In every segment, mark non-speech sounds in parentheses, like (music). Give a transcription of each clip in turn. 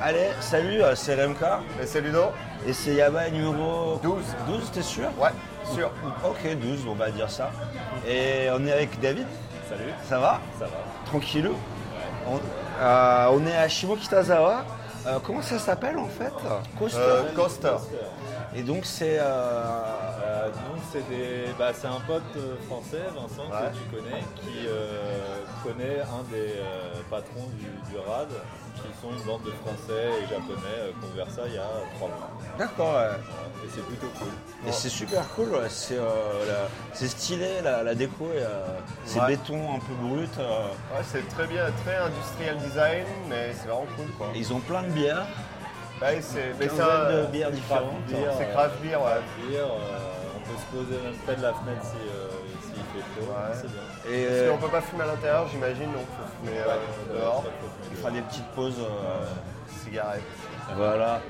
Allez, salut, euh, c'est RMK Et c'est Ludo et c'est Yaba numéro 12. 12, t'es sûr Ouais, sûr. Ok, 12, on va dire ça. Et on est avec David. Salut, Ça va ça va. Tranquillou on, euh, on est à Shimokitazawa. Euh, comment ça s'appelle en fait Coaster. Euh, Coaster. Et donc c'est. euh, Euh, non, c'est des... bah, c'est un pote euh, français, Vincent, Ouais. que tu connais, qui euh, connaît un des euh, patrons du, du RAD, qui sont une bande de Français et Japonais euh, qu'on vers ça il y a trois mois. D'accord, ouais. Voilà. Et c'est plutôt cool. Et c'est super cool, ouais. c'est euh, la- c'est stylé, la, la déco, et, euh, c'est Ouais. béton un peu brut. euh, Ouais, c'est très bien, très industrial design, mais c'est vraiment cool quoi. et ils ont plein de bières, Ouais, c'est mais euh, une c'est un- de bières Craft différentes. hein. beer, C'est euh, craft beer, ouais. craft beer, euh, on peut se poser même près de la fenêtre si, euh, s'il fait chaud, Ouais. c'est bien. Et Parce euh, qu'on peut pas fumer à l'intérieur, j'imagine, donc faut fumer euh, Ouais, dehors. ça peut on être- fera des petites pauses. euh, Cigarette. voilà.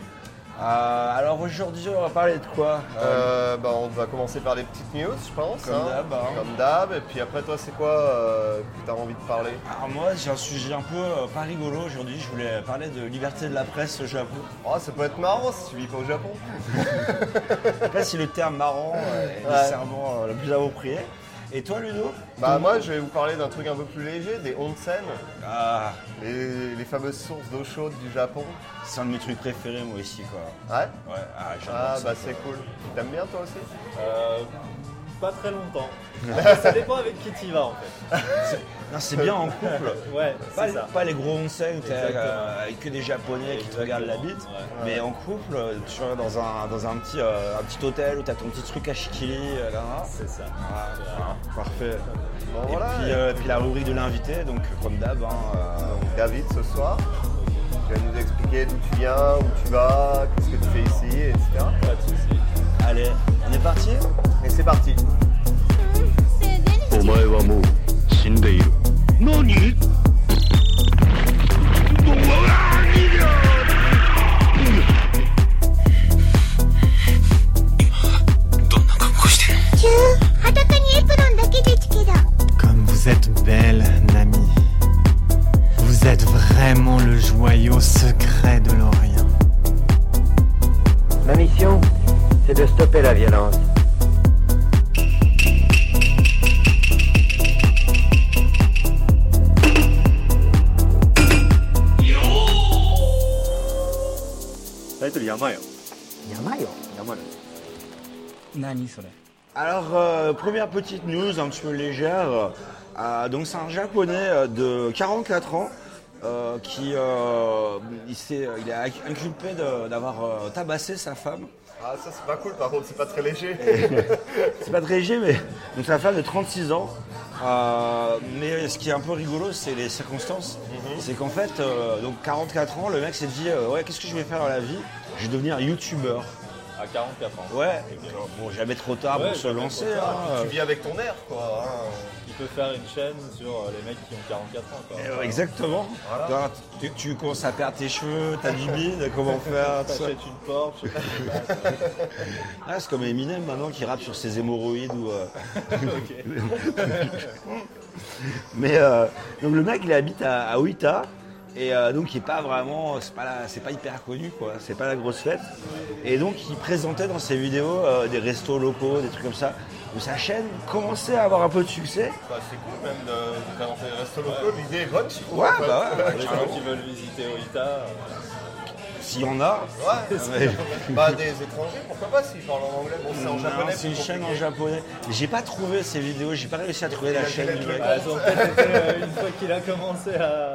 Euh, alors aujourd'hui, on va parler de quoi Euh, Euh, bah, on va commencer par les petites news, je pense. Comme hein. d'hab, hein. Comme d'hab. Et puis après, toi, c'est quoi euh, que t'as envie de parler alors moi, j'ai un sujet un peu euh, pas rigolo aujourd'hui. Je voulais parler de liberté de la presse au Japon. Oh, ça peut être marrant si tu vis pas au Japon. Je sais pas si le terme marrant euh, est Ouais. nécessairement euh, le plus approprié. Et toi, Ludo Bah, moi, je vais vous parler d'un truc un peu plus léger, des onsen, Ah, les, les fameuses sources d'eau chaude du Japon. c'est un de mes trucs préférés, moi, ici, quoi. Ouais Ouais, ah, j'adore Ah, ça. bah, c'est cool. T'aimes bien, toi aussi Euh, pas très longtemps. ça dépend avec qui tu vas en fait. Non, c'est bien (laughs) en couple. Ouais, Pas, c'est ça. pas les gros onsen où t'es avec, Exactement. euh, avec que des japonais qui te Exactement. regardent la bite, Ouais. mais en couple, euh, tu vas dans un, dans un, petit, euh, un petit hôtel où t'as ton petit truc à chiquili, euh, là, là. C'est ça. Ah, parfait. Bon, Et voilà. puis, euh, puis la rubrique de l'invité, donc comme d'hab, hein, euh, Donc, David, ce soir, tu vas nous expliquer d'où tu viens, où tu vas, qu'est-ce que tu fais ici, etc. Pas de soucis. allez, on est parti Et c'est parti. お前はもう死んでいる何キュー裸にエプロンだけですけど Comme vous êtes belle, Nami. Vous êtes vraiment le joyau secret de l'Orient. Ma mission, c'est de stopper la violence. Alors, euh, première petite news un petit peu légère. Euh, donc, c'est un japonais euh, de 44 ans euh, qui euh, il, s'est- il est inculpé de- d'avoir euh, tabassé sa femme. Ah, ça, c'est pas cool, par contre, c'est pas très léger. C'est pas très léger, mais donc sa femme de 36 ans. Euh, mais ce qui est un peu rigolo, c'est les circonstances. Mhm. C'est qu'en fait, euh, donc 44 ans, le mec s'est dit euh, ouais, qu'est-ce que je vais faire dans la vie Je vais devenir youtubeur. À 44 ans. Ouais. Bon, jamais trop tard Ouais, pour se jamais lancer. trop tard. hein. tu vis avec ton air, quoi. hein. Il peut faire une chaîne sur euh, les mecs qui ont 44 ans. Quoi. Euh, Exactement. Voilà. Tu, tu commences à perdre tes cheveux, t'as du bide, comment (laughs) faire tout ça. T'achètes une Porsche. je sais pas, quoi. Ah, c'est comme Eminem maintenant qui rappe sur ses hémorroïdes ou. euh, Ok. (laughs) Mais euh, donc le mec il habite à, à Oita et euh, donc il est pas vraiment, c'est pas, la- c'est pas hyper connu quoi, c'est pas la grosse fête. Et donc il présentait dans ses vidéos euh, des restos locaux, des trucs comme ça. où sa chaîne commençait à avoir un peu de succès. Bah, c'est cool, même de, de présenter les restos locaux, l'idée est bonne, je trouve. Ouais, en fait. bah ouais, ouais, Les gens qui veulent visiter Oita. euh, S'il y en a. Ouais, (laughs) bah, des étrangers, pourquoi pas s'ils parlent en anglais Bon, c'est en Non, japonais. c'est une plus chaîne en compliqué. japonais. J'ai pas trouvé ces vidéos, j'ai pas réussi à trouver la a chaîne quel du âge, le mec. gars bah, ils ont peut-être été, euh, une fois qu'il a commencé à.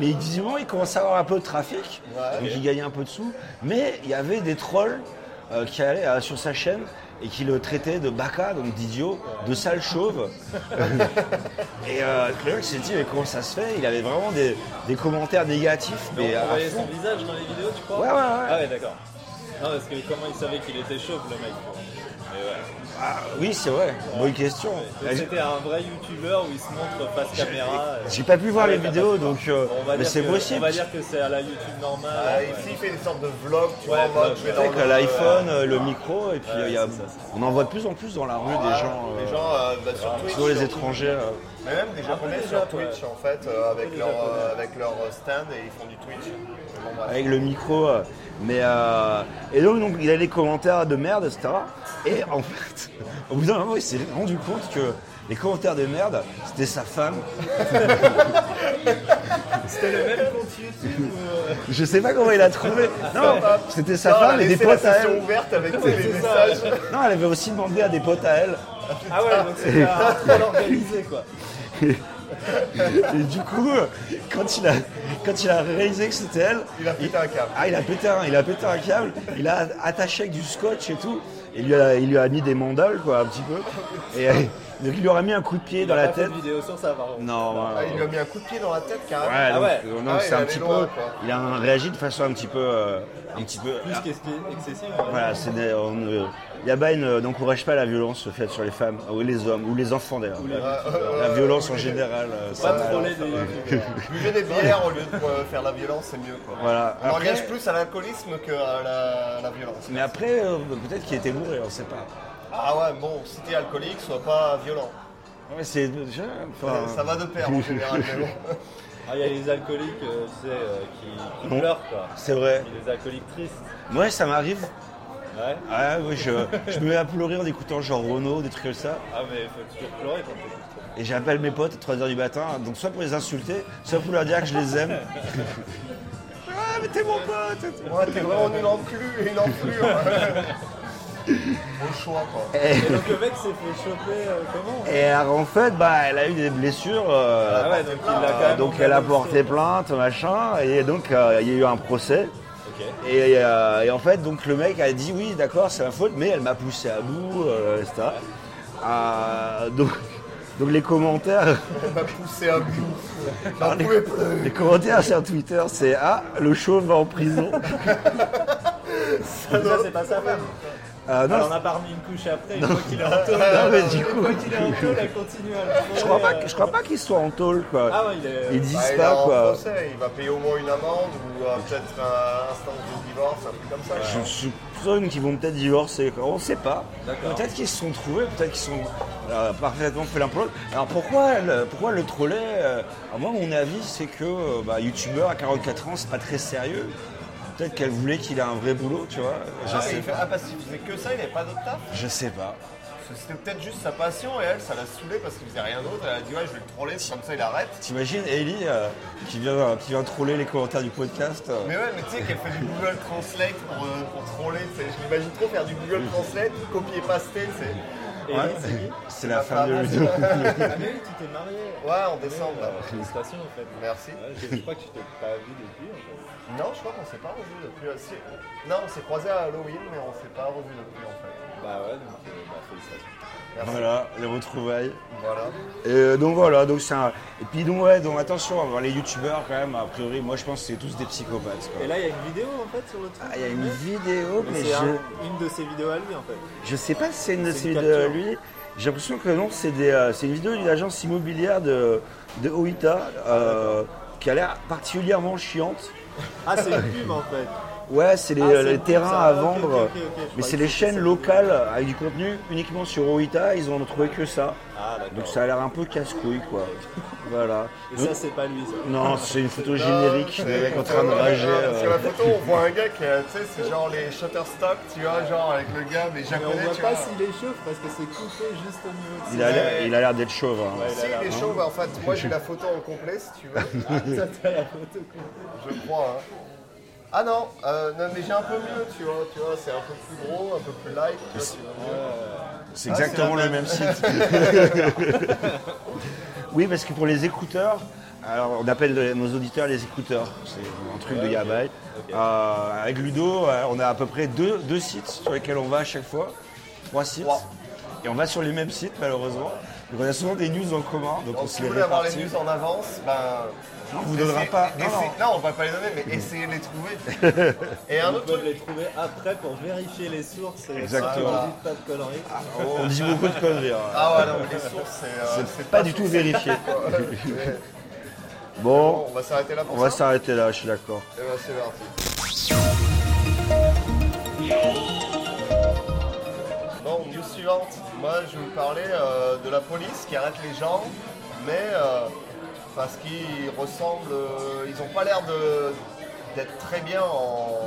Mais visiblement, il commençait à avoir un peu de trafic, Ouais. donc il gagnait un peu de sous. Mais il y avait des trolls euh, qui allaient euh, sur sa chaîne et qui le traitaient de baka, donc d'idiot, de sale (laughs) chauve. et euh, le mec s'est dit, mais comment ça se fait Il avait vraiment des, des commentaires négatifs, mais à on voyait fond. son visage dans les vidéos, tu crois Ouais, ouais, ouais. Ah ouais, d'accord. Non, parce que comment il savait qu'il était chauve, le mec quoi. Mais ouais. Ah, oui, c'est vrai. Bonne question. Et C'était un vrai youtubeur où il se montre face caméra. Ah, J'ai pas pu voir Ah ouais, les t'as pas vidéos, pu voir. donc euh, Bon, on va mais dire c'est que- On possible. va dire que c'est à la YouTube normale. Ah, ouais. Ici, il fait une sorte de vlog, tu Ouais, vois, en mode vlog, je vais ouais. dans Avec le- euh, l'iPhone, euh, le micro, et puis Ouais, il y a- c'est ça, c'est on en voit de plus en plus dans la rue des gens, euh, Des gens euh, bah, sur Ah, Twitch. surtout les sur- étrangers. euh. Mais même des japonais peu sur déjà, Twitch en fait, euh, avec, leur, euh, avec leur stand et ils font du Twitch. Bon, bah. bref. avec le micro. euh, Mais euh, et donc, donc, il a les commentaires de merde, etc. Et en fait, (laughs) au bout d'un moment, il s'est rendu compte que les commentaires de merde, c'était sa (laughs) femme. C'était le même compte YouTube ou... Je sais pas comment il a trouvé. Non, c'était sa Non, euh, on a femme et des laissé Ah, la potes à session elle. ouverte avec tous les c'est ça. messages. Non, elle avait aussi demandé à des potes à elle. Ah ouais, donc (laughs) c'était un troll organisé quoi. Et du coup, euh, quand il a, quand il a réalisé que c'était elle, Il a pété un câble. Ah, il a pété un, il a pété un câble, il a attaché avec du scotch et tout, et lui a, il lui a mis des mandales, quoi, un petit peu. Et euh, donc il lui aurait mis un coup de pied dans Il a la pas fait tête. de vidéo sur ça par contre. Non, voilà. Ah, il lui a mis un coup de pied dans la tête carrément. Ouais, donc, ouais. euh, non, Ah ouais, c'est il un allait petit loin, peu. quoi. Il a réagi de façon un petit peu. euh, un petit peu. Plus qu'est-ce euh, qui est excessif. hein. ouais. Voilà, c'est des. on euh, ne- Yabai ne- n'encourage pas la violence faite sur les femmes, ou les hommes, ou les enfants d'ailleurs. La violence en général. euh, ça- Pas troller des youtubeurs. Buvez des bières au lieu de euh, faire la violence, c'est mieux quoi. Voilà. On Après- engage plus à l'alcoolisme qu'à la, la violence. Mais après, euh, peut-être qu'il était bourré, on sait pas. Ah ouais, bon, si t'es alcoolique, sois pas violent. Ouais, c'est. enfin- Ça va de pair en général. mais bon. Ah, il y a les alcooliques, euh, tu sais, euh, qui, qui Non. pleurent quoi. C'est vrai. Il y a les alcooliques tristes. Ouais, ça m'arrive. Ouais. Ah oui, je, je me mets à pleurer en écoutant genre Renault, des trucs comme ça. Ah, mais faut toujours pleurer quand t'écoutes trop. Et j'appelle mes potes à 3h du matin, donc soit pour les insulter, soit pour leur dire que je les aime. ah mais t'es mon pote Ouais, t'es vraiment nul en plus et une enflure. Bon choix quoi. Et donc le mec s'est fait choper euh, comment Et alors, en fait, bah, elle a eu des blessures. euh, Ah ouais, donc il l'a euh, quand même. donc enlevé elle a le porté saut. plainte, machin, et donc euh, il y a eu un procès. Ok. Et, euh, et en fait, donc le mec a dit oui, d'accord, c'est ma faute, mais elle m'a poussé à bout, euh, etc. Euh, donc, donc les commentaires, (laughs) Elle m'a poussé à bout. J'en pouvais plus. les commentaires sur Twitter, c'est ah le chauve va en prison. Ça, c'est pas sa femme. Euh, non, Elle en a pas remis une couche après, une fois qu'il est en tôle. Non, mais euh, du une coup- fois qu'il est en tôle, elle continue à le trouver, Je crois pas, euh. que- je crois pas qu'ils soient en tôle quoi. Ah ouais, il est. Ils Bah, disent il est pas en quoi. procès, il va payer au moins une amende ou euh, peut-être un instant de divorce, un truc comme ça. Je soupçonne qu'ils vont peut-être divorcer. quoi. On sait pas. D'accord. Peut-être qu'ils se sont trouvés, peut-être qu'ils sont euh, parfaitement fait l'implode. Alors pourquoi, le- pourquoi le troller euh, alors Moi, mon avis, c'est que euh, bah, youtubeur à 44 ans, c'est pas très sérieux. Peut-être qu'elle voulait qu'il ait un vrai boulot, tu vois. Je, Ah, sais, il fait- ah, parce qu'il faisait que ça, il n'avait pas d'autre taf je sais pas. Parce que C'était peut-être juste sa passion et elle, ça l'a saoulé parce qu'il faisait rien d'autre. Elle a dit ouais, je vais le troller, comme ça il arrête. T'imagines Ellie euh, qui, vient, qui vient troller les commentaires du podcast euh. Mais ouais, mais tu sais qu'elle fait du Google Translate pour, euh, pour troller. tu sais. Je l'imagine trop faire du Google Translate, copier-paster. tu sais. Et Ouais. c'est qui hein, C'est la Ma femme de femme. Ludo. Ah, mais oui, tu t'es marié. Ouais, en décembre. là. Euh, Félicitations en fait. Merci. Ouais, je, je crois que je t'ai pas vu depuis en fait. Non, je crois qu'on s'est pas revu depuis. euh, si- Non, on s'est croisé à Halloween, mais on s'est pas revu depuis en fait. Bah ouais, donc euh, bah, félicitations. Merci. Voilà, les retrouvailles. Voilà. Et euh, donc voilà, donc c'est un... Et puis donc ouais, donc attention, alors, les youtubeurs quand même, a priori, moi je pense que c'est tous des psychopathes. quoi. Et là, il y a une vidéo en fait sur le truc. Ah, il y a une vidéo, mais, Mais c'est je... un- une de ses vidéos à lui en fait. je sais pas si c'est une de C'est ces une vidéos à capture. lui. J'ai l'impression que non, c'est des, euh, c'est une vidéo d'une agence immobilière de, de Oita euh, qui a l'air particulièrement chiante. Ah, c'est une pub en fait. Ouais, c'est les, Ah, c'est les une- terrains ça, à ok, ok, vendre. ok, ok, Mais je croyais c'est que les c'était chaînes ça. locales avec du contenu uniquement sur Oita, ils ont trouvé que ça. Ah, d'accord. Donc ça a l'air un peu casse-couille (laughs) quoi. voilà. Et Donc- ça, c'est pas lui ça. Non, c'est une photo générique de mec en train de rager. Euh, Sur euh. la photo, on voit un gars qui, est, tu sais, c'est genre les Shutterstock, tu vois, genre avec le gars, mais Mais on japonais, voit tu pas vois. s'il est chauve parce que c'est coupé juste au niveau de Il a l'air- il a l'air d'être chauve. hein. Si il est chaud, bah, en fait, moi j'ai la photo en complet si tu veux. (laughs) Ça, t'as la photo coupée. Je crois. hein. Ah non, euh, non, mais j'ai un peu mieux, tu vois, tu vois, c'est un peu plus gros, un peu plus light. tu vois, tu vois mieux. Ah, C'est exactement le même site. (laughs) oui, parce que pour les écouteurs, alors on appelle le- nos auditeurs les écouteurs. C'est un truc de Yabai. Euh, avec Ludo, euh, on a à peu près deux, deux sites sur lesquels on va à chaque fois. Trois sites. Trois. Et on va sur les mêmes sites, malheureusement. Donc on a souvent des news en commun, donc on Donc, se si les vous voulez avoir les répartit. news en avance, ben. On vous donnera essayez- pas. Non, essayez- non. non, on va pas les donner, mais essayez de les (laughs) trouver. Et un Ils autre peuvent truc. les trouver après pour vérifier les sources. et Exactement. ne dites pas de conneries. On dit beaucoup de conneries. hein. Ah ouais, non, mais les sources, c'est. euh, C'est pas du tout vérifié. Ouais. (laughs) Bon, Bon, on va s'arrêter là pour on va ça. s'arrêter là, je suis d'accord. Eh ben, c'est parti. Bon, news suivante. Moi, je vais vous parler euh, de la police qui arrête les gens, mais euh, parce qu'ils ressemblent. euh, ils n'ont pas l'air de- d'être très bien en.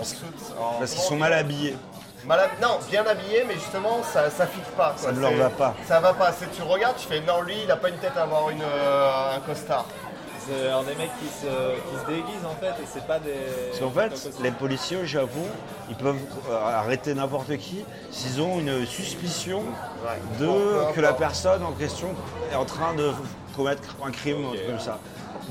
en soute. en- Parce qu'ils sont mal habillés. Mal hab- Non, bien habillé, mais justement, ça, ça fit pas. quoi. Ça ne leur C'est- va pas. Ça va pas. C'est- Tu regardes, tu fais non, lui, il a pas une tête à avoir une, euh, un costard. C'est un des mecs qui se, qui se déguisent en fait et c'est pas des. Parce qu'en fait, les policiers, j'avoue, ils peuvent euh, arrêter n'importe qui s'ils ont une suspicion de que la personne en question est en train de commettre un crime ou un truc comme ça.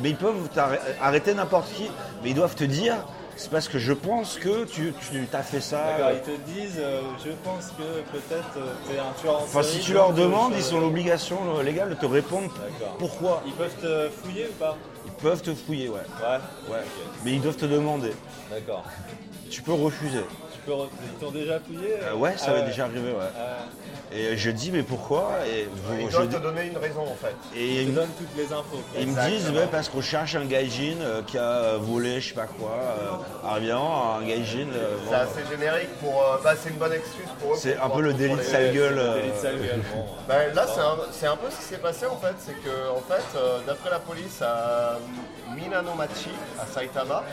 Mais ils peuvent t'arrê- arrêter n'importe qui, mais ils doivent te dire c'est parce que je pense que tu, tu as fait ça. D'accord, ils te disent, euh, je pense que peut-être euh, t'es un tueur en Enfin, série, si tu donc, leur euh, demandes, je- ils ont l'obligation euh, légale de te répondre D'accord. pourquoi. Ils peuvent te fouiller ou pas Ils peuvent te fouiller, ouais. Ouais. ouais. Ok, Mais ils doivent te demander. D'accord. Tu peux refuser. Tu peux re- Ils t'ont déjà fouillé Euh, ouais, ça Ah m'est déjà arrivé, ouais. Ah Et je dis, mais pourquoi Et, vous- Ils je doivent dis- te donner une raison en fait. et Ils ils, te me- donnent toutes les infos. quoi. ils me disent, ouais, parce qu'on cherche un gaijin euh, qui a euh, volé, je sais pas quoi, euh, un bien, un gaijin. euh, C'est bon. assez générique pour. euh, bah, c'est une bonne excuse pour eux. C'est pour un peu le pour délit de les- sale gueule. C'est euh, le délit de sale gueule, bon. Bah, là, c'est un, c'est un peu ce qui s'est passé en fait. C'est que, en fait, euh, d'après la police à euh, Minanomachi, à Saitama.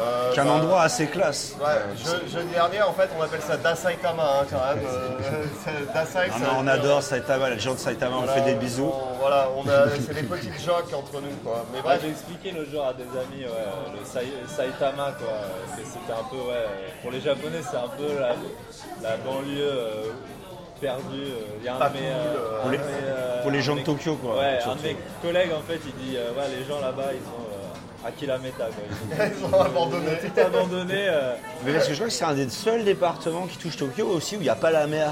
euh, qui est un bah, endroit assez classe. Ouais, je, jeudi dernier, en fait, on appelle ça Dasaitama hein, quand (laughs) même. euh, (laughs) c'est- euh, Dasai, Ah, ça mais veut on dire- adore Saitama, les gens de Saitama, on Voilà, fait des bisous. on- voilà, on a, c'est des petites jokes entre nous, quoi. Mais Ouais, bref, (laughs) j'ai expliqué l'autre jour à des amis, ouais, euh, le Sai- Saitama, quoi. euh, c'est- C'était un peu, ouais, euh, pour les Japonais, c'est un peu la, la banlieue euh, perdue. euh, Il y a un Pas de mes, cool, euh, Pour les- un de mes, euh, pour les un gens de de Tokyo, quoi, Ouais, un de surtout. mes collègues, en fait, il dit, euh, ouais, les gens là-bas, ils sont euh, à Kilameta, quoi. (laughs) Ils ont- ils ont abandonné. Ils ont tout abandonné. euh, Mais parce que je crois que c'est un des seuls départements qui touche Tokyo aussi où il n'y a pas la mer.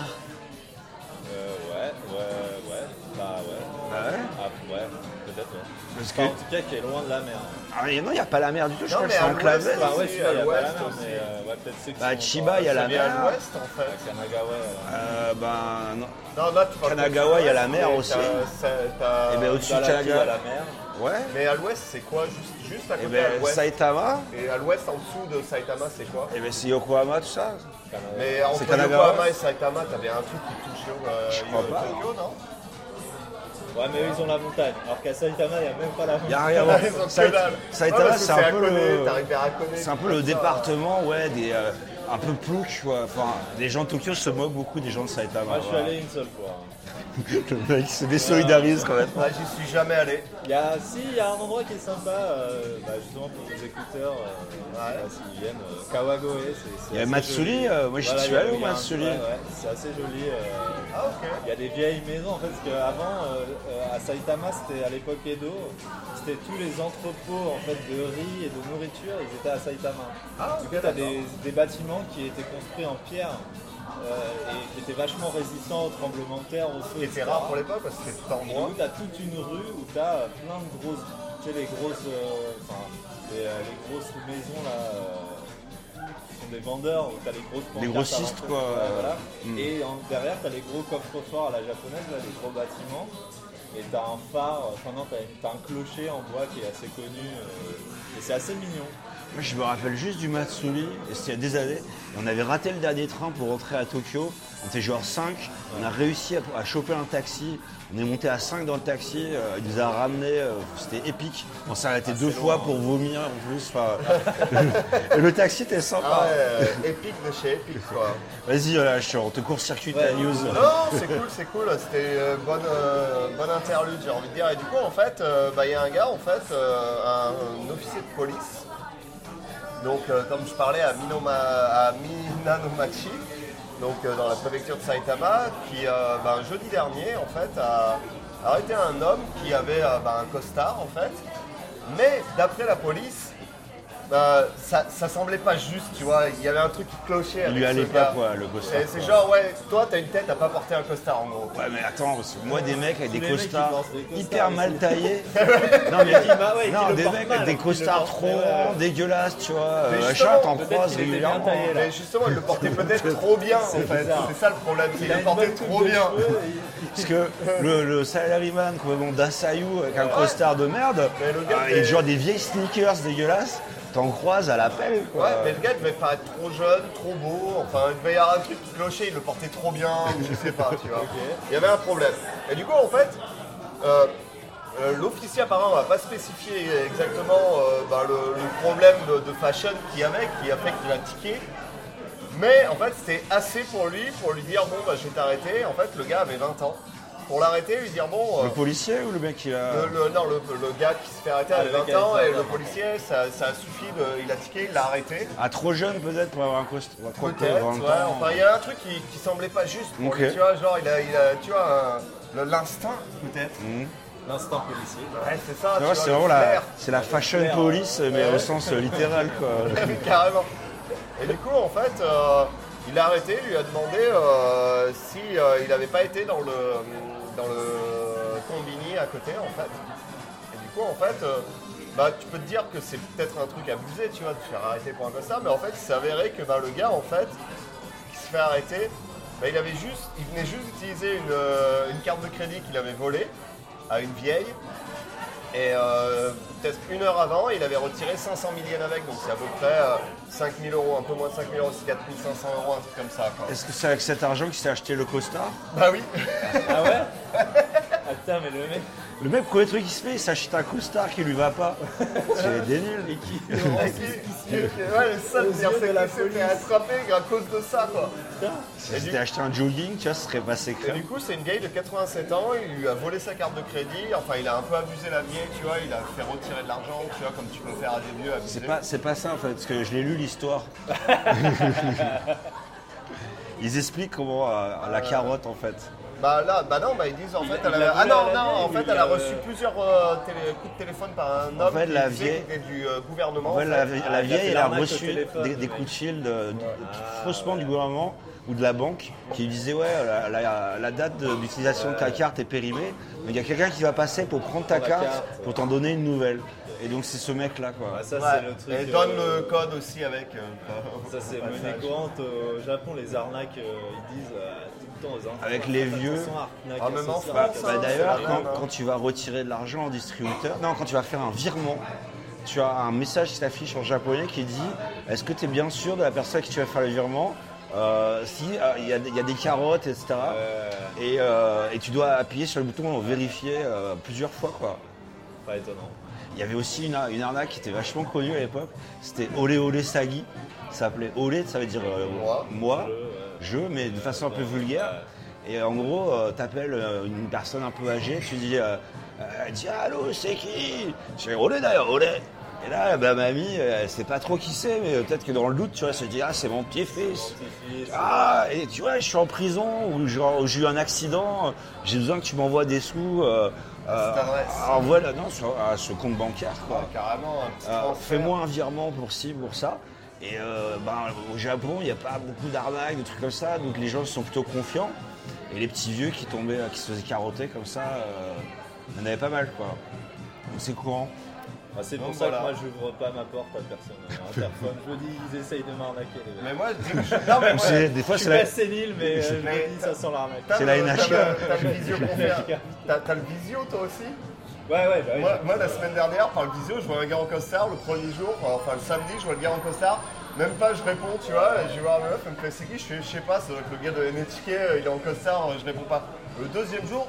euh, ouais, ouais, ouais. Bah ouais. Ah ouais Ah, ouais, peut-être, ouais. Parce que. Enfin, en tout cas, qui est loin de la mer. Ah, non, il n'y a pas la mer du tout, je Non, crois que mais c'est à enclavé. l'ouest, Bah ouais, Si, c'est pas, il y a à pas la l'ouest mer, aussi. mais euh, ouais, peut-être ceux qui Bah, sont Chiba, il y a la c'est bien mer. à l'ouest, en fait. à Kanagawa. ouais. Euh, ben non. Non, là, tu parles Kanagawa, il y a la de l'ouest, mer mais aussi. t'as- ça- t'as- Eh ben, au-dessus de Dans la queue à Kanagawa. la mer. Ouais. Mais à l'ouest, c'est quoi juste, juste à Et côté à ben l'ouest Saitama, Et à l'ouest, en dessous de Saitama, c'est quoi et ben c'est Yokohama, tout ça. Mais entre Euh, Kanagawa. Yokohama et Saitama, t'avais un truc qui touchait au euh, Je crois pas, Tokyo, non Ouais, mais eux, ils ont la montagne. Alors qu'à Saitama, il n'y a même pas la montagne. Il a rien. Ils ont que Saitama, dalle. Ouais, Saitama, parce que c'est un peu Hakone, le, t'arrives Ah, vers Hakone, c'est un peu comme le ça. département, ouais, des euh, un peu plouc, quoi. Enfin, les gens de Tokyo se moquent beaucoup des gens de Saitama. Moi, je suis voilà. allé une seule fois. hein. (laughs) le mec se désolidarise quand même. Ah, j'y suis jamais allé. Il y a, si, il y a un endroit qui est sympa, euh, bah, justement pour les écouteurs, euh, je sais pas s'ils viennent. euh, Kawagoe, c'est- c'est. Il y a assez Matsuri, joli. euh, moi, j'y suis il y a- allé au il y a un- Matsuri. Ouais, ouais, c'est assez joli. euh, Ah, ok. Il y a des vieilles maisons en fait, parce qu'avant euh, euh, à Saitama, c'était à l'époque Edo, c'était tous les entrepôts en fait, de riz et de nourriture, ils étaient à Saitama. Ah, du coup, tu as des, des bâtiments qui étaient construits en pierre euh, et qui étaient vachement résistants aux tremblements de terre, au feu. C'était etc. rare pour l'époque parce que c'était Et où endroit. tu as toute une rue où tu as plein de grosses, tu sais, les grosses, euh, enfin, les, euh, les grosses maisons là. euh, qui sont des vendeurs où t'as les grosses Des pancartes grossistes, à l'entrée, quoi, ouais, euh, voilà. hmm. et en- derrière t'as les gros coffres forts à la japonaise là, les gros bâtiments et t'as un phare euh, enfin non t'as, t'as un clocher en bois qui est assez connu euh, et c'est assez mignon Moi, je me rappelle juste du Matsuri, et c'était il y a des années. Et on avait raté le dernier train pour rentrer à Tokyo. On était genre 5. On a réussi à, à choper un taxi. On est monté à 5 dans le taxi. euh, il nous a ramenés. euh, c'était épique. On s'est Ah, arrêté deux fois pour hein. vomir en plus. enfin, et (laughs) le taxi était Ah sympa. ouais, euh, épique de chez épique quoi. Vas-y, euh, là, je- on te court-circuite la news. Non, c'est cool, c'est cool. C'était euh, bonne, euh, bonne interlude, j'ai envie de dire. Et du coup, en fait, euh, bah, il y a un gars, en fait, euh, un, un officier de police. Donc, euh, comme je parlais à, Minoma, à Minanomachi, donc euh, dans la préfecture de Saitama, qui euh, bah, jeudi dernier, en fait, a arrêté un ben, homme qui avait euh, bah, un costard, en fait. Mais d'après la police, bah, ça, ça semblait pas juste, tu vois. Il y avait un truc qui Il clochait. avec lui allait ce pas, gars. quoi, le costard, Et C'est quoi. genre, ouais, toi, t'as une tête à pas porter un costard, en gros. Ouais, mais attends, parce que moi, des mecs avec des les mecs qui costards portent des costards, hyper ils mal sont- taillés. non, mais bah (laughs) ouais, qui non, le des portent mecs mal, avec des qui le costards portent, trop mais ouais. dégueulasses, tu vois. euh, justement, Machin, t'en peut-être croises qu'il était bien régulièrement. taillé, là. Mais justement, il le (laughs) portait peut-être trop bien, en fait. bizarre. C'est ça le problème, c'est qu'il a le une portait bonne coupe trop de bien. cheveux, il- Parce que le, le salaryman complètement d'Asayou avec un costard de merde, Mais le gars, euh, mais- et genre des vieilles sneakers dégueulasses, t'en croises à la pelle, quoi. Ouais, mais le gars devait paraître trop jeune, trop beau, enfin il devait y avoir un truc qui clochait, il le portait trop bien, ou je sais pas, tu (laughs) vois. Il y avait un problème. Et du coup, en fait, euh, euh, l'officier apparemment n'a pas spécifié exactement euh, bah, le, le problème de, de fashion qu'il y avait, qui a fait qu'il a tiqué. Mais en fait, c'était assez pour lui, pour lui dire bon, bah, je vais t'arrêter. En fait, le gars avait 20 ans. Pour l'arrêter, lui dire bon. euh, Le policier ou le mec qui a. le, le- non, le, le gars qui se fait arrêter le avait mec 20 ans avec et 20 Ah, le ans. policier, ça, ça a suffi, de- il a tiqué, il l'a arrêté. Ah, trop jeune peut-être pour avoir un costard. Quoique, Peut-être, vingt ouais. ans. Enfin, il y a un truc qui, qui semblait pas juste pour Ok. lui, tu vois, genre, il a, il a tu vois, un- le- l'instinct, peut-être. L'instant policier. Ouais, c'est ça, Tu vois, tu c'est vois, le vraiment la, flair. (laughs) c'est la fashion police, mais au sens euh, littéral, quoi. Carrément. Et du coup, en fait, euh, il a arrêté, il lui a demandé euh, si euh, il n'avait pas été dans le, dans le combini à côté, en fait. Et du coup, en fait, euh, bah, tu peux te dire que c'est peut-être un truc abusé, tu vois, de se faire arrêter pour un costard, mais en fait, il s'avérait que bah, le gars, en fait, qui se fait arrêter, bah, il, avait juste, il venait juste d'utiliser une, euh, une carte de crédit qu'il avait volée à une vieille. Et euh, peut-être une heure avant, il avait retiré 500 000 yens avec, donc c'est à peu près 5000 euros, un peu moins de 5000 euros, c'est 4500 euros, un truc comme ça. Quoi. Est-ce que c'est avec cet argent qu'il s'est acheté le costard Bah oui, Ah ouais Ah putain, mais le mec, Le mec, premier truc qu'il se fait, il s'achète un costard qui lui va pas. C'est des nuls. (laughs) Et qui- qui- ouais, le seul, Aux c'est-à-dire, yeux c'est de la qu'il s'est fait police. attraper à cause de ça. quoi. Si c'était acheté un jogging, tu vois, ce serait pas Et secret. du coup, c'est une vieille de 87 ans, il lui a volé sa carte de crédit, enfin, il a un peu abusé la vieille, tu vois, il a fait retirer de l'argent, tu vois, comme tu peux faire à des vieux abusés. C'est pas, c'est pas ça en fait, parce que je l'ai lu (laughs) l'histoire. Ils expliquent comment euh, la carotte en fait. Bah là, bah non, bah ils disent en fait, elle il l'a a... ah volé à non, la non, vieille en ou fait, il elle a a- reçu plusieurs euh, télé- coups de téléphone par un homme fait, qui la disait qu'il vieille- était du euh, gouvernement. En fait, en la, fait. la il a vieille, fait elle a l'arnaque au reçu téléphone, des, le des mec. coups de fil de- de- de- faussement du gouvernement ou de la banque qui disaient ouais la, la- la date de- d'utilisation de ta carte est périmée, mais il y a quelqu'un qui va passer pour prendre ta Pour la carte, carte, pour t'en donner une nouvelle. Et donc c'est ce mec là quoi. ah, ça Ouais. c'est le truc. Et donne euh, le code aussi avec. euh, Ça c'est passage. monnaie courante euh, au Japon, les arnaques, euh, ils disent euh, tout le temps aux enfants. Avec les vieux. Ah, même en Bah, France, bah, hein, D'ailleurs, c'est la quand, norme, hein. quand tu vas retirer de l'argent au distributeur, non, quand tu vas faire un virement, tu as un message qui s'affiche en japonais qui dit Est-ce que tu es bien sûr de la personne à qui tu vas faire le virement Euh, Si, euh, il y, a des- il y a des carottes, etc. Et, euh, et tu dois appuyer sur le bouton vérifier euh, plusieurs fois. quoi. Pas étonnant. Il y avait aussi une, une arnaque qui était vachement connue à l'époque c'était Olé Olé Sagi. Ça s'appelait Olé, ça veut dire euh, Moi. moi, je, mais de façon un peu vulgaire. Et en gros, euh, t'appelles euh, une personne un peu âgée, tu dis, euh, euh, elle dit allô, c'est qui Je fais Olé d'ailleurs, Olé. Et là, bah, mamie, euh, elle sait pas trop qui c'est, mais euh, peut-être que dans le doute, tu vois, elle se dit ah c'est mon petit-fils. Ah, et tu vois, je suis en prison ou genre, ou j'ai eu un accident, j'ai besoin que tu m'envoies des sous. Euh, euh, cette adresse. envoie là, non, sur- à ce compte bancaire, quoi. Carrément, un petit Euh, transfert. Fais-moi un virement pour ci, pour ça. Et euh, ben, au Japon, il n'y a pas beaucoup d'arnaques, de trucs comme ça, donc les gens sont plutôt confiants. Et les petits vieux qui tombaient, euh, qui se faisaient carotter comme ça, euh, il y en avait pas mal, quoi. Donc c'est courant. Bah, c'est pour Donc, ça voilà. que moi j'ouvre pas ma porte à personne. euh, à Interphone, je dis ils essayent de m'arnaquer. Les gars. Mais moi, je dis que je suis. Non, (laughs) mais Donc moi, c'est- des je fois, suis c'est pas la... sénile, mais euh, je Mais- me dis ça sent l'arnaque. t'as c'est le- la t'as le- NHL. T'as le visio (laughs) conférence. La- T'as- T'as le visio, toi aussi Ouais, ouais, bah, oui, Moi, moi, la semaine dernière, par le visio, je vois un gars en costard le premier jour, euh, enfin le samedi, je vois le gars en costard. Même pas, je réponds, tu vois, et je vais voir la meuf, elle me fait c'est qui Je fais, je sais pas, c'est vrai que le gars de NHK, euh, il est en costard, euh, je réponds pas. Le deuxième jour,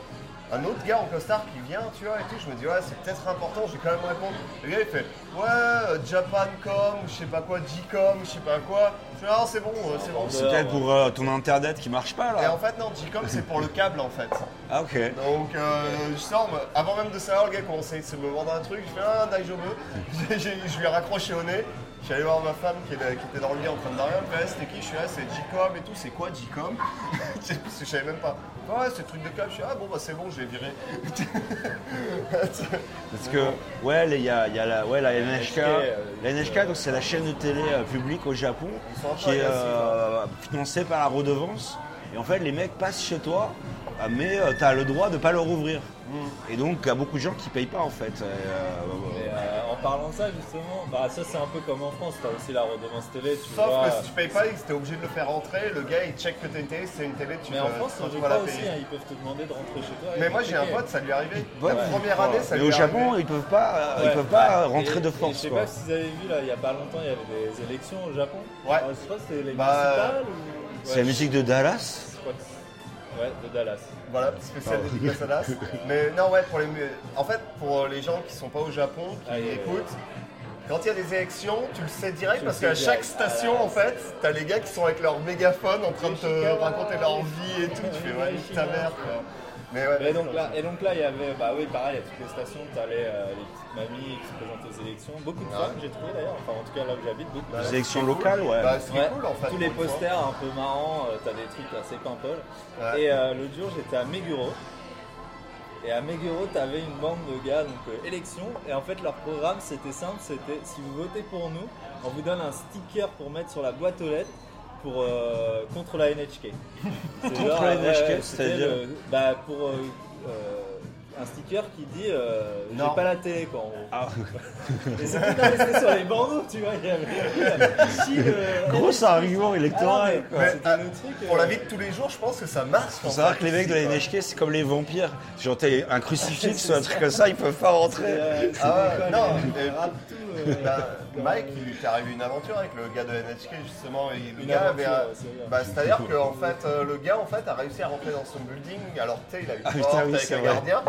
un autre gars en costard qui vient, tu vois, et tout, je me dis, ouais, c'est peut-être important, je vais quand même répondre. Le gars, il fait, ouais, euh, Japancom, ou je sais pas quoi, Gcom, je sais pas quoi. Je fais, ah, c'est bon, euh, c'est bon. C'est peut-être pour euh, ton internet qui marche pas, Et en là. fait, non, Gcom, c'est pour le câble, en fait. Ah, ok. Donc euh, je sors, mais (laughs) avant même de savoir le gars commençait à se me vendre un truc, je fais ah Daijobo, je, je- je lui ai raccroché au nez, Je suis allé voir ma femme qui, est- qui était dans le lit en train de dormir. Elle me fait, Ah, c'était qui Je suis là, c'est J-Com et tout. C'est quoi J-Com (laughs) Je parce que je savais même pas. Ouais, c'est le truc de com. Je suis ah bon, bah c'est bon, je l'ai viré. (laughs) Parce que, ouais, les- il y a, il y a la, ouais, la NHK. euh, La NHK, donc c'est la chaîne de télé euh, publique au Japon sont un peu qui est agressifs, euh, financée par la redevance. Et en fait, les mecs passent chez toi, euh, mais tu as le droit de pas leur ouvrir. Et donc, il y a beaucoup de gens qui payent pas en fait. Et, euh, Mais, euh, en parlant de ça, justement, bah, ça c'est un peu comme en France, t'as aussi la redevance télé, tu Sauf vois. que si tu payes pas, t'es obligé de le faire rentrer. Le gars, il check que t'as une télé. Si c'est une télé, tu Mais vas- en France, tu on joue vas la pas aussi, payer. hein, ils peuvent te demander de rentrer chez toi. et Mais moi, j'ai un checker. pote, ça lui est arrivé. ouais. La première année, ça Mais lui au est Japon, arrivé. ils peuvent pas, euh, ils peuvent pas rentrer Et- de et Je force. sais quoi. pas si vous avez vu, là, il y a pas longtemps, il y avait des élections au Japon. Ouais. Alors, je sais pas si c'est les Bah, municipales ou. C'est la musique de Dallas. je crois que c'est- Ouais, de Dallas. Voilà, spécial dédicace à Dallas. Mais non, ouais, pour les, mu- en fait, pour les gens qui sont pas au Japon, qui Ah, oui, oui, écoutent, quand il y a des élections, tu le sais direct Tu le parce sais qu'à direct. chaque station, en fait, t'as les gars qui sont avec leur mégaphone en train de te raconter leur vie et tout. Tu fais, ouais, nique ta mère, quoi. Mais ouais, Mais donc là, et donc là, il y avait, bah oui, pareil, à toutes les stations, t'allais euh, les petites mamies qui se présentaient aux élections. Beaucoup de Ouais. femmes, j'ai trouvé d'ailleurs, enfin en tout cas là où j'habite, beaucoup Bah, de Les femmes. élections c'est locales, cool. ouais. Bah, c'est Ouais, cool, en fait. tous les pour une fois. posters un peu marrants, euh, t'as des trucs assez pimpol. Ouais. Et euh, l'autre jour, j'étais à Meguro. Et à Meguro, t'avais une bande de gars, donc euh, élection. Et en fait, leur programme, c'était simple c'était si vous votez pour nous, on vous donne un sticker pour mettre sur la boîte aux lettres pour, euh, contre la (laughs) NHK. C'est Contre genre, la euh, ouais, NHK, ouais, c'était c'est-à-dire le- bah, Pour euh, euh, un sticker qui dit euh, j'ai Non. pas la télé, quoi, en gros. (laughs) Ah, Et c'était non, mais c'était sur les bandeaux, tu vois. Il y avait il (laughs) y avait euh, ici le. gros hein. argument Ah, électoral. mais quoi. c'était Ah, le truc, Pour euh, la vie de tous les jours, je pense que ça marche. Faut savoir que les mecs de la NHK, c'est comme les vampires. Genre, t'as un crucifix ou un truc comme ça, ils peuvent pas Et, rentrer. euh, c'est Ah ouais, des non, connes, mais- ils rappe tout. euh, Bah, Mike, euh, il lui est arrivé une aventure avec le gars de NHK justement. Et le Une gars aventure, avait un- ouais, c'est vrai. bah, C'est-à-dire que en fait, euh, le gars en fait, a réussi à rentrer dans son building. Alors, tu sais, il a une Ah, putain, porte oui, avec c'est un vrai. gardien.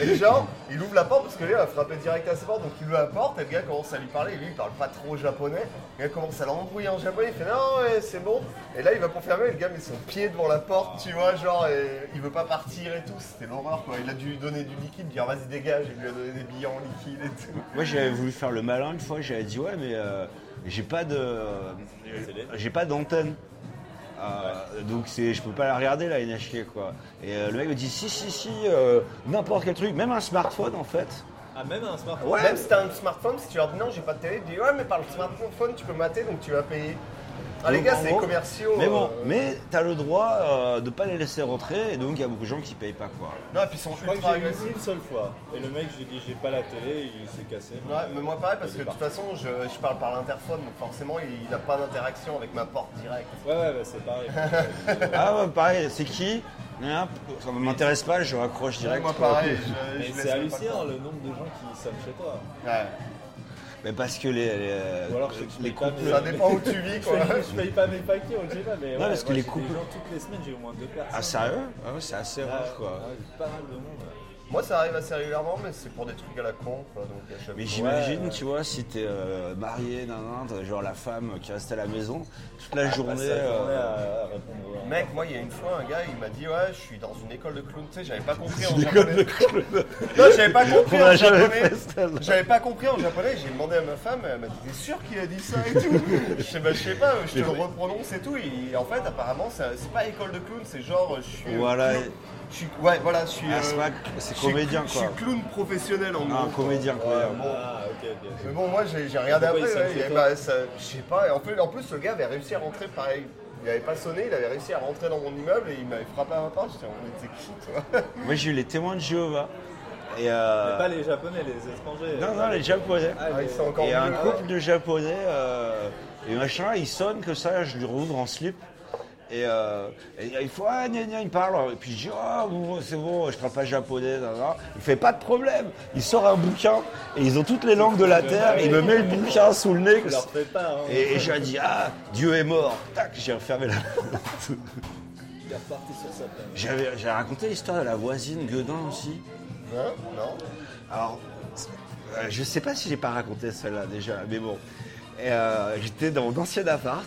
Et genre, il ouvre la porte parce que lui, il a frappé direct à ses portes. Donc, il lui apporte. Et le gars commence à lui parler. Et lui, il parle pas trop japonais. Le gars commence à l'embrouiller en japonais. Il fait non, ouais, c'est bon. Et là, il va pour fermer. et Le gars met son pied devant la porte, tu vois. Genre, et il veut pas partir et tout. C'était l'horreur quoi. Il a dû lui donner du liquide, dire vas-y, dégage. Il lui a donné des billets en liquide et tout. Moi, j'avais voulu faire le malin une fois, j'avais dit, ouais, mais euh, j'ai pas de. J'ai pas d'antenne. Euh, donc c'est, je peux pas la regarder la NHK quoi. Et euh, le mec me dit si si si euh, n'importe quel truc, même un smartphone en fait. Ah, même un smartphone. Ouais. Même si t'as un smartphone, si tu leur dis non, j'ai pas de télé, tu dis ouais, mais par le smartphone, tu peux mater donc tu vas payer. Ah, les Donc, gars, en c'est gros, commerciaux. Mais bon, euh, mais t'as le droit euh, de pas les laisser rentrer et donc il y a beaucoup de gens qui payent pas quoi. Non, et puis ils sont Je crois que ultra j'ai eu agressifs. une seule fois. Et le mec, je lui ai dit, j'ai pas la télé, il s'est cassé. Ouais, mais moi pareil, parce il que de est toute façon, je, je parle par l'interphone, donc forcément, il il a pas d'interaction avec ma porte directe. parti. Ouais, ouais, bah, c'est (laughs) pareil. Ah ouais, pareil, c'est qui Hein, Ça m'intéresse pas, je raccroche direct. moi quoi. (laughs) pareil, je, Mais je laisse c'est même pas hallucinant le le nombre de gens qui sonnent chez (laughs) toi. temps. Ouais. Mais parce que les, les, Ou alors, je sais que je les paye pas, couples. mais- Ça dépend où tu vis, Je (laughs) quoi. paye- je paye pas mes paquets, on le sait pas, mais. ouais, parce que moi, les j'ai couples- Des gens toutes les semaines, j'ai au moins deux personnes. Ah sérieux Ah ouais, c'est assez Ah, rare quoi. ouais, j'ai Pas mal de monde. ouais. Moi, ça arrive assez régulièrement, mais c'est pour des trucs à la con, quoi. Donc, à chaque Mais fois. j'imagine, ouais. tu vois, si t'es euh, marié, nan, nan, t'as genre la femme qui reste à la maison, toute Ah, bah, la journée. Passer la journée euh, à- à répondre aux- Mec, moi, il y a une fois, un gars, il m'a dit, ouais, je suis dans une école de clown, tu sais, j'avais pas compris en une école de japonais. clown. Non, j'avais pas On compris l'a en jamais japonais. fait, celle-là. J'avais pas compris en japonais, j'ai demandé à ma femme, elle m'a dit T'es sûr qu'il a dit ça et tout Je sais pas, je sais pas, je te le reprononce et tout. Et en fait, apparemment, ça- c'est pas école de clown, c'est genre je suis. euh, Voilà. clown. Je suis, ouais, voilà, je suis. Ah, c'est pas- c'est je suis- comédien, Je quoi. suis clown professionnel en Ah, gros. un comédien, quoi. Ah, ok, ok. Mais bon, moi j'ai j'ai regardé Pourquoi après, il sonne ouais, chez et toi bah, ça- je sais pas. Et en, plus, en plus, le gars avait réussi à rentrer pareil. Il avait pas sonné, il avait réussi à rentrer dans mon immeuble et il m'avait frappé à ma porte. J'étais, on était qui toi (laughs) Moi j'ai eu les témoins de Jéhovah. Et euh, Mais Pas les japonais, les étrangers. Non, non, les japonais. Ah, Ah, mais- ils sont encore Et un mieux. couple de japonais, euh, et machin, il sonne que ça, je lui rouvre en slip. Et, euh, et il faut, ah, gna, gna, il parle. Et puis je dis, ah, bon, c'est bon, je parle pas japonais, nan, nan. Il fait pas de problème. Il sort un bouquin, et ils ont toutes les langues de la terre. Il me met le bouquin sous le nez. Je leur fais pas. Hein. Et, et je lui ai dit, ah, Dieu est mort. Tac, j'ai refermé la porte. Il est reparti sur sa plage. J'avais j'avais raconté l'histoire de la voisine Guedin aussi. Hein Non Alors, euh, je sais pas si j'ai pas raconté celle-là déjà, mais bon. Et, euh, j'étais dans mon ancien appart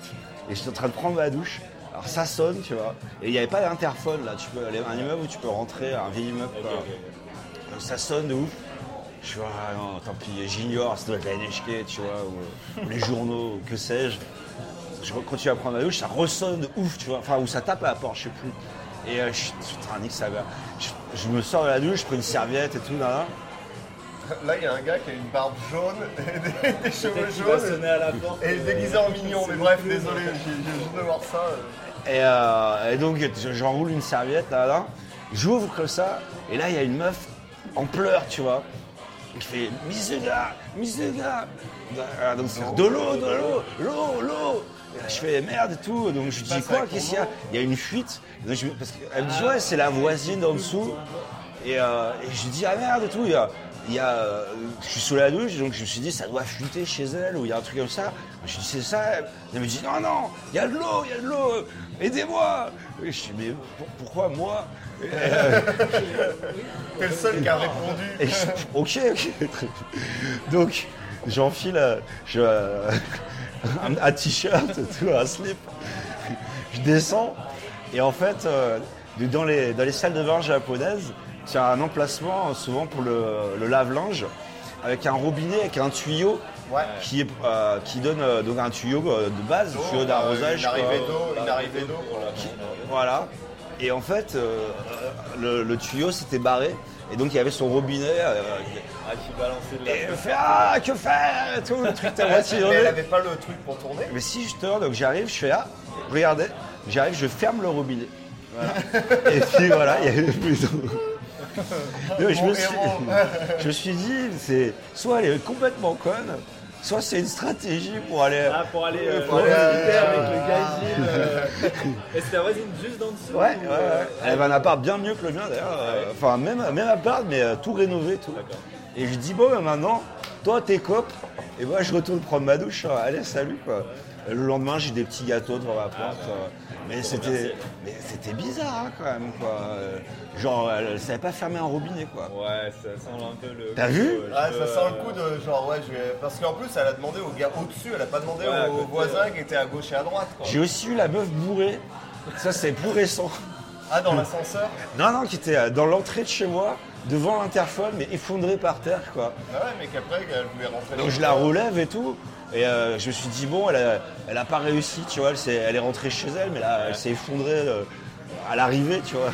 et j'étais en train de prendre ma douche. Alors ça sonne, tu vois. Et il n'y avait pas d'interphone là. Tu peux aller à un immeuble où tu peux rentrer, un vieil immeuble. quoi. Donc, ça sonne de ouf. Je suis ah non, tant pis, j'ignore, ça doit être la NHK, tu vois, ou, ou les journaux, ou que sais-je. Je continue à prendre la douche, ça ressonne de ouf, tu vois, enfin, ou ça tape à la porte, je sais plus. Et euh, je suis putain, nique sa mère. Je, je me sors de la douche, je prends une serviette et tout, là, là. Là, il y a un gars qui a une barbe jaune (laughs) et des, des cheveux Peut-être qu'il va jaunes sonner à la porte. et euh, déguisé en mignon. c'est Mais le bref, clown. désolé, j'ai j'ai juste de voir ça. euh. Et, euh, et donc, je- j'enroule une serviette, là, là. J'ouvre comme ça, et là, il y a une meuf en pleurs, tu vois. Qui fait Misuga, Misuga. Ah, Donc, c'est de l'eau, de l'eau, l'eau, l'eau. Et là, Je fais merde et tout. Donc, je dis passe quoi avec Qu'est-ce ton qu'il y a Il y a une fuite. Donc, je- parce qu'elle me dit Ouais, c'est la voisine en dessous. Et, euh, et je lui dis Ah merde et tout. Il y a, il y a, euh, je suis sous la douche, donc je me suis dit Ça doit fuiter chez elle ou il y a un truc comme ça. Je lui dis C'est ça Elle me dit Non, non, il y a de l'eau, il y a de l'eau, aidez-moi. Et je dis Mais pour- pourquoi moi T'es le seul qui a répondu. Et je- (laughs) ok, ok. Donc, j'enfile euh, je, euh, un, un t-shirt, tout, un slip. Je descends. Et en fait, euh, dans, les, dans les salles de bain japonaises, il y a un emplacement euh, souvent pour le, le lave-linge avec un robinet, avec un tuyau Ouais. qui, est, euh, qui donne euh, donc un tuyau euh, de base, un tuyau d'arrosage. euh, Une quoi. arrivée d'eau, une arrivée d'eau. pour la- Voilà. Et en fait, euh, le, le tuyau s'était barré. Et donc, il y avait son robinet. euh, Ah, qui balançait de la et elle fait Ah, que faire Et tout, le truc à moitié Mais elle hurlé. avait pas le truc pour tourner. Mais si je tourne, donc j'arrive, je fais Ah, regardez, j'arrive, je ferme le robinet. Voilà. Et puis voilà, il y avait plus d'eau. Non, mais je, Mon me suis, héros. je me suis dit, c'est soit elle est complètement conne, soit c'est une stratégie pour aller. Ah, pour aller euh, pour dans aller- ah. l'univers avec le gaijin. euh, (laughs) Et c'était la voisine juste d'en dessous. Ouais, ou, ouais, euh, ouais. Elle avait un appart bien mieux que le mien d'ailleurs. euh, Enfin, même, même appart, mais euh, tout rénové, tout. Et je dis, bon, bah, maintenant, toi, t'es cop. Et moi, je retourne prendre ma douche. hein. Allez, salut, quoi. Et Le lendemain, j'ai des petits gâteaux devant ma porte. euh, mais c'était mais c'était bizarre, hein, quand même, quoi. Euh, Genre, elle, elle savait pas fermer un robinet, quoi. euh, Ouais, ça sent un peu le. euh, T'as vu Ouais, Ah, ça sent le coup de genre, ouais, je vais- Parce qu'en plus, elle a demandé au gars au-dessus, elle a pas demandé à aux côté, voisins qui étaient à gauche et à droite. quoi. J'ai aussi eu la meuf bourrée. Ça, c'est plus récent. Ah, dans l'ascenseur Non, non, qui était euh, dans l'entrée de chez moi, devant l'interphone, mais effondrée par terre, quoi. Ah ouais, mais qu'après, elle voulait rentrer. Donc chez je la elle. relève et tout. Et euh, je me suis dit, bon, elle a, elle a pas réussi, tu vois. Elle, s'est- elle est rentrée chez elle, mais là, elle s'est effondrée euh, à l'arrivée, tu vois.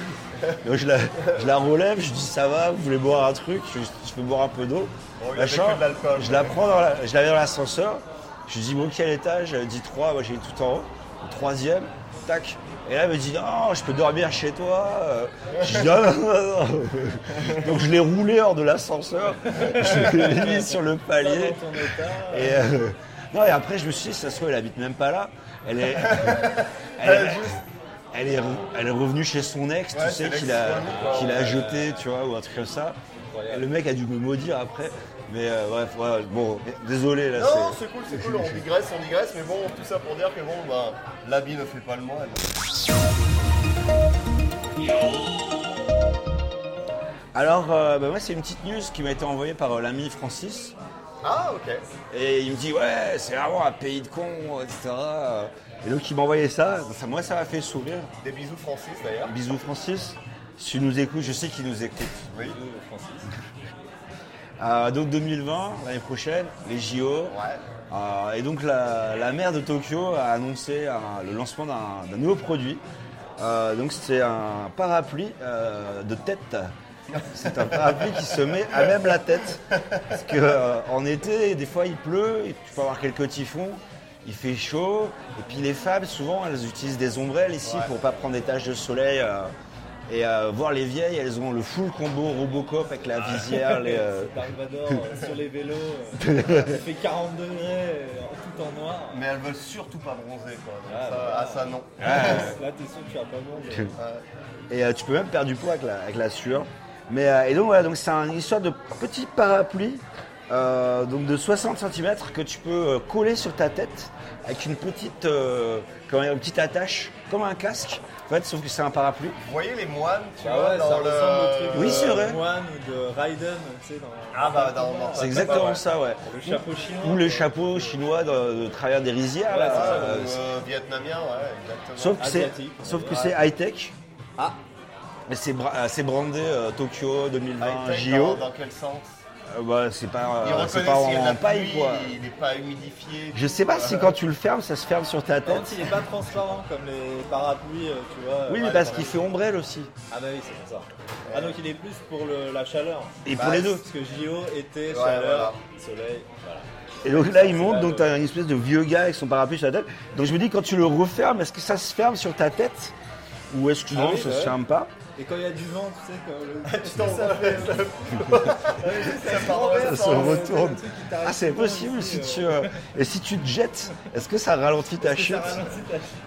Donc je la, je la relève, je dis, ça va, vous voulez boire un truc Je, je peux boire un peu d'eau. Bon, il Machin. avait que de l'alcool. Je la prends, dans la, je la mets dans l'ascenseur. Je lui dis, bon, quel étage Elle dit 3, moi j'ai eu tout en haut. Le troisième, tac. Et là, elle me dit, non, je peux dormir chez toi. Euh, Je dis, non, non, non, non. Donc je l'ai roulé hors de l'ascenseur. Je l'ai mis sur le Pas palier. dans ton état. Et euh, non, et après, je me suis dit, ça se trouve, elle habite même pas là. Elle est. elle, est- elle est, re- elle est revenue chez son ex, Euh, Ouais, tu sais, c'est l'ex qu'il a, revenu, quoi. qu'il a jeté, tu vois, ou un truc comme ça. Et le mec a dû me maudire après. Mais euh, bref, ouais, bon, désolé, là, Non, c'est. c'est cool, c'est cool, on digresse, on digresse, mais bon, tout ça pour dire que bon, bah, l'habit ne fait pas le moine. Alors, euh, bah, moi, c'est une petite news qui m'a été envoyée par euh, l'ami Francis. Ah, ok. Et il me dit, ouais, c'est vraiment un pays de cons, etc. Et donc, il m'a envoyé ça. Ça, Moi, ça m'a fait sourire. Des bisous, Francis, d'ailleurs. Bisous, Francis. Si tu nous écoutes, je sais qu'il nous écoute. Oui. Euh, donc 2020, l'année prochaine, les JO. Euh, et donc la, la maire de Tokyo a annoncé un- le lancement d'un d'un nouveau produit. Euh, donc c'est un parapluie euh, de tête. C'est un parapluie qui se met à même la tête. Parce qu'en été, des fois il pleut, et tu peux avoir quelques typhons, il fait chaud. Et puis les femmes, souvent, elles utilisent des ombrelles ici pour pas prendre des taches de soleil. euh, et euh, voir les vieilles, elles ont le full combo Robocop avec la visière, les, euh, (laughs) Barbados euh, sur les vélos, euh, il fait 40 degrés, euh, tout en noir. Mais elles veulent surtout pas bronzer, quoi. donc Ah, ça- bah, ah, ça, non. Là, t'es sûr que tu vas pas manger. Et euh, tu peux même perdre du poids avec la, avec la sueur. Mais, euh, et donc voilà, donc c'est une histoire de petit parapluie euh, donc de 60 cm que tu peux euh, coller sur ta tête avec une petite, euh, comment dire, une petite attache, comme un casque. En fait, sauf que c'est un parapluie. Vous voyez les moines, tu Ah vois, ouais, dans ça le... euh, ressemble au truc Oui, c'est de vrai. Moine ou de Raiden, tu sais, dans Ah, bah, dans... dans- C'est exactement ouais. ça, ouais. le chapeau chinois. Ou les chapeaux chinois de, de travers des rizières. là. Ah, Euh, ou, euh, vietnamien, ouais, exactement. Ah, sauf que c'est, asiatique, sauf que ouais. c'est high tech. Ah. Mais c'est bra- euh, c'est brandé euh, Tokyo 2020 High-tech, JO. Dans, dans quel sens euh, bah, c'est pas, Il euh, reconnaît c'est pas s'il y a de la en paille, pluie, quoi. Il n'est pas humidifié. Je sais pas si quand tu le fermes, ça se ferme sur ta Par contre, tête. il n'est pas transparent comme les parapluies, euh, tu vois. Oui, ouais, mais parce dans qu'il les- fait ombrelle aussi. Ah, bah oui, c'est pour ça. Ah, donc il est plus pour le- la chaleur. Et Bah, pour les deux. Parce que JO, été, Ouais, chaleur, soleil, voilà. Et donc là, il c'est monte, la- donc t'as une espèce de vieux gars avec son parapluie sur la tête. Donc je me dis, quand tu le refermes, est-ce que ça se ferme sur ta tête Ou est-ce que Ah non, oui, ça bah se ouais. ferme pas Et quand il y a du vent, tu sais, quand le. (laughs) tu sais, ça fait. ça Ça se retourne. Ah, c'est possible si tu. euh, Et si tu te jettes, est-ce que ça ralentit ta chute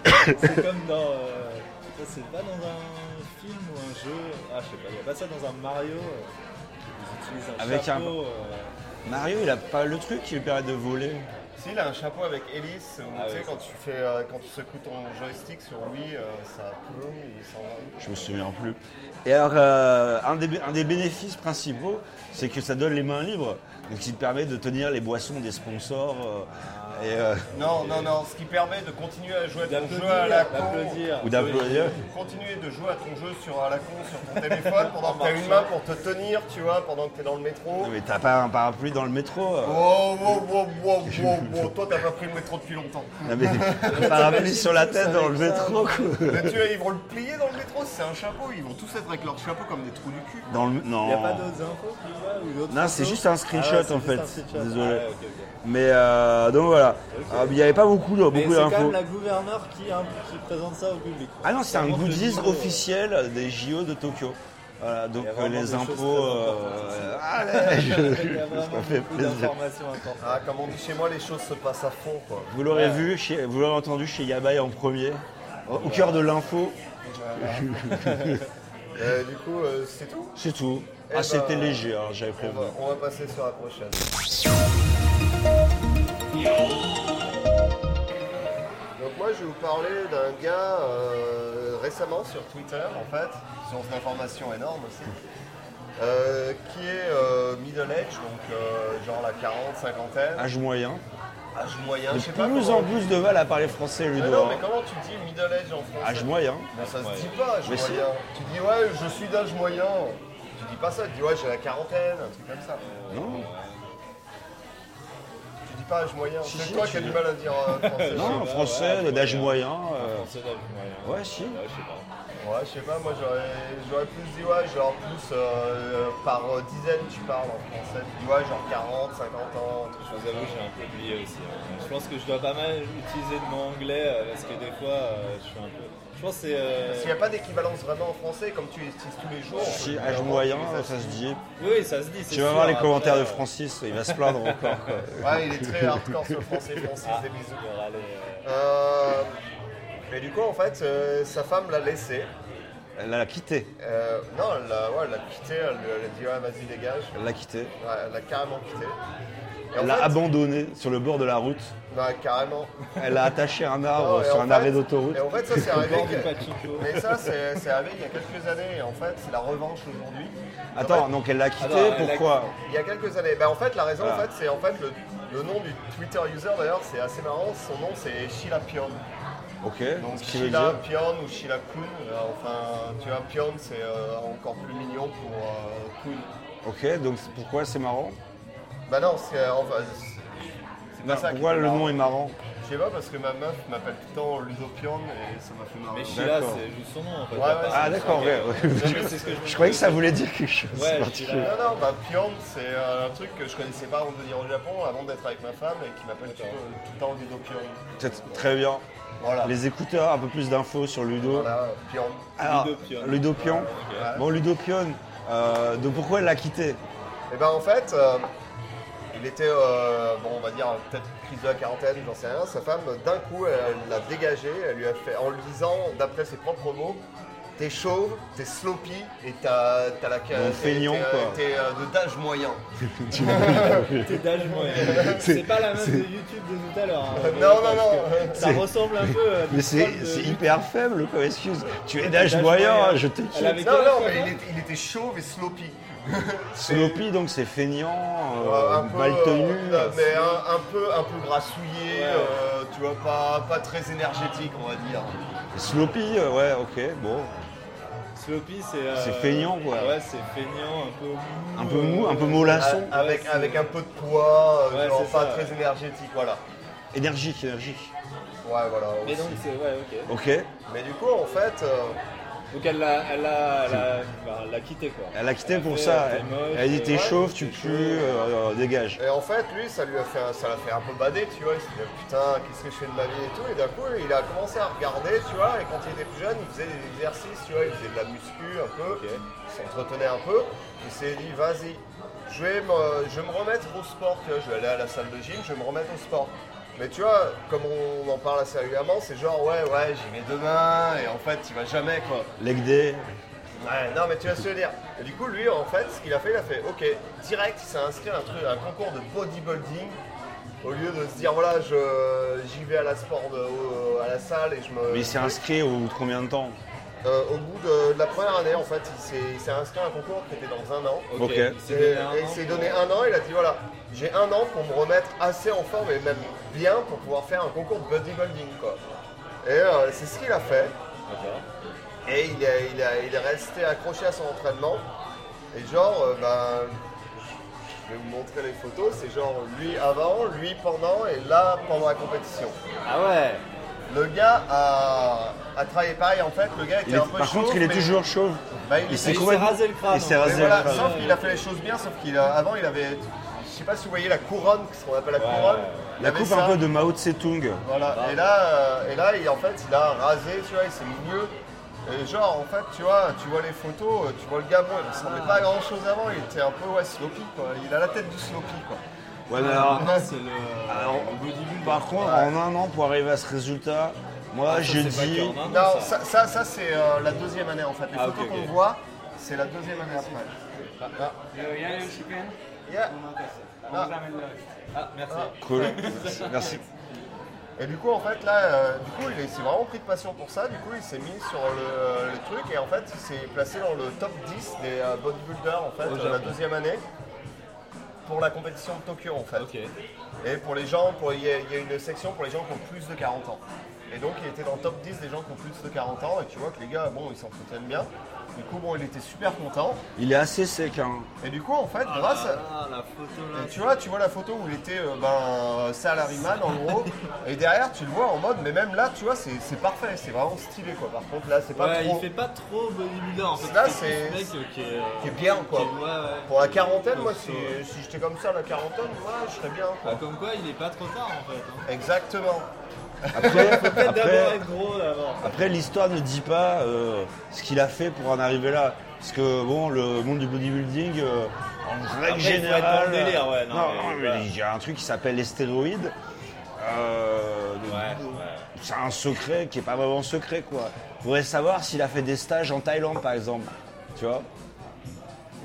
C'est comme dans. euh, putain, C'est pas dans un film ou un jeu. Ah, je sais pas, il n'y a pas ça dans un Mario. euh, Ils utilisent un Avec un- chapeau. euh, Mario, il a pas le truc qui lui permet de voler. S'il a un chapeau avec hélice, ou Ah tu sais, oui, quand, tu fais, euh, quand tu secoues ton joystick sur Wii, euh, ça ploum, il s'en va. Je me souviens plus. Et alors, euh, un, des, un des bénéfices principaux, c'est que ça donne les mains libres. Donc, il te permet de tenir les boissons des sponsors euh, et, euh, Non, non, non, ce qui permet de continuer à jouer à ton jeu à la D'applaudir, con. d'applaudir. ou d'applaudir. Continuer de jouer à ton jeu sur, à la con sur ton téléphone pendant que t'as une main pour te tenir, tu vois, pendant que t'es dans le métro. Non, mais t'as pas un parapluie dans le métro. euh. Wow, wow, wow, (laughs) wow, wow, wow, toi t'as pas pris le métro depuis longtemps. Non, mais un parapluie sur la tête dans le métro. quoi. Mais tu vois, ils vont le plier dans le métro, c'est un chapeau, ils vont tous être avec leur chapeau comme des trous du cul. Dans le, non. Il n'y a pas d'autres infos plus là ou d'autres Non, c'est photos juste un screenshot, Ah ouais, c'est en juste fait. un screenshot. Désolé. Ah ouais, ok, ok. Mais euh, donc voilà. Ah, Il n'y avait pas beaucoup, de- Mais beaucoup c'est quand d'infos. même la gouverneure qui, hein, qui présente ça au public. Ah non, c'est un Vraiment, je goodies dis, euh, officiel des JO de Tokyo. Voilà, donc Il y a euh, vraiment les des choses impôts. très euh, allez, je- Il (laughs) y a vraiment ça fait beaucoup plaisir. d'informations importantes. Ah, comme on dit chez moi, les choses se passent à fond, quoi. Vous l'aurez vu, chez- vous l'aurez entendu chez Yabai en premier, au- au cœur de l'info. Euh, du coup, euh, c'est tout. C'est tout. Eh Ah, c'était ben, léger, hein, j'avais On prévenu. va, on va passer sur la prochaine. Donc moi je vais vous parler d'un gars euh, récemment sur Twitter en fait, source d'informations énorme aussi, euh, qui est euh, middle age, donc euh, genre la 40, cinquantaine, Âge moyen. Ah, âge moyen, De ben. Ah, je sais pas. plus comment- en plus de mal à parler français, Mais Ludo. non hein. mais comment tu dis middle age en français Âge moyen. Mais ça se dit pas, âge Mais si. moyen. Tu dis ouais je suis d'âge moyen. Tu dis pas ça, tu dis ouais j'ai la quarantaine, un truc comme ça. Non, Tu dis pas âge moyen. Si, si, C'est toi tu qui as dis. du mal à dire euh, français. (laughs) non, ouais, français ouais, d'âge ouais. moyen. euh, Français d'âge moyen. ouais, si. Ah, je sais pas. Ouais, je sais pas, moi j'aurais j'aurais plus dit ouais, genre plus euh, par euh, dizaine tu parles en français. Tu dis ouais, genre 40, 50 ans, tout Je vous avoue, j'ai un peu oublié aussi. hein. Je pense que je dois pas mal utiliser de mon anglais euh, parce que des fois, euh, je suis un peu. Je pense que c'est. euh, S'il n'y a pas d'équivalence vraiment en français, comme tu l'utilises tous les jours. Si, euh, âge vraiment, moyen, tu les as- ça se dit. Oui, ça se dit. c'est Tu vas sûr, voir les après, commentaires de euh, Francis, il va se plaindre encore. (laughs) quoi. Ouais, il est très hardcore sur le français, Francis, Ah, des bisous. il y aura les, euh, Euh, mais du coup, en fait, euh, sa femme l'a laissé. Elle l'a quitté. Euh, non, elle l'a ouais, elle l'a quitté, elle, lui- elle a dit ouais, vas-y, dégage. Elle l'a quitté. Ouais, elle l'a carrément quitté. Et en Elle l'a fait- abandonné sur le bord de la route. Ouais, carrément. Elle l'a attaché à un (laughs) arbre Non, et sur en Ah, un fait- arrêt d'autoroute. Et en fait, ça, (laughs) c'est arrivé. bord du que- Pachico. Mais ça, c'est c'est arrivé il y a quelques années. Et en fait, c'est la revanche aujourd'hui. Attends, donc elle l'a quitté, Attends, elle l'a pourquoi Il y a quelques années. Ben, en fait, la raison, Voilà. en fait, c'est en fait le, le nom du Twitter user, d'ailleurs, c'est assez marrant. Son nom, c'est Sheila Pion. Ok, Donc, ce qui veut Sheila dire. Pion ou Sheila Kun. euh, enfin, tu vois, Pion, c'est euh, encore plus mignon pour euh, Kun. Ok, donc c'est- pourquoi c'est marrant Bah non, c'est. euh, enfin, c'est- c'est pas Non, ça qui Pourquoi fait le marrant. nom est marrant Je sais pas, parce que ma meuf m'appelle tout le temps Ludo Pion et ça m'a fait Ben marrer. Mais Sheila, D'accord. c'est juste son nom en fait. Ouais, y a ouais, pas- Ah d'accord, ouais. Non, ouais. mais c'est ce que me Je croyais que ça voulait dire quelque chose. Ouais, de je suis particulier. là. Non, non, bah Pyong, c'est euh, un truc que je connaissais pas avant de venir au Japon, avant d'être avec ma femme et qui m'appelle tout, euh, tout le temps Ludo Pyong. C'est Très bien. Voilà. Les écouteurs, un peu plus d'infos sur Ludo. Voilà, euh, Pyong. Alors, Ludopion. Ludopion. Ouais. Bon, Ludopion, euh, donc pourquoi elle l'a quitté Et ben en fait, euh, il était, euh, bon, on va dire peut-être crise de la quarantaine, j'en sais rien. Sa femme, d'un coup, elle l'a dégagé, elle lui a fait, en lui disant, d'après ses propres mots, t'es chauve, t'es sloppy et t'as t'as la Donc, feignant, t'es, euh, quoi. T'es euh, de d'âge moyen. T'es d'âge (laughs) moyen. C'est pas la même de YouTube de tout à l'heure. hein. Non, non, non. Parce que Ça ressemble un peu. à des Mais trolls c'est de c'est YouTube. hyper faible comme excuse. Tu es D'âge d'âge moyen, moyen. hein, je te Elle avait- quitte. Non, quel âge, non, mais maintenant il, est- il était chauve et sloppy. Sloppy, donc c'est feignant, Euh, euh, un peu, mal euh, tenu. euh, mais un, un peu, un peu grassouillé, Ouais. euh, tu vois, pas, pas très énergétique, on va dire. Sloppy, euh, ouais, ok, bon. Sloppy, c'est. euh, C'est feignant, quoi. Ouais, c'est feignant, un peu mou. Un peu mou, euh, un peu mollasson. A- Avec, Ouais, c'est- avec un peu de poids, euh, Ouais, genre c'est pas ça, très ouais. énergétique, voilà. Énergique, énergique. Ouais, voilà. Mais aussi. donc, c'est. Ouais, ok. Ok. Mais du coup, en fait, euh, Donc, elle l'a elle l'a- elle l'a- bah, elle l'a quitté, quoi. Elle a quitté Elle pour fait, ça. Elle, euh, t'es moche, elle dit euh, t'es ouais, chauve, tu t'es pues, chauve. euh, euh, dégage. et en fait, lui, ça lui a fait, un- ça l'a fait un peu bader, tu vois. Il s'est dit, putain, qu'est-ce que je fais de ma vie et tout. Et d'un coup, il a commencé à regarder, tu vois. Et quand il était plus jeune, il faisait des exercices, tu vois. Il faisait de la muscu un peu, il s'entretenait un peu. Il s'est dit, vas-y, je vais, me, je vais me remettre au sport, tu vois. Je vais aller à la salle de gym, je vais me remettre au sport. Mais tu vois, comme on en parle assez régulièrement, c'est genre, ouais, ouais, j'y vais demain. Et en fait, tu vas jamais, quoi. Leg day. Ouais, non, mais tu vas se le dire. Et du coup, lui, en fait, ce qu'il a fait, il a fait OK, direct, il s'est inscrit à un, truc, un concours de bodybuilding. Au lieu de se dire, voilà, je- j'y vais à la sport, de- au- à la salle et je me. Mais il s'est inscrit au bout de combien de temps Euh, au bout de, de la première année, en fait, il s'est- il s'est inscrit à un concours qui était dans un an. Ok. il s'est Et, donné un et il an s'est pour- donné un an, il a dit, voilà, j'ai un an pour me remettre assez en forme et même bien pour pouvoir faire un concours de bodybuilding, quoi. Et euh, c'est ce qu'il a fait. D'accord. Et il est, il est- il est resté accroché à son entraînement. Et genre, euh, ben, je vais vous montrer les photos. C'est genre lui avant, lui pendant et là pendant la compétition. Ah ouais Le gars a, a travaillé pareil en fait. Le gars était Il est- un peu Par chauve, contre, il est mais- toujours chauve. bah, il était- s'est il s'est complètement- rasé le crâne, Il s'est en mais fait. rasé voilà, le crâne. sauf qu'il a fait les choses bien, sauf qu'il a- avant il avait, je sais pas si vous voyez la couronne, ce qu'on appelle la Ouais. Ah. couronne. Il La avait coupe ça. un peu de Mao Tse-tung. Voilà, et là, euh, et là il, en fait, il a rasé, tu vois, il s'est mis mieux. Et genre, en fait, tu vois, tu vois les photos, euh, tu vois le gars, bon, il ressemblait pas à grand chose avant, il était un peu, ouais, sloppy, quoi. Il a la tête du sloppy, quoi. Ouais, mais alors, Maintenant, c'est le. alors, le bodybuilding. par contre, en un an pour arriver à ce résultat, moi Ah, ça, je c'est pas dis. qu'en un an, Non, ça. ça, ça, ça, c'est euh, la deuxième année, en fait. Les Ah, photos ok, ok. qu'on voit, c'est la deuxième année après. Ah, Euh, ah. Yeah. Ah. Ah, merci. Cool. (laughs) Merci. Et du coup, en fait, là, euh, du coup, il est- s'est vraiment pris de passion pour ça. Du coup, il s'est mis sur le, le truc et en fait, il s'est placé dans le top 10 des euh, bodybuilders, en fait, Au euh, Japon. la deuxième année, pour la compétition de Tokyo, en fait. Ok. Et pour les gens, pour- il y, a- il y a une section pour les gens qui ont plus de 40 ans. Et donc, il était dans le top 10 des gens qui ont plus de 40 ans. Et tu vois que les gars, bon, ils s'entretiennent bien. Du coup, bon, il était super content. Il est assez sec, hein. Et du coup, en fait, grâce à... Ah, la photo là. Et Euh, tu vois, tu vois la photo où il était euh, ben, salaryman en gros, et derrière tu le vois en mode, mais même là, tu vois, c'est c'est parfait, c'est vraiment stylé quoi. Par contre, là, c'est pas ouais, trop. il fait pas trop bodybuilder en fait. Là, c'est. c'est- plus mec qui est. euh, qui est bien, quoi. qui est- ouais, ouais. Pour la quarantaine, moi, si, Ouais. si j'étais comme ça à la quarantaine, moi, je serais bien Bah, quoi. comme quoi, il est pas trop tard en fait. hein. Exactement. Après, Peut-être d'abord après, être gros d'abord. après, l'histoire ne dit pas euh, ce qu'il a fait pour en arriver là. Parce que bon, le monde du bodybuilding, euh, en règle Après, il faut être dans le générale. délire, ouais, non, non, mais non, mais voilà. il y a un truc qui s'appelle les stéroïdes. Euh, Ouais, ouais. C'est un secret qui est pas vraiment secret quoi. Faudrait savoir s'il a fait des stages en Thaïlande par exemple. Tu vois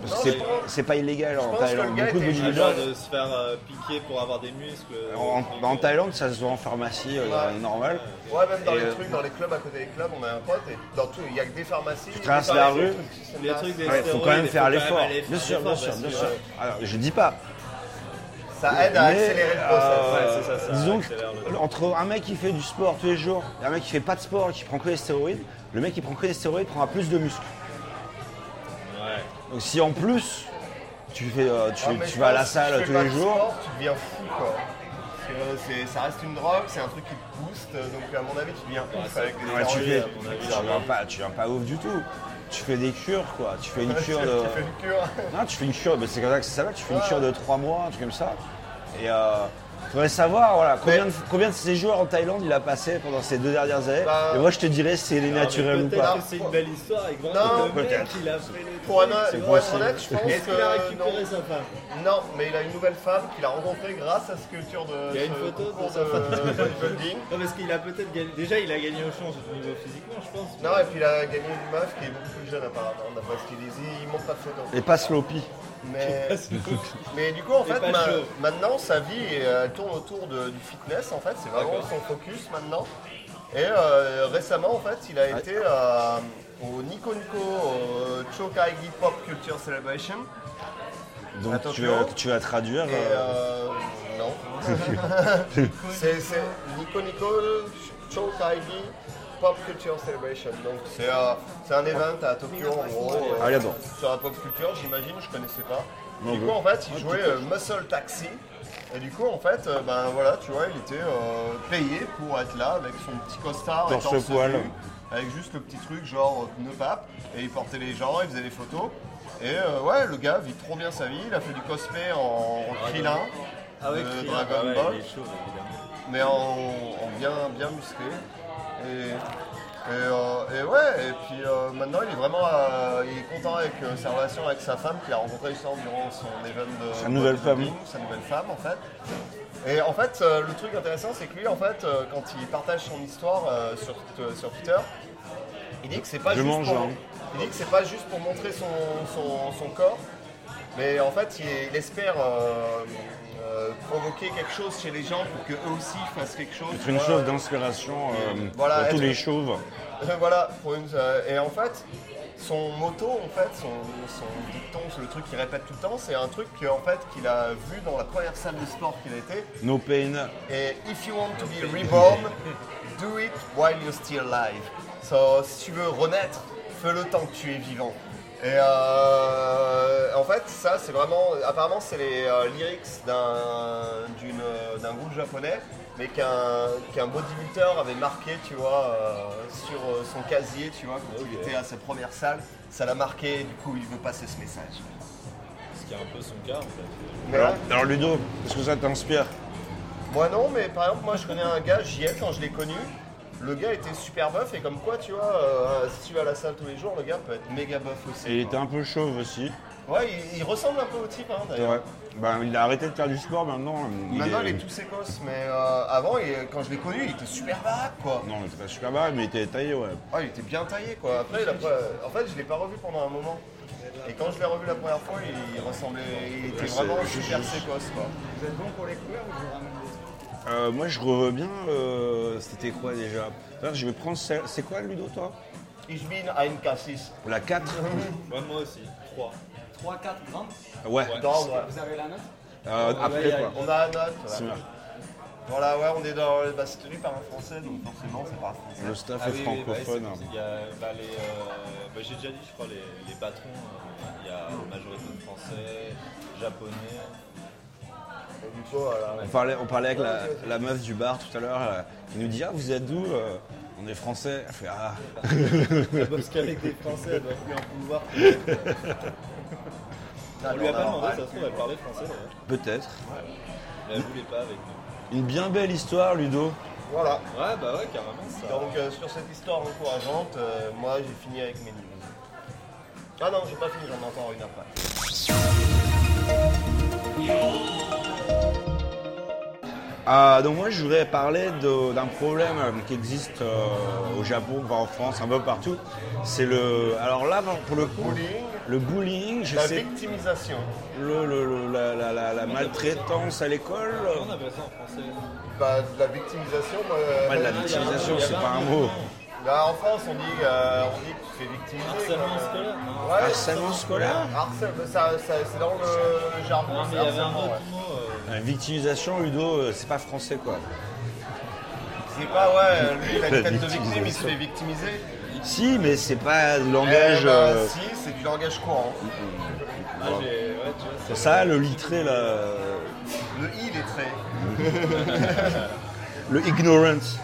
Parce que Non, c'est- je pense- c'est pas illégal en pense que le Thaïlande. gars Beaucoup de était- Ah, bodybuilders. genre de se faire euh, piquer pour avoir des muscles. euh, En, en Thaïlande, ça se voit en pharmacie, euh, Ouais. normal. Ouais, même dans Et, les euh, trucs, dans les clubs à côté des clubs, on a un pote, et dans tout, il y a que des pharmacies. Tu traverses la rue. Les trucs des Il faut quand même stéroïdes, il faire faut quand l'effort. même aller faire Bien sûr, bien l'effort, sûr, parce bien que, sûr. ouais. Alors, je dis pas. Ça euh, aide à mais, accélérer le process. euh, Ouais, c'est ça, ça disons que accélère le- entre un mec qui fait du sport tous les jours et un mec qui fait pas de sport et qui prend que des stéroïdes, le mec qui prend que des stéroïdes prendra plus de muscles. Ouais. Donc si en plus tu, fais, euh, tu, Ah, mais tu je vas à pense la que si tu salle fais tous pas les de jours, sport, tu deviens fou quoi. Parce que, euh, c'est- ça reste une drogue, c'est un truc qui te booste, euh, donc à mon avis tu deviens ouf ça- avec des ouais, tu, stéroïdes, fais, à mon avis. tu, viens pas, tu viens pas ouf du tout. Tu fais des cures quoi, tu fais une cure de. Tu fais une (laughs) cure. Non, tu fais une cure, mais c'est comme ça que ça s'appelle, tu fais une Ouais. cure de 3 mois, un truc comme ça. Et euh, faudrait savoir voilà, combien, Mais- de, combien de ces joueurs en Thaïlande il a passé pendant ces deux dernières années. Bah, Et moi je te dirais si elle est Non, mais naturelle ou Peut-être pas. que Ah, c'est une belle histoire et que Non, vraiment le mec peut-être. il a fait les Pour, un, trucs. C'est pour être possible. honnête, je pense Est-ce qu'il a que récupéré non. sa femme Non, mais il a une nouvelle femme qu'il a rencontrée grâce à ce culture de. Il y a une ce photo de concours sa femme. bodybuilding. Non, parce qu'il a peut-être gagné. Déjà, il a gagné au change au niveau physiquement, je pense. Non, et puis il a gagné une meuf qui est beaucoup plus jeune apparemment, d'après ce qu'il dit. Il manque pas de photo. Et pas sloppy. (laughs) Mais, Parce que- mais du coup, en Et fait, pas ma- chaud. maintenant sa vie euh, elle tourne autour de- du fitness. En fait, c'est vraiment D'accord. son focus maintenant. Et euh, récemment, en fait, il a été euh, au Nico Nico euh, Chokaigi Pop Culture Celebration. Donc Attends, tu vas, Flo. tu vas traduire. Et euh, (laughs) euh, non. c'est c'est Nico Nico Chokaigi Pop Culture Celebration. Donc c'est euh, c'est un event à Tokyo en gros. euh, Ah, là-dedans. Sur la pop culture, j'imagine, je connaissais pas. Non, bah. Ah, du mais- coup en fait il jouait euh, Muscle Taxi. Et du coup en fait euh, ben voilà tu vois il était euh, payé pour être là avec son petit costard et Torse poil. nu, avec juste le petit truc genre euh, pneu pape et il portait les gens, il faisait les photos. Et euh, ouais le gars vit trop bien sa vie, il a fait du cosplay en, en Krillin, (laughs) Ah ouais, de Krillin, Euh, Dragon ah ouais, Ball il est chaud, évidemment. mais en, en bien, bien musclé. Et, et, euh, et ouais, et puis euh, maintenant il est vraiment euh, il est content avec euh, sa relation avec sa femme qu'il a rencontrée justement durant son événement de. Sa nouvelle de femme. Dublin, Sa nouvelle femme en fait. Et en fait, euh, le truc intéressant, c'est que lui, en fait, euh, quand il partage son histoire euh, sur, sur Twitter, il dit que c'est pas Je juste mange, pour, hein. il dit que c'est pas juste pour montrer son, son- son corps, mais en fait il, il espère euh, euh, provoquer quelque chose chez les gens pour que eux aussi fassent quelque chose. C'est tu une vois. chose d'inspiration euh, Voilà, pour tous être- les chauves. (laughs) voilà. pour une- euh, et en fait, son motto, en fait, son, son dicton, c'est le truc qu'il répète tout le temps, c'est un truc que, en fait qu'il a vu dans la première salle de sport qu'il était. No pain. Et if you want to be reborn, do it while you're still alive. So, si tu veux renaître, fais-le tant que tu es vivant. Et euh, en fait, ça, c'est vraiment. Apparemment, c'est les euh, lyrics d'un d'une- euh, d'un groupe japonais, mais qu'un qu'un bodybuilder avait marqué, tu vois, euh, sur euh, son casier, tu vois, quand il était à sa première salle. Ça l'a marqué, et du coup, il veut passer ce message. Ce qui est un peu son cas en fait. Mais Alors, ouais. alors Ludo, est-ce que ça t'inspire Moi non, mais par exemple, moi je connais un gars, JL, quand je l'ai connu, le gars était super boeuf et comme quoi, tu vois, euh, si tu vas à la salle tous les jours, le gars peut être méga boeuf aussi. Et il était quoi. un peu chauve aussi. Ouais, il, il ressemble un peu au type, hein, C'est d'ailleurs. vrai. Ben, il a arrêté de faire du sport maintenant. il Maintenant, est- il est tous sécos, mais euh, avant, il- quand je l'ai connu, il était super baraque, quoi. Non, il était pas super bas, mais il était taillé, ouais. Ah, il était bien taillé, quoi. Après, il a pas- en fait, je l'ai pas revu pendant un moment. Et quand je l'ai revu la première fois, il ressemblait, il était Ouais, c'est- vraiment je- super je- sécos, quoi. Vous êtes bon pour les couleurs ou vous ramenez Euh, moi, je revois bien. euh, C'était quoi déjà D'ailleurs, Je vais prendre. celle- C'est quoi, Ludo, toi Ich bin ein Cassis. La 4 Ouais, moi aussi. 3. 3, 4 grammes. Ouais. Non, ouais. Vous avez la note Euh, après, quoi On a un autre. ouais. C'est bien. Voilà, ouais, on est dans. Bah, c'est tenu par un français, donc forcément, c'est hein. pas français. Le staff Ah est oui, oui, bah, c'est- francophone. hein. Il y a bah, les. euh, bah, J'ai déjà dit, je crois, les, les patrons. euh, Il y a majoritairement français, japonais. Du coup, voilà. on, parlait, on parlait avec la, la meuf du bar tout à l'heure. euh, Elle nous dit Ah, vous êtes d'où Euh, On est français. Elle fait Ah. (laughs) Parce qu'avec des français, elle doit plus en (laughs) pouvoir. On lui a pas demandé, ça se trouve, elle parlait français d'ailleurs. Peut-être. Mais elle voulait pas avec nous. Une bien belle histoire, Ludo. Voilà. Ouais, bah ouais, carrément, ça. Donc, euh, sur cette histoire encourageante, euh, moi, j'ai fini avec mes news. Ah non, j'ai pas fini, j'en ai encore une après. Ah, donc moi je voudrais parler de- d'un problème euh, qui existe euh, au Japon, enfin, en France, un peu partout. C'est le, alors là bon, pour le coup, Bullying. le bullying, je La sais, victimisation. le, le- le- la, la- la- la maltraitance à l'école. On appelle ça en français. Bah, de la victimisation, moi. euh, Ouais, de la là, victimisation, c'est pas un mot. en France, on dit, euh, on dit que tu te fais victimiser. Harcèlement quoi. scolaire, hein. non Ouais, Harcèlement scolaire harcèlement, ça, ça- c'est dans le jargon. Non, mais il c'est y avait un harcèlement, autre ouais. mot. euh, Euh, Victimisation, Ludo, euh, c'est pas français quoi. C'est pas, (laughs) ouais, lui, il a La une tête de victime, il se victimisation. fait victimiser. Si, mais c'est pas du Eh langage. ben, euh, Si, c'est du langage courant. Ah, j'ai. Ouais, tu vois, c'est. euh, ça, le littré, là, euh, Le i, il est très. le ignorance.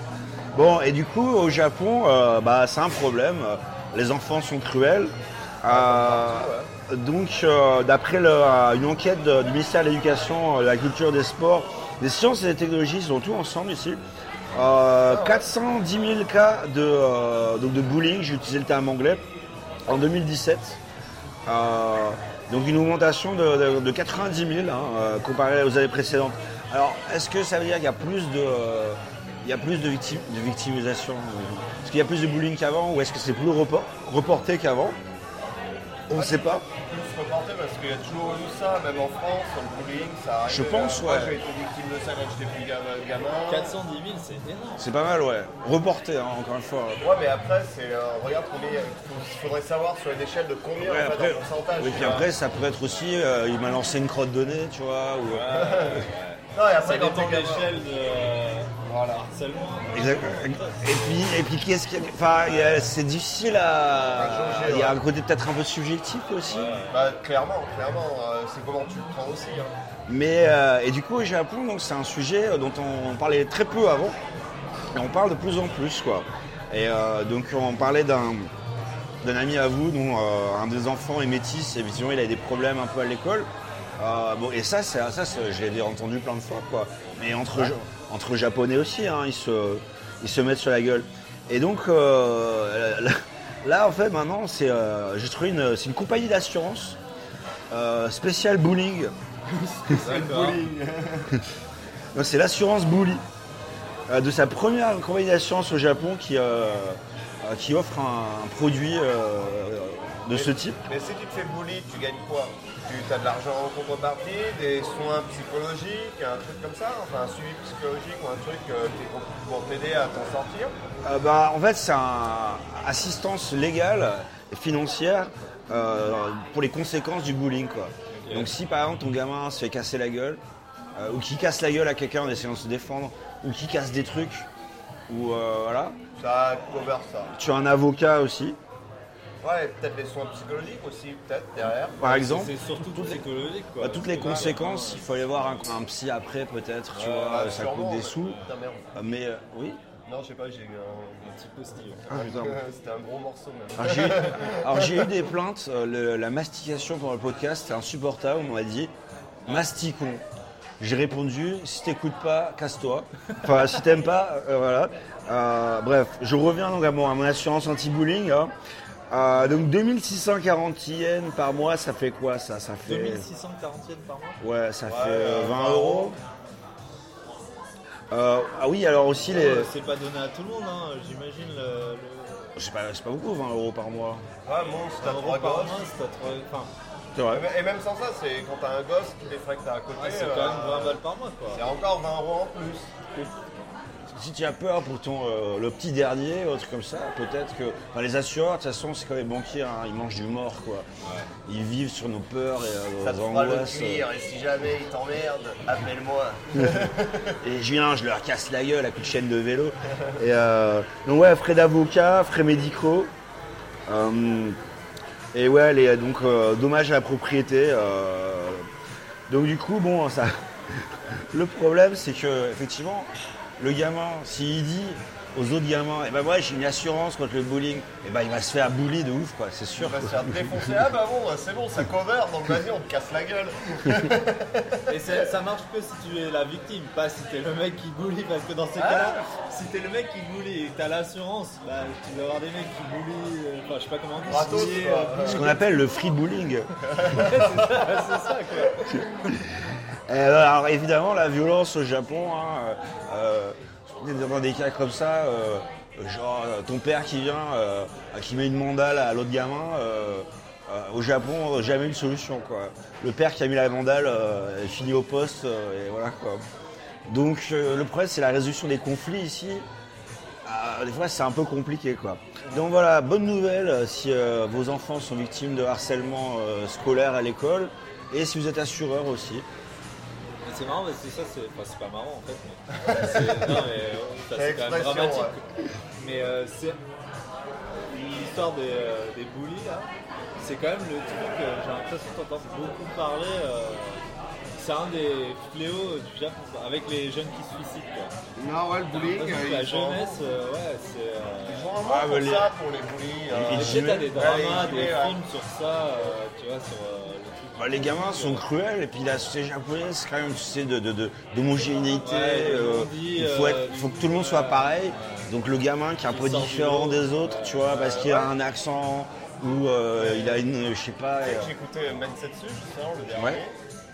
Bon, et du coup, au Japon, euh, bah, c'est un problème. Les enfants sont cruels. Euh, donc, euh, d'après le- une enquête de- du ministère de l'Éducation, euh, de la Culture, des Sports, des Sciences et des Technologies, ils sont tous ensemble ici. Euh, 410 000 cas de, euh, donc de bullying, j'ai utilisé le terme anglais, en 2017. Euh, donc une augmentation de, de- de 90 000 hein, euh, comparé aux années précédentes. Alors, est-ce que ça veut dire qu'il y a plus de, euh, il y a plus de, victim- de victimisation euh, Est-ce qu'il y a plus de bullying qu'avant ou est-ce que c'est plus repor- reporté qu'avant On ne sait pas. plus reporté parce qu'il y a toujours eu ça, même en France, le bullying, ça arrive. euh, Je pense, Moi, ouais. j'ai été victime de ça quand j'étais plus gam- gamin. 410 000, c'est énorme. C'est pas mal, ouais. Reporté, hein, encore une fois. Ouais, mais après, c'est. euh, regarde combien. Il faut- faudrait savoir sur une échelle de combien, Ouais, en fait, après- en pourcentage. oui, tu puis vois. après, ça peut être aussi, euh, il m'a lancé une crotte de nez, tu vois. Ou, Non, et Ça après, quand dépend t'es de euh, gamin. l'échelle de. Voilà. Seulement, Exact. euh, Et puis, et puis qui est-ce qui. Enfin, il y a- c'est difficile à. À jauger, Il y a ouais. un côté peut-être un peu subjectif aussi. Bah, clairement, clairement, euh, c'est comment tu le prends aussi. hein. Mais euh, et du coup au Japon, donc c'est un sujet euh, dont on parlait très peu avant, et on parle de plus en plus quoi. Et euh, donc on parlait d'un d'un ami à vous dont euh, un des enfants est métis et visiblement il a des problèmes un peu à l'école. Euh, bon et ça c'est ça c'est- je l'ai entendu plein de fois quoi. Mais entre entre japonais aussi, hein, ils se ils se mettent sur la gueule. Et donc euh, (laughs) là, là, en fait maintenant c'est euh, j'ai trouvé une c'est une compagnie d'assurance euh, spéciale bullying. Non, c'est l'assurance Bully. Euh, de sa première compagnie d'assurance au Japon qui, euh, euh, qui offre un, un produit euh, de ce type. Mais si tu te fais bully, tu gagnes quoi Tu as de l'argent en contrepartie, des soins psychologiques, un truc comme ça, enfin un suivi psychologique ou un truc euh, qui est pour- pour t'aider à t'en sortir. Euh, bah, en fait, c'est un assistance légale et financière euh, pour les conséquences du bullying. Quoi. Donc, si par exemple ton gamin se fait casser la gueule, euh, ou qui casse la gueule à quelqu'un en essayant de se défendre, ou qui casse des trucs, ou euh, voilà, Ça cover ça. tu as un avocat aussi, Ouais, et peut-être les soins psychologiques aussi, peut-être derrière. par exemple. c'est surtout psychologique. Quoi. Bah, toutes les C'est pas- conséquences, il faut aller voir un, un psy après peut-être, tu Euh, vois, ça sûrement, coûte des mais- sous. Putain, merde. Euh, Mais euh, oui. Non, je sais pas, j'ai eu un. Un petit postillon. Ah, putain. (laughs) C'était un gros morceau même. Alors, j'ai eu- Alors j'ai eu des plaintes, euh, le- la mastication pendant le podcast, c'était insupportable, on m'a dit masticons. J'ai répondu, si t'écoutes pas, casse-toi. Enfin, si t'aimes pas, euh, voilà. Euh, bref, je reviens donc à mon, à mon assurance anti-bullying. hein. Euh, donc 2640 yens par mois, ça fait quoi ça Ça fait 2640 yens par mois Ouais, ça fait euh, euh, 20 euros. Euh, ah oui, alors aussi les. Euh, C'est pas donné à tout le monde, hein. j'imagine. Le, le... C'est pas, c'est pas beaucoup, 20 euros par mois. Ouais, bon, si t'as un trois euro par mois, gosses. c'est à trois- Enfin, C'est vrai. Et même sans ça, c'est quand t'as un gosse, tous les frais que t'as à côté. ouais, Ah, c'est euh, quand même 20 balles par mois quoi. C'est encore 20 euros en plus. Si tu as peur pour ton, euh, le petit dernier, un truc comme ça, peut-être que. Enfin, les assureurs, de toute façon, c'est comme les banquiers, hein, ils mangent du mort, quoi. Ils vivent sur nos peurs et euh, Ça te nos fera le angoisses. cuir, et si jamais il t'emmerde, appelle-moi. Et je viens, je leur casse la gueule à coup de chaîne de vélo. Et euh, donc ouais, frais d'avocat, frais médicaux. Euh, et ouais, les, donc euh, dommages à la propriété. euh. donc du coup, bon, ça. (laughs) Le problème, c'est que effectivement, le gamin, s'il dit aux autres gamins, eh ben ouais, j'ai une assurance contre le bowling, eh ben il va se faire bully de ouf, quoi, c'est sûr. On va se faire défoncer. Ah bah bon, c'est bon, ça cover, donc vas-y, on te casse la gueule. Et c'est- ça marche que si tu es la victime, pas si t'es le mec qui bully, parce que dans ces cas-là, Ah. si t'es le mec qui bully et que t'as l'assurance, bah, tu dois avoir des mecs qui bully, euh, enfin je sais pas comment dire, Gratos, qui est, quoi. euh, Ce qu'on appelle le free bowling. (laughs) c'est ça quoi. Et Euh, alors évidemment, la violence au Japon, hein, euh, euh, dans des cas comme ça, euh, genre euh, ton père qui vient, euh, qui met une mandale à l'autre gamin, euh, euh, au Japon, euh, jamais une solution. Quoi. Le père qui a mis la mandale euh, est fini au poste, euh, et voilà quoi. Donc euh, le problème, c'est la résolution des conflits ici. Ah, des fois, c'est un peu compliqué, quoi. Donc voilà, bonne nouvelle euh, si euh, vos enfants sont victimes de harcèlement euh, scolaire à l'école et si vous êtes assureur aussi. Mais c'est marrant parce que ça, c'est enfin, c'est pas marrant en fait. (laughs) mais- c'est- non, mais, euh, ça, c'est quand même l'expression, dramatique. ouais. quoi. Mais euh, c'est l'histoire des, euh, des bullies là, c'est quand même le truc, euh, j'ai l'impression qu'on entend beaucoup parler. euh, c'est un des fléaux du Japon, quoi, avec les jeunes qui se suicident. Quoi. Non, ouais, le Parce que la jeunesse, euh, ouais, c'est. euh, Ils ont un Ah, mot bah, pour les- ça, pour les bullies. Ils- tu euh, ils- sais, t'as des dramas, Ouais, des les gilets, ouais. films sur ça, euh, tu vois, sur euh, le truc. Bah, les gamins sont cruels et puis la société japonaise, c'est quand même, tu sais, de- de- de- d'homogénéité. Ouais, euh, on dit, Il faut, être- euh, faut que tout le monde soit pareil. Donc le gamin qui est un peu Il sort du différent lot. des autres, tu vois, parce qu'il a un accent ou euh, il a une, je sais pas. C'est euh, que J'écoutais Mansetsu, justement, le dernier. Ouais.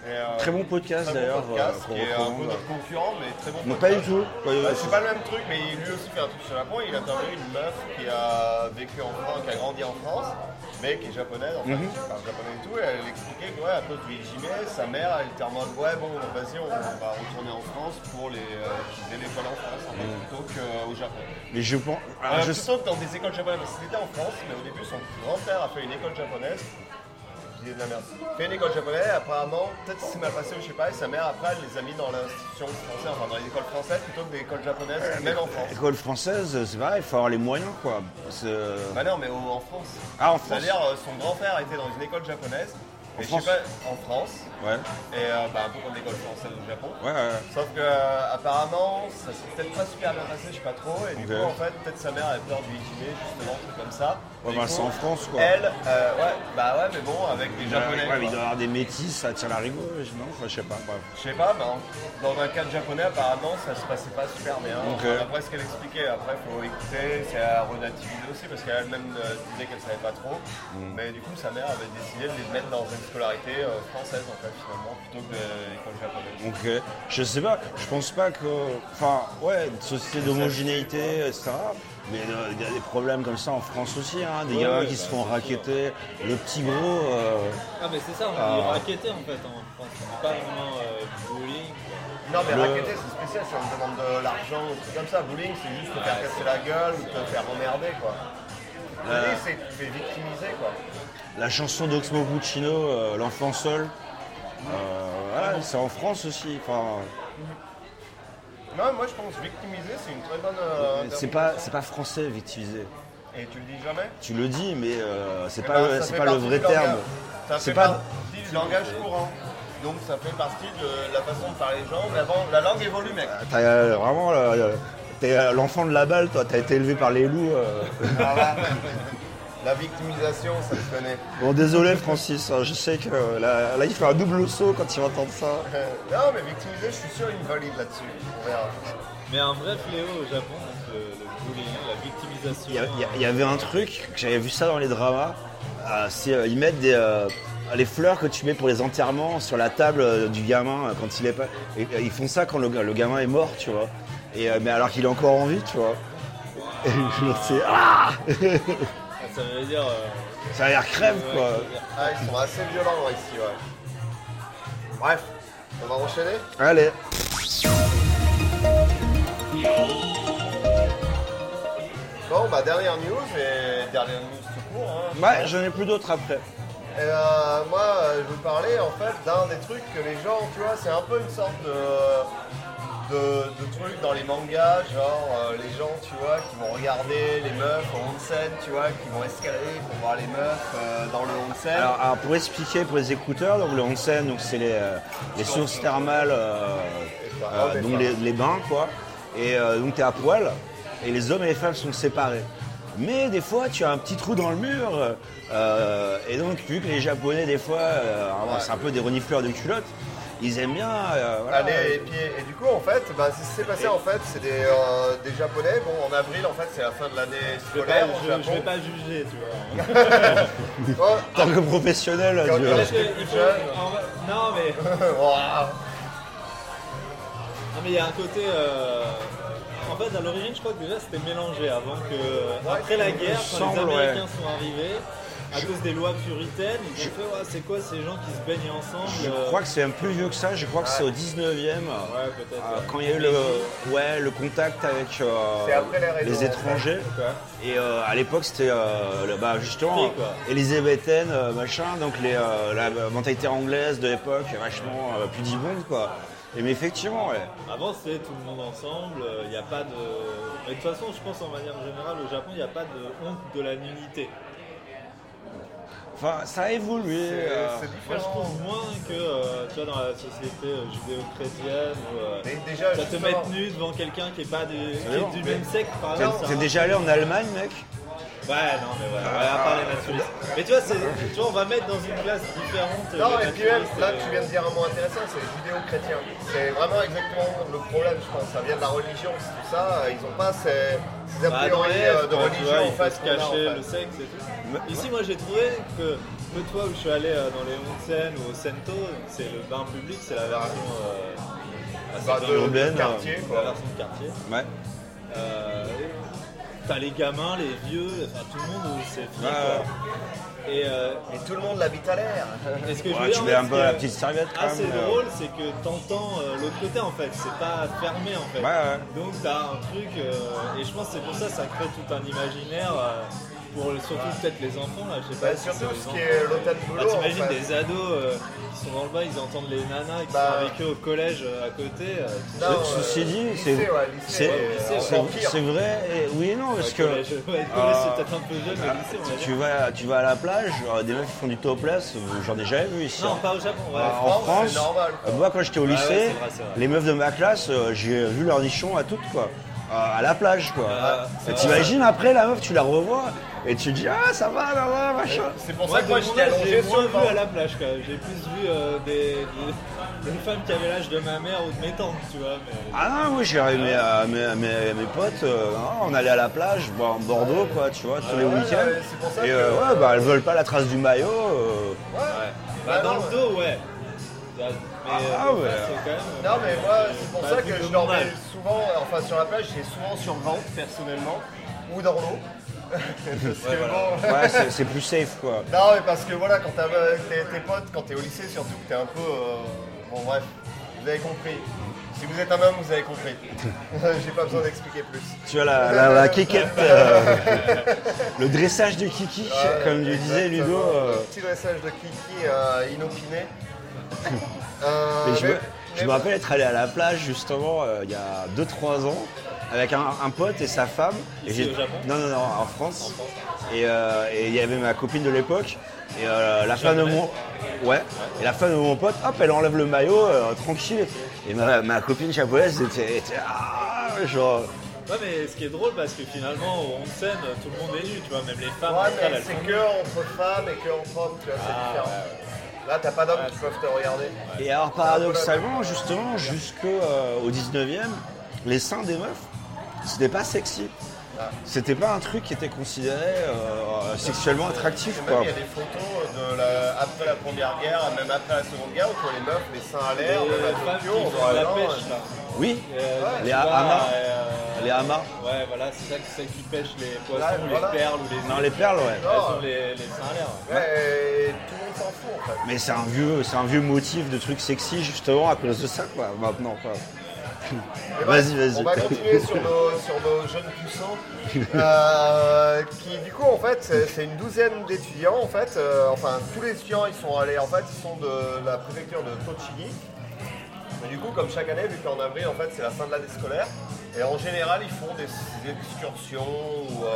Et, euh, Très bon podcast, très bon d'ailleurs, euh, podcast, qu'on qui est un peu recommande. notre concurrent, mais très bon Non, podcast. pas du tout. Pas du Bah, tout. c'est pas le même truc, mais lui aussi fait un truc sur la pointe. Il a interviewé une meuf qui a vécu en France, qui a grandi en France, mais qui est japonaise, en fait, Mhm. qui parle japonais et tout. Et elle expliquait que, ouais, à cause du IJME, sa mère, elle était en mode, ouais, bon, vas-y, on va retourner en France pour les, euh, quitter l'école en France, en fait, Mhm. plutôt qu'au Japon. Mais je pense. alors, Euh, Ah, je- plutôt que dans des écoles japonaises, parce que c'était en France, mais au début, son grand-père a fait une école japonaise. dit de la merde. Fait une école japonaise, apparemment, peut-être c'est mal passé ou je sais pas, et sa mère après elle les a mis dans l'institution française, enfin dans les écoles françaises plutôt que des écoles japonaises, Euh, même en France. École française, c'est pareil, il faut avoir les moyens quoi. C'est- Bah non, mais au- en France. Ah, en France C'est-à-dire, euh, son grand-père était dans une école japonaise, En et je France sais pas, en France, Ouais, et euh, bah, un peu comme l'école française au Japon. ouais, ouais. Sauf que euh, apparemment ça s'est peut-être pas super bien passé, je sais pas trop, et du Ok. coup en fait peut-être sa mère avait peur du Ichimé, justement, un truc comme ça. Ouais, Du bah, coup, c'est en France quoi. Elle, euh, ouais, bah ouais, mais bon, avec des Ouais, japonais. ouais, mais il quoi. doit y avoir des métis, ça tire la rigole, non Enfin, je sais pas, bref. Je sais pas, mais en- dans un cadre japonais, apparemment, ça se passait pas super bien. Ok. Enfin, Après ce qu'elle expliquait, après, faut écouter, c'est à relativiser aussi, parce qu'elle-même euh, disait qu'elle savait pas trop. Mm. Mais du coup, sa mère avait décidé de les mettre dans une scolarité euh, française, en fait, finalement, plutôt que de l'école japonaise. Ok, je sais pas, je pense pas que. Enfin, ouais, une société d'homogénéité, etc. Mais euh, il y a des problèmes comme ça en France aussi, hein. Des Ouais, gamins ouais, qui bah, se font c'est raqueter, le petit gros. euh, Ah, mais c'est ça, on Ah. dit raqueté en fait en France. On dit pas vraiment euh, bowling. Non, mais Le- raqueter, c'est spécial, si on te demande de l'argent ou trucs comme ça. Bowling, c'est juste te faire casser la gueule ou te faire emmerder, quoi. Euh. Bowling, c'est tu te fais victimiser, quoi. La chanson d'Oxmo Puccino, euh, L'enfant seul. Euh, voilà, c'est en France aussi. Enfin, Non, moi, je pense victimiser, c'est une très bonne. euh, c'est pas, c'est pas français, victimisé. Et tu le dis jamais Tu le dis, mais euh, c'est Eh pas, ben, ça c'est fait pas le partie vrai du langage. terme. Ça C'est fait pas- partie du langage courant. Donc ça fait partie de la façon de parler les gens. Mais avant, la langue évolue, mec. T'as euh, vraiment. euh, T'es euh, l'enfant de la balle, toi, t'as été élevé par les loups. euh. Voilà. (laughs) La victimisation, ça se connaît. (laughs) Bon, désolé Francis, hein, je sais que euh, là, là, il fait un double saut quand il va entendre ça. Euh, non, mais victimiser, je suis sûr, il me valide là-dessus. On verra. Mais un vrai fléau au Japon, donc, le, le bullying, la victimisation. Il y, a- il y a- il y avait un truc, que j'avais vu ça dans les dramas, euh, c'est euh, ils mettent des, euh, les fleurs que tu mets pour les enterrements sur la table euh, du gamin euh, quand il est pas. et, euh, ils font ça quand le, ga- le gamin est mort, tu vois. Et, euh, mais alors qu'il est encore en vie, tu vois. Et (laughs) je sais, ah euh, Ça veut dire. euh, Ça a l'air crève ouais, quoi. ça veut dire- Ah, ils sont assez violents ici, ouais. Bref, on va enchaîner Allez. Bon, bah dernière news, et dernière news tout court. hein. Ouais, j'en ai plus d'autres après. Et euh, moi, euh, je vous parlais en fait d'un des trucs que les gens, tu vois, c'est un peu une sorte de, de, de truc dans les mangas, genre euh, les gens, tu vois, qui vont regarder les meufs en onsen, tu vois, qui vont escalader pour voir les meufs euh, dans le onsen. Alors, alors, pour expliquer pour les écouteurs, donc le onsen, donc c'est les, euh, les sources thermales, euh, euh, Ouais, donc ça. les, les bains quoi. Et euh, donc t'es à poil et les hommes et les femmes sont séparés. Mais des fois tu as un petit trou dans le mur euh, et donc vu que les Japonais des fois euh, alors, c'est un peu des renifleurs de culottes, ils aiment bien. euh, voilà. Allez, et, puis, et du coup, en fait, bah, c'est ce qui s'est passé, en fait, c'est des, euh, des Japonais. Bon, en avril, en fait, c'est la fin de l'année Je vais, pas, scolaire au je- je vais Japon. pas juger, tu vois. Oh, En tant que professionnel, euh, Quand tu on vois. est Parce que il faut- jeune. en vrai- Non, mais. (laughs) waouh. Non mais il y a un côté. euh, En fait, à l'origine, je crois que déjà c'était mélangé avant que. Après la guerre, quand semble, les ouais. Américains sont arrivés, à cause des lois puritaines, ils ont fait Ouais, c'est quoi ces gens qui se baignent ensemble Je euh, crois que c'est un peu vieux que ça, je crois que c'est au 19e. Ouais, peut-être. euh, ouais. quand il y a eu le, ouais, le contact avec euh, C'est après les réseaux, les en étrangers, fait. Ouais. et euh, à l'époque c'était euh, le- bah, justement Oui, quoi. euh, élisabéthaine, euh, machin, donc les, euh, la euh, mentalité anglaise de l'époque, vachement euh, pudibonde quoi. Et mais effectivement, ouais. Avant, c'était tout le monde ensemble, euh, il n'y a pas de. Mais de toute façon, je pense en manière générale, au Japon, il n'y a pas de honte de la nudité. Enfin, ça a évolué. euh, C'est Moi, je différent. trouve moins que euh, tu vois, dans la société euh, judéo-chrétienne où. euh, Dé- Déjà, Ça te justement, mettre nu devant quelqu'un qui est pas du, qui bon, est du mais- même sexe par T'es exemple. ça t'es va. déjà allé en Allemagne, mec Ouais, non, mais voilà, ouais, à part les naturistes. Mais tu vois, c'est- tu vois, on va mettre dans une classe différente. euh, Non, et les puis même, naturistes, là, euh, tu viens de dire un mot intéressant, c'est les judéo-chrétiens. C'est vraiment exactement le problème, je pense. Ça vient de la religion, c'est tout ça. Ils n'ont pas ces, ces a bah, dans priori les euh, de F, quoi, tu religion, vois, en il faut fait, se qu'on a, en cacher fait. le sexe et tout. Ici, moi, j'ai trouvé que peu de fois où je suis allé euh, dans les onsen ou au sento, c'est le bain public, c'est la version. euh, bah, c'est Bah, de, le bain de urbaine, quartier, public, quoi. la version de quartier. Ouais. Euh, T'as les gamins, les vieux, enfin tout le monde, c'est fini. Ouais, quoi. Et euh, Et tout le monde l'habite à l'air. (laughs) Et ce que je Ouais, veux dire, tu en mets fait, un c'est peu que- la petite serviette quand Ah, même. c'est mais, euh, drôle, c'est que t'entends euh, l'autre côté en fait, c'est pas fermé en fait. Ouais, ouais. Donc t'as un truc, euh, et je pense que c'est pour ça que ça crée tout un imaginaire euh, Pour le- surtout peut-être les enfants, là, je sais pas. Bah, si surtout c'est ce qui les est enfants. l'hôtel Bah, Bolo. en T'imagines fait. des ados euh, qui sont dans le bas, ils entendent les nanas qui Bah. sont avec eux au collège euh, à côté. euh, tu sais, Non, euh, Ceci dit, lycée, c'est ouais, lycée, c'est- ouais, c'est- euh, c'est- encore pire. c'est vrai, et- oui et non, parce au que Ah. euh, collège. Ouais, collège, c'est peut-être un peu jeune, mais lycée, on va tu dire. vas, tu vas à la plage, genre, des mecs qui font du topless, euh, j'en ai jamais vu ici. Non, hein. pas au Japon, ouais. Ah, France, en France, c'est normal, quoi. Ah euh, moi quand j'étais au lycée, ouais, c'est vrai, c'est vrai. les meufs de ma classe, euh, j'ai vu leur nichon à toutes quoi. Euh, à la plage quoi. Ah, Ah, et t'imagines après la meuf, tu la revois et tu dis ah ça va, là, là, machin. C'est pour Moi, ça de que moi mon j'étais âge, j'ai allongé sur moins le vu banc. à la plage quand même. J'ai plus vu euh, des, des- des femmes qui avaient l'âge de ma mère ou de mes tantes, tu vois. Mais... Ah non, moi j'ai mes, euh, mes, mes, mes potes, euh, non, on allait à la plage, bon, en Bordeaux quoi, tu vois, tous les Ah ouais, week-ends. ouais, c'est pour ça et que- euh, ouais, bah elles veulent pas la trace du maillot. euh, Ouais. Bah, Bah, dans non, le dos, ouais. Mais, euh, Ah, le ouais. face, c'est quand même, Non mais moi c'est pour Bah, ça vu que de je mon dormais âge. souvent, enfin sur la plage j'ai souvent sur le ventre personnellement, ou dans l'eau. (laughs) Parce que bon, Ouais, c'est- c'est plus safe quoi. Non, mais parce que voilà, quand t'as avec tes, tes potes, quand t'es au lycée, surtout que t'es un peu. euh, Bon, bref, vous avez compris. Si vous êtes un homme, vous avez compris. (laughs) J'ai pas besoin d'expliquer plus. Tu as la, la, la quiquette, euh, (laughs) le dressage de Kiki, comme le disait Exactement. Ludo. euh, Le Petit dressage de Kiki euh, (laughs) inopiné. Euh, mais je me, mais- je me mais- rappelle être allé à la plage justement euh, il y a 2-3 ans avec un, un pote et sa femme. Et Ici, j'ai- au Japon Non, non, non, en France. Et euh, et il y avait ma copine de l'époque. Et euh, la femme de mon. Ouais. Et la femme de mon pote, hop, elle enlève le maillot, euh, tranquille. Et ma, ma copine japonaise était. était, ah, genre. euh, Ouais, mais ce qui est drôle, parce que finalement, au onsen, tout le monde est nu, tu vois, même les femmes, Ouais, en salle, mais elles c'est font que entre femmes et que entre hommes, tu vois, c'est Ah, différent. Là, t'as pas d'hommes qui peuvent te regarder. Et alors paradoxalement, justement, jusqu'au euh, au 19e, les seins des meufs, c'était pas sexy. C'était pas un truc qui était considéré euh, sexuellement attractif. Et même, Quoi. il y a des photos de la- après la première guerre, même après la seconde guerre, où tu vois les meufs, les seins à l'air, Et même les à femmes qui Tokyo, on font voit de la non, pêche, là. Oui, Euh, tu les vois, hamas. euh, les hamas. Ouais, voilà, c'est ça, c'est ça qui pêche les poissons, Là, les voilà. Oh. perles ou les Non, les perles, ouais. Elles ont les, les seins à l'air. ouais. Ouais, et tout le monde s'en fout en (laughs) fait. Mais c'est un vieux, c'est un vieux motif de truc sexy justement à cause de ça, quoi. Maintenant, quoi. Mais Vas-y, bref, vas-y. On va continuer sur nos, sur nos jeunes puissants, euh, qui du coup en fait c'est c'est une douzaine d'étudiants en fait, euh, enfin tous les étudiants ils sont allés en fait ils sont de la préfecture de Tochigi. Mais du coup comme chaque année vu qu'en avril en fait c'est la fin de l'année scolaire et en général ils font des, des excursions ou euh,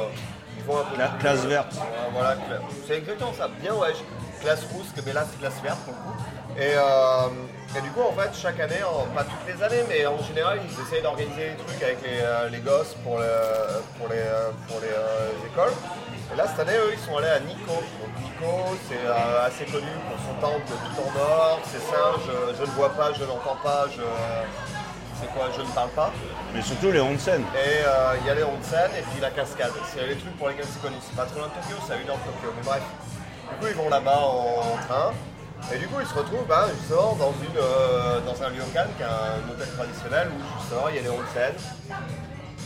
ils vont un peu La plus- classe verte. Euh, voilà, cla- c'est exactement ça, bien ouais, classe rousse, mais là c'est classe verte pour le coup. Et, euh, et du coup, en fait, chaque année, en- pas toutes les années, mais en général, ils essayent d'organiser des trucs avec les, euh, les gosses pour, le- pour les, euh, pour les, euh, les écoles. Et là, cette année, eux, ils sont allés à Nico. Donc, Nico, c'est euh, assez connu pour son temple tout en or, c'est singe, euh, je ne vois pas, je n'entends pas, je. C'est quoi, je ne parle pas. Mais surtout les onsen. Et euh, il y a les onsen et puis la cascade. C'est les trucs pour lesquels c'est connu. C'est pas trop loin de Tokyo, c'est à une heure de Tokyo. Mais bref. Du coup, ils vont là-bas en train. Et du coup, ils se retrouvent hein, justement dans, une, euh, dans un ryokan qui est un hôtel traditionnel où justement il y a les onsen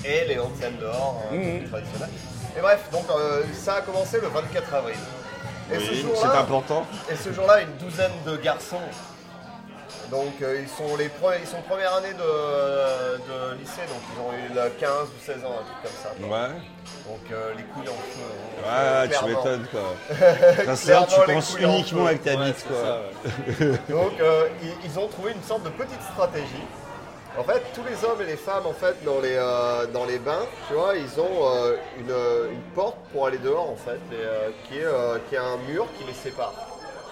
et les onsen dehors euh, traditionnels. Et bref, donc euh, ça a commencé le 24 avril. Et ce Oui, c'est jour-là- important. et ce jour-là, une douzaine de garçons. Donc euh, ils sont les pre- ils sont première année de, de lycée, donc ils ont eu la 15 ou 16 ans, un truc comme ça. Ouais. Donc euh, les couilles en feu. hein, Ouais, tu clairement. m'étonnes, (laughs) quoi. T'as ça, Clairement, tu les penses couilles en uniquement feu. avec ta Ouais, bite, c'est quoi. ça, ouais. Donc euh, ils, ils ont trouvé une sorte de petite stratégie. En fait, tous les hommes et les femmes, en fait, dans les, euh, dans les bains, tu vois, ils ont euh, une, euh, une porte pour aller dehors, en fait, et, euh, qui, est, euh, qui a un mur qui les sépare.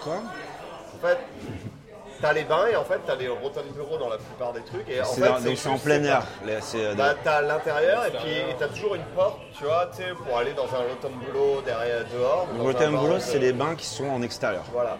Quoi En fait, t'as les bains et en fait, t'as les rotins de bureau dans la plupart des trucs. Et en C'est fait, dans- donc c'est en juste plein séparé. air. Là, c'est- Bah, t'as l'intérieur et puis et t'as toujours une porte, tu vois, tu sais, pour aller dans un rotom boulot derrière, dehors. Le dans un Rotten bar, Boulot, euh, c'est les bains qui sont en extérieur. Voilà.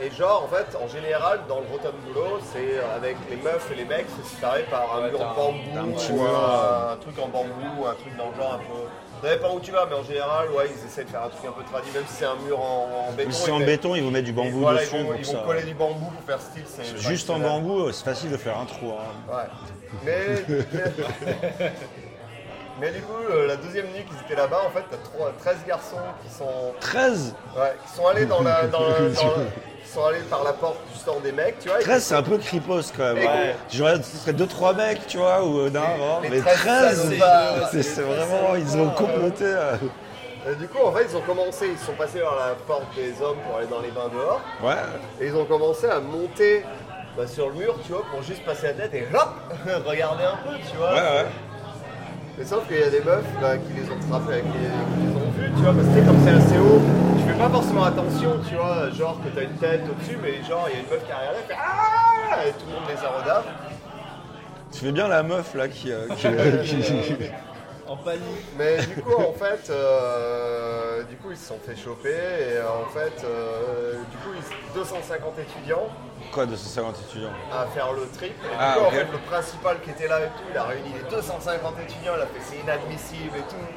Et genre, en fait, en général, dans le rotom boulot, c'est euh, avec les meufs et les mecs, c'est séparé par un mur en t'as un bambou, petit ou mur, un, un truc en bambou, ou un truc dans le genre un peu. Ça dépend où tu vas, mais en général, ouais, ils essaient de faire un truc un peu tradit, même si c'est un mur en, en béton. Ou si c'est ils en mettent- béton, ils vont mettre du ils- bambou voilà, dessus. Ils vont, pour ils que vont ça- coller du bambou pour faire style. c'est Juste en traditionnel. bambou, euh, c'est facile de faire un trou. hein. Ouais. Mais, mais- (laughs) mais du coup, euh, la deuxième nuit qu'ils étaient là-bas, en fait, t'as trois- 13 garçons qui sont, 13 ouais, qui sont allés (laughs) dans la, dans la- dans la- qui sont allés par la porte du store des mecs, tu vois. et- 13, c'est un peu cripos quand même. Et hein. J'aurais- ce serait 2-3 mecs, tu vois, ou euh, non, non, les mais bah, 13, 13, ça nous va. c'est- c'est vraiment, ils ont comploté. euh. Et du coup, en fait, ils ont commencé, ils sont passés par la porte des hommes pour aller dans les bains dehors. Ouais. Et ils ont commencé à monter bah, sur le mur, tu vois, pour juste passer la tête et hop, (laughs) regarder un peu, tu vois. Ouais, ouais. Mais sauf qu'il y a des meufs bah, qui les ont frappés, qui, qui les ont vus, tu vois, parce que tu sais, comme c'est assez haut, tu fais pas forcément attention, tu vois, genre que t'as une tête au-dessus, mais genre il y a une meuf qui arrive là, fait Ah Et tout le monde les a rodave. Tu fais bien la meuf là qui. euh, qui- (laughs) euh, qui- En panique. Mais du coup, en fait, euh, du coup, ils se sont fait choper, et euh, en fait, euh, du coup, ils- 250 étudiants Quoi, 250 étudiants à faire le trip. Et Ah, du ok. coup, en fait, le principal qui était là et tout, il a réuni les 250 étudiants, il a fait c'est inadmissible et tout.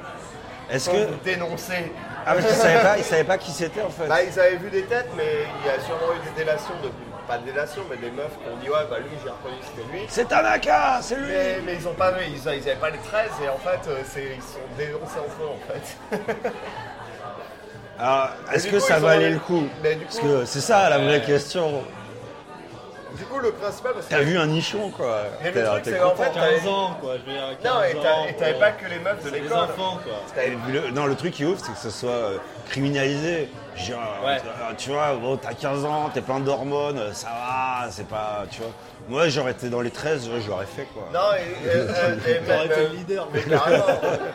Est-ce Pour que. dénoncer. Ah, mais ils savaient pas, ils savaient pas qui c'était en fait. Bah, ils avaient vu des têtes, mais il y a sûrement eu des délations, de- pas des délations, mais des meufs qui ont dit ouais, bah lui, j'ai reconnu c'était lui. C'est Tanaka, c'est lui Mais, mais ils ont pas vu, ils, ils avaient pas les 13 et en fait euh, c'est- ils sont dénoncés entre eux en fait. (laughs) Alors, Ah, est-ce Et du que coup, ça ils ont valait enlevé- le coup Mais du Parce coup- que c'est ça la vraie question. du coup le principal parce que. T'as vu un nichon quoi. Mais le T'as- truc, t'es c'est qu'en content. fait, 15 ans, quoi, je veux dire. 15 Non, et ans, t'as- et t'avais quoi. pas que les meufs de C'est des l'école. enfants, quoi. Et puis le- non, le truc qui est ouf, c'est que ce soit euh, criminalisé. Genre, Ouais. euh, tu vois, bon, t'as 15 ans, t'es plein d'hormones, euh, ça va, c'est pas, tu vois. Moi, j'aurais été dans les 13, je je l'aurais fait, quoi. Non, et, et- euh, (laughs) et- et- T'aurais mais- été le leader, mais mais. carrément,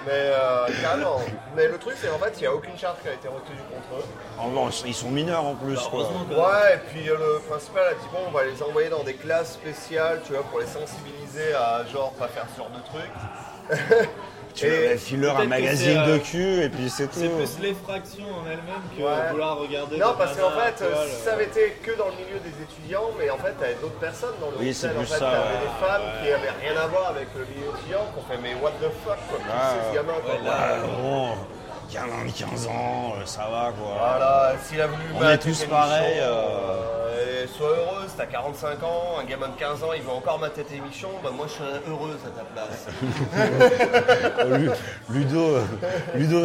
mais euh, carrément. Mais le truc c'est qu'en fait il n'y a aucune charte qui a été retenue contre eux. En revanche, ils sont mineurs en plus, quoi. Heureusement, quoi. Ouais, et puis euh, le principal a dit bon, on va les envoyer dans des classes spéciales, tu vois, pour les sensibiliser à genre pas faire ce genre de trucs. (laughs) Tu Et leur file-leur un peut-être que magazine c'est, euh, de cul, et puis c'est tout. C'est plus l'effraction en elle-même que Ouais. vouloir regarder. non, de parce qu'en nana, fait, tu vois, euh, le- ça avait été que dans le milieu des étudiants, mais en fait, t'avais d'autres personnes dans le Oui, c'est hostel. En plus fait, ça, t'avais ouais. des femmes qui avaient rien à voir avec le milieu étudiant, qu'on fait mais what the fuck, quoi, qui Ah, c'est ce gamin, quoi. Ouais, bon, 15, 15 ans, euh, ça va, quoi. Voilà, s'il a voulu. On battre est tous Télévision, pareils, euh. euh, et sois heureuse, t'as 45 ans, un gamin de 15 ans, il veut encore ma tête émission, bah moi je suis heureuse à ta place. Oh, Lu- Ludo, euh, Ludo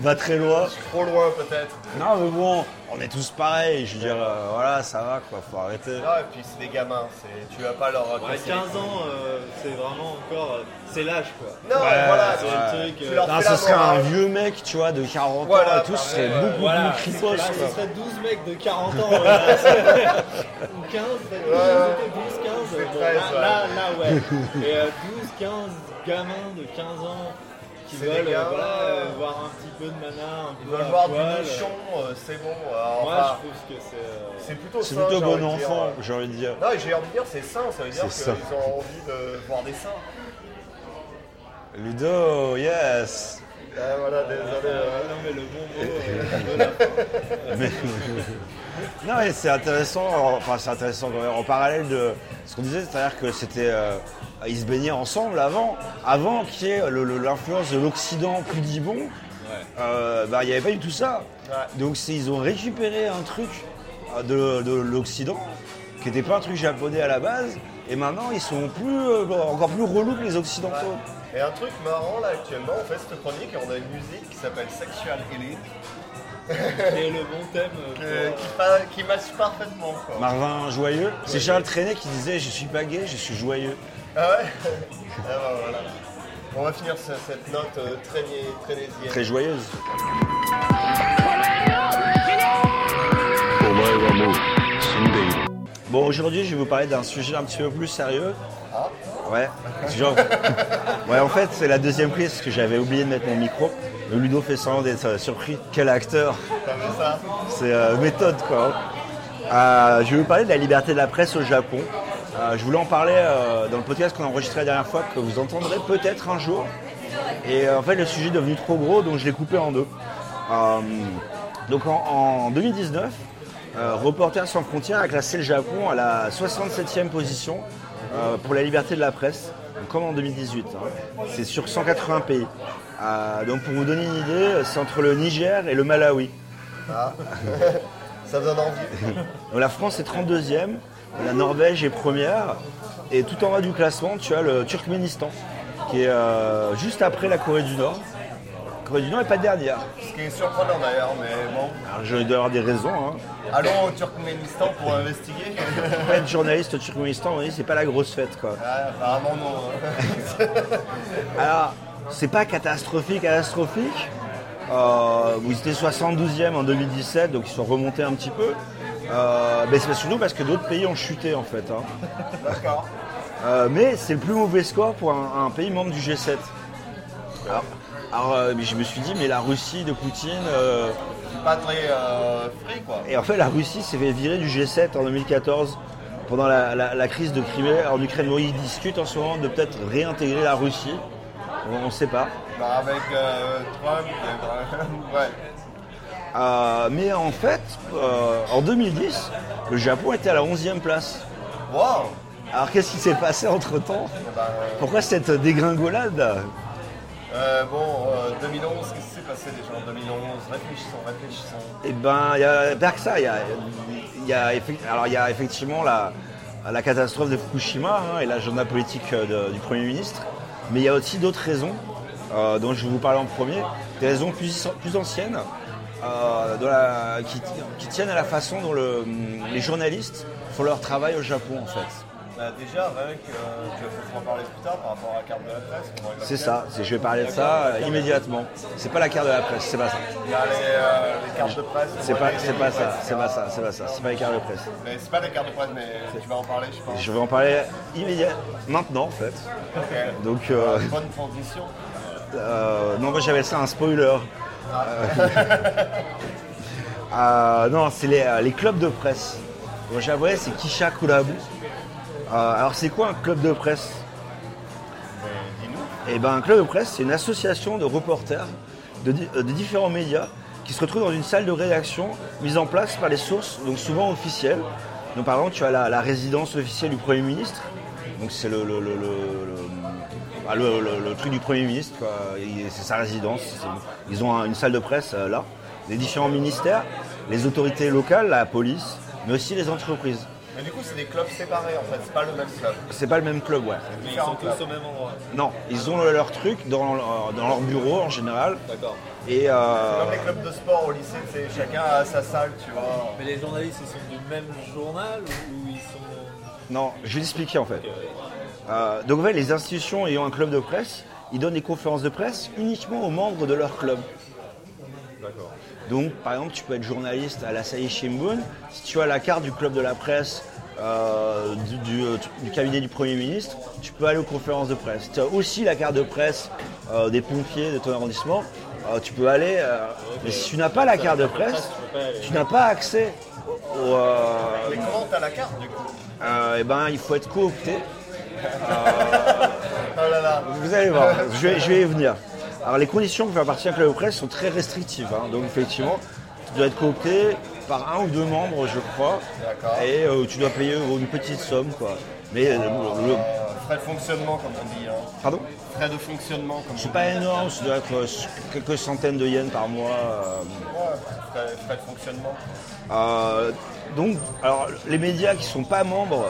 va très loin. Trop loin peut-être. Non, mais bon, on est tous pareils, je veux dire, euh, voilà, ça va, quoi, faut arrêter. Ah, et puis c'est des gamins, c'est- tu vas pas leur Ouais, raconter. 15 ans, euh, c'est vraiment encore. euh, c'est l'âge, quoi. Non, Ouais, voilà, C'est tu- ouais. le truc. tu euh, leur Non, fais ce la serait un morale. vieux mec, tu vois, de 40 Voilà, ans et tout, ce serait pareil, ouais. beaucoup Voilà, plus là, cripos. ce quoi. serait 12 mecs de 40 (laughs) ans. voilà. Ou 15, bah, 12, 12, 15. C'est bon, 13, là, là, là, (laughs) ouais. Et euh, 12, 15 gamins de 15 ans qui C'est veulent des euh, gamins, voilà, euh, euh, voir un petit peu de mana, un Ils peu veulent à voir du poil. nichon, euh, c'est bon. euh, Moi, enfin, je trouve que c'est. euh, c'est plutôt C'est sain, plutôt j'ai bon envie de dire. enfant, j'ai envie de dire. Non, j'ai envie de dire, c'est sain, ça veut dire qu'ils C'est sain. ont envie de voir des seins. Ludo, yes Ah, voilà, désolé. euh, euh. non, mais le bon mot. euh, de la fin. Mais- (laughs) Non, mais c'est intéressant, enfin, c'est intéressant quand même, en parallèle de ce qu'on disait, c'est-à-dire que c'était. euh, ils se baignaient ensemble avant, avant qu'il y ait le- le- l'influence de l'Occident pudibond, euh, bah, il n'y avait pas du tout ça. Ouais. Donc c'est- ils ont récupéré un truc euh, de, de l'Occident qui n'était pas un truc japonais à la base, et maintenant ils sont plus, euh, encore plus relous que les Occidentaux. Et un truc marrant là actuellement, on fait cette chronique et on a une musique qui s'appelle Sexual Elite Et le bon thème. que- euh, pour, euh, qui, pa- qui matche parfaitement quoi. Marvin joyeux, c'est Charles Trenet qui disait Je suis pas gay, je suis joyeux. Ah ouais Ah bah voilà. On va finir sur cette note euh, très, nié- très nésienne. Très joyeuse. お前はもう死んでいる Bon, aujourd'hui, je vais vous parler d'un sujet un petit peu plus sérieux. Ouais. C'est Genre... ouais, en fait, c'est la deuxième prise parce que j'avais oublié de mettre mon micro. Le Ludo fait semblant d'être euh, surpris. Quel acteur T'as vu ça C'est euh, méthode, quoi. Euh, je vais vous parler de la liberté de la presse au Japon. Euh, je voulais en parler euh, dans le podcast qu'on a enregistré la dernière fois, que vous entendrez peut-être un jour. Et euh, en fait, le sujet est devenu trop gros, donc je l'ai coupé en deux. Euh, donc en, en 2019, euh, Reporters sans frontières a classé le Japon à la 67e position euh, pour la liberté de la presse, donc comme en 2018. hein. C'est sur 180 pays. Euh, donc pour vous donner une idée, c'est entre le Niger et le Malawi. Ça donne envie. Donc la France est 32e, la Norvège est première, et tout en bas du classement, tu as le Turkménistan, qui est euh, juste après la Corée du Nord. La Corée du Nord n'est pas dernière. Ce qui est surprenant d'ailleurs, mais bon. Alors, je dois avoir des raisons. Hein. Allons au Turkménistan (laughs) pour investiguer. Pas être journaliste au Turkménistan, on dit, c'est pas la grosse fête. quoi. Ah, apparemment non. hein. Alors, c'est pas catastrophique, catastrophique, Euh, où ils étaient 72e en 2017, donc ils sont remontés un petit peu. Euh, mais c'est surtout parce que d'autres pays ont chuté en fait. hein. D'accord. (laughs) Euh, mais c'est le plus mauvais score pour un, un pays membre du G7. Alors, alors, euh, mais je me suis dit, mais la Russie de Poutine. euh, C'est pas très euh, free, quoi. Et en fait, la Russie s'est fait virer du G7 en 2014 pendant la, la- la crise de Crimée en Ukraine. Bon, ils discutent en ce moment de peut-être réintégrer la Russie. On ne sait pas. Bah, avec euh, Trump, euh, (laughs) ouais. Euh, mais en fait, euh, en 2010, le Japon était à la 11e place. Wow Alors qu'est-ce qui s'est passé entre temps Eh ben, euh, Pourquoi cette dégringolade euh, Bon, euh, 2011, qu'est-ce qui s'est passé déjà en 2011 Réfléchissons, réfléchissons. Eh ben, il n'y a pas que ça. Il y a, il y a effe- alors, il y a effectivement la, la catastrophe de Fukushima hein, et l'agenda politique euh, de- du Premier ministre. Mais il y a aussi d'autres raisons euh, dont je vais vous parler en premier. Des raisons plus, plus anciennes euh, de la- qui, qui tiennent à la façon dont le- les journalistes font leur travail au Japon, en fait. Bah, déjà, rien que euh, tu vas peut-être en parler plus tard par rapport à la carte de la presse. qu'on va C'est évoquer. ça. c'est- Je vais parler de ça euh, immédiatement. C'est pas la carte de la presse, c'est pas ça. Il y a les, euh, les cartes de presse. C'est ouais, pas, les- c'est les pas presse, ça, c'est pas ça, c'est pas ça. C'est pas la carte de la presse. Mais c'est pas les cartes de presse, mais tu vas en parler, je pense. Je vais en parler immédiatement, maintenant en fait. Ok. Donc, euh, Bonne transition. euh, non, moi j'avais ça un spoiler. Euh, (laughs) euh, non, c'est les, euh, les clubs de presse. Moi j'avais, c'est Kisha Kurabu. Euh, alors, c'est quoi un club de presse Eh ben, un club de presse, c'est une association de reporters de, di- euh, de différents médias qui se retrouvent dans une salle de rédaction mise en place par les sources, donc souvent officielles. Donc, par exemple, tu as la, la résidence officielle du Premier ministre. Donc, c'est le, le- le- le- le- bah, le- le- le truc du Premier ministre, quoi. Il- C'est sa résidence. C'est- Ils ont un- une salle de presse euh, là. Les différents ministères, les autorités locales, la police, mais aussi les entreprises. Mais du coup, c'est des clubs séparés en fait, c'est pas le même club. C'est pas le même club, ouais. C'est Mais ils sont différents clubs. tous au même endroit. Non, ils ont leur truc dans leur, dans leur bureau en général. D'accord. Et euh, Comme les clubs de sport au lycée, tu sais, chacun a sa salle, tu vois. Mais les journalistes, ils sont du même journal ou ils sont. euh, non, je vais l'expliquer en fait. Euh, donc en fait, les institutions ayant un club de presse, ils donnent des conférences de presse uniquement aux membres de leur club. D'accord. Donc par exemple, tu peux être journaliste à la Saïe Shimbun, si tu as la carte du club de la presse euh, du, du- euh, du cabinet du Premier ministre, tu peux aller aux conférences de presse. Tu as aussi la carte de presse euh, des pompiers de ton arrondissement, euh, tu peux aller... euh, mais si tu n'as pas la carte de presse, tu n'as pas accès au... au, euh, Mais comment t'as la carte du coup eh ben, il faut être coopté. Oh Ah là là Vous allez voir, je vais, je vais y venir. Alors, les conditions pour faire partie d'un club de presse sont très restrictives. hein. Donc, effectivement, tu dois être coopté par un ou deux membres, je crois. D'accord. Et euh, tu dois payer une petite somme, quoi. Mais, euh, le- le- Euh, Frais de fonctionnement, comme on dit. Hein. pardon Frais de fonctionnement, comme on dit. C'est pas énorme, ça doit être euh, quelques centaines de yens par mois. euh, Ouais, frais, frais de fonctionnement. Euh, donc, alors, les médias qui sont pas membres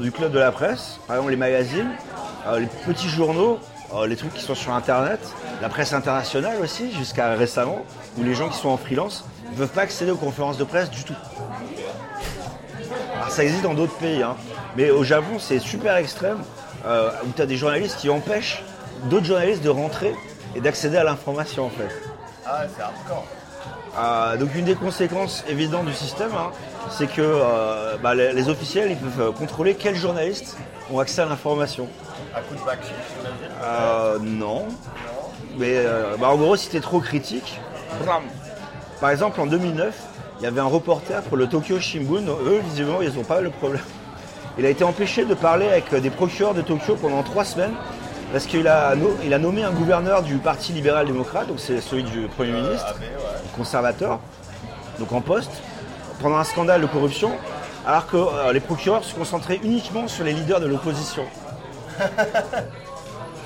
du club de la presse, par exemple les magazines, euh, les petits journaux, euh, les trucs qui sont sur Internet, la presse internationale aussi, jusqu'à récemment, où les gens qui sont en freelance ne peuvent pas accéder aux conférences de presse du tout. Alors, ça existe dans d'autres pays, hein. mais au Japon, c'est super extrême, euh, où tu as des journalistes qui empêchent d'autres journalistes de rentrer et d'accéder à l'information en fait. Ah, c'est hardcore. Euh, donc une des conséquences évidentes du système, hein, c'est que euh, bah, les, les officiels ils peuvent euh, contrôler quels journalistes ont accès à l'information. À coup de backshit, j'imagine. Euh, non. Mais euh, bah, en gros, si t'es trop critique, bram. Par exemple, en 2009, il y avait un reporter pour le Tokyo Shimbun. Eux, visiblement, ils n'ont pas le problème. Il a été empêché de parler avec euh, des procureurs de Tokyo pendant trois semaines parce qu'il a, no- il a nommé un gouverneur du Parti libéral démocrate, donc c'est celui du Premier ministre AB, ouais. conservateur, donc en poste, pendant un scandale de corruption, alors que euh, les procureurs se concentraient uniquement sur les leaders de l'opposition.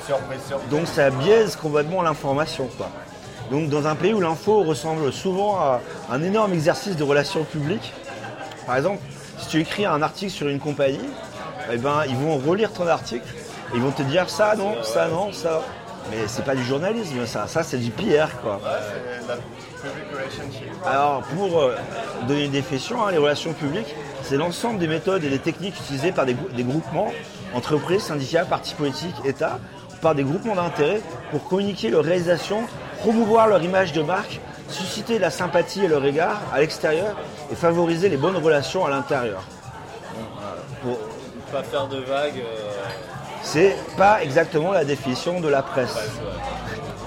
Surprise, surprise. Donc ça biaise complètement l'information. quoi. Donc dans un pays où l'info ressemble souvent à un énorme exercice de relations publiques, par exemple, si tu écris un article sur une compagnie, eh ben, ils vont relire ton article, et ils vont te dire ça, non, ça, non, ça. Mais c'est pas du journalisme, ça. Ça, c'est du PR, quoi. Ouais, c'est la public relationship. Alors, pour euh, donner une définition, hein, les relations publiques, c'est l'ensemble des méthodes et des techniques utilisées par des, grou- des groupements, entreprises, syndicats, partis politiques, États, ou par des groupements d'intérêt pour communiquer leur réalisation promouvoir leur image de marque, susciter la sympathie et le regard à l'extérieur et favoriser les bonnes relations à l'intérieur. Pour- Pas faire de vagues. euh, C'est pas exactement la définition de la presse,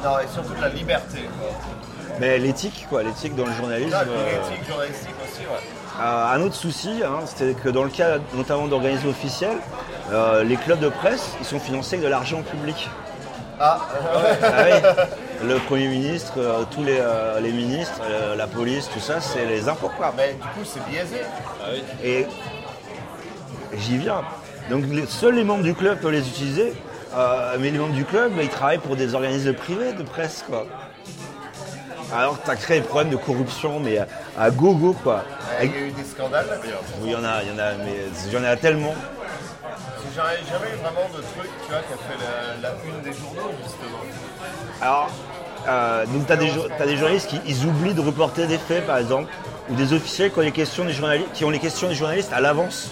Non, et surtout de la liberté. quoi. mais l'éthique, quoi, l'éthique dans le journalisme. Ah, euh, puis l'éthique journalistique aussi, ouais. Euh, un autre souci, hein, c'était que dans le cas notamment d'organismes officiels, euh, les clubs de presse, ils sont financés avec de l'argent public. Ah, Ah oui, le Premier ministre, euh, tous les, euh, les ministres, euh, la police, tout ça, c'est les impôts. quoi. mais du coup, c'est biaisé. Et j'y viens. Donc les- seuls les membres du club peuvent les utiliser, euh, mais les membres du club, ils travaillent pour des organismes privés de presse, quoi. Alors t'as créé des problèmes de corruption, mais à, à gogo, quoi. Ouais, Il y a eu des scandales là-dedans. Oui, il y en a, il y en a, mais il y en a tellement. J'ai jamais jamais eu vraiment de truc, tu vois, qui a fait la, la une des journaux, justement. Alors, euh, donc t'as des, jour- t'as des journalistes qui ils oublient de reporter des faits, par exemple, ou des officiers qui ont les questions des journalistes, qui ont les questions des journalistes à l'avance.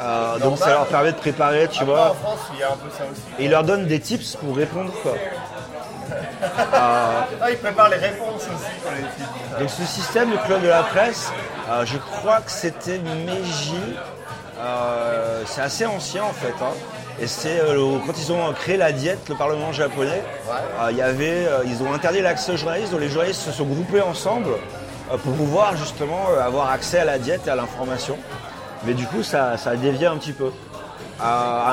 Euh, donc ça leur permet de préparer, tu Après, vois. en France, il y a un peu ça aussi. Et ils leur donnent des tips pour répondre, quoi. Ah, ils préparent les réponses aussi pour les films. Donc ce système, le club de la presse, euh, je crois que c'était Meiji. Euh, c'est assez ancien en fait. hein. Et c'est euh, le- quand ils ont créé la diète, le Parlement japonais, euh, il y avait, euh, ils ont interdit l'accès aux journalistes, donc les journalistes se sont groupés ensemble euh, pour pouvoir justement euh, avoir accès à la diète et à l'information. Mais du coup, ça, ça déviait un petit peu. Euh,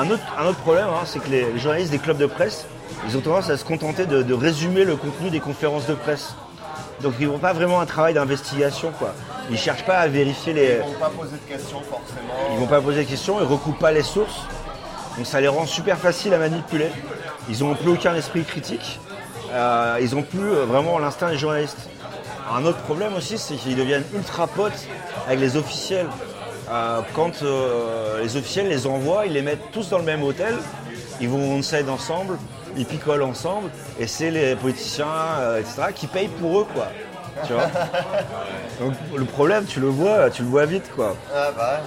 un, autre, un autre problème, hein, c'est que les, les journalistes des clubs de presse, ils ont tendance à se contenter de- de résumer le contenu des conférences de presse. Donc ils n'ont pas vraiment un travail d'investigation quoi. Ils cherchent pas à vérifier les. Ils vont pas poser de questions, forcément. Ils vont pas poser de questions, ils recoupent pas les sources. Donc ça les rend super faciles à manipuler. Ils n'ont plus aucun esprit critique. Euh, ils ont plus euh, vraiment l'instinct des journalistes. Un autre problème aussi, c'est qu'ils deviennent ultra potes avec les officiels. Euh, quand euh, les officiels les envoient, ils les mettent tous dans le même hôtel. Ils vont on scène ensemble, ils picolent ensemble, et c'est les politiciens, euh, etc., qui payent pour eux, quoi. Tu vois Donc le problème, tu le vois, tu le vois vite, quoi. Ah, bah.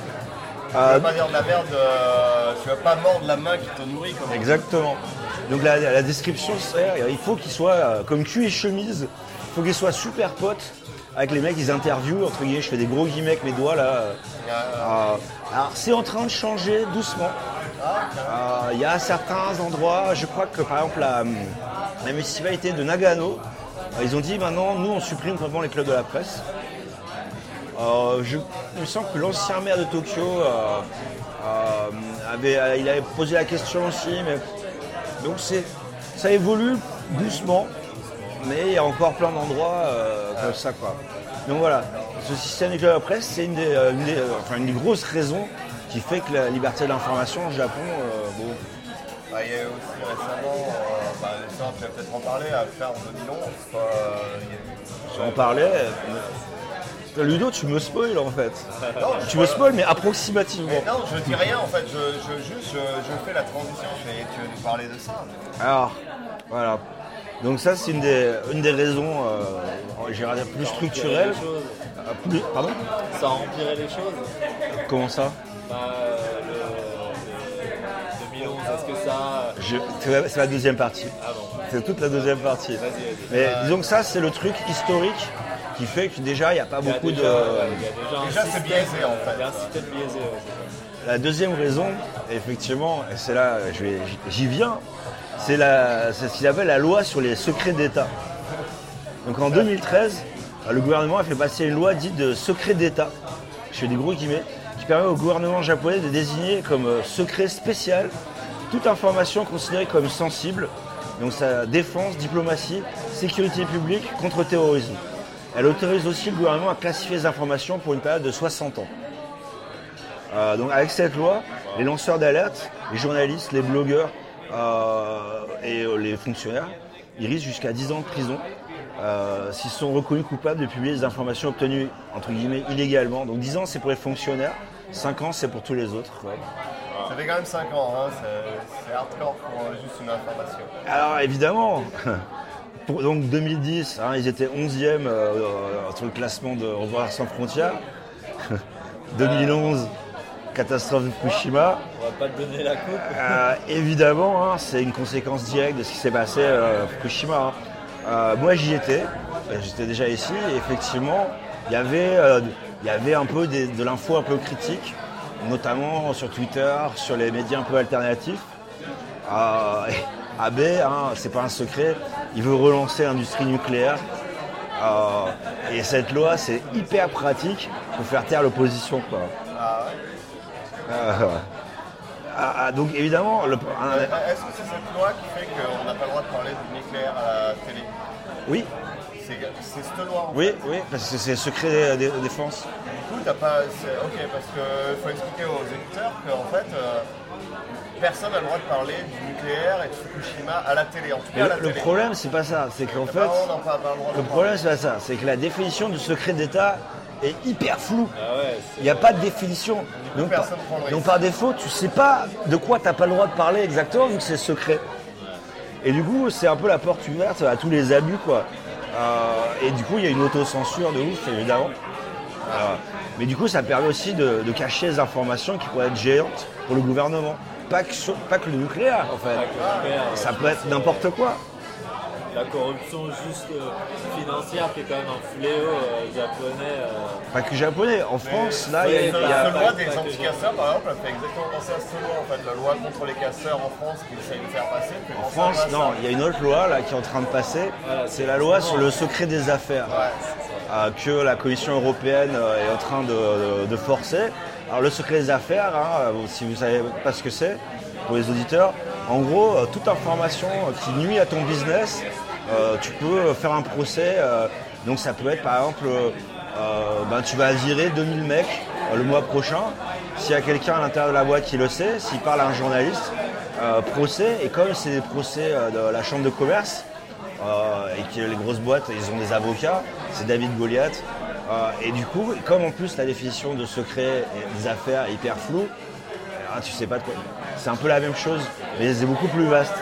Tu Euh, vas pas dire de la merde, euh, tu vas pas mordre la main qui te nourrit, comme on dit. Exactement. Donc la, la description, c'est euh, il faut qu'il soit euh, comme cul et chemise, il faut qu'il soit super pote avec les mecs, ils interviewent, entre guillemets, je fais des gros guillemets avec mes doigts là. euh, euh, alors c'est en train de changer doucement. Euh, Il y a certains endroits, je crois que par exemple la, hum, la municipalité de Nagano, euh, ils ont dit maintenant nous on supprime vraiment les clubs de la presse. Euh, je, il me semble que l'ancien maire de Tokyo euh, euh, avait, euh, il avait posé la question aussi, mais donc c'est, ça évolue doucement, mais il y a encore plein d'endroits euh, comme ça quoi. Donc voilà, ce système des clubs de presse, c'est une des, euh, une des, euh, enfin, une des grosses raisons qui fait que la liberté de l'information au Japon, euh, bon, Bah, il y a eu aussi récemment, euh, bah, ça, tu vas peut-être en parler, à faire de Milon. c'est pas, euh, il y a j'en parlais. mais- Ludo, tu me spoil en fait. eu- Non, Tu je- me spoil, mais approximativement. Mais non, je dis rien en fait, je, je- juste je, je fais la transition, mais tu veux nous parler de ça. Alors, voilà. Donc ça, c'est une des, une des raisons, euh, j'irais dire plus structurelles. les choses. Euh, plus- pardon Ça empirait les choses. Comment ça Bah, euh, le, le- 2011, est-ce que ça. euh, Je- C'est la, c'est la deuxième partie. Ah bon. C'est toute la deuxième partie. vas-y. Euh, Mais disons que ça, c'est le truc historique qui fait que déjà, il n'y a pas Il y a beaucoup déjà- de... ouais, il y a déjà, un Déjà, c'est système, euh, biaisé, en fait. Il y a un système biaisé. ouais, c'est La deuxième raison, effectivement, et c'est là, je vais- j'y viens, c'est la- c'est ce qu'il appelle la loi sur les secrets d'État. Donc en 2013, euh, le gouvernement a fait passer une loi dite de secret d'État, je fais des gros guillemets, qui permet au gouvernement japonais de désigner comme euh, secret spécial toute information considérée comme sensible, donc sa défense, diplomatie, sécurité publique, contre-terrorisme. Elle autorise aussi le gouvernement à classifier les informations pour une période de 60 ans. Euh, donc avec cette loi, les lanceurs d'alerte, les journalistes, les blogueurs euh, et euh, les fonctionnaires, ils risquent jusqu'à 10 ans de prison euh, s'ils sont reconnus coupables de publier des informations obtenues entre guillemets illégalement. Donc 10 ans c'est pour les fonctionnaires, 5 ans c'est pour tous les autres. Ça fait quand même 5 ans, hein, c'est- c'est hardcore pour euh, juste une information. Alors évidemment, (laughs) pour- donc 2010, hein, ils étaient 11e euh, euh, sur le classement de Revoir sans frontières. (laughs) 2011, catastrophe de Fukushima. ça. On va pas te donner la coupe. Euh, évidemment, hein, c'est une conséquence directe de ce qui s'est passé euh, à Fukushima. hein. Euh, moi j'y étais, euh, j'étais déjà ici, et effectivement, il y avait, euh, il y avait un peu des- de l'info un peu critique, notamment sur Twitter, sur les médias un peu alternatifs. Euh, AB, hein, c'est pas un secret, il veut relancer l'industrie nucléaire. Euh, et cette loi, c'est hyper pratique pour faire taire l'opposition. quoi. Euh, ah, ah, donc évidemment, le- un- Euh, Est-ce que c'est cette loi qui fait qu'on n'a pas le droit de parler du nucléaire à la télé oui, C'est c'est cette loi en oui, fait. oui, parce que c'est secret des défense. Du coup, t'as pas. c'est- Ok, parce qu'il faut expliquer aux éditeurs qu'en fait, euh, personne n'a le droit de parler du nucléaire et de Fukushima à la télé. En tout Mais cas, à la le, le télé. Bah, problème, c'est pas ça. C'est qu'en Les fait, parents n'ont pas- pas le droit le d'en problème, c'est pas ça. C'est que la définition du secret d'État est hyper floue. Ah ouais, c'est- Il n'y a pas de définition. Donc par, personne prend le risque. donc, par défaut, tu sais pas de quoi tu n'as pas le droit de parler exactement vu que c'est secret. Et du coup, c'est un peu la porte ouverte à tous les abus, quoi. Euh, et du coup, il y a une autocensure de ouf, évidemment. Euh, mais du coup, ça permet aussi de, de cacher des informations qui pourraient être géantes pour le gouvernement. Pas que, sur- pas que le nucléaire, en fait. Ah, Super, Ça peut être n'importe quoi. euh, la corruption juste euh, financière qui est quand même un fléau euh, japonais. euh. Pas que japonais. En France, là, il y a- oui, il y La a, seule pas- loi pas des que anti-casseurs, par exemple, elle fait exactement penser à cette loi, en fait. La loi contre les casseurs en France qui essaye de faire passer. fait En penser France, à ça. non, il y a une autre loi là, qui est en train de passer. Voilà, c'est c'est la loi sur justement. le secret des affaires euh, que la Commission européenne euh, est en train de, de- de forcer. Alors le secret des affaires, hein, euh, si vous ne savez pas ce que c'est, pour les auditeurs, en gros, euh, toute information euh, qui nuit à ton business, euh, tu peux faire un procès. euh, donc ça peut être par exemple, euh, euh, ben, tu vas virer 2000 mecs euh, le mois prochain. S'il y a quelqu'un à l'intérieur de la boîte qui le sait, s'il parle à un journaliste, euh, procès, et comme c'est des procès euh, de la chambre de commerce, euh, et que les grosses boîtes, ils ont des avocats, c'est David Goliath. Euh, et du coup, comme en plus la définition de secret et des affaires est hyper floue, ah, tu sais pas de quoi. C'est un peu la même chose, mais c'est beaucoup plus vaste.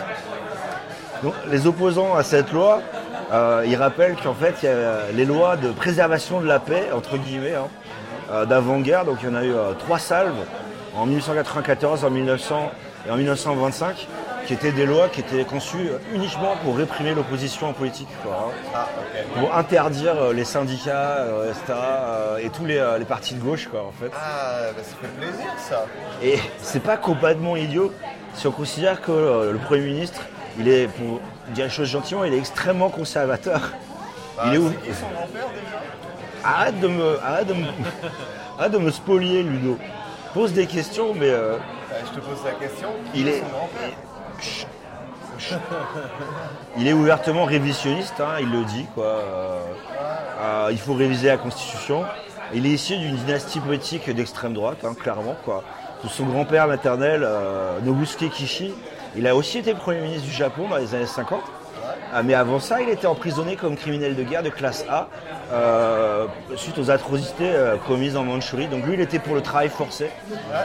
Donc, les opposants à cette loi, euh, ils rappellent qu'en fait, il y a les lois de préservation de la paix, entre guillemets, hein, euh, d'avant-guerre. Donc, il y en a eu euh, trois salves en 1894, en 1900 et en 1925, qui étaient des lois qui étaient conçues uniquement pour réprimer l'opposition en politique. quoi, hein Ah, ok. pour interdire euh, les syndicats, euh, etc., euh, et tous les, euh, les partis de gauche, quoi, en fait. Ah, bah, ça fait plaisir, ça. Et c'est pas complètement idiot si on considère que euh, le Premier ministre, il est, pour dire les choses gentiment, il est extrêmement conservateur. il est où C'est qui son grand-père, déjà Arrête de me, arrête de me, (laughs) arrête de me spolier, Ludo. Pose des questions, mais euh, Ah, Je te pose la question. Qui Il est est- son grand-père il est ouvertement révisionniste, hein, il le dit, quoi. Euh, euh, il faut réviser la Constitution. Il est issu d'une dynastie politique d'extrême droite, hein, clairement, quoi. De son grand-père maternel, euh, Nobusuke Kishi, il a aussi été Premier ministre du Japon dans les années 50. Ah, mais avant ça, il était emprisonné comme criminel de guerre de classe A euh, suite aux atrocités euh, commises en Mandchourie. Donc lui, il était pour le travail forcé.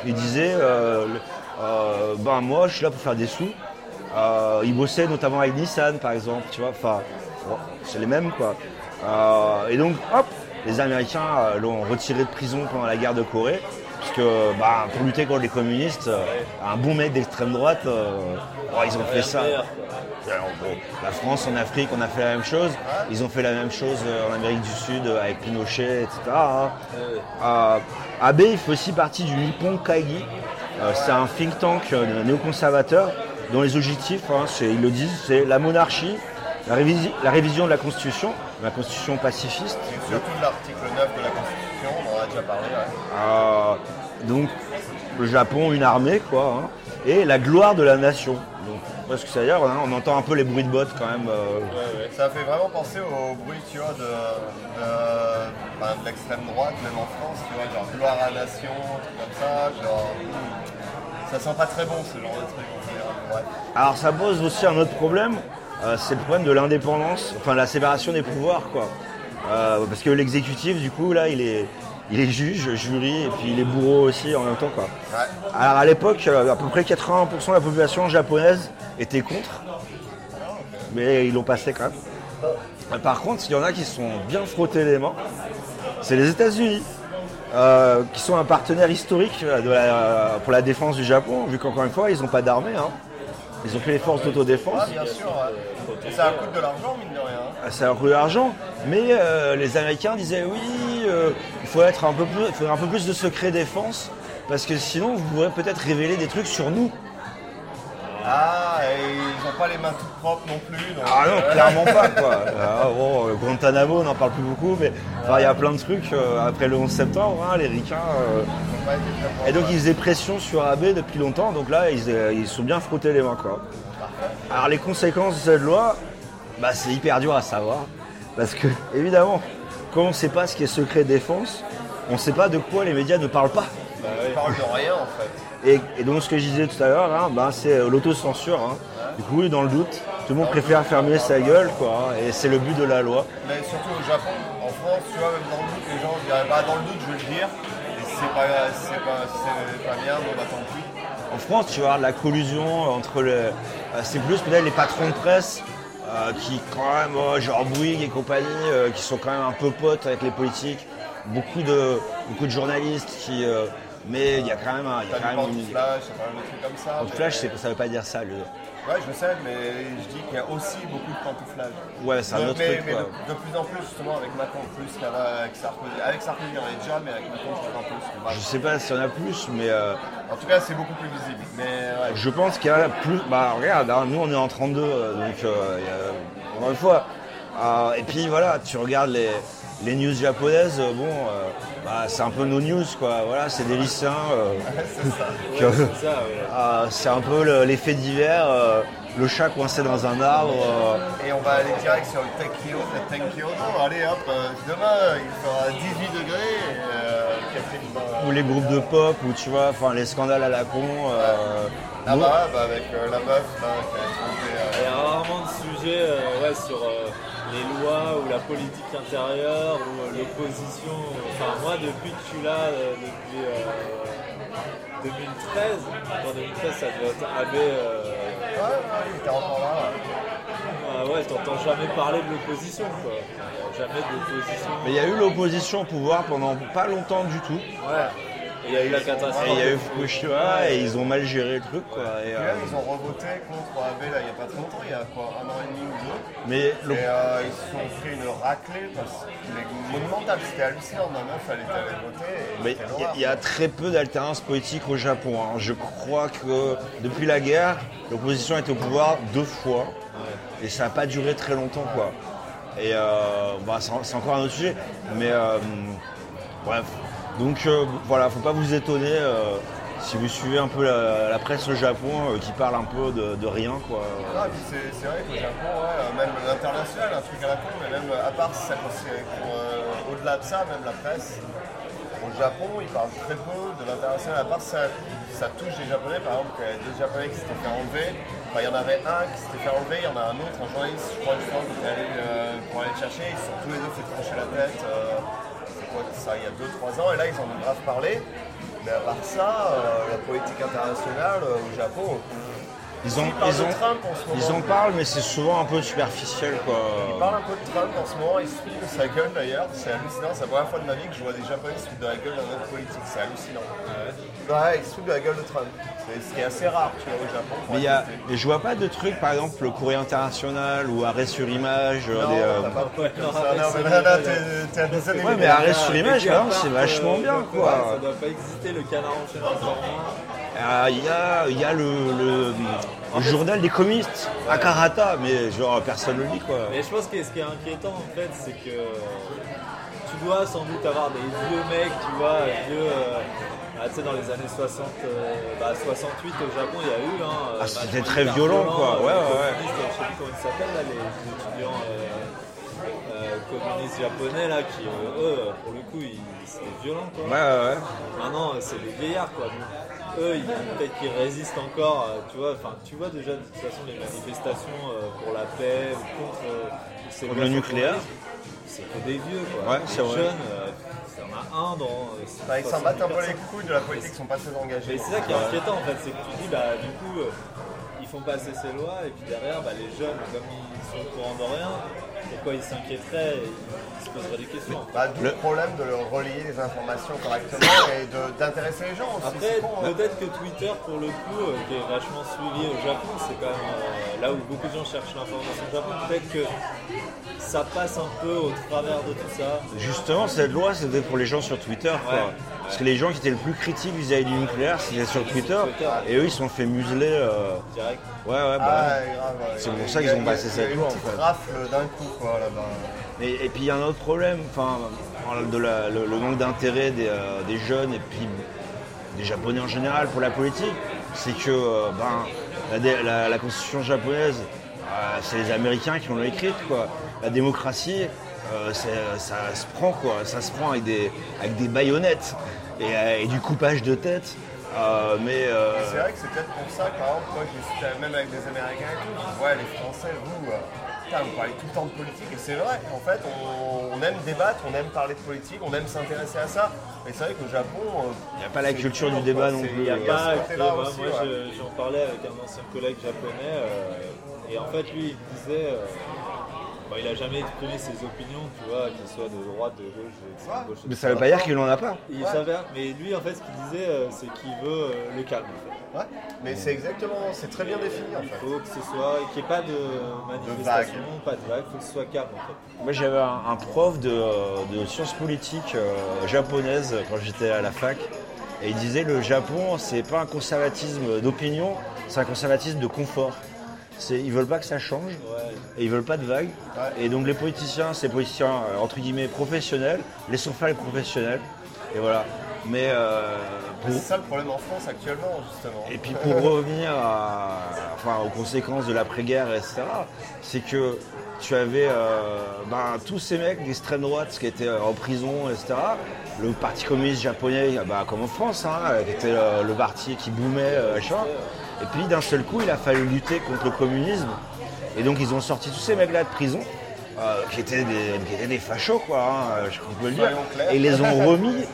Il disait, euh, le- euh, ben moi, je suis là pour faire des sous. Euh, il bossait notamment avec Nissan, par exemple, tu vois. Enfin, bon, c'est les mêmes, quoi. Euh, et donc, hop, les Américains euh, l'ont retiré de prison pendant la guerre de Corée. Parce que bah, pour lutter contre les communistes, euh, un bon mec d'extrême droite, euh, oh, ils ont fait ça. Alors, bon, la France, en Afrique, on a fait la même chose. Ils ont fait la même chose euh, en Amérique du Sud euh, avec Pinochet, etc. hein. Euh, Abe, il fait aussi partie du Nippon Kaigi. Euh, c'est un think tank euh, néoconservateur dont les objectifs, hein, c'est- ils le disent, c'est la monarchie, la, révisi- la révision de la Constitution, la Constitution pacifiste. Et surtout de l'article 9 de la Constitution, on en a déjà parlé. ouais. Euh, donc, le Japon, une armée, quoi. hein, et la gloire de la nation. Donc, parce que ça veut dire, hein, on entend un peu les bruits de bottes quand même. euh, Ça fait vraiment penser au bruit, tu vois, de, de, ben, de l'extrême droite, même en France, tu vois, genre gloire à la nation, truc comme ça, genre... hmm, Ça sent pas très bon, ce genre de truc, en général. Ouais. Alors ça pose aussi un autre problème, euh, c'est le problème de l'indépendance, enfin la séparation des pouvoirs quoi. Euh, parce que l'exécutif du coup là il est, il est juge, jury et puis il est bourreau aussi en même temps quoi. Ouais. Alors à l'époque euh, à peu près 80% de la population japonaise était contre, mais ils l'ont passé quand même. Euh, Par contre il y en a qui se sont bien frottés les mains, c'est les États-Unis. euh, qui sont un partenaire historique euh, de la- pour la défense du Japon, vu qu'encore une fois, ils n'ont pas d'armée. hein. Ils ont fait les forces d'autodéfense. Ah, bien sûr, ouais. Et ça coûte de l'argent, mine de rien. hein. ça a coûté de l'argent, mais euh, les Américains disaient oui, euh, il faut être un peu plus, il faudrait un peu plus de secret défense, parce que sinon vous pourrez peut-être révéler des trucs sur nous. Ah, et ils n'ont pas les mains toutes propres non plus. donc, Ah non, euh, clairement pas quoi. Ah, bon, euh, Guantanamo, on n'en parle plus beaucoup, mais enfin, il y a plein de trucs euh, après le 11 septembre, hein, les ricains. euh, ils ont pas été très propres. Et donc ils faisaient pression sur AB depuis longtemps, donc là ils euh, ils se sont bien frottés les mains quoi. Alors les conséquences de cette loi, bah, c'est hyper dur à savoir, parce que évidemment, quand on ne sait pas ce qui est secret défense, on ne sait pas de quoi les médias ne parlent pas. Bah, Ils parlent de rien en fait. Et, et donc ce que je disais tout à l'heure, hein, bah, c'est euh, l'autocensure. hein. Du coup, dans le doute, tout le monde préfère fermer sa gueule, quoi, hein, et c'est le but de la loi. Mais surtout au Japon, en France, tu vois, même dans le doute, les gens diraient bah dans le doute, je vais le dire. Et si c'est pas, si c'est pas, si c'est pas bien, bon bah tant pis. En France, tu vois, la collusion entre le. euh, c'est plus peut-être les patrons de presse euh, qui, quand même, euh, genre Bouygues et compagnie, euh, qui sont quand même un peu potes avec les politiques. Beaucoup de, beaucoup de journalistes qui. euh, mais il y a quand même. un- il y a T'as quand du même une- pantouflage, t'as pas mal de trucs comme ça. mais- Pantouflage, c'est- ça veut pas dire ça. Le... Ouais, je sais, mais je dis qu'il y a aussi beaucoup de pantouflage. Ouais, c'est un Donc, autre mais- truc, mais quoi. de, de plus en plus, justement, avec Macron, plus qu'avec Sarkozy. Avec Sarkozy, il y en avait déjà, mais avec Macron, je trouve un peu Je sais pas s'il y en a plus, mais. euh, En tout cas, c'est beaucoup plus visible. Mais ouais, (laughs) Je pense qu'il y a plus. Bah regarde, hein, nous on est en 32, euh, donc euh, il y a- encore une fois. euh, et puis voilà, tu regardes les, les news japonaises, euh, bon, euh, bah, c'est un peu nos news quoi. Voilà, c'est des lycéens. euh, qui- C'est ça, ouais. euh, c'est un peu le- l'effet divers, euh, le chat coincé dans un arbre. euh, Et on va aller direct sur le Tenkyo, le Tenkyo. Non, allez hop, euh, demain il fera 18 degrés et euh, Catherine va. ou les groupes de pop, ou tu vois, enfin les scandales à la con. euh, Ah nous- bah, bah, avec euh, la meuf là, qui a trompé, euh, Il y a rarement de sujets euh, ouais, sur euh, les lois ou la politique intérieure ou euh, l'opposition. Enfin, moi, depuis que je suis là, euh, depuis euh, 2013, en 2013, ça devait être AB. euh, Ouais, ouais, il était encore là. ouais. ah ouais, t'entends jamais parler de l'opposition, quoi. Il y a Jamais d'opposition. Mais il y a eu l'opposition au pouvoir pendant pas longtemps du tout. Ouais. Et il y a eu la catastrophe. Et il y a eu Fukushima et ils ont mal géré le truc quoi. et, Et euh, là, ils ont revoté contre AB là, il n'y a pas très longtemps, il y a quoi, un an et demi ou deux. mais le- Et euh, ils se sont pris une raclée parce qu'il est monumental, c'était hallucinant. Ma meuf, elle était allée voter et Mais c'était il y a- noir. il y, a très peu d'alternance politique au Japon. hein. Je crois que depuis la guerre, l'opposition était au pouvoir deux fois. Et ça n'a pas duré très longtemps. quoi. Et euh, bah, c'est en- c'est encore un autre sujet. Mais euh, bref. Donc euh, voilà, faut pas vous étonner euh, si vous suivez un peu la, la presse au Japon euh, qui parle un peu de, de rien. quoi. Ah, et puis c'est c'est vrai qu'au Japon, ouais, euh, même l'international, un truc à la con, mais même euh, à part ça, parce que, euh, au-delà de ça, même la presse, au Japon, ils parlent très peu de l'international, à part ça, ça touche les Japonais, par exemple, qu'il y a deux Japonais qui s'étaient fait enlever, Enfin, il y en avait un qui s'était fait enlever, il y en a un autre, un journaliste, je crois, une fois, qui était allé euh, pour aller le chercher, ils se sont tous les deux fait trancher la tête, euh, c'est quoi que ça, il y a 2-3 ans, et là, ils en ont grave parlé, mais à part ça, euh, la politique internationale euh, au Japon, Ils, ont, Ils parlent ils de ont- Trump en ce moment. ils en parlent, mais c'est souvent un peu superficiel. quoi. Il parle un peu de Trump en ce moment, il se fout de sa gueule d'ailleurs, c'est hallucinant, c'est la première fois de ma vie que je vois des japonais se foutre de la gueule d'un homme politique, c'est hallucinant. Ouais, ils se foutent de la gueule de Trump, c'est ce qui est assez rare tu vois au Japon. pour Mais il y a, exister. mais je vois pas de trucs, par exemple, le courrier international ou arrêt sur image. euh, Non, des, euh, t'as pas de truc ouais, comme non, ça, non, c'est mais là, là, vrai, t'es- t'es à des années Ouais, mais lumière. arrête sur l'image, par exemple, Apart, c'est euh, vachement le- bien, ouais, Ça quoi. doit pas exister le canard enchaîné. Euh, Il y a, il y a le, le- le journal des communistes, Akarata, mais genre personne le lit, quoi. Mais je pense que ce qui est inquiétant en fait, c'est que tu dois sans doute avoir des vieux mecs, tu vois, vieux. euh, ah, tu sais, dans les années 60, euh, bah, 68 au Japon, il y a eu. Hein, euh, Ah, c'était vachement très hyper violent, quoi. Ouais, euh, les ouais, ouais. communistes, Je sais plus comment ils s'appellent là, les étudiants euh, euh, communistes japonais là, qui euh, eux, pour le coup, ils- c'était violent, quoi. Ouais, ouais, ouais. Maintenant, euh, c'est des vieillards, quoi. Donc, eux, ils- peut-être qu'ils résistent encore, euh, tu vois. Enfin, tu vois déjà de toute façon les manifestations euh, pour la paix ou contre euh, ces Pour le lois sur nucléaire. terrorisme. C'est que des vieux, quoi. Ouais, Les c'est vrai. jeunes, euh, il y en a un dans. euh, Enfin, ils s'en battent un peu 70%. les couilles de la politique, ils sont pas très engagés. Mais c'est ça qui est inquiétant, en fait, c'est que tu dis, bah, du coup, euh, ils font passer ces lois, et puis derrière, bah, les jeunes, comme ils sont au courant de rien, pourquoi ils s'inquiéteraient et Ils se poseraient des questions. en fait. Bah, d'où le problème de leur relier les informations correctement et de- d'intéresser les gens aussi. c'est Après, con, hein. peut-être que Twitter, pour le coup, euh, qui est vachement suivi au Japon, c'est quand même euh, là où beaucoup de gens cherchent l'information au Japon, peut-être que ça passe un peu au travers de tout ça. Justement, cette loi, c'était pour les gens sur Twitter. quoi. Ouais. Parce que les gens qui étaient le plus critiques vis-à-vis du nucléaire, c'était sur Twitter. Twitter. Et eux, ils se sont fait museler. euh, Direct. Ouais, ouais, bah. Ah, grave. ouais. C'est Il y a- pour ça il y qu'ils a- ont passé il y a cette une loi, en petite fait. rafle d'un coup, quoi, là-bas. Et, et puis il y a un autre problème, enfin, on parle de la- le, le manque d'intérêt des, euh, des jeunes et puis des Japonais en général pour la politique, c'est que euh, ben, la, dé- la- la constitution japonaise, euh, c'est les Américains qui l'ont écrite. Quoi. La démocratie, euh, c'est- ça se prend, quoi. ça se prend avec des, avec des baïonnettes et, euh, et du coupage de tête. Euh, mais euh, C'est vrai que c'est peut-être pour ça, par exemple, moi, j'hésitais même avec des Américains et tout, je dis, ouais, les Français, vous, euh, putain, vous parlez tout le temps de politique. Et c'est vrai, en fait, on, on aime débattre, on aime parler de politique, on aime s'intéresser à ça. Mais c'est vrai qu'au Japon. euh, Il y a pas la culture du débat non plus. Il Il n'y a Il y ce pas. côté-là que- bah, aussi, moi, ouais. je- j'en parlais avec un ancien collègue japonais euh, et en fait, lui, il me disait. euh, bon, il a jamais exprimé ses opinions, tu vois, qu'elles soient de droite, de gauche, de gauche. mais ça ne veut pas dire qu'il n'en a pas. Il savait, mais lui, en fait, ce qu'il disait, euh, c'est qu'il veut euh, le calme. en fait. Ouais, mais c'est exactement, c'est très bien défini en Il fait. faut que ce soit, qu'il n'y ait pas de manifestation, pas de vague, il faut que ce soit calme en fait. Moi j'avais un, un prof de, euh, de sciences politiques euh, japonaise quand j'étais à la fac et il disait le Japon c'est pas un conservatisme d'opinion, c'est un conservatisme de confort. C'est- Ils veulent pas que ça change Ouais. et ils veulent pas de vagues. Et donc les politiciens, c'est les politiciens euh, entre guillemets professionnels, laissons faire les professionnels. Et voilà. Mais euh, pour- C'est ça le problème en France actuellement, justement. et puis pour revenir à- enfin, aux conséquences de l'après-guerre, etc., c'est que tu avais euh, ben, tous ces mecs d'extrême droite qui étaient euh, en prison, etc. Le parti communiste japonais, ah bah, comme en France, hein, qui était euh, le parti qui boomait, euh, machin. Et puis d'un seul coup, il a fallu lutter contre le communisme. Et donc ils ont sorti tous ces mecs-là de prison. euh, qui, étaient des, qui étaient des fachos, quoi, hein, je crois qu'on peut le dire. Soyons clairs. Et ils les (laughs) ont remis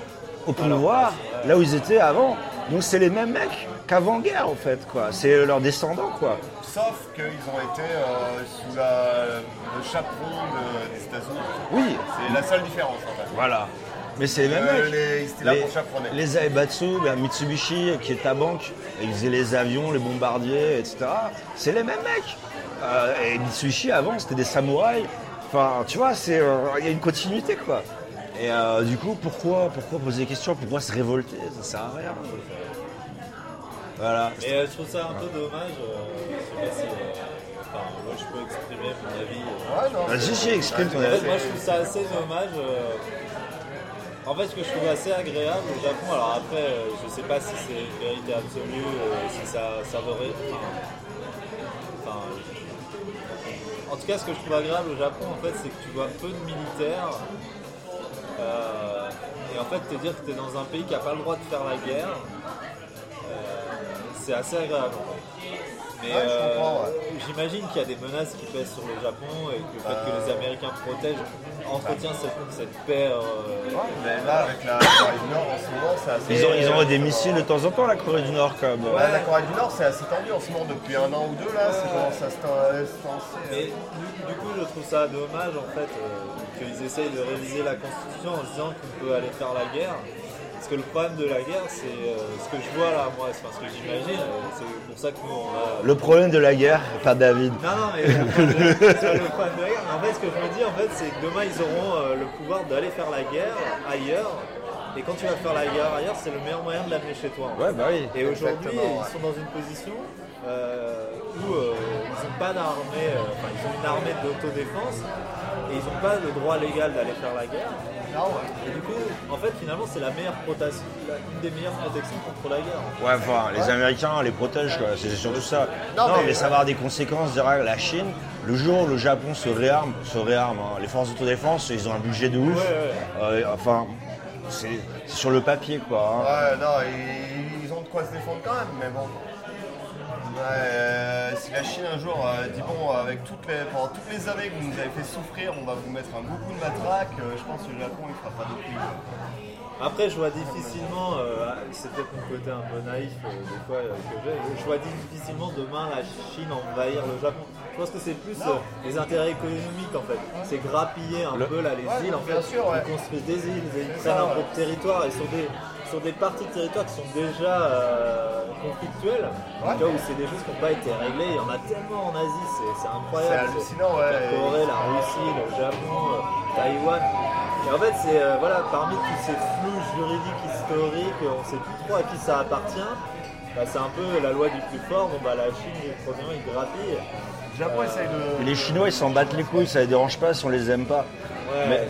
au pouvoir, là où ils étaient avant. Donc c'est les mêmes mecs qu'avant-guerre en fait, quoi. C'est leurs descendants, quoi. Sauf qu'ils ont été euh, sous la- le chaperon de- des États-Unis. Oui, C'est la seule différence en fait. voilà. Mais c'est les mêmes Euh, mecs. les- ils étaient là les, pour chaperonner. les Aebatsu, la Mitsubishi, qui est ta banque, ils faisaient les avions, les bombardiers, etc. C'est les mêmes mecs. Euh, et Mitsubishi avant, c'était des samouraïs. Enfin, tu vois, c'est euh, il y a une continuité, quoi. Et euh, du coup, pourquoi, pourquoi poser des questions Pourquoi se révolter Ça sert à rien. Voilà. Mais euh, je trouve ça un peu dommage, euh, je sais pas si. euh, enfin, moi je peux exprimer mon avis. euh. Ouais, non, Vas-y, c'est- si, exprime ton En fait, avis. moi je trouve ça assez dommage. euh, En fait, ce que je trouve assez agréable au Japon, alors après, euh, je sais pas si c'est une vérité absolue, euh, si ça, ça vaut ré- enfin, enfin, je- en tout cas, ce que je trouve agréable au Japon, en fait, c'est que tu vois peu de militaires. euh, et en fait, te dire que tu es dans un pays qui n'a pas le droit de faire la guerre, euh, c'est assez agréable. en fait. Mais Ouais, je euh, comprends, ouais. j'imagine qu'il y a des menaces qui pèsent sur le Japon et que le fait que Euh. les Américains protègent entretient cette, cette paix. euh, Ouais, mais là, avec la Corée du Nord en ce moment, c'est assez. Ils, ont, ils envoient des euh, missiles de temps en temps, la Corée du Nord, quand même. Ouais, La Corée du Nord, c'est assez tendu en ce moment depuis un an ou deux là. C'est comment ça se euh, tend Mais du, du coup, je trouve ça dommage en fait euh, qu'ils essayent de réviser la constitution en se disant qu'on peut aller faire la guerre. Parce que le problème de la guerre, c'est euh, ce que je vois là, moi, enfin ce que j'imagine, euh, c'est pour ça que nous on a. Le problème de la guerre, pas David. Non, non, mais euh, le problème de- c'est pas le problème de la guerre. Mais En fait, ce que je me dis, en fait, c'est que demain, ils auront euh, le pouvoir d'aller faire la guerre ailleurs. Et quand tu vas faire la guerre ailleurs, c'est le meilleur moyen de l'amener chez toi. en fait. Ouais, bah oui. Et aujourd'hui, Exactement, ouais. ils sont dans une position euh, où euh, ils n'ont pas d'armée, euh, enfin, ils ont une armée d'autodéfense et ils n'ont pas le droit légal d'aller faire la guerre. Et du coup, en fait, finalement, c'est la meilleure protection, la- une des meilleures protections contre la guerre. Ouais, enfin, les Américains on les protègent, quoi. C'est surtout ça. Non, Non, mais, mais- ça va avoir des conséquences. Derrière la Chine, le jour où le Japon se réarme, se réarme, hein, les forces d'autodéfense, ils ont un budget de ouf. Euh, enfin, c'est c'est sur le papier, quoi. hein. Ouais, non, ils, ils ont de quoi se défendre quand même, mais bon. Ouais, euh, si la Chine un jour euh, dit bon, avec toutes les, pendant toutes les années que vous nous avez fait souffrir, on va vous mettre un beaucoup de matraque, euh, je pense que le Japon il fera pas de plus. Après, je vois difficilement, euh, c'est peut-être mon côté un peu naïf euh, des fois euh, que j'ai, je vois difficilement demain la Chine envahir le Japon. Je pense que c'est plus euh, les intérêts économiques en fait. C'est grappiller un peu là les Ouais, îles en bien fait. sûr, ouais. Ils construisent des îles, ils prennent un peu de territoire et sur des, sur des parties de territoire qui sont déjà euh, conflictuelles. Tu vois, où c'est des choses qui n'ont pas été réglées. Il y en a tellement en Asie, c'est- c'est incroyable. C'est hallucinant, ouais. La Corée, la Russie, le Japon, euh, Taïwan. Et en fait, c'est euh, voilà, parmi tous ces flous juridiques, historiques, on ne sait plus trop à qui ça appartient. Bah, c'est un peu la loi du plus fort. Bon, bah, la Chine, les Coréens, ils grappillent. Le Japon essaye de. Et les Chinois, ils s'en battent les couilles, ça les dérange pas si on les aime pas. Mais-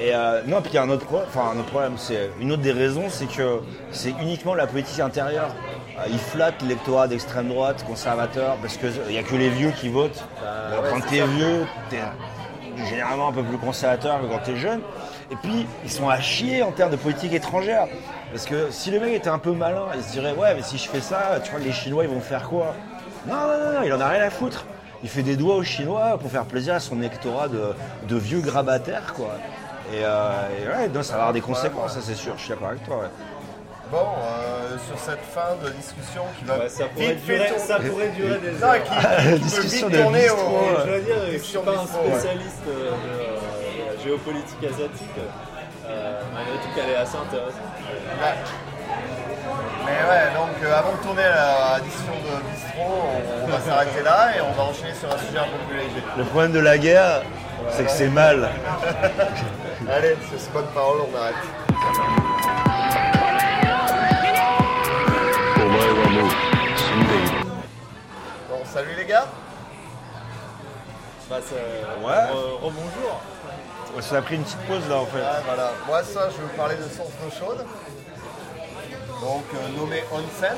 et euh, non, puis il y a un autre, pro- enfin, un autre problème, c'est une autre des raisons, c'est que c'est uniquement la politique intérieure. Euh, ils flattent l'électorat d'extrême droite, conservateur, parce qu'il n'y a que les vieux qui votent. Euh, quand t'es vieux, t'es généralement un peu plus conservateur que quand t'es jeune. Et puis, ils sont à chier en termes de politique étrangère. Parce que si le mec était un peu malin, il se dirait, ouais, mais si je fais ça, tu crois que les Chinois, ils vont faire quoi non, non, non, non, il en a rien à foutre. Il fait des doigts aux Chinois pour faire plaisir à son électorat de, de vieux grabataires, quoi. Et, euh, et ouais, non, ça va avoir des conséquences, ça c'est sûr, je suis d'accord avec toi. ouais. Bon, euh, sur cette fin de discussion qui va Ouais, ça, pourrait Bah, vite fait durer, tourner. ça pourrait (laughs) durer des Non, heures. qui, qui peut Ah, Discussion vite de tourner au. bistrot, Et Je veux dire, je suis Sur pas un bistrot, ouais. spécialiste euh, de la géopolitique asiatique. Euh, malgré tout qu'elle est assez intéressante. Ouais. Mais ouais, donc euh, avant de tourner à la, à la discussion de bistrot, on, on va s'arrêter là et on va enchaîner sur un sujet un peu plus léger. Le problème de la guerre, c'est que c'est mal. Allez, sur ce bonne parole, on arrête. お前はもう死んでいる Bon, salut les gars Bah, ça- Ouais. re- Rebonjour. Ça a pris une petite pause là en fait. Ouais, voilà. Moi, ça, je vais vous parler de source d'eau chaude. Donc, euh, nommé Onsen.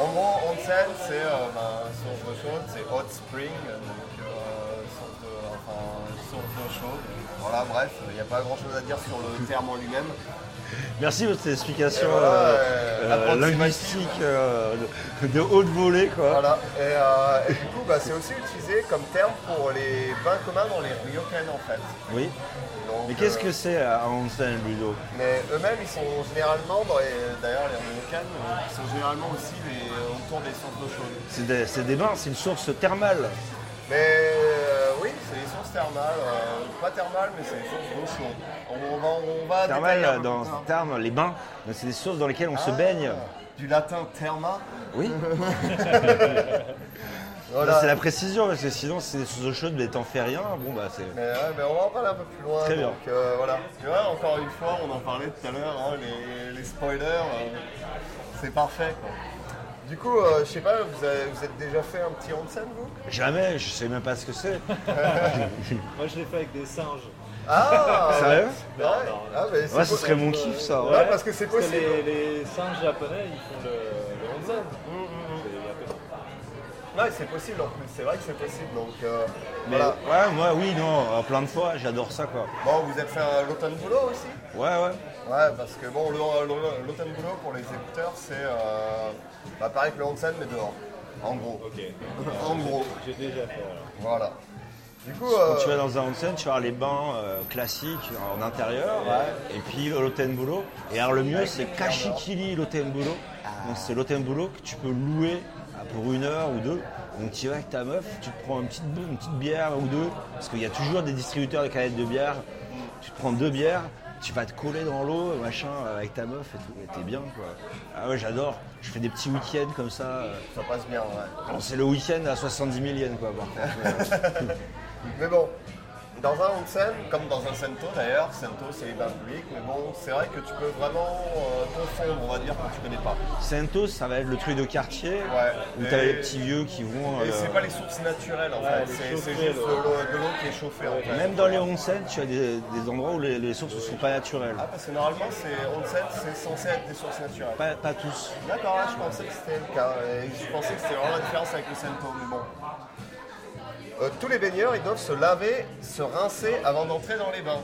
En gros, Onsen, c'est euh, ben, source d'eau chaude, c'est Hot Spring. Donc, euh, source de- enfin, source d'eau chaude. Voilà, bref, il n'y a pas grand chose à dire sur le terme en lui-même. Merci pour cette explication Et voilà, euh, euh, euh, approximative. linguistique euh, de, de haute volée, quoi. Voilà, et, euh, et du coup, bah, c'est aussi utilisé comme terme pour les bains communs dans les ryokan en fait. Oui. Donc, Mais qu'est-ce euh, que c'est à Hansen, Ludo Mais eux-mêmes, ils sont généralement, dans les- d'ailleurs, les ryokan, euh, ils sont généralement aussi les- autour des sources d'eau chaude. C'est des, c'est des bains, c'est une source thermale. Mais euh, oui, c'est les sources thermales, euh, pas thermales, mais c'est les sources d'eau chaude. On va, on va détailler un Thermale, peu euh, dans plus tard. terme, les bains, donc c'est des sources dans lesquelles on se Ah, baigne. Du latin therma. Oui. Voilà. C'est la précision, parce que sinon, c'est sous eau chaude, mais t'en fais rien, bon bah c'est... Mais, ouais, mais on va en parler un peu plus loin. Très bien. donc, euh, voilà. Tu vois, encore une fois, on en parlait tout à l'heure, hein, les, les spoilers, euh, c'est parfait. quoi. Du coup, euh, je sais pas, vous, avez- vous êtes déjà fait un petit onsen, vous Jamais, je sais même pas ce que c'est. Moi, je l'ai fait avec des singes. (laughs) Ah Sérieux Ouais, ah, mais c'est Ouais, ce beau. serait mon kiff ça. Ouais, Ah, parce que c'est que possible. les, les singes japonais, ils font le, le onsen. Mmh, C'est- Ouais, c'est possible en plus, c'est vrai que c'est possible. Donc, euh, Mais voilà. ouais, moi oui, non, euh, plein de fois, j'adore ça quoi. Bon, vous êtes fait un l'automne boulot aussi Ouais, ouais. Ouais, parce que bon, le- le- l'automne boulot pour les écouteurs, c'est euh, bah, pareil que le onsen, mais dehors. En gros. (laughs) en gros. J'ai déjà fait. alors. Voilà. Du coup, Quand tu vas euh, dans un onsen, tu vas avoir les bains euh, classiques en intérieur, et puis l'otenbulo. Et alors le mieux, c'est Kashikiri l'otenbulo. Donc c'est l'otenbulo que tu peux louer à- pour une heure ou deux. Donc tu vas avec ta meuf, tu te prends une petite, bou- une petite bière ou deux, parce qu'il y a toujours des distributeurs de canettes de bière. Tu te prends deux bières, tu vas te coller dans l'eau, machin, euh, avec ta meuf et tout. Et t'es bien quoi. Ah ouais, j'adore. Je fais des petits week-ends comme ça. euh. ça passe bien, ouais. Bon, c'est le week-end à 70 000 yens quoi, par contre. Mais bon, dans un onsen, comme dans un sento d'ailleurs, sento c'est les bains publics, mais bon, c'est vrai que tu peux vraiment euh, confondre, on va dire, quand tu connais pas. Sentos, ça va être le truc de quartier où Ouais. t'as Et- les petits vieux qui vont. Et euh, c'est pas les sources naturelles en fait, les c'est chauffées, c'est juste de là. l'eau de l'eau qui est chauffée en fait. Même dans les onsen, tu as des, des endroits où les, les sources ne sont pas naturelles. Ah, parce que normalement, c'est onsen, c'est censé être des sources naturelles. Pas, pas tous. D'accord, là, je pensais que c'était le cas. Et je pensais que c'était vraiment la différence avec le Sento, mais bon. Euh, tous les baigneurs, ils doivent se laver, se rincer avant d'entrer dans les bains.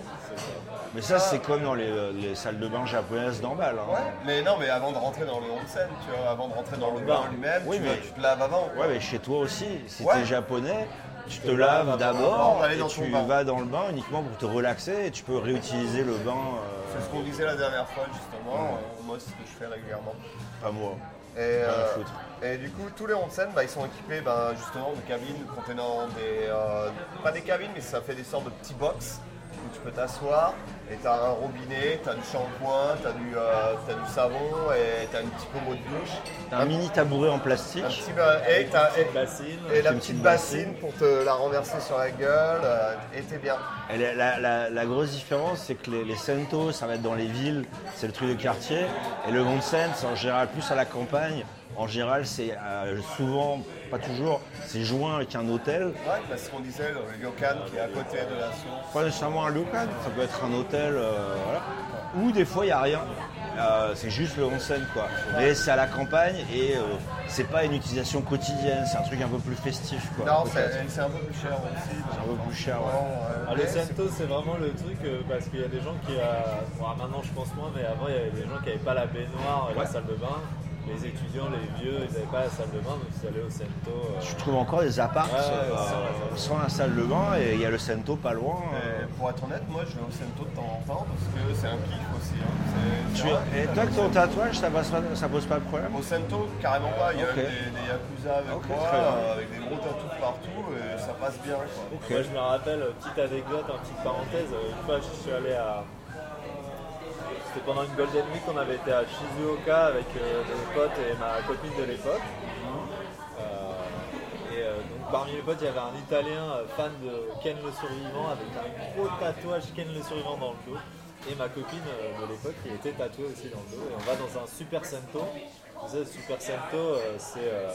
Mais ça, c'est comme dans les, les salles de bain japonaises normales. hein. Mais non, mais avant de rentrer dans le onsen, tu vois, avant de rentrer dans le bain lui-même, Oui, tu, mais- vas- tu te laves avant. Ouais, mais chez toi aussi, si Ouais. t'es japonais, tu te laves d'abord avant d'aller et dans tu ton bain. vas dans le bain uniquement pour te relaxer et tu peux réutiliser le bain. euh, C'est ce qu'on disait la dernière fois, justement. Euh, moi, c'est ce que je fais régulièrement. pas moi. Et, euh, foutre. et du coup, tous les ronds de scène, bah, ils sont équipés ben, justement de cabines contenant des. euh, pas des cabines, mais ça fait des sortes de petits box où tu peux t'asseoir et t'as un robinet, t'as du shampoing, t'as du, euh, t'as du savon et t'as un petit pommeau de douche. T'as un mini tabouret en plastique. Un petit, ba- et, t'as- et- bassine. et la une petite petite bassine bassine. pour te la renverser sur la gueule euh, et t'es bien. Et la, la- la- la grosse différence, c'est que les, les centos, ça va être dans les villes, c'est le truc de quartier. Et le monde scène, c'est en général plus à la campagne. En général, c'est euh, souvent, pas toujours, c'est joint avec un hôtel. Ouais, bah, c'est ce qu'on disait, le Lyokan qui est à côté de la source. Pas nécessairement un local, ça peut être un hôtel, euh, voilà. Ou des fois, il n'y a rien. Euh, c'est juste le onsen, quoi. Mais c'est à la campagne et euh, c'est pas une utilisation quotidienne, c'est un truc un peu plus festif, quoi. Non, peut-être. c'est c'est un peu plus cher aussi. C'est un peu plus cher, ouais. Ouais, Ah, ouais, le c'est- Santo, c'est vraiment le truc euh, parce qu'il y a des gens qui. euh, bon, maintenant, je pense moins, mais avant, il y avait des gens qui n'avaient pas la baignoire et la salle de bain. Les étudiants, les vieux, ils n'avaient pas la salle de bain, donc ils allaient au Santo. euh. Tu trouves encore des apparts Ouais, ouais, euh, sans la salle de bain. sans la salle de bain et il y a le cento pas loin. euh. Et pour être honnête, moi je vais au Sento de temps en temps parce que c'est un kiff aussi. hein. C'est- Tu c'est es- vrai. Et toi, que ton tatouage, ça pose pas, ça pose pas de problème Au Sento, carrément pas. Il y a Ok. des, des Yakuza avec Ok, moi, très bien. euh, avec des gros tatous partout et ça passe bien. Quoi. Moi, je me rappelle, euh, petite anecdote, hein, petite parenthèse, euh, une fois, je suis allé à. C'était pendant une Golden Week, on avait été à Shizuoka avec euh, des potes et ma copine de l'époque. Mmh. Euh, et euh, donc, parmi les potes, il y avait un Italien euh, fan de Ken le Survivant avec un gros tatouage Ken le Survivant dans le dos. Et ma copine euh, de l'époque, qui était tatouée aussi dans le dos. Et on va dans un Super Sento. Vous savez, le Super Sento, euh, c'est euh,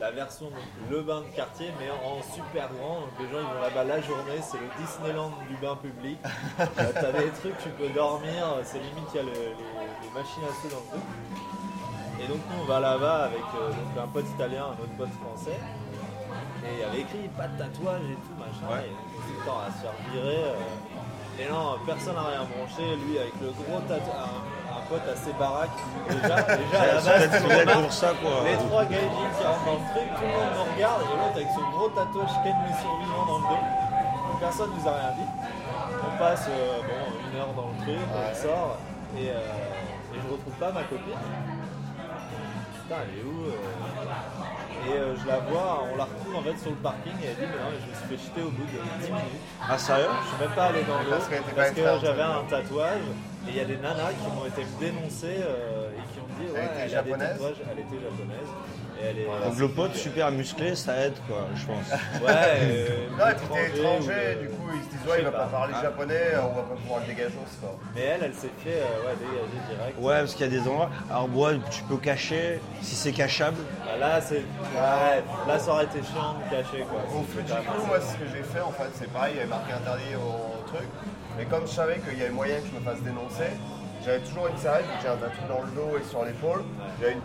la version donc, le bain de quartier, mais en super grand. Donc, les gens ils vont là-bas la journée. C'est le Disneyland du bain public. Euh, T'as des trucs, tu peux dormir. C'est limite, il y a le- les, les machines à sous dans le truc. Et donc nous on va là-bas avec euh, donc, un pote italien, un autre pote français. Et il y avait écrit pas de tatouage et tout machin. Ouais. Et donc on s'est dit, Putain, on va se faire virer. euh. Et non, personne n'a rien branché. Lui avec le gros tatouage, un, un pote assez baraque. Déjà, déjà à la Ça base, peut être tout le modèle monde- pour ça, (laughs) quoi. les trois gaijins qui rentrent dans le truc, tout le monde nous regarde et l'autre avec son gros tatouage Ken le survivant dans le dos. Personne nous a rien dit. On passe euh, bon, une heure dans le truc, on sort et, euh, et je retrouve pas ma copine. Putain, elle est où euh Et euh, je la vois, on la retrouve en fait sur le parking et elle dit mais non, mais je me suis fait jeter au bout de 10 minutes. Ah, sérieux Je suis même pas allé dans l'eau Parce parce que t'es pas que, experte. j'avais un tatouage et il y a des nanas qui m'ont été dénoncées euh, et qui ont dit ouais, Elle était elle, a des japonaise tatouages, elle était japonaise et elle est Donc le pote super musclé, ça aide, quoi, je pense. (laughs) ouais euh, Non, et puis t'es ou étranger, de- du coup ils se disent euh, je ouais, sais il va pas, pas. parler japonais, on va pas pouvoir le dégager au sport. mais elle elle s'est fait euh, ouais, dégager direct Ouais, parce qu'il y a des endroits. Alors, ouais, tu peux cacher si c'est cachable. Bah, là c'est ouais, là ça aurait été chiant de cacher quoi Au feu du coup, moi, ce que j'ai fait, en fait, c'est pareil, il y avait marqué interdit au truc. Mais comme je savais qu'il y avait moyen que je me fasse dénoncer, j'avais toujours une serrette, j'ai un tatou dans le dos et sur l'épaule. J'avais une-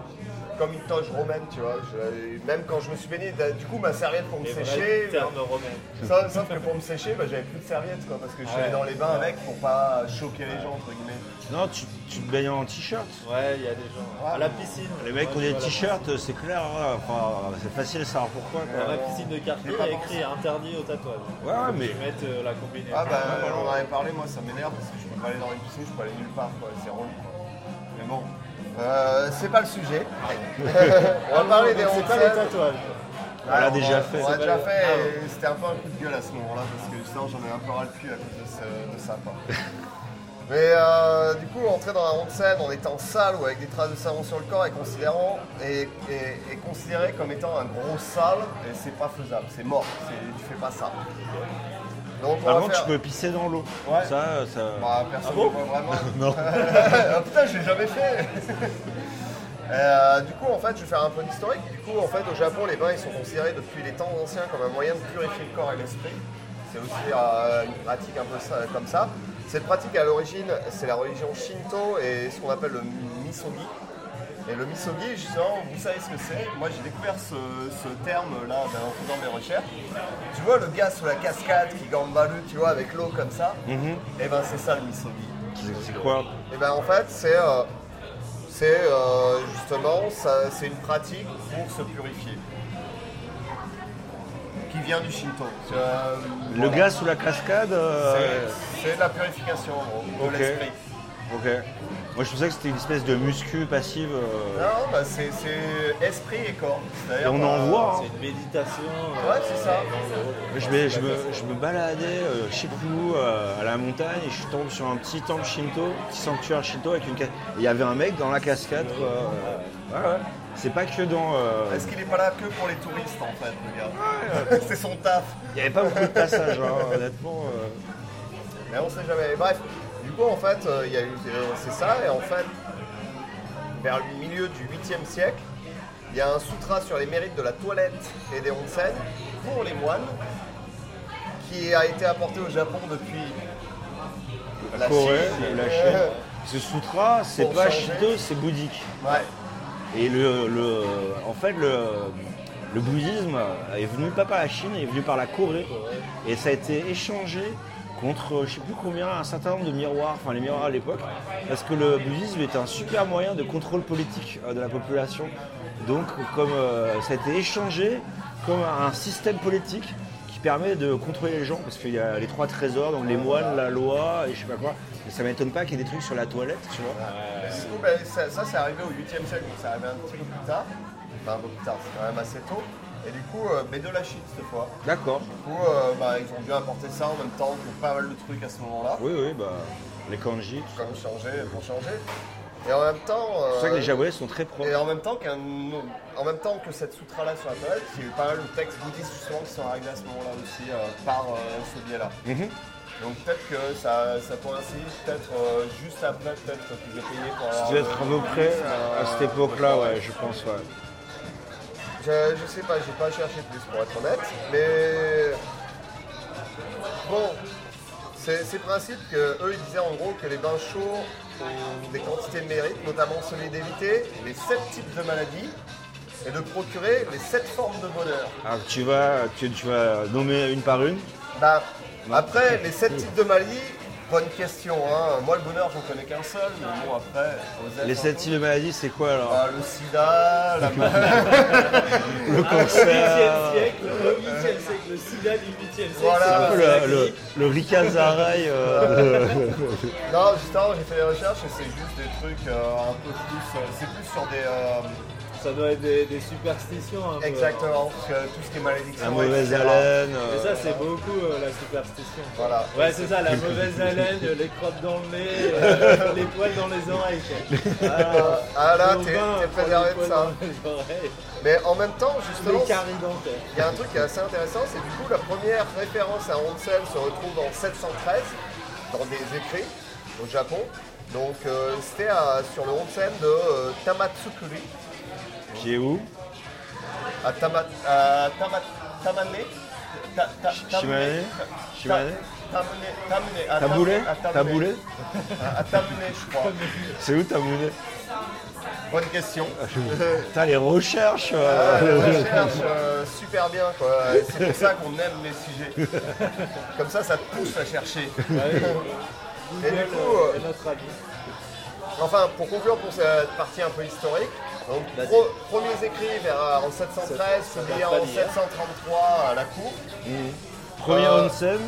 comme une toge romaine, tu vois. Je- même quand je me suis baigné, du coup, ma serviette pour me les sécher. vrais termes romains Sauf, sauf que pour me sécher, bah, j'avais plus de serviette, quoi, parce que je suis Ouais. allé dans les bains avec pour pas choquer les gens, entre guillemets. Non, tu, tu te baignes en t-shirt. ouais il y a des gens à la piscine Les mecs qui ont Moi, je des vois la t-shirts, c'est clair, ouais, enfin, c'est facile de savoir pourquoi, piscine. dans quoi. la piscine de quartier il y a écrit interdit au tatouage Ouais, ouais, mais ils mettent euh, la combinaison Ah bah, on en avait parlé, moi ça m'énerve parce que je peux pas aller dans une piscine, je peux aller nulle part, quoi, c'est relou. quoi. Mais bon, euh, c'est pas le (laughs) sujet. on va parler des Donc, c'est pas les tatouages on l'a déjà fait. On l'a C'est déjà pas- fait Ah et c'était un peu un coup de gueule à ce moment-là parce que justement j'en ai un peu ras le cul à cause de, ce- de ça. quoi. Mais euh, du coup, entrer dans la ronde scène en étant sale ou avec des traces de savon sur le corps est, considérant, est, est- est considéré comme étant un gros sale et c'est pas faisable, c'est mort, c'est- tu fais pas ça. Donc, on Par va contre, faire- tu peux pisser dans l'eau. Ouais. Ça, ça. Ah bah, personne ne voit vraiment. (laughs) Non. ah, putain, je l'ai jamais fait. (laughs) Euh, du coup, en fait, je vais faire un peu d'historique. Du coup, en fait, au Japon, les bains, ils sont considérés depuis les temps anciens comme un moyen de purifier le corps et l'esprit. C'est aussi euh, une pratique un peu ça- comme ça. Cette pratique, à l'origine, c'est la religion Shinto et ce qu'on appelle le misogi. Et le misogi, justement, vous savez ce que c'est Moi, j'ai découvert ce, ce terme-là ben, en faisant mes recherches. Tu vois le gars sous la cascade qui gambale, tu vois, avec l'eau comme ça Mhm. Et ben, c'est ça le misogi. C'est- C'est quoi Et ben en fait, c'est euh, c'est, euh, justement ça- c'est une pratique pour se purifier. Qui vient du Shinto. Euh, Le voilà. gars sous la cascade. euh, C'est- C'est de la purification en gros, de Ok. l'esprit. Ok. Moi, je pensais que c'était une espèce de muscu passive. euh, Non, bah c'est c'est esprit et corps. et on en voit. hein. C'est une méditation. euh, Ouais, c'est ça. Je, vais- je me, je me baladais, euh, je sais plus où, euh, à la montagne, et je tombe sur un petit temple shinto, petit sanctuaire shinto avec une. cas- et Il y avait un mec dans la cascade. quoi. Euh, ouais, ouais. C'est pas que dans. euh, Est-ce qu'il est pas là que pour les touristes en fait, le gars (laughs) C'est son taf. Il n'y avait pas beaucoup de passages, hein, honnêtement. euh. Mais on sait jamais. Bref, du coup, en fait, euh, il y a eu, euh, c'est ça, et en fait, vers le milieu du 8e siècle, il y a un sutra sur les mérites de la toilette et des onsen pour les moines qui a été apporté au Japon depuis la Corée, Chine. euh. la Chine. Ce sutra, c'est Pour pas changer. shinto, c'est bouddhique. Ouais. Et le, le- en fait, le, le bouddhisme est venu pas par la Chine, il est venu par la Corée. Et ça a été échangé contre, je sais plus combien, un certain nombre de miroirs, enfin les miroirs à l'époque, parce que le bouddhisme est un super moyen de contrôle politique euh, de la population. Donc, comme euh, ça a été échangé comme un système politique qui permet de contrôler les gens, parce qu'il y a les trois trésors, donc les moines, la loi et je sais pas quoi. Et ça m'étonne pas qu'il y ait des trucs sur la toilette, tu vois. Du coup, ben, ça, ça, c'est arrivé au 8e siècle, donc c'est arrivé un petit peu plus tard. Enfin, un peu plus tard, c'est quand même assez tôt. Et du coup, euh, mais de la Chine cette fois. D'accord. Du coup, euh, bah, ils ont dû apporter ça en même temps que pas mal de trucs à ce moment-là. Oui, oui, bah, les kanji, tout ça. comme changer pour changer. Et en même temps, C'est pour ça que euh, les Japonais sont très propres. et en même temps qu'un, en même temps que cette sutra là sur la toilette, il y a eu pas mal de textes bouddhistes justement qui sont arrivés à ce moment-là aussi euh, par euh, ce biais-là. Mhm. Donc peut-être que ça, ça coïncide, peut-être euh, juste après, peut-être qu'ils étaient payés pour. Ça doit avoir le- euh, être à peu près à cette époque-là, ouais, je pense, ouais. Je, je sais pas, j'ai pas cherché plus pour être honnête, mais bon, c'est c'est principe que eux ils disaient en gros que les bains chauds ont des quantités de mérite, notamment celui d'éviter les sept types de maladies et de procurer les sept formes de bonheur. Alors tu vas, tu, tu vas nommer une par une. Bah, après les sept types de maladies, bonne question. Hein. Moi le bonheur j'en connais qu'un seul, mais bon après. vous êtes Les un sept peu- types de maladies, c'est quoi alors Ah, le sida, la Le Ah, cancer, Au 8e siècle, au 8e siècle, le sida du 8e siècle. euh, Voilà. c'est un peu la le, le, clinique. le Ricazaraï, euh, Non, justement, j'ai fait les recherches et c'est juste des trucs euh, un peu plus. euh, c'est plus sur des. euh, Ça doit être des, des superstitions. hein, un peu. exactement, parce que tout ce qui est malédiction. la mauvaise etc. haleine. Mais euh, ça, c'est beaucoup euh, la superstition. Voilà. Ouais, c'est ça, la mauvaise haleine, les crottes dans le nez, euh, les poils dans les oreilles. quoi. Ah, Ah là, Nos t'es- bains, t'es prends préservé les de poils hein. ça. dans les oreilles. Mais en même temps, justement, Les caries dentaires. il y a un truc qui est assez intéressant c'est du coup, la première référence à Onsen se retrouve en 713, dans des écrits, au Japon. Donc, euh, c'était à- sur le Onsen de euh, Tamatsukuri, Qui est où à, Tama, à Tama- Tamane. Ta- ta- Shimane Ta- Shimane Tamane- Tamane- à Taboulet Tamane- à Tamane. Taboulet À à Tamane, je crois. C'est où Taboulet Bonne question. Putain, les recherches euh, Ah, la recherche, euh, super bien quoi. Et C'est pour ça qu'on aime les sujets. Comme ça, ça te pousse à chercher. Et du coup, euh, Et notre ami. enfin, pour conclure pour cette partie un peu historique, donc, pro- premiers écrits vers, euh, en 713, publiés pas en d'hier. 733 à la cour. Premier euh, onsen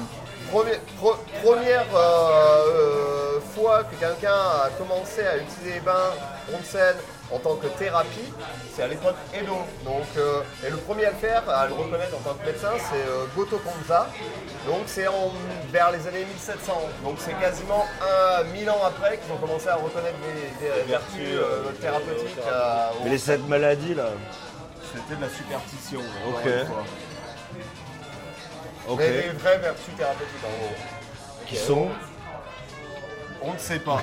Premier- pro- première euh, euh, fois que quelqu'un a commencé à utiliser les bains onsen en tant que thérapie, c'est à l'époque Edo. Donc, euh, et le premier à le faire, à le reconnaître en tant que médecin, c'est euh, Goto Kanza. Donc c'est en- vers les années 1700. Donc c'est quasiment un, 1000 ans après qu'ils ont commencé à reconnaître des, des vertus euh, thérapeutiques. euh, Mais les sept maladies là. C'était de la superstition. Ok. encore une fois. Ok. Mais des vraies vertus thérapeutiques en gros. Qui sont On ne sait pas.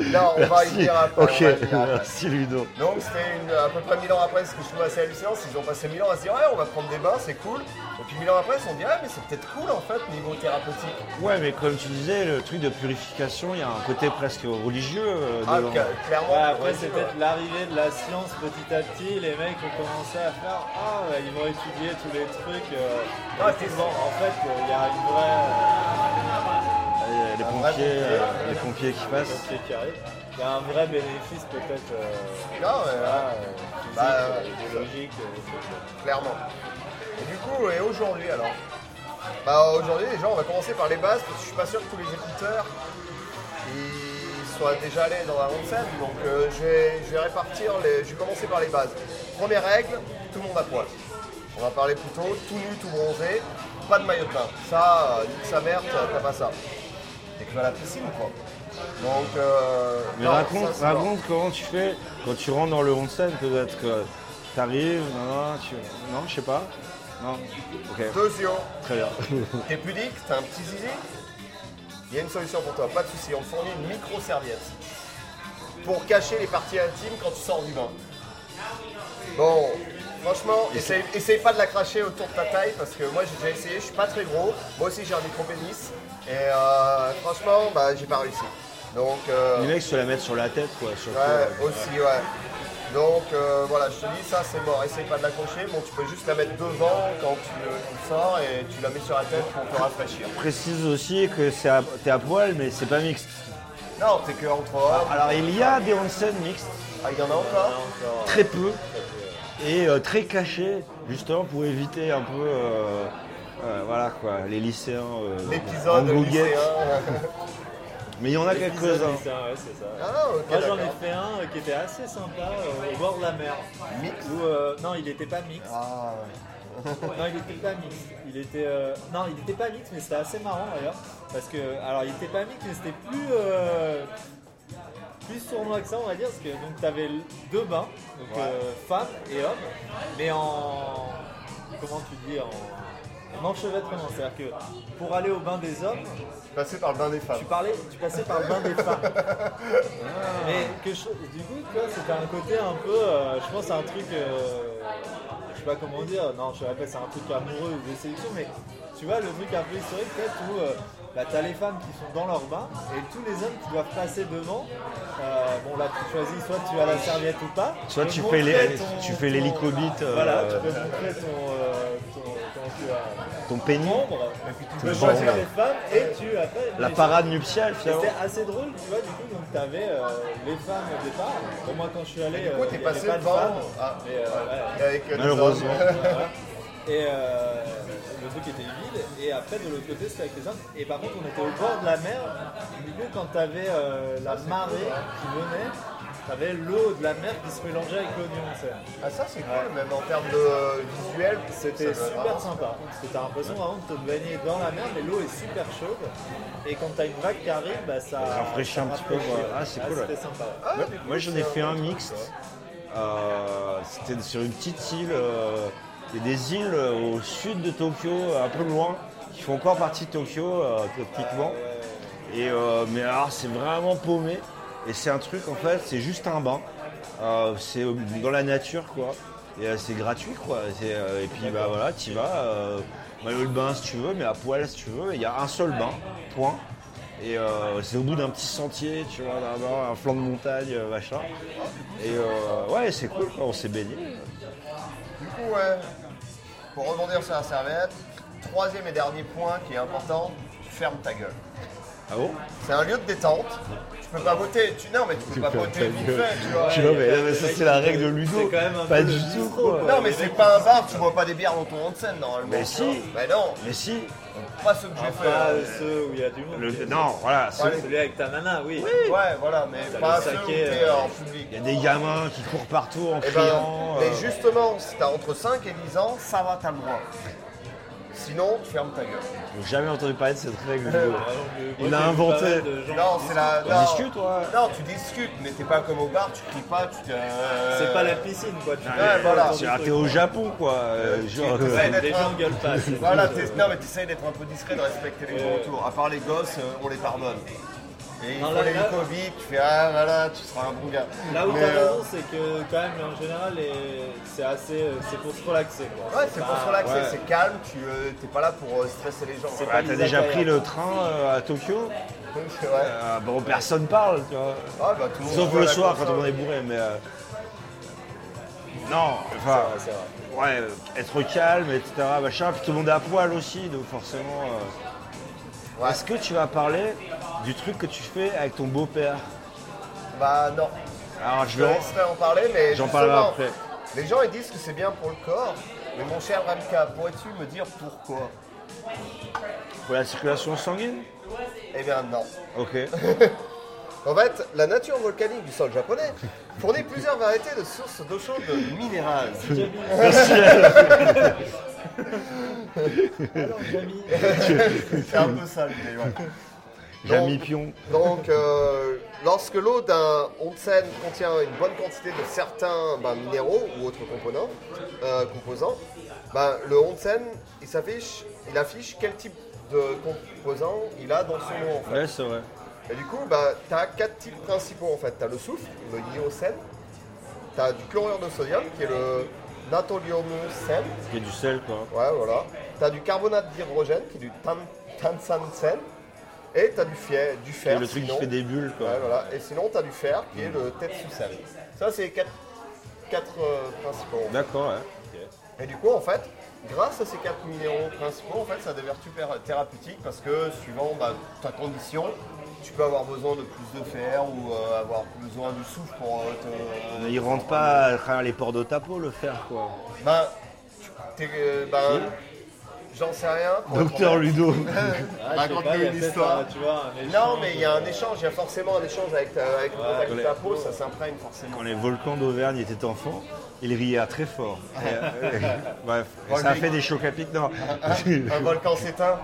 Là, on va y venir après, on Ok, va y venir après. merci Ludo. Donc c'était une- à peu près 1000 ans après, ce que je trouve assez hallucinant, c'est qu'ils ont passé 1000 ans à se dire ouais on va prendre des bains, c'est cool. Et puis 1000 ans après, ils se sont dit ouais mais c'est peut-être cool en fait niveau thérapeutique. Ouais, mais comme tu disais, le truc de purification, il y a un côté presque religieux. euh, Ah, dedans. ca- clairement. Ouais, après, ouais, c'est ouais. peut-être l'arrivée de la science petit à petit. Les mecs ont commencé à faire Ah, bah, ils vont étudier tous les trucs. euh, Ah, et c'est- bon, en fait, euh, il y a une vraie. Euh, les, Un pompiers, vrai pompier. euh, les pompiers qui euh, passent. papier qui arrive. Il y a un vrai bénéfice, peut-être. euh, Non, ouais, voilà, euh, physique, Bah, euh, ouais. idéologique. euh, ouais, clairement. Et du coup, et aujourd'hui alors Bah aujourd'hui les gens on va commencer par les bases parce que je suis pas sûr que tous les écouteurs ils soient déjà allés dans la ronde 7, donc euh, je, vais, je vais répartir, les, je vais commencer par les bases. Première règle, tout le monde à poil. On va parler plutôt tout nu, tout bronzé, pas de maillot de bain. Ça, euh, nique sa mère, t'as t'as pas ça. T'es que à la piscine ou quoi Donc, euh, Mais non, raconte, ça, c'est mort. raconte comment tu fais quand tu rentres dans le onsen, peut-être que t'arrives, non, non, tu... non, je sais pas. Non, ok, Deux yeux, très (laughs) bien. T'es pudique, t'as un petit zizi Il y a une solution pour toi, pas de souci, on te fournit une micro-serviette pour cacher les parties intimes quand tu sors du bain. Bon, franchement, essaye, essaye pas de la cracher autour de ta taille parce que moi j'ai déjà essayé, je suis pas très gros, moi aussi j'ai un micro-pénis et euh, franchement, bah j'ai pas réussi. Donc, euh, Les mecs se la mettent sur la tête, quoi. euh, Sur le cou, Ouais, aussi, ouais. Donc euh, voilà, je te dis, ça c'est mort, essaye pas de l'accrocher, bon tu peux juste la mettre devant quand tu, euh, tu sors et tu la mets sur la tête pour te rafraîchir. Précise aussi que c'est à- t'es à poil, mais c'est pas mixte. Non, t'es que entre hommes. Alors, il y a des onsen mixtes, Ah, il y en a encore euh, très peu, et euh, très cachés, justement pour éviter un peu, euh, euh, voilà, quoi, les lycéens euh, L'épisode en lycéen. goguette. Mais il y en a L'épisode quelques-uns. lycéen, ouais, c'est ça. Ah, ok, Moi j'en ai d'accord. fait un euh, qui était assez sympa euh, au bord de la mer. Mix Où, euh, non, il n'était pas mixte. Ah, Non, il n'était pas mixte. Il était, euh, non, il n'était pas mixte, mais c'était assez marrant d'ailleurs. Parce que, alors, il n'était pas mixte, mais c'était plus, euh, plus sournois que ça, on va dire. Parce que donc, t'avais l- deux bains, donc euh, femmes et hommes, mais en. Comment tu dis En, en enchevêtrement. C'est-à-dire que pour aller au bain des hommes, passé par le bain des tu femmes. parlais, tu passais par le bain des femmes. Mais que je- du coup, tu vois, c'était un côté un peu, euh, je pense, un truc, euh, je sais pas comment dire, non, je sais pas, c'est un truc amoureux ou de séduction, mais tu vois, le truc un peu historique, peut-être, où euh, bah, t'as les femmes qui sont dans leur bain et tous les hommes qui doivent passer devant. Euh, bon, là, tu choisis soit tu as la serviette ou pas. Soit Tu tu peux fais montrer les- ton- tu fais l'hélicobite, euh, Voilà, tu peux montrer ton. euh, ton- comment tu as- Ton pénis, membre, tu peux Ton choisir membre. les femmes et tu après la les- parade nuptiale, et finalement. Ah, C'était assez drôle, tu vois, du coup, donc t'avais euh, les femmes au départ. Pour moi, quand je suis allé, Du coup, euh, t'es il y passé avait pas de devant. femmes. Ah, Mais, euh, ouais. avec euh, des Malheureusement. hommes. Et euh, le truc était vide. Et après, de l'autre côté, c'était avec les hommes. Et par contre, on était au bord de la mer. Du coup, quand t'avais euh, Ah, la marée hein. qui venait, t'avais l'eau de la mer qui se mélangeait avec l'oignon. tu sais. Ah, ça c'est cool, même en termes de euh, visuel. C'était ça doit super vraiment- sympa. Parce que t'as l'impression vraiment hein, de te baigner dans la mer, mais l'eau est super chaude. Et quand t'as une vague qui arrive, bah, ça. rafraîchit un ça petit peu, rafraîchit. quoi. Ah, c'est cool, C'était ouais. sympa. ouais. Ah, Moi- du coup, Moi j'en ai c'est fait un- un mixte. Euh, C'était sur une petite île. euh, Il y a des îles euh, au sud de Tokyo, un peu loin, qui font encore partie de Tokyo, euh, techniquement. Et, euh, mais alors c'est vraiment paumé. Et c'est un truc en fait, c'est juste un bain. Euh, c'est dans la nature quoi. Et euh, c'est gratuit quoi. C'est, euh, et puis bah voilà, t'y vas. euh, maillot de bain si tu veux, mais à poil si tu veux. Il y a un seul bain, point. Et euh, c'est au bout d'un petit sentier, tu vois, là-bas, un flanc de montagne, euh, machin. Et euh, ouais, c'est cool, quoi, on s'est baigné. Du coup, ouais, pour rebondir sur la serviette, troisième et dernier point qui est important, tu fermes ta gueule. Ah bon C'est un lieu de détente. Tu peux pas voter, tu non mais tu peux pas voter vite fait, tu vois. Tu vois, mais, mais ça, c'est la règle de Ludo. C'est quand même un pas peu du le tout, bistrot, quoi. quoi. Non mais c'est pas un bar, tu bois pas des bières dans ton onsen normalement. Mais tu si. vois. Mais non, Mais si, pas ce que j'ai fait. Pas ceux où il y a du monde. le- non, voilà, c'est- Celui avec ta nana, oui. Ouais, voilà, mais pas le ceux où saké, t'es euh, euh, en public. il y a des gamins qui courent partout en Eh ben, criant. mais euh, justement, si t'as entre 5 et 10 ans, ça va, t'as le droit. Sinon, tu fermes ta gueule. J'ai jamais entendu parler de cette Euh, règle. Il a inventé. Non, c'est la. On non. discute, ouais. Non, tu discutes, mais t'es pas comme au bar, tu cries pas, tu te. C'est pas la piscine, quoi. Tu Ouais, voilà. C'est raté au Japon, quoi. euh, genre, tu- euh, ouais, Les d'être gens un- gueulent pas. c'est Voilà, tout. t'es- non, mais t'essayes d'être un peu discret, de respecter les gens autour. À part les gosses, euh, on les pardonne. Et il Euh. Non, faut là, les là- Covid, tu fais ah voilà, tu seras un bon gars. Là où Mais, t'as euh, raison, c'est que quand même, en général, les- c'est assez, euh, c'est pour se relaxer. quoi. Ouais, c'est pour pas- se relaxer, ouais. c'est calme, tu euh, t'es pas là pour euh, stresser les gens. C'est Ouais. bah, T'as les déjà appareils. pris le train euh, à Tokyo (laughs) C'est vrai. Euh, Bon, personne parle, tu vois. Ah, bah, tout le monde hein. Sauf voit le la soir quand console. on est bourré, mais. euh, Non, enfin, C'est vrai. ouais, euh, être calme, etc. Machin, puis tout le monde est à poil aussi, donc forcément. euh. Ouais. Est-ce que tu vas parler du truc que tu fais avec ton beau-père Bah non, Alors, je je vais. en- laisserai en parler, mais J'en parlerai justement, après. Les gens ils disent que c'est bien pour le corps, mais mon cher Ramka, pourrais-tu me dire pourquoi Pour la circulation sanguine (laughs) Eh bien non. Ok. En fait, la nature volcanique du (laughs) sol japonais fournit plusieurs variétés de sources d'eau chaude (laughs) minérale. (laughs) C'est un peu ça l'idée, ouais. Jamy Pion. Donc, euh, lorsque l'eau d'un onsen contient une bonne quantité de certains ben, minéraux ou autres composants, euh, composants ben, le onsen, il s'affiche, il affiche quel type de composant il a dans son eau. En fait. Ouais, c'est vrai. Et du coup, tu as quatre types principaux en fait. Tu as le soufre, le iosen, tu as du chlorure de sodium qui est le natoliumosen, Il y a du sel, quoi. ouais voilà, tu as du carbonate d'hydrogène qui est du tan, tansansen, et tu as du, fier, du Il y a fer. le truc qui sinon. fait des bulles, quoi. Ouais, voilà. Et sinon, tu as du fer qui est le tetsusen. Ça, c'est quatre, quatre euh, principaux. D'accord, ouais. Et du coup, en fait, grâce à ces quatre minéraux principaux, en fait, ça a des vertus pér- thérapeutiques parce que suivant bah, ta condition, tu peux avoir besoin de plus de fer ou euh, avoir besoin du souffle pour euh, te. Il rentre pas à travers les ports de ta peau, le fer, quoi. Ben, tu- t'es, euh, ben, j'en sais rien. pour être Docteur honnête. (laughs) Ludo. Ah, je sais Raconte-nous pas, il y a une peut-être histoire. un- tu vois, un Non, échange, mais il y a un euh, échange, il y a forcément un échange avec ta, avec le contact de les- ta peau, ça s'imprègne forcément. Quand les volcans d'Auvergne étaient enfants, ils riaient très (laughs) fort. Et, euh, bref, et ça a fait des chocs à pic. Non. Un volcan s'éteint,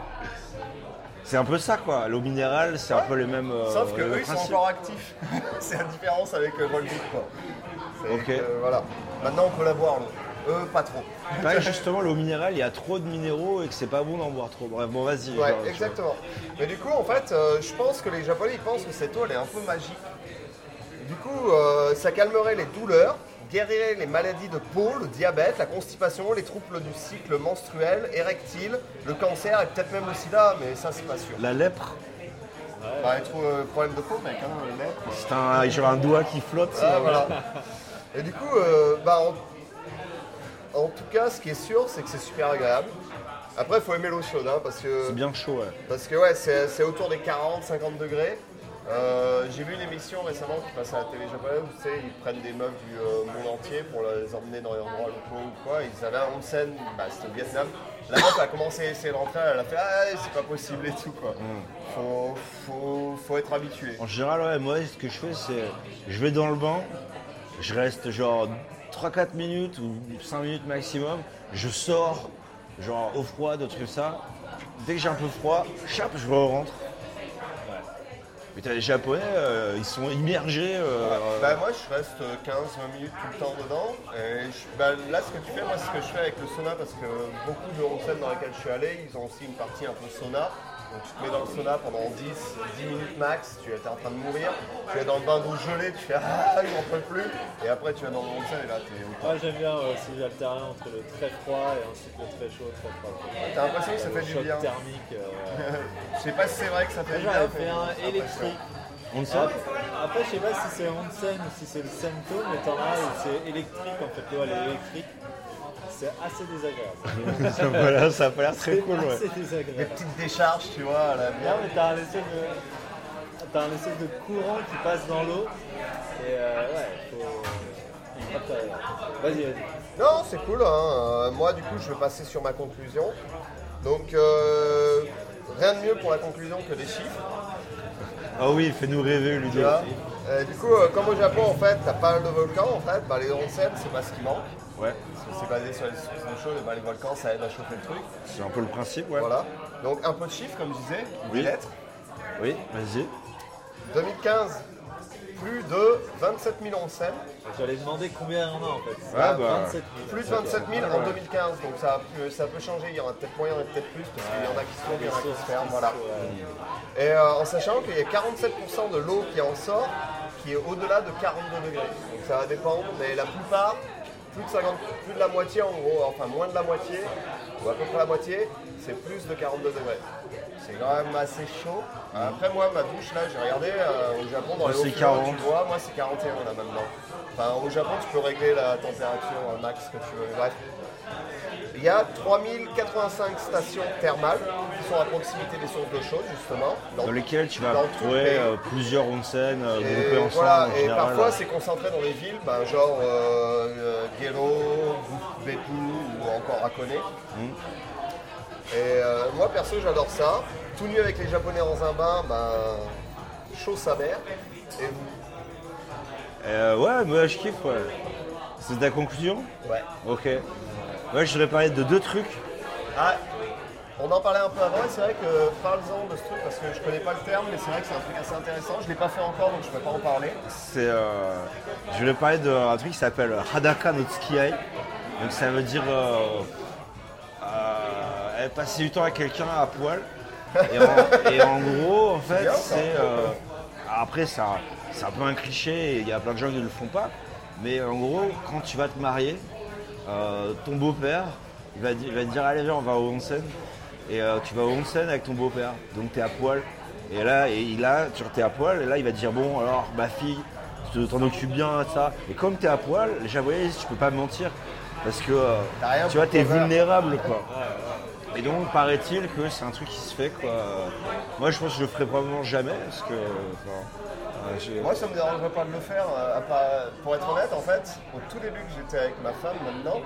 C'est un peu ça, quoi. L'eau minérale, c'est un peu les mêmes. euh, sauf que les mêmes eux ils sont principes. encore actifs. (laughs) C'est la différence avec le Volvic quoi. C'est (laughs) Ok. que, voilà. Maintenant on peut la boire, l'eau. Eux pas trop. Il (laughs) paraît que Bah, justement, l'eau minérale, il y a trop de minéraux et que c'est pas bon d'en boire trop. Bref, bon, vas-y. genre, Ouais, tu vois. exactement. Mais du coup, en fait, euh, je pense que les Japonais ils pensent que cette eau elle est un peu magique. Du coup, euh, ça calmerait les douleurs, guérirait les maladies de peau, le diabète, la constipation, les troubles du cycle menstruel, érectile, le cancer et peut-être même le sida, mais ça c'est pas sûr. La lèpre, Bah, les trou- euh, problèmes de peau, mec, hein, le lait, quoi. c'est un, genre un doigt qui flotte. Ah, c'est- voilà. Et du coup, euh, bah, en... en tout cas, ce qui est sûr, c'est que c'est super agréable. Après, il faut aimer l'eau chaude, hein, parce que C'est bien chaud, ouais. parce que ouais, c'est c'est autour des 40-50 degrés. Euh, J'ai vu une émission récemment qui passait à la télé japonaise où tu sais, ils prennent des meufs du euh, monde entier pour les emmener dans les endroits locaux ou quoi. Ils avaient un onsen, bah, c'était au Vietnam. La meuf a commencé à essayer de rentrer, elle a fait Ah, c'est pas possible et tout quoi. Faut, faut, faut être habitué. En général, ouais, moi, ce que je fais, c'est je vais dans le bain, je reste genre 3-4 minutes ou 5 minutes maximum, je sors, genre au froid, d'autres trucs ça. Dès que j'ai un peu froid, chap, je rentre. Mais t'as les japonais, euh, ils sont immergés. euh, Bah moi je reste 15-20 minutes tout le temps dedans. Et je- bah, là ce que tu fais, moi ce que je fais avec le sauna, parce que beaucoup de onsen dans lesquels je suis allé, ils ont aussi une partie un peu sauna. Donc tu te mets dans le sauna pendant 10, 10 minutes max, tu es t'es en train de mourir, tu es dans le bain d'eau gelée, tu fais ah (laughs) j'en peux plus, et après tu vas dans le onsen et là t'es au top. Moi j'aime bien euh, aussi alterner entre le très froid et ensuite le très chaud, très froid. très froid. T'as l'impression que ça Le fait du choc bien. thermique. Je euh, sais pas si c'est vrai que ça fait du Moi Ah, bien. j'avais mais fait un c'est électrique. on le sait. Après, je sais pas si c'est onsen ou si c'est le sento, mais t'en as un où c'est électrique en fait. L'eau elle est électrique. C'est assez (laughs) désagréable. ça, voilà, ça a pas l'air très cool, ouais. C'est assez Des désagréable. petites décharges, tu vois, à la Non, bière. mais t'as un espèce de. T'as un espèce de courant qui passe dans l'eau. Et euh, ouais, faut. Hop, t'as- Vas-y, vas-y. Non, c'est cool. hein. Euh, moi, du coup, je vais passer sur ma conclusion. Donc, euh, rien de mieux pour la conclusion que des chiffres. Ah oui, fais-nous rêver, tu Ludo. vois. Euh, du coup, euh, comme au Japon, en fait, t'as pas mal de volcans. En fait, bah, les onsen, c'est pas ce qui manque. Ouais, Parce que c'est basé sur les sources chaudes. Et bah, les volcans, ça aide à chauffer le truc. c'est un peu le principe, ouais. Voilà. Donc, un peu de chiffres, comme je disais. Oui. Des lettres. Oui, vas-y. 2015, plus de 27 000 onsen. J'allais demander combien il y en a en fait. C'est Ouais, à bah, 27 000. Plus de 27 000 en 2015. Donc, ça, a pu- ça peut changer. Il y en a peut-être moyen, il y en a peut-être plus. Parce qu'il y en a qui se font, il y en a qui se ferment. Voilà. Et euh, en sachant qu'il y a 47% de l'eau qui en sort qui est au-delà de 42 degrés. Donc ça va dépendre, mais la plupart, plus de, 50, plus de la moitié en gros, enfin moins de la moitié, ou à peu près la moitié, c'est plus de 42 degrés. C'est quand même assez chaud. Après moi, ma douche là, j'ai regardé euh, au Japon Moi, dans les c'est hauts tu 40. vois, moi c'est 41 là maintenant. Enfin au Japon, tu peux régler la température euh, max que tu veux, bref. Il y a 3085 stations thermales qui sont à proximité des sources d'eau chaude, justement. Dans lesquels tu vas dans tout le trouver pays. euh, plusieurs onsen euh, Et, groupés ensemble. voilà, en et général. parfois c'est concentré dans des villes, ben, genre euh, euh, Gero, Beppu ou encore Hakone. Mm. Et euh, moi perso j'adore ça. Tout nu avec les japonais dans un bain, ben, je chaud sa mère. Et vous Euh, ouais, moi je kiffe. ouais. C'est ta conclusion Ouais. Ok. Moi je voudrais parler de deux trucs. Ah, on en parlait un peu avant et c'est vrai que parle-en de ce truc parce que je connais pas le terme mais c'est vrai que c'est un truc assez intéressant. Je l'ai pas fait encore donc je peux pas en parler. C'est, euh, je voulais parler d'un truc qui s'appelle Hadaka no Tsukiai. Donc ça veut dire euh, euh, passer du temps à quelqu'un à (laughs) poil. Et en, et en gros, en fait, Bien, ça. c'est. euh, après, ça, c'est un peu un cliché, et il y a plein de gens qui ne le font pas. Mais en gros, quand tu vas te marier, euh, ton beau-père, il va, di- il va te dire Allez, viens, on va au Onsen. Et euh, tu vas au Onsen avec ton beau-père. Donc, tu es à poil. Et là, et il a, tu es à poil. Et là, il va te dire Bon, alors, ma fille, tu t'en occupes bien, ça. Et comme tu es à poil, les japonais, tu peux pas mentir. Parce que euh, T'as rien tu vois, pour tu es couvrir. vulnérable, quoi. Et donc, paraît-il que c'est un truc qui se fait, quoi. Moi, je pense que je le ferai probablement jamais, parce que. enfin, euh, j'ai- Moi, ça me dérangerait pas de le faire. euh, à part- Pour être honnête, en fait, au tout début que j'étais avec ma femme, maintenant,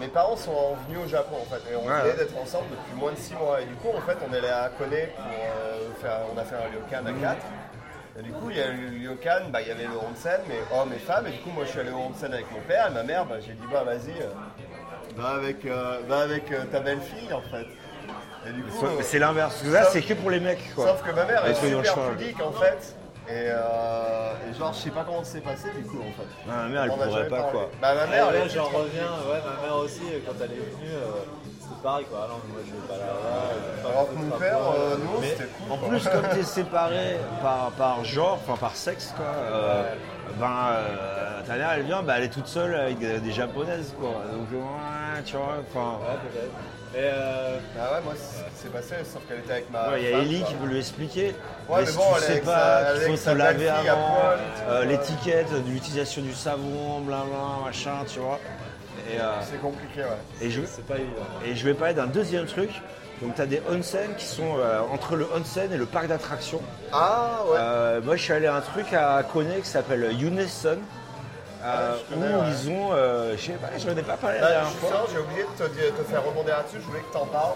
mes parents sont venus au Japon, en fait, et on Ouais. venait d'être ensemble depuis moins de 6 mois. Et du coup, en fait, on est allé à Koné pour euh, faire, on a fait un ryokan à Mhm. 4. Et du coup, il y a eu le ryokan, bah, il y avait le onsen, mais hommes et femmes. Et du coup, moi, je suis allé au onsen avec mon père et ma mère. Bah, j'ai dit, bah, vas-y, euh, va avec, euh, va avec euh, ta belle-fille, en fait. Et du coup, Soit- euh, mais c'est l'inverse. Parce que là, sauf- c'est que pour les mecs, quoi. Bah, Sauf que ma mère Les est trucs dans le super chemin. pudique en fait. Et, euh, et genre, je sais pas comment c'est passé du coup en fait. Ouais, Ah, ma mère, elle On en a pourrait jamais pas, parlé. quoi. Bah, ma mère, Et elle là, est j'en ultra reviens, ouais, euh, ma mère aussi, euh, quand elle est venue, euh, c'était pareil, quoi. Ah non, mais moi, je vais pas là-bas. euh, je vais pas Alors que me mon faire père, peur. euh, nous, Mais c'était cool. en quoi. plus, comme t'es séparé par, par genre, enfin par sexe, quoi, euh, ben, euh, ta mère, elle vient, bah, elle est toute seule avec des, des japonaises, quoi. Donc, ouais, tu vois, enfin. Ouais, peut-être. Mais euh, Bah ouais, moi, c'est ce qui s'est passé, sauf qu'elle était avec ma. Ouais, Il y a femme, Ellie quoi. qui veut lui expliquer. Ouais, mais mais si bon, tu elle est sais avec pas sa- elle est qu'il faut avec se sa laver belle-fille à avant, poil, euh, tu vois. l'étiquette de l'utilisation du savon, blabla, machin, tu vois. Et, euh, C'est compliqué, ouais. et je, c'est pas évident. euh, et je vais parler d'un deuxième truc. Donc, tu as des onsen qui sont euh, entre le onsen et le parc d'attractions. Ah ouais. Euh, moi, je suis allé à un truc à Coné qui s'appelle Unison. euh, Ah, je connais, où ouais. ils ont, euh, je sais pas, je n'en ai pas parlé la Bah, dernière je suis fois. sûr, j'ai oublié de te, dire- te faire rebondir là-dessus, je voulais que t'en parles.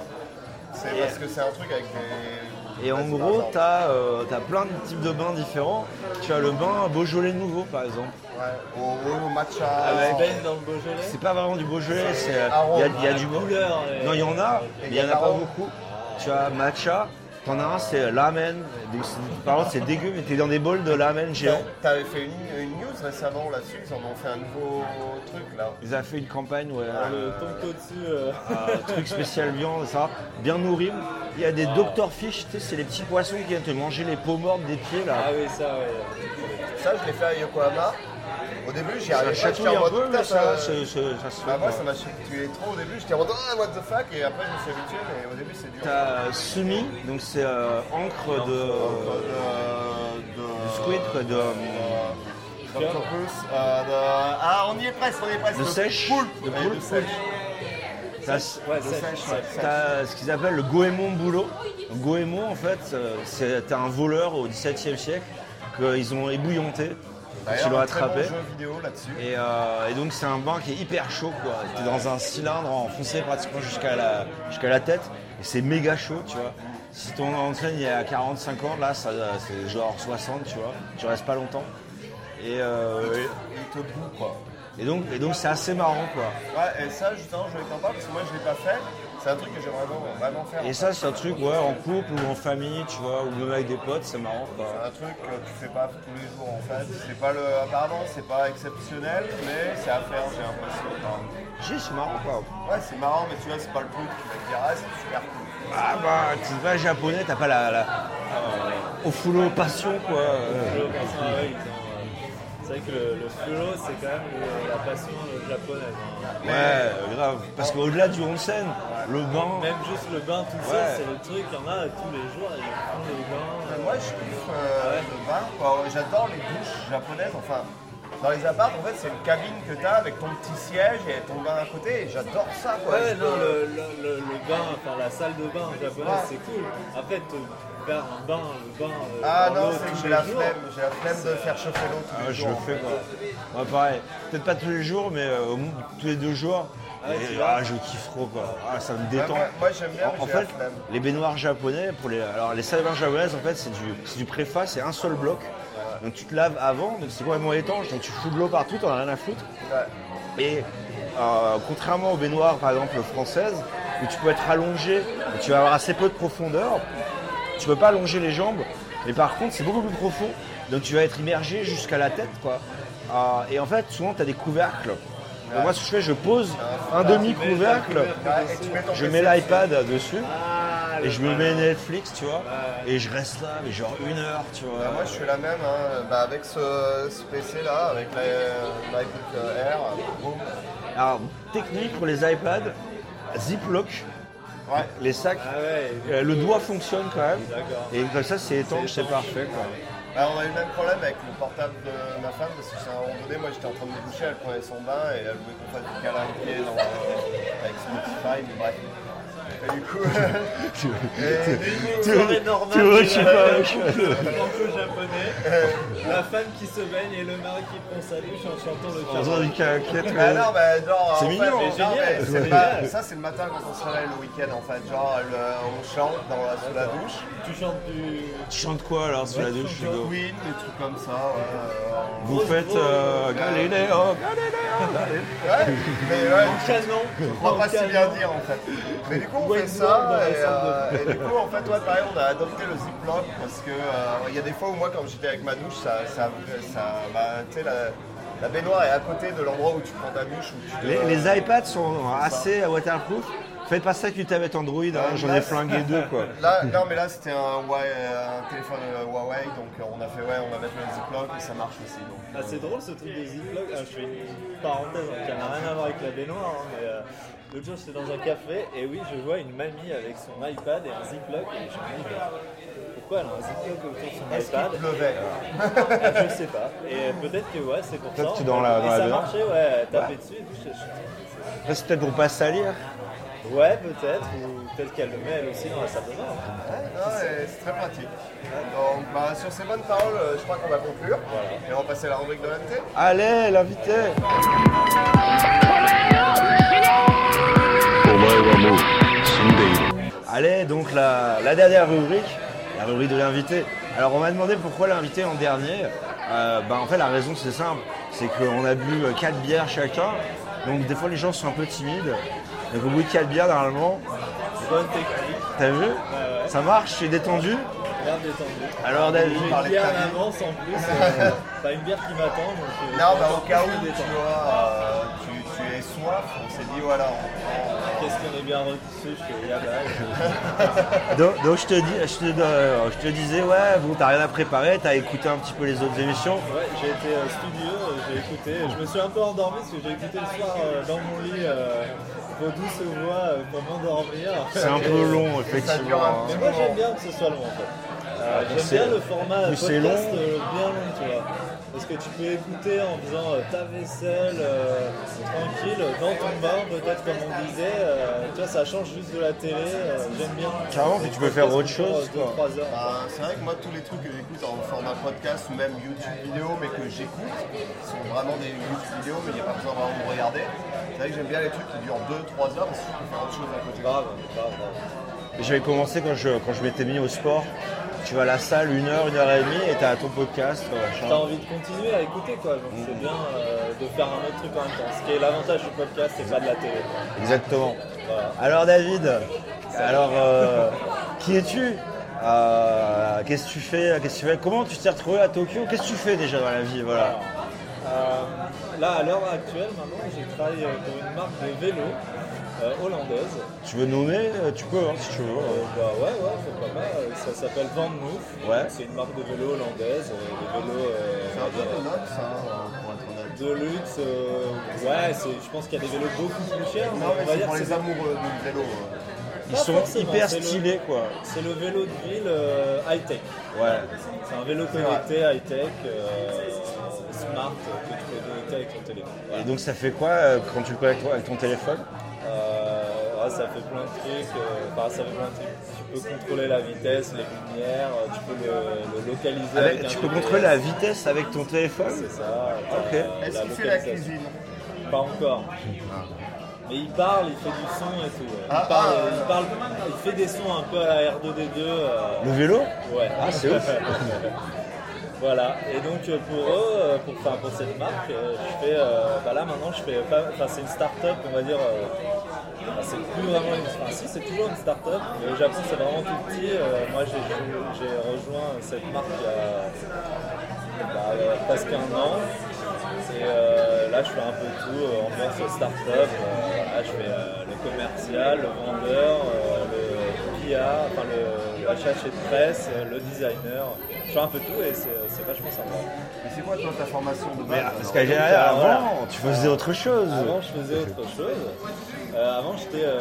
C'est Et- parce que c'est un truc avec des. Et en Vas-y, gros, par exemple. t'as euh, t'as plein de types de bains différents. Tu as le bain Beaujolais nouveau, par exemple. Ouais, au, au matcha. Ah, Elle se baigne dans le Beaujolais. C'est pas vraiment du Beaujolais, c'est. euh, arôme, Il y a, il y a la du couleur et- Non, il y en a, mais il y en a pas arôme. beaucoup. Tu as matcha, t'en as un, c'est ramen. Donc, c'est- Par contre, c'est dégueu, mais t'es dans des bols de ramen géant. T'avais fait une, une news récemment là-dessus, ils en ont fait un nouveau truc là. Ils ont fait une campagne, ouais. Le euh, tonkotsu, (laughs) euh, euh, truc spécial viande, ça, bien nourri. Il y a des Dr Fish, tu sais, c'est les petits poissons qui viennent te manger les peaux mortes des pieds là. Ah oui, ça, ouais. Ça, je l'ai fait à Yokohama. Au début, j'y Ça arrivais pas. chatouille j'étais en un mode, peu, putain, mais ça, ça- c'est- c'est- ça se fait. Bah, moi, quoi. ça m'a tué trop au début. J'étais en mode, ah, what the fuck. Et après, je me suis habitué, mais au début, c'est dur. T'as euh, sumi, donc c'est euh, encre de, Euh, de squid, quoi, de, euh, D'octopus, euh, de- Ah, on y est presque, on y est presque. De sèche, Poulpe. de Ouais, poulpe. de sèche. t'as- Ouais, De sèche, sèche, ouais. ouais, sèche. T'as ce qu'ils appellent le Goemon boulot. Goemon, en fait, euh, c'était un voleur au XVIIe siècle qu'ils ont ébouillanté, D'ailleurs, qu'ils l'ont Bah, un très attrapé. bon jeu vidéo là-dessus. Et, euh, et donc c'est un bain qui est hyper chaud quoi. T'es dans un cylindre enfoncé pratiquement jusqu'à la, jusqu'à la tête et c'est méga chaud tu vois. Si ton entraîne il y a 45 ans, là ça, c'est genre 60 tu vois. Tu restes pas longtemps. Et, euh, Il te boue, quoi. et, et donc et donc c'est assez marrant quoi. Ouais, et ça, justement, je voulais t'en parler parce que moi, je l'ai pas fait. C'est un truc que j'aimerais vraiment, vraiment faire. Et ça c'est un truc ouais en couple ou en famille tu vois ou même avec des potes c'est marrant quoi. C'est un truc que tu fais pas tous les jours en fait. C'est pas le. Apparemment, c'est pas exceptionnel, mais c'est à faire, j'ai l'impression. Enfin, Si, c'est marrant quoi. ouais, c'est marrant, mais tu vois, c'est pas le truc qui va te dire, ah, c'est super cool. Ah bah tu vas japonais t'as pas la, la euh, au foulot passion quoi. euh. Le- ah ouais, ils ont, euh, C'est vrai que le, le furo, c'est quand même le- la passion euh, japonaise. hein. Ouais grave parce qu'au-delà du onsen le bain Même juste le bain tout seul, Ouais. c'est le truc. Il y en a tous les jours, ils font des bains. euh, Moi, je kiffe Ah euh, le bain, quoi. J'adore les douches japonaises, enfin. Dans les apparts, en fait, c'est une cabine que t'as avec ton petit siège et ton bain à côté, et j'adore ça, quoi. Je Ouais, non, peux- le, le- le- le bain, enfin la salle de bain japonaise, euh, Ouais. c'est cool. Après, te faire un bain, le bain. euh, Ah Oh, dans non, l'eau c'est que tous j'ai les la jours. flemme, j'ai la flemme de faire chauffer l'eau tous Ah, les ouais, je le jours. fais quoi. Ouais, pareil. Peut-être pas tous les jours, mais euh, au moins tous les deux jours. Ah ouais, Et, tu vas. ah, je kiffe trop quoi. Ah, ça me détend. Ouais, moi- moi, j'aime bien, En, en mais j'ai la fait, flemme. les baignoires japonais, pour les, alors les salles de bain japonaises, en fait, c'est du, c'est du préfa, c'est un seul bloc. Donc tu te laves avant, donc c'est complètement étanche, donc tu fous de l'eau partout, t'en as rien à foutre. Ouais. Et euh, contrairement aux baignoires, par exemple, françaises, où tu peux être allongé, et tu vas avoir assez peu de profondeur, tu peux pas allonger les jambes, mais par contre, c'est beaucoup plus profond, donc tu vas être immergé jusqu'à la tête, quoi. Euh, et en fait, souvent, tu as des couvercles. Donc moi, ce que je fais, je pose un demi-couvercle, Ouais, Ah, et tu mets ton je PC mets dessus. l'iPad dessus, Ah, le et je me bain. mets Netflix, tu vois, et je reste là, mais genre une heure, tu vois. Bah, moi je suis la même, hein. bah, avec ce, ce PC là, avec la- l'iBook Air, boum. Alors, technique pour les iPads, Ziploc, Ouais. les sacs. Ah ouais, Euh, le doigt fonctionne quand même. D'accord. Et comme ça, c'est étanche, C'est c'est étanche. parfait. quoi. Bah, on a eu le même problème avec le portable de ma femme parce que c'est un moment donné, moi j'étais en train de me doucher, elle prenait son bain et elle voulait qu'on fasse du câlin au pied dans, euh, avec Spotify, mais bref. Et du (laughs) coup, et du coup, Euh, Tu vois, soirée normale, tu vois, je c'est sais la pas, même. je- franco-japonais, (laughs) la femme qui se baigne et le mari qui prend sa douche en chantant le en faisant karaoké. du karaoké, tu Bah vois. non, bah genre, C'est en fait, mignon, mais c'est genre, génial. mais c'est Ouais. pas- ça c'est le matin quand on se réveille le week-end en fait, genre le- on chante dans la, sous la douche. Tu chantes du. Tu chantes quoi alors sous la douche, Hugo Queen, des trucs comme ça. ouais, Vous faites euh, Galiléo. euh, ouais, mais (laughs) ouais, Canon je crois pas si bien dire en fait. Mais du coup on fait White Lord dans ça la et, euh, salle et du coup en fait ouais pareil on a adopté le ziploc parce que euh, il y a des fois où moi quand j'étais avec ma douche ça, ça, ça bah, tu sais la, la baignoire est à côté de l'endroit où tu prends ta douche où tu te- Les, les iPads sont assez waterproof. Faites pas ça avec une tablette Android, hein, Euh, j'en là, ai flingué deux quoi. Là, non, mais là c'était un, Huawei- euh, un téléphone euh, Huawei, donc euh, on a fait ouais, on va mettre le Ziploc et ça marche aussi. donc. Ah, c'est drôle ce truc des ziplocs. Ah, je fais une parenthèse hein, qui n'a rien à voir avec la baignoire. hein, mais euh, l'autre jour, j'étais dans un café et oui, je vois une mamie avec son iPad et un ziploc. Et je me dis, mais pourquoi elle a un ziploc autour de son Est-ce iPad qu'il pleuvait Ah, Je sais pas. Et euh, peut-être que ouais, c'est pour ça. Peut-être en que dans fait. la- dans Et la ça baignoire. marchait, ouais, taper dessus et tout. je- je- Ça, C'est peut-être pour pas salir. Ouais, peut-être. Ou peut-être qu'elle le met elle aussi dans la salle de bain. hein. Non, et Ah, c'est très pratique. Donc, bah, sur ces bonnes paroles, euh, je crois qu'on va conclure et on va passer à la rubrique de l'AMT. Allez, l'invité お前はもう死んでいる Allez, donc la, la dernière rubrique, la rubrique de l'invité. Alors on m'a demandé pourquoi l'invité en dernier. Euh, bah, en fait la raison c'est simple, c'est qu'on a bu 4 bières chacun, donc des fois les gens sont un peu timides. Donc au bout de 4 bières normalement, Bonne technique, t'as vu ouais. Ça marche, je suis détendu. l'air détendu. Alors J'ai David, une parlait de bière ta vie. en avance en (laughs) plus. euh, Pas une bière qui m'attend. donc, euh, Non, bah, au encore cas où plus tu, détendu. vois, euh, tu, tu es soif, on s'est dit voilà, on Qu'est-ce qu'on est bien retouché chez euh, Yabal donc, donc je, te dis, je, te, euh, je te disais, ouais, bon t'as rien à préparer, t'as écouté un petit peu les autres émissions. Ouais, j'ai été euh, studieux, euh, j'ai écouté, je me suis un peu endormi parce que j'ai écouté le soir euh, dans mon lit euh, vos douces voix euh, pour m'endormir. C'est un peu long Et ça dure effectivement. un hein. Mais moi j'aime bien que ce soit long en fait. Euh, j'aime Ah, c'est- bien le format plus podcast c'est long. euh, bien long, tu vois. Parce que tu peux écouter en faisant euh, ta vaisselle euh, tranquille dans ton bain, peut-être comme on disait. euh, tu vois, ça change juste de la télé. euh, j'aime bien. Carrément, puis tu peux faire autre chose, quoi. 3 heures. Bah, c'est vrai que moi, tous les trucs que j'écoute en format podcast ou même YouTube vidéo, mais que j'écoute, sont vraiment des YouTube vidéos, mais il n'y a pas besoin vraiment de regarder. C'est vrai que j'aime bien les trucs qui durent 2-3 heures, parce que je peux faire autre chose à côté. Ah, Grave, grave, grave. J'avais commencé quand je, quand je m'étais mis au sport. Tu vas à la salle une heure, une heure et demie et t'as ton podcast. machin. T'as envie de continuer à écouter quoi, donc c'est Mm. bien euh, de faire un autre truc en même temps. Ce qui est l'avantage du podcast, c'est pas de la télé. quoi. Exactement. Voilà. Alors David, alors (laughs) euh, qui es-tu Euh, Qu'est-ce que tu fais Qu'est-ce que tu fais Comment tu t'es retrouvé à Tokyo Qu'est-ce que tu fais déjà dans la vie Voilà. Euh, là, à l'heure actuelle, maintenant, j'ai travaillé euh, pour une marque de vélo euh, hollandaise. Tu veux nommer Euh, Tu peux hein, si tu veux. Euh, euh. bah ouais, ouais, c'est pas mal. Euh, Ça s'appelle Van Moof. Ouais. C'est une marque de vélo hollandaise, euh, des vélos. euh, C'est on un va peu dire, de nox, hein, pour être honnête. de luxe, euh, ouais, c'est- je pense qu'il y a des vélos beaucoup plus chers, mais Non, mais on va c'est dire pour que les c'est amoureux euh. du vélo. Ils pas sont forcément, hyper c'est le- stylés quoi. c'est le vélo de ville euh, high-tech. Ouais. C'est un vélo connecté, high-tech, euh, smart, euh, que tu peux connecter avec ton téléphone. Et Voilà. donc ça fait quoi euh, quand tu le connectes avec ton téléphone Euh, Ah, ça fait plein de trucs. euh, enfin, ça fait plein de trucs. Tu peux contrôler la vitesse, les lumières, euh, tu peux le, le localiser. Avec- avec un Ah, tu peux GPS. contrôler la vitesse avec ton téléphone C'est ça. t'as la Est-ce qu'il fait la localisation. cuisine Pas encore. Mais il parle, il fait du son et tout. ouais. Il, Ah, parle, ah, il, parle- il fait des sons un peu à la R2D2. euh, Le vélo Ouais. Ah, c'est ouf. (laughs) voilà. Et donc euh, pour eux, euh, pour, enfin, pour cette marque, euh, je fais. euh, bah là maintenant, je fais. pas- Enfin, c'est une start-up, on va dire. euh, enfin, c'est plus vraiment une. Enfin, si, c'est toujours une start-up. Mais au Japon, c'est vraiment tout petit. Euh, moi, j'ai, j'ai- j'ai rejoint cette marque il y a, bah, il y a presque un an. Et euh, là, je fais un peu tout, euh, ambiance start-up. Euh, voilà, je fais euh, le commercial, le vendeur, euh, le PR, enfin le- l'attaché de presse, euh, le designer. Je fais un peu tout et c'est euh, c'est vachement sympa. Mais c'est quoi toi ta formation de Mais, base Parce alors qu'à Gérard, euh, avant, tu faisais autre chose. Avant, je faisais autre chose. Euh, avant, j'étais euh,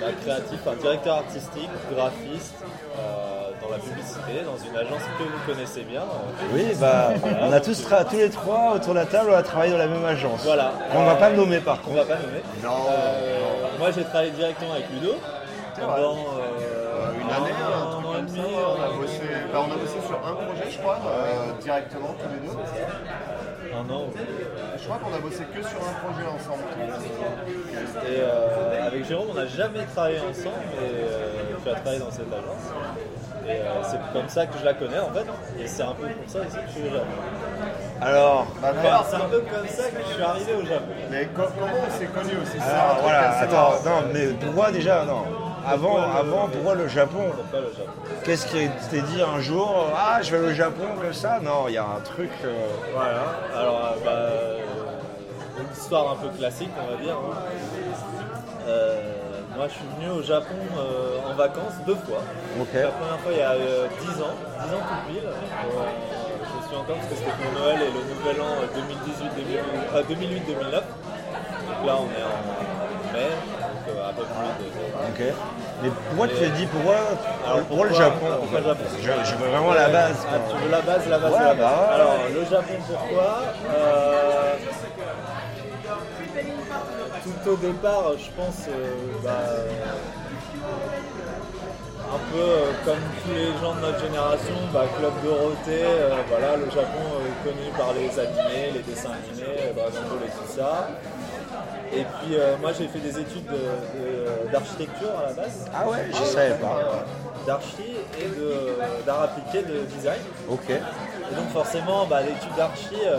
bah, créatif, enfin, directeur artistique, graphiste euh, dans la publicité, dans une agence que vous connaissez bien. euh, Oui, bah, on a donc, tous, tra- tous les trois autour de la table, on a travaillé dans la même agence. Voilà. On va pas Euh, le nommer par qu'on contre. va pas nommer. Non. Euh, moi, j'ai travaillé directement avec Ludo pendant euh, Une année, un truc an et comme ça, demi. on a bossé, bah, on a bossé sur un projet, je crois, euh, directement tous les deux. Un an. Je crois qu'on a bossé que sur un projet ensemble. Et euh, avec Jérôme, on n'a jamais travaillé ensemble, mais euh, tu as travaillé dans cette agence. Et euh, c'est comme ça que je la connais en fait. Et c'est un peu comme ça aussi que je suis au Japon. Alors, Bah, Enfin, voilà. c'est un peu comme ça que je suis arrivé au Japon. Mais co- comment on s'est connus aussi C'est un alors, truc voilà, assez attends, marrant. non, mais pourquoi déjà Non. Avant, avant, pourquoi le Japon Pourquoi le Japon Qu'est-ce qui t'est dit un jour Ah, je vais au Japon comme ça Non, il y a un truc. euh, Voilà. Alors, euh, bah, euh, une histoire un peu classique, on va dire. hein. Euh, moi, je suis venu au Japon euh, en vacances deux fois. Ok. La première fois, il y a euh, 10 ans, 10 ans tout pile. Euh, je me suis encore parce que c'était pour Noël et le Nouvel An euh, 2018, euh, 2008-2009. Donc là, on est en mai, donc euh, à peu près deux ans. Ok. Mais pourquoi tu t'es dit pourquoi, Alors, pourquoi le pourquoi- Japon en pourquoi fait le Japon je, je veux vraiment la base. Ah, quoi. tu veux la base, la base, Ouais, la base. bah ouais. Alors, le Japon, pourquoi Euh, Tout au départ, je pense, euh, bah, euh, un peu euh, comme tous les gens de notre génération, bah, Club Dorothée, euh, voilà, le Japon euh, connu par les animés, les dessins animés, euh, Dragon Ball et tout ça. Et puis, euh, moi, j'ai fait des études de- de- d'architecture à la base Ah ouais, je savais pas. d'archi et de- d'art appliqué de design. Ok. Et donc forcément, bah, l'étude d'archi, euh,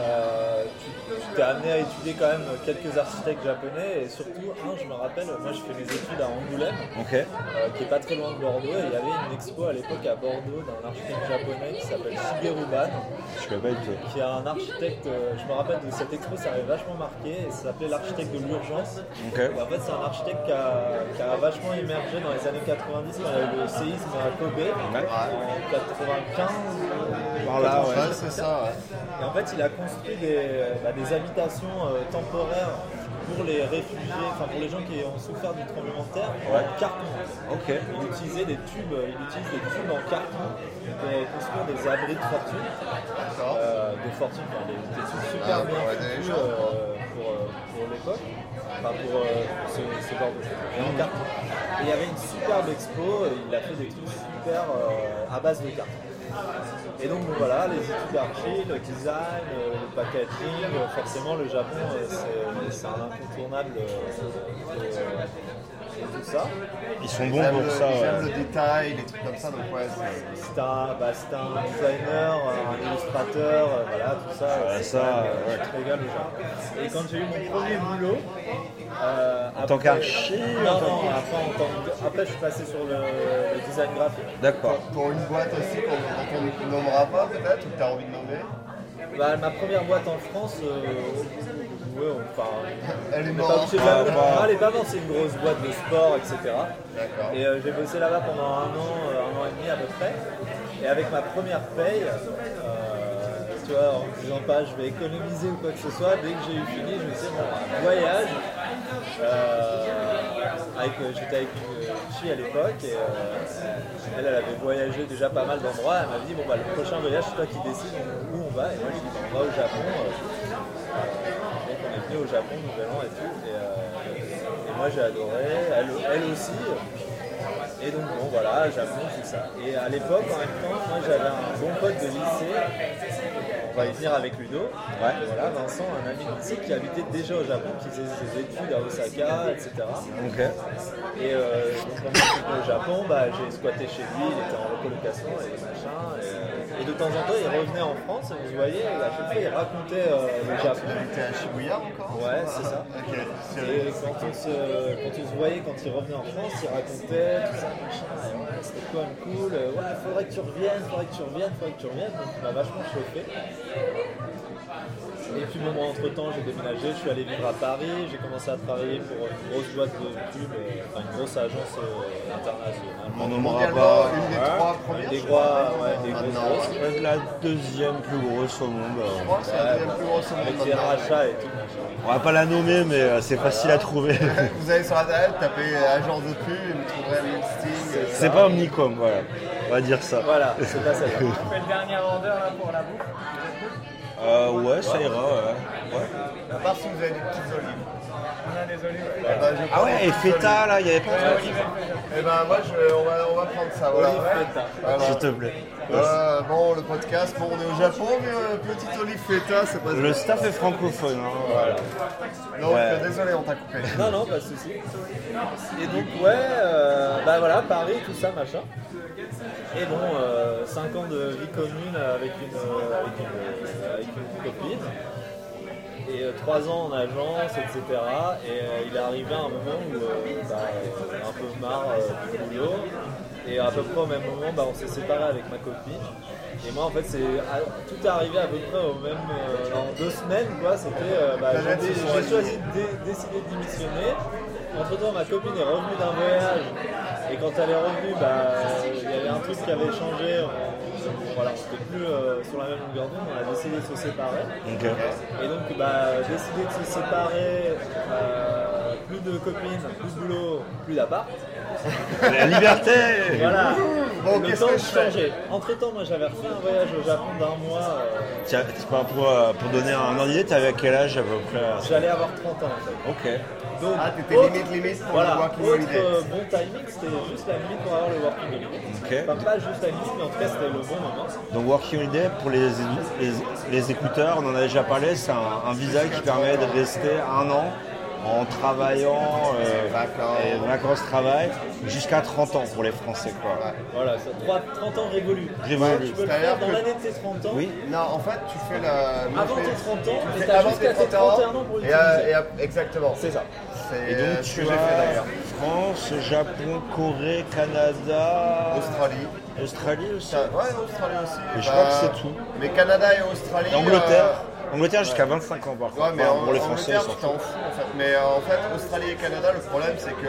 euh, tu tu t'es amené à étudier quand même quelques architectes japonais et surtout, un, je me rappelle, moi je fais mes études à Angoulême, Ok. euh, qui est pas très loin de Bordeaux, et il y avait une expo à l'époque à Bordeaux d'un architecte japonais qui s'appelle Shigeru Ban, Je peux pas être. qui est un architecte, euh, je me rappelle de cette expo, ça avait vachement marqué, et ça s'appelait l'architecte de l'urgence. Ok. Et En fait, c'est un architecte qui a, qui a vachement émergé dans les années 90 quand il y a eu le séisme à Kobe en 95. Par Oh là, ouais. Ouais, c'est ça, ouais. Et en fait, il a construit des, bah, des habitations euh, temporaires pour les réfugiés, enfin pour les gens qui ont souffert du tremblement de terre en carton. Ok. Il utilisait des tubes, il utilise des tubes en carton pour construire des abris de fortune. Euh, de fortune, enfin, des, des trucs super Ah, bien ouais, des foutus, gens, euh, pour, euh, pour l'époque, enfin pour euh, ce, ce genre de choses. Et en carton. Et il y avait une superbe expo, il a fait des trucs super euh, à base de carton. Et donc voilà, les études d'archi, le design, euh, le packaging, euh, forcément le Japon euh, c'est- c'est un incontournable euh, de, de tout ça. Ils sont Ils bons aiment pour le- ça. ils aiment ouais. le détail, les trucs comme ça, donc ouais, c'est- C'est un, bah, c'est un designer, un illustrateur, euh, voilà, tout ça. Ouais, c'est ça, quand même, ouais. je te régale, genre. Et quand j'ai eu mon premier boulot, euh, tant après- qu'archi, Non, en tant non, après, en tant que- après, je suis passé sur le, le design graphique. D'accord. pour une boîte aussi qu'on qu'on ne nommera pas peut-être, ou que tu as envie de nommer. Bah, ma première boîte en France, euh, ouais, enfin, Elle est on n'est pas morte. obligé de la- Ah, Elle est pas morte, c'est une grosse boîte de sport, etc. bah. D'accord. Et euh, j'ai bossé là-bas pendant un an, euh, un an et demi à peu près. Et avec ma première paye, euh, tu vois, en me disant pas je vais économiser ou quoi que ce soit. Dès que j'ai eu fini, je me suis dit, bon, un voyage. Euh, avec, euh, J'étais avec une fille à l'époque et euh, elle, elle avait voyagé déjà pas mal d'endroits. Elle m'avait dit, bon, bah, le prochain voyage, c'est toi qui décides où on va. Et moi, j'ai dit, on va au Japon. euh, donc, on est venu au Japon, Nouvel An et tout. Et, euh, et moi, j'ai adoré. Elle, elle aussi. Et donc bon voilà, Japon, tout ça. Et à l'époque, en même temps, moi j'avais un bon pote de lycée, on va y venir avec Ludo, ouais. voilà, Vincent, un ami de lycée qui habitait déjà au Japon, qui faisait ses études à Osaka, etc. Ok. Et euh, donc quand je suis venu au Japon, bah, j'ai squatté chez lui, il était en recolocation et machin. Et, euh, et de temps en temps, il revenait en France et on se voyait, et à chaque fois, il racontait euh, le Japon. T'es à Shibuya encore Ouais, c'est ça. Ok, c'est Et quand on, se, quand on se voyait, quand il revenait en France, il racontait tout ça, machin. Et ouais, C'était quand même cool. Euh, Ouais, faudrait que tu reviennes, faudrait que tu reviennes, faudrait que tu reviennes. Donc il m'a vachement chauffé. Et puis bon, moi, entre-temps, j'ai déménagé, je suis allé vivre à Paris, j'ai commencé à travailler pour une grosse boîte de pub, euh, enfin une grosse agence euh, internationale. On nommera Mondialement, pas. une des Ouais. trois premières. Des je gros, crois. ouais, des grosses Maintenant, grosses. ouais. Peut-être la deuxième plus grosse au monde. euh, Je crois que c'est la deuxième plus grosse au monde Avec des maintenant. rachats et tout. machin. On va pas la nommer, mais euh, c'est facile à trouver. (laughs) Vous allez sur internet, tapez euh, agence de pub et vous trouverez le listing. euh, c'est pas Omnicom, voilà. On va dire ça. Voilà, c'est pas celle-là. fais le dernier order là pour la bouffe. Euh, ouais, ça ira. ouais. Ouais. À part si vous avez des petites olives. On a des olives. Eh ben, je Ah prends ouais, des et petites Feta là, il y avait pas de Olive, elle fait- olives. Eh ben moi, je- on, va, on va prendre ça. Voilà. Olive feta. Voilà. S'il te plaît. Voilà, bon, le podcast, bon, on est au Japon, mais euh, petite olive feta, c'est pas Le staff est francophone. hein. Donc, Ouais. euh, désolé, on t'a coupé. Non, non, pas de soucis. Et donc, ouais, euh, bah voilà, Paris, tout ça, machin. Et bon, 5 ans de vie commune avec une, euh, avec une, euh, avec une copine. Et 3 ans en agence, etc. Et euh, il est arrivé un moment où euh, bah, euh, un peu marre euh, du boulot. Et à peu près au même moment, bah, on s'est séparé avec ma copine. Et moi, en fait, c'est à- tout est arrivé à peu près au même, euh, en deux semaines, quoi. C'était, euh, bah, La j'ai date se dé- sont j'ai choisi alignées. de dé- décidé de démissionner. Entre temps, ma copine est revenue d'un voyage. Et quand elle est revenue, bah, il y avait un truc qui avait changé. On, voilà, on n'était plus euh, sur la même longueur d'onde. On a décidé de se séparer. Ok. Et donc, bah, décidé de se séparer. euh, plus de copines, plus de boulot, plus d'appart. La liberté Voilà. Bon, Le qu'est-ce temps que de je fais changer. Entre temps, moi j'avais refait un voyage au Japon d'un mois. euh, Tiens, c'est pas pour, euh, pour donner un ordre d'idée, t'avais à quel âge à peu près euh J'allais avoir 30 ans en fait. Ok. Donc, Ah, t'étais autre- limite, limite pour voilà, le Walking autre, Holiday. euh, bon timing, c'était juste la limite pour avoir le Walking Holiday. Ok. Enfin, pas juste la limite, mais en tout cas, c'était le bon moment. Donc Working Holiday, pour les, les, les écouteurs, on en a déjà parlé, c'est un, un visa qui permet de rester un an en travaillant, euh, Vacances. et vacances-travail, jusqu'à 30 ans pour les Français. quoi. Voilà, ça, trois- 30 ans révolus. Révolus. Tu peux le C'est-à-dire faire dans que- l'année de tes 30 ans. Oui. Non, en fait, tu fais la. Avant tu fais- tes 30 ans, tu et fais t'as avant jusqu'à tes 31 ans pour et, euh, l'utiliser. et, euh, exactement. C'est ça. C'est Et donc euh, ce tu que j'ai fait as d'ailleurs. France, Japon, Corée, Canada, Australie. Australie aussi. Tiens, Ouais, Australie aussi. Bah, Mais je crois que c'est tout. Mais Canada et Australie. Et Angleterre, euh, Angleterre jusqu'à 25 ans par contre. Ouais, mais Enfin, en, pour les Français, Angleterre, ils s'en tu t'en foutent. fous en fait. Mais euh, en fait, Australie et Canada, le problème c'est que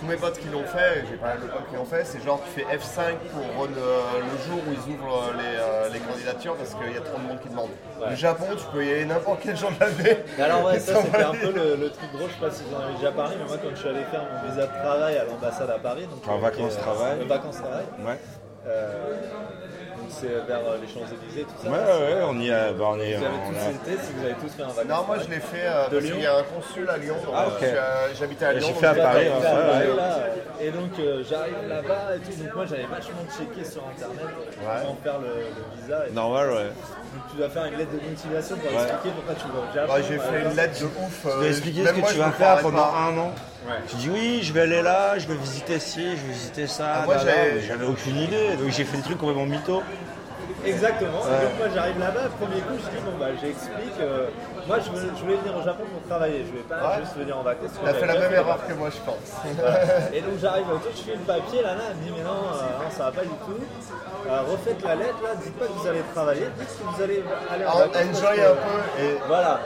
tous mes potes qui l'ont fait, et j'ai pas mal de potes qui l'ont fait, c'est genre tu fais F5 pour euh, le jour où ils ouvrent euh, les, euh, les candidatures parce qu'il y a trop de monde qui demande. Le Japon, tu peux y aller n'importe quel jour de l'année. Mais alors ouais, Ils ça sont c'était un valides. peu le, le truc gros, je sais pas si vous en avez déjà parlé, mais moi quand je suis allé faire mon visa de travail à l'ambassade à Paris, donc euh, En vacances-travail. vacances travail, Ouais. c'est vers euh, les Champs-Élysées, tout ça. Ouais, ouais, ouais, on y a, bah, on est, Vous avez on tous a- été, si vous avez tous fait un vacances. Non, moi je l'ai fait euh, De parce Lyon qu'il y a un consul à Lyon. donc, Ah, euh, ok. je suis, euh, J'habitais à Et Lyon. j'ai donc fait à j'étais Paris, allé hein, faire ouais, un ouais. vélo. Voilà, Et donc euh, j'arrive là-bas et tout, donc moi j'avais vachement checké sur internet euh, comment faire le, le visa. Et Normal, ouais. donc, tu dois faire une lettre de motivation pour Ouais. expliquer pourquoi tu vas au Japon. Bah, j'ai par fait une exemple. lettre de ouf. Tu euh, dois expliquer même ce que moi, tu je vas comprenais faire pendant pas. un an. Tu dis oui, je vais aller là, je vais visiter ci, je vais visiter ça. Ah, moi, nanana, j'avais- mais j'avais aucune idée, donc j'ai fait des trucs complètement mytho. Exactement. Et donc moi j'arrive là-bas, premier coup je dis bon bah j'explique. euh, moi je, veux- je voulais venir au Japon pour travailler, je vais pas Ouais. juste venir en vacances. T'as fait la même erreur que moi, je pense. Et donc j'arrive au truc, je fais le papier, là, là, elle me dit mais non, euh, non, ça va pas du tout. Euh, refaites la lettre, là, dites pas que vous allez travailler, dites que vous allez Ah, aller en bah, Alors, vacances. parce Ah, Enjoy que- un peu et. Voilà,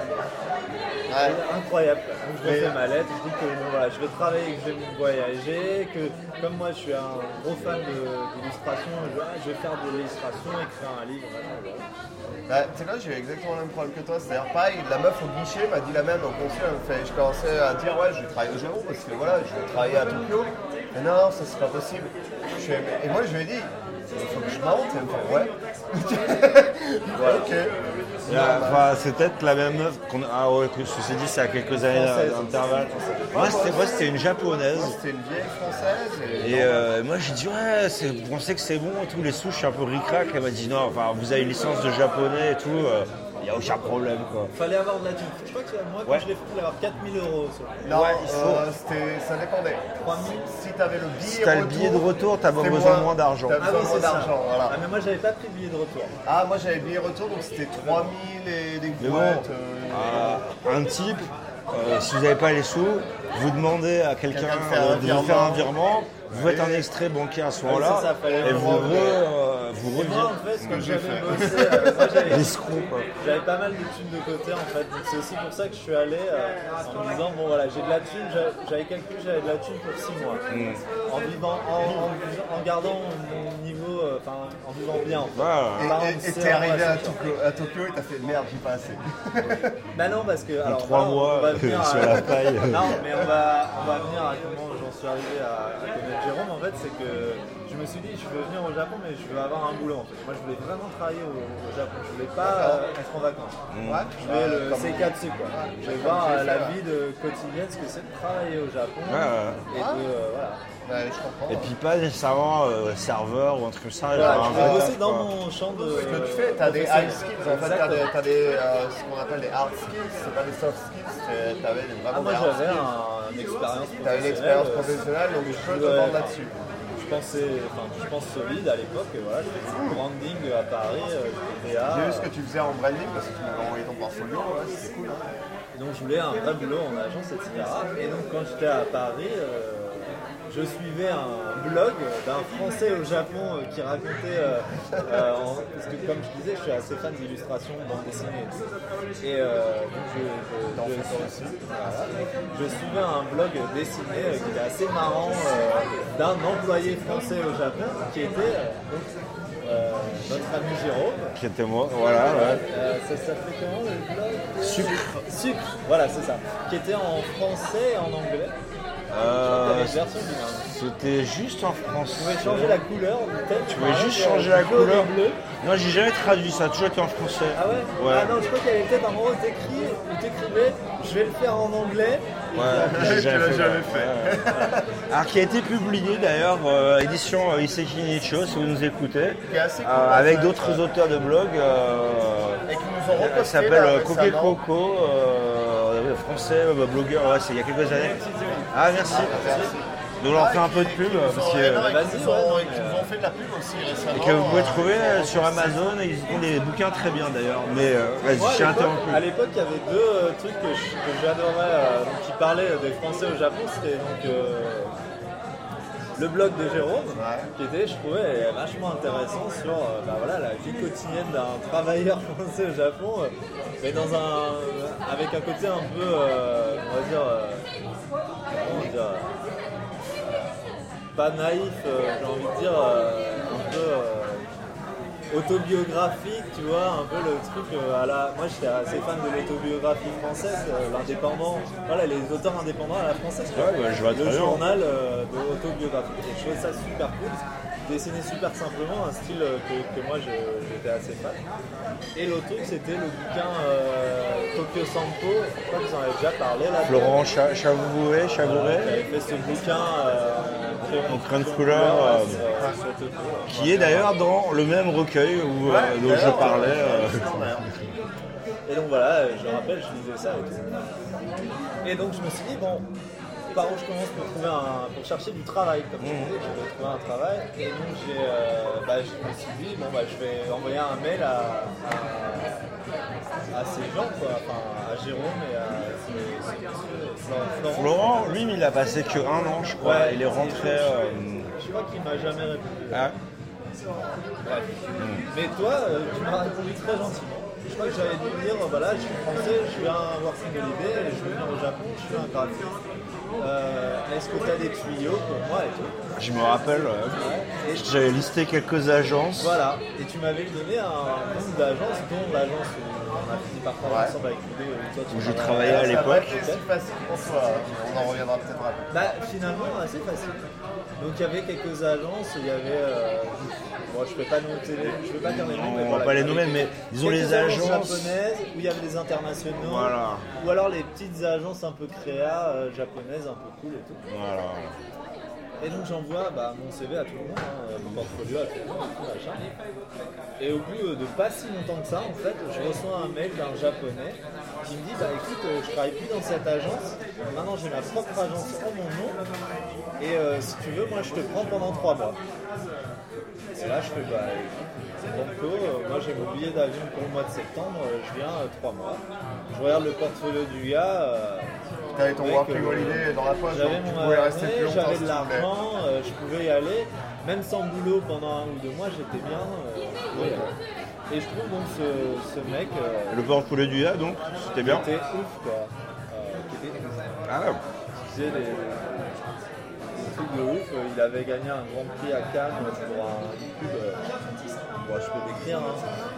Ouais. incroyable. Donc je Mais- refais ma lettre, je dis que bon, voilà, je vais travailler, que je vais voyager, que comme moi je suis un gros fan de- d'illustration, je, ah, je vais faire de l'illustration, faire un livre. voilà. Bah, tu sais quoi, j'ai eu exactement le même problème que toi. C'est-à-dire, pareil, la meuf au guichet m'a dit la même au consul. Elle me fait- je commençais à dire, ouais, je vais travailler au Japon parce que voilà, je vais travailler à Tokyo. Mais non, ça c'est pas possible. Je fais, mais- et moi, je lui ai dit, il faut que je monte. Elle me fait, ouais. (laughs) voilà, ok. Là, bah, enfin, c'est peut-être la même meuf qu'on a. Ah ouais, que ceci dit, c'est à quelques années Française. d'intervalle. Moi, c'était moi, c'était une japonaise. C'était une vieille française. Et... Et euh, moi, j'ai dit, ouais, c'est- vous pensez que c'est bon, tous les souches, c'est un peu ricrac. Elle m'a dit, non, enfin, vous avez une licence de japonais et tout, il n'y a aucun problème, quoi. Fallait avoir de la thune. Je crois que moi, quand Ouais. je l'ai fait, il fallait avoir 4000 euros. sur le- Non, Ouais, il faut. euh, c'était- ça dépendait. 3000. Si t'avais le billet, Si t'as le billet de retour, t'as c'est besoin de moins d'argent. T'as besoin moins d'argent, voilà. Ah, mais moi, j'avais pas pris de billet de retour. Ah, moi j'avais le billet retour, donc c'était 3000 et des Mais bon, boîtes. euh, euh, un type, euh, si vous n'avez pas les sous, vous demandez à quelqu'un Quelqu'un de faire euh, un de vous faire un virement. virement, vous faites un extrait bancaire à ce moment-là, Ah, ça, ça fallait et le vous, voir. re- euh, vous Et moi, reviez. en fait, ce que j'ai fait. j'avais bossé, euh, moi, (laughs) j'avais- L'escroc, quoi. j'avais pas mal de thunes de côté, en fait. Donc, C'est aussi pour ça que je suis allé euh, en me disant, bon, voilà, j'ai de la thune, j'a- j'avais calculé, j'avais de la thune pour 6 mois. En vivant, en, en- en gardant mon niveau, euh, enfin, en vivant bien, en fait. Voilà. Et- Par et- exemple, Et c'est t'es un arrivé mois, à c'est sûr. Tokyo, à Tokyo et t'as fait merde, j'ai pas assez. Mmh. Bah non, parce que. En alors, trois là, on mois, va venir à- sur la paille. (laughs) Non, mais on va, on va venir à comment j'en suis arrivé à, à connaître Jérôme. En fait, c'est que je me suis dit, je veux venir au Japon, mais je veux avoir un boulot. En fait. Moi, je voulais vraiment travailler au, au Japon. Je voulais pas euh, être en vacances. Mmh. Ouais, Je Ah, voulais le comme- C4C, quoi. Je voulais comme voir tu euh, fais, la là. vie de quotidienne, ce que c'est de travailler au Japon. Ah, Ouais, ouais. Et de. euh, voilà. Ouais, je comprends. Et puis pas nécessairement euh, serveur ou un truc comme ça. Voilà, genre un je voulais vrai bosser taf, dans quoi. mon champ de. ce que tu fais, t'as des professionnel. high skills, en fait, t'as des, t'as des, euh, ce qu'on appelle des hard skills, c'est pas des soft skills, c'est- t'avais des- vraiment Ah, moi, des hard j'avais skills. un- une expérience T'avais une expérience euh, professionnelle, donc je peux te Ouais. Ah. vendre là-dessus. Je pensais, enfin, je pense solide à l'époque, et voilà, je faisais du branding à Paris, euh, j'étais là, J'ai vu ce que tu faisais en branding parce que tu m'avais envoyé ton portfolio, ouais, c'était cool. hein. et donc je voulais un vrai boulot en agence, etc. Et donc quand j'étais à Paris, euh, je suivais un blog d'un Français au Japon euh, qui racontait, euh, euh, en- parce que comme je disais, je suis assez fan d'illustration, bande dessinée, etc. et euh, donc je, je- je- voilà. Je suivais un blog dessiné euh, qui était assez marrant euh, d'un employé français au Japon qui était euh, donc, euh, notre ami Jérôme. Qui était moi, voilà. ouais. Euh, ça s'appelait comment le blog Sucre. Sucre, voilà, c'est ça. Qui était en français et en anglais. Euh, T'avais une version bilingue. C'était juste en français. Tu pouvais changer la couleur du texte. Euh, Tu Tu pouvais juste changer la couleur. Bleu. Non, j'ai jamais traduit ça, a toujours été en français. Ah ouais, Ouais. Ah non, je crois qu'il y avait peut-être un moment où t'écris, où t'écrivais, je vais le faire en anglais. Ouais, Tu l'as jamais ouais. fait. Ouais, ouais. Alors, qui a été publié d'ailleurs, euh, édition euh, Iseki Nicho, si vous nous écoutez, Qui est assez cool, euh, avec en fait, d'autres ouais. auteurs de blog. euh, Et qui nous ont euh, reposté, s'appelle là, euh, Coquet récemment. Coco, euh, français, euh, blogueur, ouais, c'est il y a quelques années. Ah, merci. Donc, on leur fait un peu de pub euh, parce que. Ouais, non, ils Vas-y, nous ouais, ont- non, ils nous ont fait de la pub aussi récemment. Et que vous pouvez euh, trouver euh, sur Ouais, Amazon, et ils ont des bouquins très bien d'ailleurs. Mais euh, vas-y, Moi, je à t'ai l'époque- interrompu. à l'époque, il y avait deux euh, trucs que je- que j'adorais, euh, qui parlaient des Français au Japon. C'était donc euh, le blog de Jérôme, qui était, je trouvais, euh, vachement intéressant sur euh, bah voilà, la vie quotidienne d'un (laughs) travailleur français au Japon, euh, mais dans un, avec un côté un peu, euh, on va dire, euh, comment dire, euh, pas naïf, euh, j'ai envie de dire, euh, un peu. euh, autobiographique, tu vois, un peu le truc euh, à la. Moi j'étais assez fan de l'autobiographie française, euh, l'indépendant, voilà, les auteurs indépendants à la française. quoi. Ouais, bah, je vois le très bien. journal euh, de autobiographique. Et je trouvais ça super cool, dessiné super simplement, un style euh, que, que moi je- j'étais assez fan. Et l'autre truc c'était le bouquin euh, Tokyo Sampo, je crois que vous en avez déjà parlé là. Florent Cha- Chavoué, Voilà, qui Chavoué, avait fait ce bouquin euh, En crayon de couleur, ouais, euh, sur- sur Tokyo. qui est d'ailleurs dans le même recueil où, euh, dont je d'ailleurs, parlais. euh, euh, Et donc voilà, euh, je le rappelle, je lisais ça et tout. Et donc je me suis dit, bon, par où je commence pour, trouver un, pour chercher du travail Comme Mmh. je disais, je voulais trouver un travail. Et donc j'ai, euh, bah, je me suis dit, bon, bah, je vais envoyer un mail à, à, à ces gens, quoi. Enfin, à Jérôme et à ce, ce monsieur, Florent- Florent. Florent, lui, il a passé que un an, je crois. Ouais, il est rentré. euh, Je crois qu'il m'a jamais répondu. ah, Bref. Mais toi, euh, tu m'as répondu très gentiment. Je crois que j'avais dû dire, euh, voilà, je suis français, je viens voir Single Idée, je veux venir au Japon, je suis un graphiste. euh, est-ce que tu as des tuyaux pour moi et tout Je me rappelle, euh, Ouais. Et j'avais listé quelques agences. Voilà, et tu m'avais donné un nombre d'agences, dont l'agence où on a fini par travailler Ouais. ensemble avec Ludo, où toi tu Où je travaillais travaillais. à Ah, Ça va l'époque. être si facile pour toi. hein. On en reviendra peut-être après. Bah, finalement, assez facile. Donc il y avait quelques agences, il y avait. euh, Bon, je ne peux pas noter, je peux pas dire les noms, Non, mais on voilà, va pas les il y avait nommer, mais disons quelques les agences. japonaises où il y avait des internationaux. Voilà. Ou alors les petites agences un peu créa euh, japonaises, un peu cool et tout. Voilà. Et donc j'envoie bah, mon CV à tout le monde, hein, mon portfolio à tout le monde, tout machin. Et au bout euh, de pas si longtemps que ça, en fait, je reçois un mail d'un japonais qui me dit bah écoute, euh, je travaille plus dans cette agence, maintenant j'ai ma propre agence en mon nom, et euh, si tu veux, moi je te prends pendant trois mois. Et là je fais bah écoute, c'est banco, euh, moi j'ai mon billet d'avion pour le mois de septembre, euh, je viens euh, trois mois. Je regarde le portfolio du gars. euh, T'avais ton Ouais, Working que- Holiday dans la poche, donc j'avais tu mon pouvais rester harnais, plus longtemps j'avais si tu de voulais. l'argent, euh, je pouvais y aller. Même sans boulot pendant un ou deux mois, j'étais bien. euh, je pouvais y aller. Et je trouve donc ce, ce mec euh, Le portfolio du A, donc, c'était qui bien. était ouf quoi. Euh, qui était ouf. Ah, Qui faisait des, des trucs de ouf. Euh, Il avait gagné un grand prix à Cannes pour un YouTube. euh, bon, je peux décrire, hein,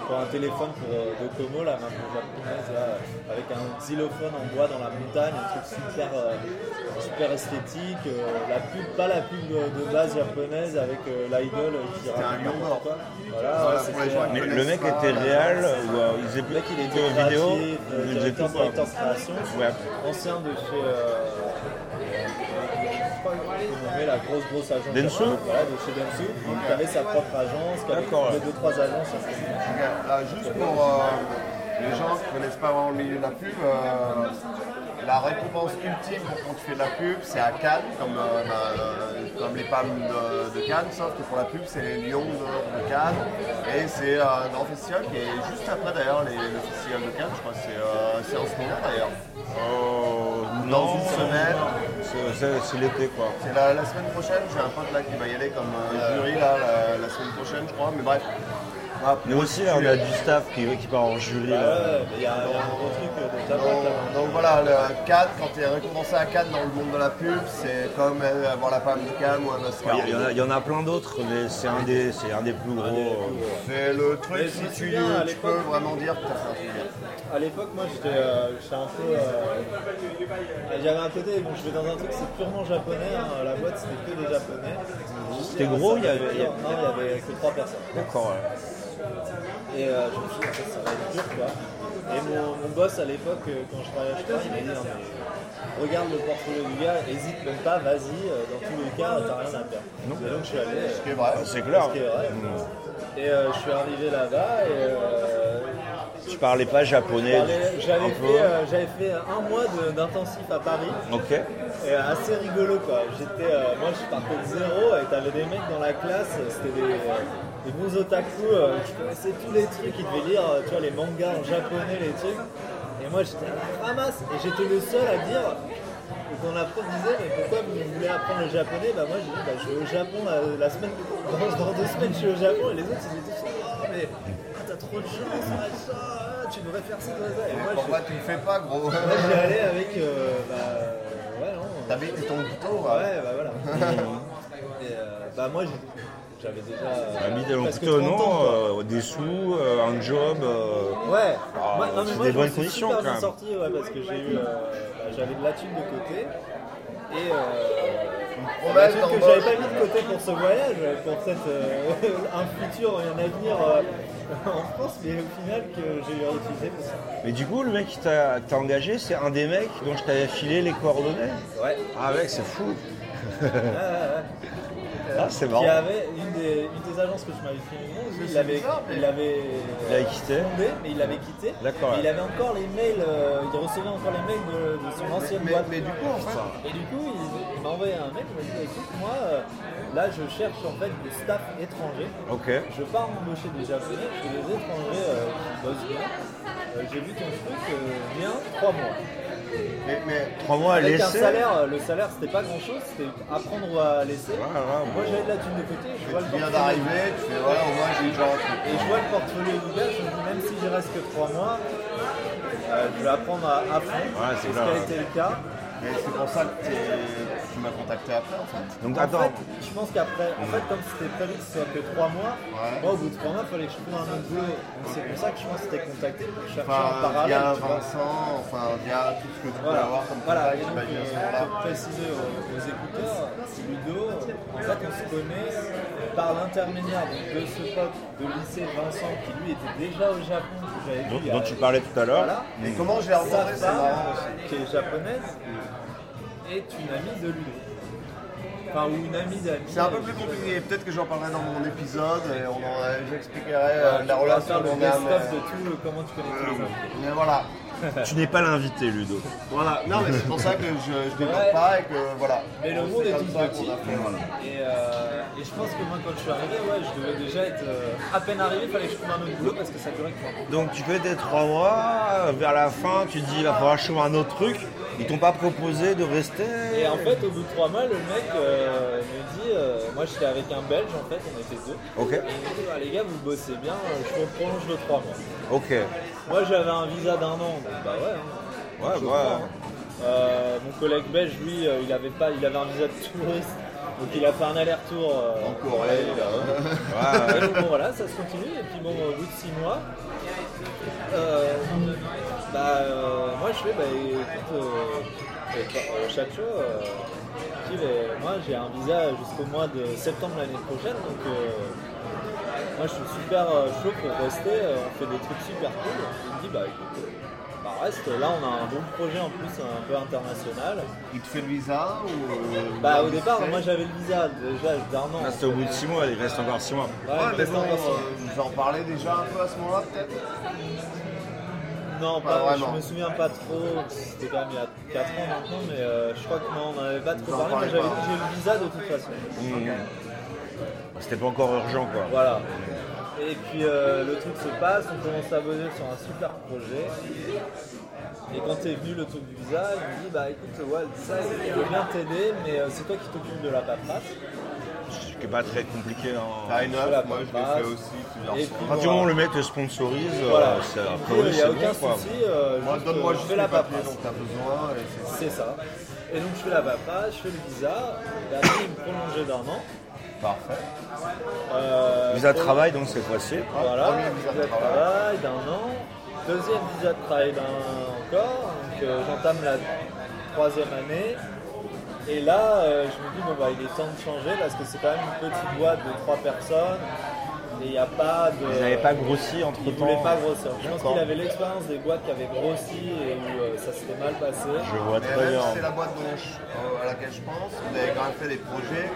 pour un téléphone pour, euh, de Como, la marque japonaise, là, avec un xylophone en bois dans la montagne, un truc super, euh, super esthétique. euh, la pub, pas la pub euh, de base japonaise avec euh, l'idol qui raconte un lion n'importe d'or. quoi. Voilà, Voilà, ouais, pour les c'était, gens euh, mais connaissent le mec pas, était euh, réel, ou euh, il faisait le plus mec, il que était vidéo, créatif, euh, il faisait directeur, tout, quoi. directeur de création, Ouais. ancien de chez. euh, je sais pas comment on met la grosse grosse agence. Denso Voilà, de chez Denso. Donc, qui avait sa propre agence, qui avait D'accord, ouais. deux, deux, trois agences. ça, c'est- Là, juste pour euh, les gens qui ne connaissent pas vraiment le milieu de la pub, euh, la récompense ultime pour quand tu fais de la pub, c'est à Cannes, comme, euh, la- comme les palmes de, de Cannes, sauf que pour la pub, c'est les lions de, de Cannes. Et c'est euh, un grand festival qui est juste après d'ailleurs les- le festival de Cannes, je crois, que c'est euh, c'est en ce moment d'ailleurs. Euh, Oh, Dans une semaine. C'est- C'est c'est l'été, quoi. C'est la, la semaine prochaine, j'ai un pote là qui va y aller comme euh, jury là, la, la semaine prochaine, je crois, mais bref. Ah, Nous aussi, là, on a du staff qui, qui part en jury. Ouais, là. ouais, mais il y a il y a un gros truc de ta boîte, là. Donc, donc voilà, le Cannes, quand tu es récompensé à Cannes dans le monde de la pub, c'est comme euh, avoir la palme de Cannes ou un Oscar. Il y, en a, il y en a plein d'autres, mais c'est un, des- c'est un des plus gros. euh, C'est le Mais truc, si je me tu, souviens, à tu l'époque- peux vraiment dire que t'as fait un truc bien. À l'époque, moi, j'étais euh, j'étais un peu. euh, J'avais un côté, bon, je vais dans un truc, c'est purement japonais. hein, La boîte, c'était que des japonais. C'était gros, il y avait- il y Non, avait- il y avait que trois personnes. D'accord. euh, ouais. Et euh, je me suis dit, Ah, ça, ça va être dur, quoi. Et mon, mon boss à l'époque, euh, quand je travaillais à Star, il m'a dit, Non, mais regarde le portfolio du gars, hésite même pas, vas-y, euh, dans tous les cas, t'as rien à perdre. Et donc je suis allé. euh, Ce qui est vrai. C'est clair. ce qui est vrai. Et euh, je suis arrivé là-bas et. euh, Tu parlais pas je japonais parlais- un J'avais peu. fait, euh, j'avais fait un mois de- d'intensif à Paris. Ok. Et assez rigolo quoi. J'étais, euh, moi je partais de zéro et t'avais des mecs dans la classe, euh, c'était des, euh, des bons otaku euh, qui connaissaient tous les trucs, ils devaient lire, euh, tu vois, les mangas en japonais, les trucs. Et moi j'étais à la ramasse et j'étais le seul à dire, et quand la prof disait, mais pourquoi vous voulez apprendre le japonais Bah moi j'ai dit, bah, je vais au Japon la, la semaine, (laughs) dans, dans deux semaines je suis au Japon et les autres ils étaient tous, oh mais ah, t'as trop de chance, machin, ah, tu devrais faire ça, ça, ça. Et moi Pourquoi tu le fais pas, gros j'ai- j'y allais avec, euh, bah, ouais non. euh, (laughs) T'as mis ton couteau, ouais. Ouais, bah voilà. Et, euh, bah moi, j'ai- j'avais déjà. euh, Habite à presque Longputeau, 30 ans, quoi. non euh, Des sous, euh, un job. euh, Ouais, Ah, Moi- non, mais c'est moi, des je bonnes me suis conditions, super quand bien même. sorti ouais, parce que j'ai eu, euh, bah, j'avais de la thune de côté et euh, la promesse thune que d'embauche. j'avais pas mis de côté pour ce voyage, pour cette euh, (laughs) un futur et un avenir euh, (laughs) en France, mais au final que j'ai utilisé pour ça. Mais du coup, le mec qui t'a qui t'a engagé, c'est un des mecs dont je t'avais filé les coordonnées. Ouais. Ah, mec, c'est fou. Ah, c'est Il y marrant. avait une des, une des agences que je m'avais fait le nom, lui, il c'est l'avait bizarre, mais- il l'avait Il l'avait quitté. fondé, mais il l'avait quitté. D'accord, Mais ouais. Il avait encore les mails, euh, il recevait encore les mails de, de son ancienne Mais, boîte. mais du coup, en fait, Et du coup, il, il m'a envoyé un mail, il m'a dit écoute, moi, euh, là, je cherche en fait du staff étranger. Ok. Je pars embaucher des japonais, je fais des étrangers euh, qui bossent bien. Euh, J'ai vu ton truc, euh, bien, trois mois. mais, mais Trois mois à Avec un l'essai. salaire, euh, le salaire c'était pas grand chose, c'était apprendre à laisser. Voilà, Moi bon. j'avais de la thune de côté, je vois le tu viens portfolio. d'arriver, tu fais voilà, au moins j'ai eu genre un truc. Et je vois le portfolio du gars, je me dis même si j'y reste que 3 mois, euh, je vais apprendre à, à fond, Ouais, c'est ce qui clair, a ouais. été le cas. Mais c'est pour ça que t'es- tu m'as contacté après en fait. Donc, En attends, fait, je pense qu'après, en fait, comme c'était prévu que ce soit que 3 mois, Ouais. moi, au bout de 3 mois, il fallait que je trouve un autre boulot. Donc, c'est pour ça que je pense que t'es contacté pour chercher en Enfin, parallèle. via tu vois. Vincent, enfin, via tout ce que tu peux Voilà, avoir comme voilà. travail, Et donc, j'imagine, à ce euh, moment-là. pour préciser aux, aux écouteurs, Ludo, en fait, on se connaît par l'intermédiaire donc, de ce pote de lycée Vincent qui lui était déjà au Japon, que j'avais vu. dont, il y a- dont tu parlais tout à l'heure. Voilà. Et comment je l'ai Sa rencontré, c'est marrant femme, qui est japonaise, est une amie de Ludo. Enfin, ou une amie d'amis. C'est un peu plus compliqué, peut-être que j'en parlerai dans mon épisode et on en- j'expliquerai euh, la relation euh, de qu'on a. best-of de mais- euh, tout, le- comment tu connais tous les hommes. Mais voilà, Tu n'es pas l'invité, Ludo. voilà. Non mais c'est pour ça que je, je développe Ouais. pas et que voilà. Mais le C'est monde est comme tout ça petit. qu'on a fait, voilà. Et, euh, et je pense que moi, quand je suis arrivé, ouais, je devais déjà être euh, à peine arrivé, fallait que je trouve un autre boulot parce que ça durait que trois mois. Donc tu fais tes trois mois, euh, vers la fin, tu te dis il va falloir que je trouve un autre truc. Ils t'ont pas proposé de rester. Et en fait, au bout de trois mois, le mec euh, me dit, euh, moi j'étais avec un Belge en fait, on était deux. Ok. Et il me dit, Ah, les gars, vous bossez bien, euh, je vous prolonge de trois mois. Ok. Moi j'avais un visa d'un an, donc bah ouais. hein. Ouais, Je bah, crois, hein. Euh, mon collègue belge, lui, euh, il avait pas, il avait un visa de touriste, donc il a fait un aller-retour euh, En Corée, là. ouais, Et ouais. donc, bon, voilà, ça se continue. Et puis bon, au bout de 6 mois, euh, bah, euh, moi je fais, bah écoute, euh, euh, euh, Chacho, euh, je dis, bah, moi j'ai un visa jusqu'au mois de septembre l'année prochaine, donc euh, moi je suis super euh, chaud pour rester, euh, on fait des trucs super cool. Il me dit, bah écoute, euh, bah reste, là on a un bon projet en plus, un peu international. Il te fait le visa ou euh, Bah au départ, moi j'avais le visa déjà d'un an. Ah, C'était au bout de six mois, il reste encore six mois. Ouais, Ouais, mais mais bon, bon, bon, euh, j'en parlais déjà un peu à ce moment-là peut-être. Non, Pas pas, je vraiment. me souviens pas trop, c'était quand même il y a 4 ans maintenant, mais euh, je crois que non, on n'en avait pas Vous trop en parlé, mais parlez pas. j'avais dit j'ai le visa de toute façon. C'était pas encore urgent quoi. Voilà. Et puis euh, le truc se passe, on commence à bosser sur un super projet. Et quand t'es venu le truc du visa, il me dit bah écoute ouais ça je veux bien t'aider mais euh, c'est toi qui t'occupes de la paperasse. Ce qui est pas très compliqué. hein. Ah, une heure, la moi je l'ai passe. fait aussi plusieurs Et fois. À partir du moment où le mec te sponsorise, euh, Voilà. c'est a Du coup, priori, il n'y c'est a bon, aucun quoi. souci, euh, Moi, juste, donne-moi euh, juste fais les la papiers paperasse. dont t'as besoin et c'est C'est ça. Et donc je fais la paperasse, je fais le visa, et après il me prolongeait d'un an. Parfait. Euh, Visa de pour- travail donc cette fois-ci. Voilà, Premier visa visa de de travail d'un an. Deuxième visa de travail d'un an encore. Donc euh, j'entame la troisième année. Et là, euh, je me dis, bon, bah, il est temps de changer parce que c'est quand même une petite boîte de trois personnes. Et il n'y a pas de. Ils n'avaient pas grossi entre Il voulait temps. pas grossir. Je pense D'accord. qu'il avait l'expérience des boîtes qui avaient grossi et où euh, ça s'était mal passé. Je vois Mais très même si bien. c'est la boîte dont je- euh, à laquelle je pense, on avait quand même fait des projets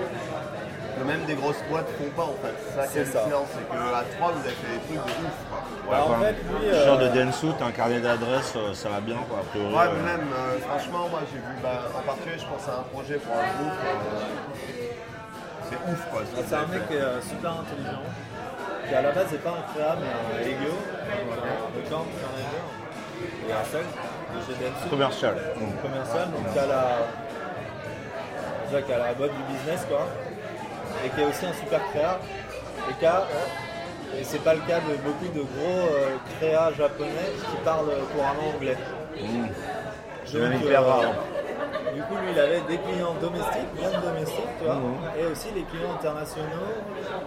que même des grosses boîtes font pas en fait. C'est ça qui est C'est ça. hallucinant, c'est qu'à 3 vous avez fait des trucs de ouf quoi. Ouais, Bah, en enfin, fait, lui, ce genre de euh, Densu, t'as un carnet d'adresse, euh, ça va bien quoi, a priori. euh. Ouais, mais même, euh, franchement, moi j'ai vu, bah, en particulier, je pense à un projet pour un groupe. euh, c'est ouf quoi. ce que Ah, C'est vous un avez mec fait. euh, super intelligent, qui à la base n'est pas un créa mais un Lego, un mécan, un manager, et un seul, de chez Dentsu. Commercial. Donc, commercial, donc qui a la, déjà qui a la boîte du business quoi, et qui est aussi un super créa, et qui a, et c'est pas le cas de beaucoup de gros euh, créas japonais qui parlent couramment anglais. C'est Donc, Mmh. même hyper euh, rare. du coup, lui, il avait des clients domestiques, bien de domestiques, tu vois, Mmh. et aussi des clients internationaux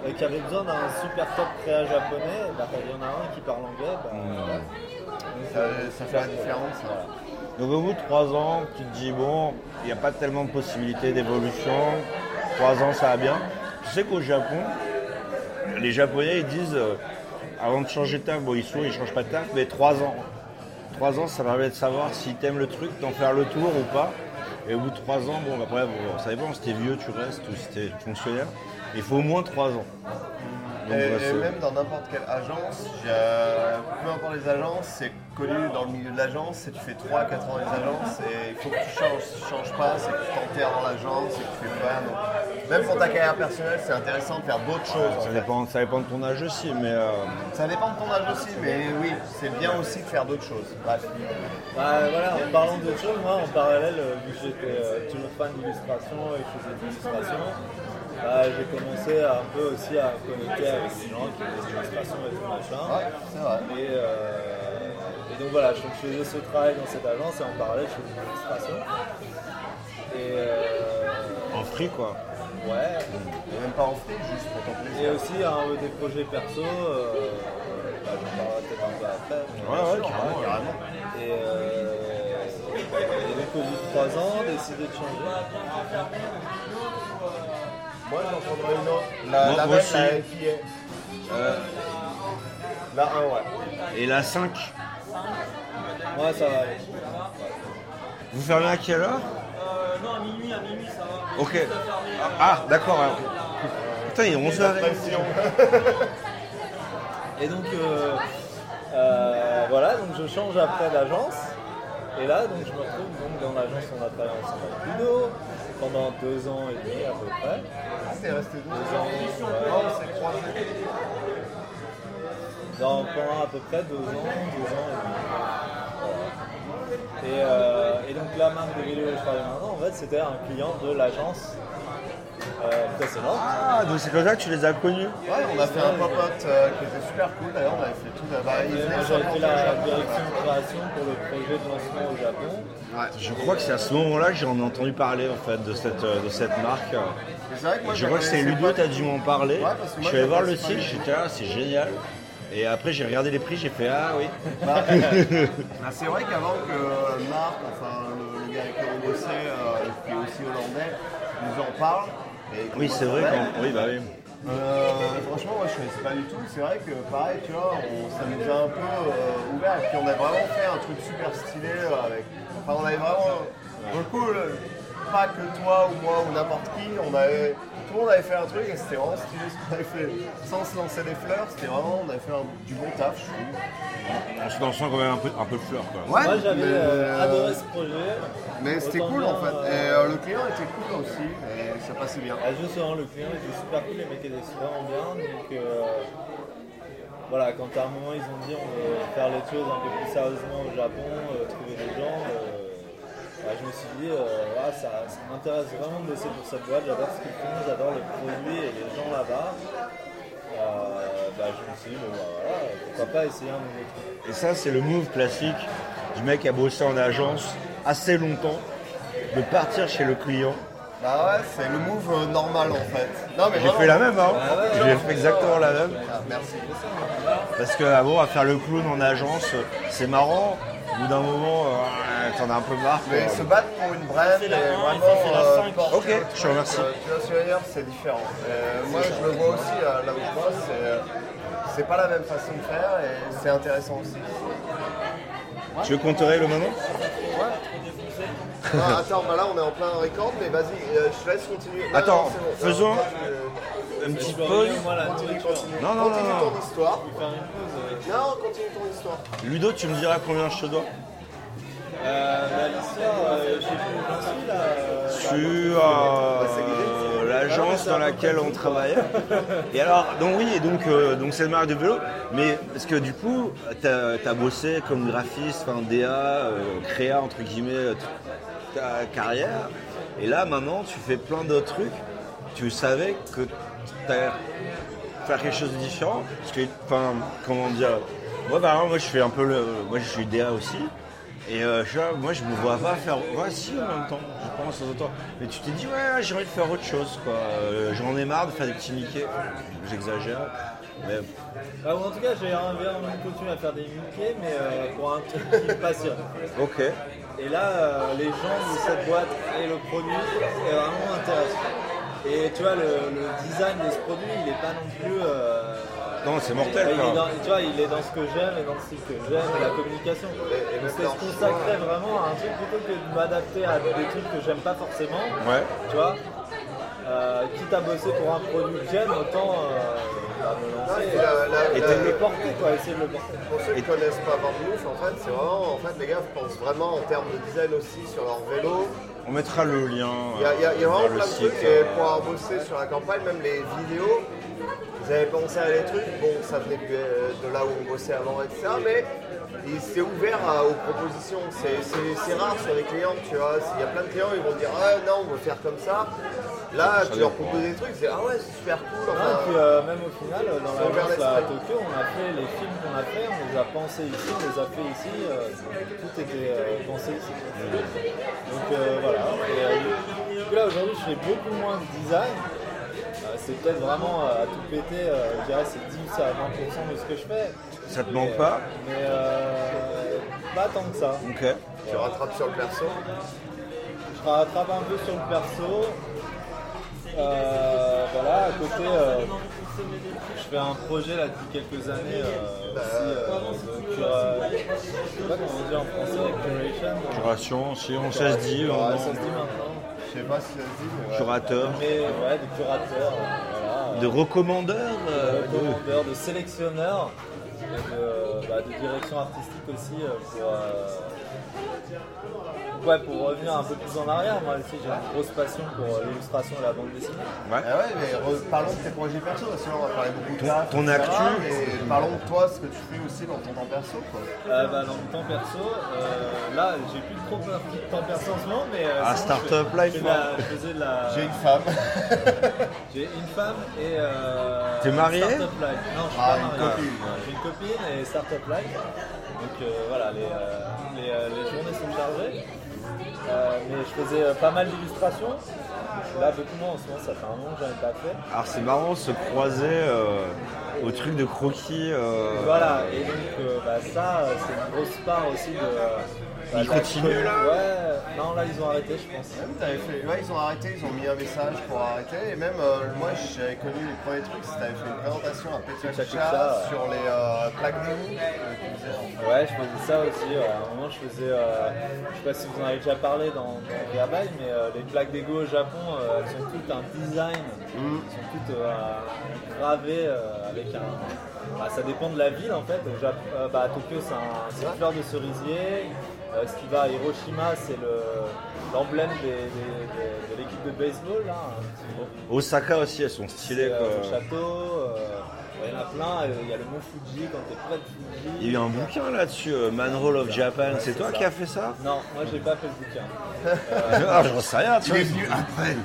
euh, qui avaient besoin d'un super top créa japonais. Bah, il y en a un qui parle anglais, bah, Mmh. voilà. Donc, euh, Ça, ça fait la différence. hein. Donc au bout de trois ans, tu te dis bon, il n'y a pas tellement de possibilités d'évolution. Trois ans, ça va bien. Tu sais qu'au Japon, les Japonais ils disent euh, avant de changer de taf, bon ils sont, ils changent pas de taf, mais trois ans. Trois ans, ça permet de savoir si t'aimes le truc, d'en faire le tour ou pas. Et au bout de trois ans, bon après, bon, ça dépend, si t'es vieux, tu restes ou si t'es fonctionnaire. Il faut au moins trois ans. Donc, Et, ouais, et c'est- même dans n'importe quelle agence, j'ai- peu importe les agences, c'est connu dans le milieu de l'agence, c'est tu fais 3 à 4 ans les agences et il faut que tu changes. Si tu changes pas, c'est que tu t'enterres dans l'agence et que tu fais pas. Donc, même pour ta carrière personnelle, c'est intéressant de faire d'autres choses. en ça, fait. dépend, ça dépend de ton âge aussi, mais euh, Ça dépend de ton âge aussi, mais oui, c'est bien aussi de faire d'autres choses. Bref. Bah, voilà, en parlant d'autre chose, moi en parallèle, euh, vu que j'étais euh, toujours fan d'illustration et que je faisais de l'illustration, bah, j'ai commencé à, un peu aussi à connecter avec les gens qui faisaient de l'illustration et tout machin. Ouais, c'est vrai. Et, euh, et donc voilà, je je faisais ce travail dans cette agence et en parallèle, je faisais de l'illustration. Et, euh, En free, quoi. ouais. Et même pas en free, juste pour ton plaisir. Et aussi hein, des projets perso, euh, bah, j'en parlerai peut-être un peu après. mais- hein. Ouais, ouais, Ah, carrément. carrément. Et, euh, et le Covid 3 ans, décidé de changer. Moi j'en prendrais une autre. La, Moi- la moi même, aussi. la LPA. La 1, ouais. Et la 5, Ouais, ça va aller. vous fermez à quelle heure Euh, Non, à minuit, à minuit, ça va. Ok. Ah, ah, d'accord. ouais, ok. Putain, il est 11h. Pression. Et donc, euh, euh, voilà, donc je change après d'agence. Et là, donc, je me retrouve donc, dans l'agence, on a travaillé ensemble avec Ludo pendant deux ans et demi à peu près. C'était resté deux Deux ans. ans, ouais. Non, on s'est croisés. dans, pendant à peu près deux ans, deux ans et demi. Et, euh, et donc la marque de vélo où je travaille maintenant, en fait, c'était un client de l'agence euh, précédente. Ah, donc c'est comme ça que tu les as connus. Ouais, on a fait un pop-up euh, qui était super cool d'ailleurs, on avait fait tout là-bas. Ils Et venaient moi, sur j'avais le fait la Japon. direction création pour le projet de lancement au Japon. Je crois que c'est à ce moment-là que j'en ai entendu parler en fait de cette, euh, de cette marque. Mais c'est vrai que moi, Je crois que c'est Ludo, t'as dû m'en parler. Ouais, parce que je moi, suis je allé la voir le connaissais site, pas j'étais ah, c'est génial. Et après j'ai regardé les prix, j'ai fait ah oui. Bah, c'est vrai qu'avant que euh, Marc, enfin le, le gars avec qui on bossait, euh, et puis aussi hollandais, nous en parle. et qu'on Oui voit c'est ça vrai. même, quand- Oui bah oui. Euh, franchement, moi je connaissais pas du tout. C'est vrai que pareil, tu vois, on- ça nous a un peu euh, ouvert. Et puis on a vraiment fait un truc super stylé euh, avec. Enfin, on avait vraiment. Pour le coup, le- pas que toi ou moi ou n'importe qui, on avait. Tout le monde avait fait un truc et c'était vraiment stylé ce qu'on avait fait. Sans se lancer des fleurs, c'était vraiment. On avait fait un- du bon taf, je trouve. On se lançant quand même un peu, un peu de fleurs quoi. Ouais, Moi, j'avais euh, adoré ce projet. Mais c'était Autant cool bien, en fait. Et euh, euh, le client était cool aussi. Et ça passait bien. Ah, justement, le client était super cool, les mecs étaient vraiment bien. Donc euh, voilà, quand à un moment ils ont dit on veut faire les choses un peu plus sérieusement au Japon, euh, trouver des gens, euh, bah, je me suis dit, euh, Ah, ça, ça m'intéresse vraiment de bosser pour cette boîte, j'adore ce qu'ils font, j'adore les produits et les gens là-bas. Euh, bah, je me suis dit, bon, bah, voilà, pourquoi pas essayer un nouveau truc. Et ça, c'est le move classique du mec qui a bossé en agence assez longtemps, de partir chez le client. Bah ouais, c'est le move euh, normal en fait. Non, mais J'ai vraiment. fait la même, hein J'ai fait exactement la même. Ah, merci. Parce que avant, à faire le clown en agence, c'est marrant. Au bout d'un moment, euh, t'en as un peu marre. Mais quoi. se battre pour une brand, et vraiment. euh, porter Ok, un truc, je te remercie. euh, Tu vois, sur ailleurs, c'est différent. Euh, moi, je le vois aussi euh, là où je bosse, et, euh, c'est pas la même façon de faire et c'est intéressant aussi. Tu veux compter le moment Ah, attends, bah là, on est en plein record, mais vas-y, euh, je te laisse continuer. Non, Attends, non, c'est bon. faisons- Euh, Une petite Je pause reviens, moi, là-dessus, tu vois. Non, non, non, Continue non. ton histoire. Faire une pause, euh, Non, continue ton histoire. Ludo, tu me diras combien je te dois Euh, bah, l'histoire, euh, je sais plus où j'en suis là. euh, sur euh, l'agence dans laquelle on travaillait. Et alors, donc oui, et donc, euh, donc c'est le marque de vélo, mais parce que du coup, t'as as bossé comme graphiste, enfin DA, euh, créa entre guillemets, toute ta carrière, et là maintenant tu fais plein d'autres trucs, tu savais que t'allais faire quelque chose de différent, parce que, enfin, comment dire, moi par exemple, moi je fais un peu le, moi je suis DA aussi, et euh, je, vois, moi, je me vois pas faire. Ouais, si, en même temps, je pense en même temps. Mais tu t'es dit, ouais, j'ai envie de faire autre chose, quoi. Euh, J'en ai marre de faire des petits Mickey. J'exagère. Mais Bah, ou en tout cas, j'ai envie de continuer à faire des Mickey, mais euh, pour un truc qui me passionne. ok. Et là, euh, les gens de cette boîte et le produit est vraiment intéressant. Et tu vois, le, le design de ce produit, il n'est pas non plus. euh, Non, c'est mortel, il est quoi. dans, Tu vois, il est dans ce que j'aime et dans ce que j'aime, la communication. Donc, c'est dans- se consacrer vraiment à un truc plutôt que de m'adapter à des trucs que j'aime pas forcément. Ouais. Tu vois euh, quitte à bosser pour un produit que j'aime, autant euh, bah, me lancer Et la- la- Et la- t'as et le porter, quoi, essayer de le porter. Pour ceux qui ne connaissent pas Barbelouf, en fait, c'est vraiment, en fait, les gars pensent vraiment en termes de design aussi sur leur vélo. On mettra le lien. Il y a, il y a- il y a euh, vraiment vers plein de trucs, et euh, pour avoir bossé sur la campagne, même les vidéos, J'avais pensé à des trucs, bon, ça venait du- euh, de là où on bossait avant, etc. Mais il s'est ouvert à- aux propositions. C'est- C'est c'est rare sur les clients, tu vois. Il y a plein de clients, ils vont dire, ah non, on veut faire comme ça. Là, tu leur proposes des trucs, c'est ah ouais, c'est super cool. Ah, enfin, et puis euh, même au final, euh, dans C'est ouvert l'agence là, à d'esprit. Tokyo, on a fait les films qu'on a fait, on les a pensés ici, on les a fait ici, euh, tout était euh, pensé ici. Donc euh, voilà. Et, euh, du coup, là aujourd'hui je fais beaucoup moins de design. Euh, c'est peut-être vraiment euh, à tout péter, euh, je dirais c'est 10 à 20% de ce que je fais. Ça te Mais, manque euh, pas Mais euh, pas tant que ça. Ok. tu rattrapes sur le perso. Je rattrape un peu sur le perso. Euh, voilà, à côté, euh, je fais un projet là depuis quelques années euh, aussi, euh, de cura- je sais pas comment on dit en français, curation. Curation, si on ça se dit, on- Ouais, ça se dit maintenant. Je sais pas si ça se dit, mais ouais. curateur, Mais ouais, de curateur, euh, voilà, de recommandeur, euh, de commandeur, de sélectionneur, et de, bah, de direction artistique aussi euh, pour. euh, Ouais, pour revenir un peu plus en arrière, moi aussi j'ai une grosse passion pour euh, l'illustration et la bande dessinée. Ah ouais, mais re- parlons de tes projets perso, parce que là, on va parler beaucoup de ça. ton etc., actu. mais parlons de toi, ce que tu fais aussi dans ton temps perso. Quoi. Euh, bah, dans mon temps perso, euh, là j'ai plus trop de temps perso en ce moment, mais. euh, Ah, sinon, je start-up fais- je life, fais de la- Je faisais de la. J'ai une femme. J'ai une femme et. Euh, T'es marié Startup Life. Non, je suis Ah, pas une marié. copine. Ouais, J'ai une copine et Startup Life. Donc euh, voilà, les, euh, les, euh, les journées sont chargées. Euh, mais je faisais euh, pas mal d'illustrations. Là, beaucoup moins en ce moment, ça fait un moment que j'en ai pas fait. Alors c'est marrant se croiser euh, au truc de croquis. euh, Voilà, et donc euh, bah, ça, euh, c'est une grosse part aussi de. bah, Ils de la- continuent, là Ouais, non, là ils ont arrêté, je pense. T'avais fait- ouais, ils ont arrêté, ils ont mis un message pour arrêter. Et même, euh, moi, j'avais connu les premiers trucs, c'est que t'avais fait une présentation à Petit Chacha, Chacha ouais. sur les euh, plaques de nuit, euh, qu'ils faisaient, en fait. Ouais, je faisais ça aussi. euh, à un moment, je faisais. euh, je sais pas si vous en avez déjà parlé dans, dans Gabai, mais euh, les plaques d'ego au Japon, euh, elles sont toutes un design. Mm. Elles sont toutes euh, gravées euh, avec un. bah, ça dépend de la ville en fait. Au Jap- euh, bah, à Tokyo, c'est un- c'est une fleur de cerisier. Euh, ce qui va à Hiroshima, c'est le- l'emblème des- des- des- de l'équipe de baseball. Là, un petit- Osaka aussi, elles sont stylées. c'est, quoi. euh, le château, euh, il y en a plein, euh, il y a le mont Fuji quand t'es près de Fuji. Il y a eu un bouquin là-dessus, euh, Man Roll of Japan. c'est toi ça. qui as fait ça Non, moi j'ai pas fait le bouquin. Ah, j'en sais rien. Tu vois. après. Non,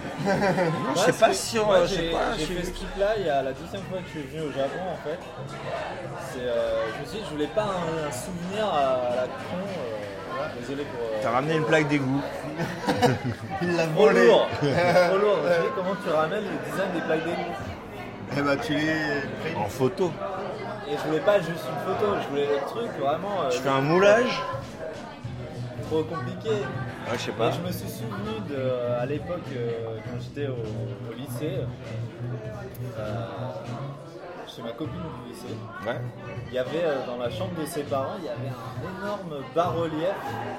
(laughs) je Moi, sais pas c'est- si on. moi, euh, je sais j'ai- pas, J'ai je- fait ce clip là il y a la deuxième fois que je suis venu au Japon en fait. C'est, euh, je me suis dit, je voulais pas un, un souvenir à, la con. euh, voilà, désolé pour. euh, T'as ramené une plaque d'égout. Il l'a Trop volé. lourd! (laughs) Trop lourd! Je sais comment tu ramènes le design des plaques d'égout. Eh ben, tu l'es pris. En photo. Et je voulais pas juste une photo, je voulais le truc vraiment. euh, Tu fais un moulage Trop compliqué. Ouais, je sais pas. Et je me suis souvenu de, à l'époque, euh, quand j'étais au, au lycée, euh, chez ma copine du lycée, Ouais. il y avait euh, dans la chambre de ses parents, il y avait un énorme bas-relief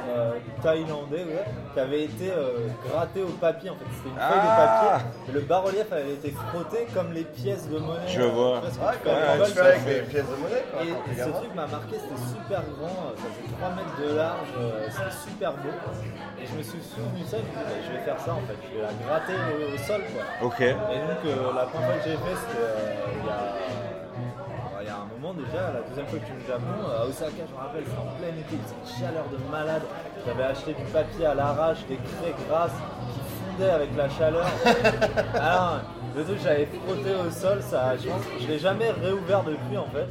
euh, thaïlandais ouais, qui avait été euh, gratté au papier. En fait, c'était une feuille Ah de papier. Et le bas-relief avait été frotté comme les pièces de monnaie. Je euh, vois. presque Ouais, comme comme les on balles, le fait ça avec fait- les pièces de monnaie, quoi. et quand t'es ce gamin. truc m'a marqué, c'était super grand, euh, ça fait 3 mètres de large, euh, c'était super beau. Et je me suis souvenu de ça, je me suis dit, bah, je vais faire ça en fait, je vais la gratter au, au sol quoi. Ok. Et donc euh, la première fois que j'ai fait, c'était euh, il y a- il y a un moment déjà, la deuxième fois que je suis au Japon, euh, à Osaka, je me rappelle, c'était en plein été, c'était une chaleur de malade. J'avais acheté du papier à l'arrache, des craies grasses qui fondaient avec la (laughs) chaleur. Alors, le truc, j'avais frotté au sol, ça, je pense que je l'ai jamais réouvert depuis en fait.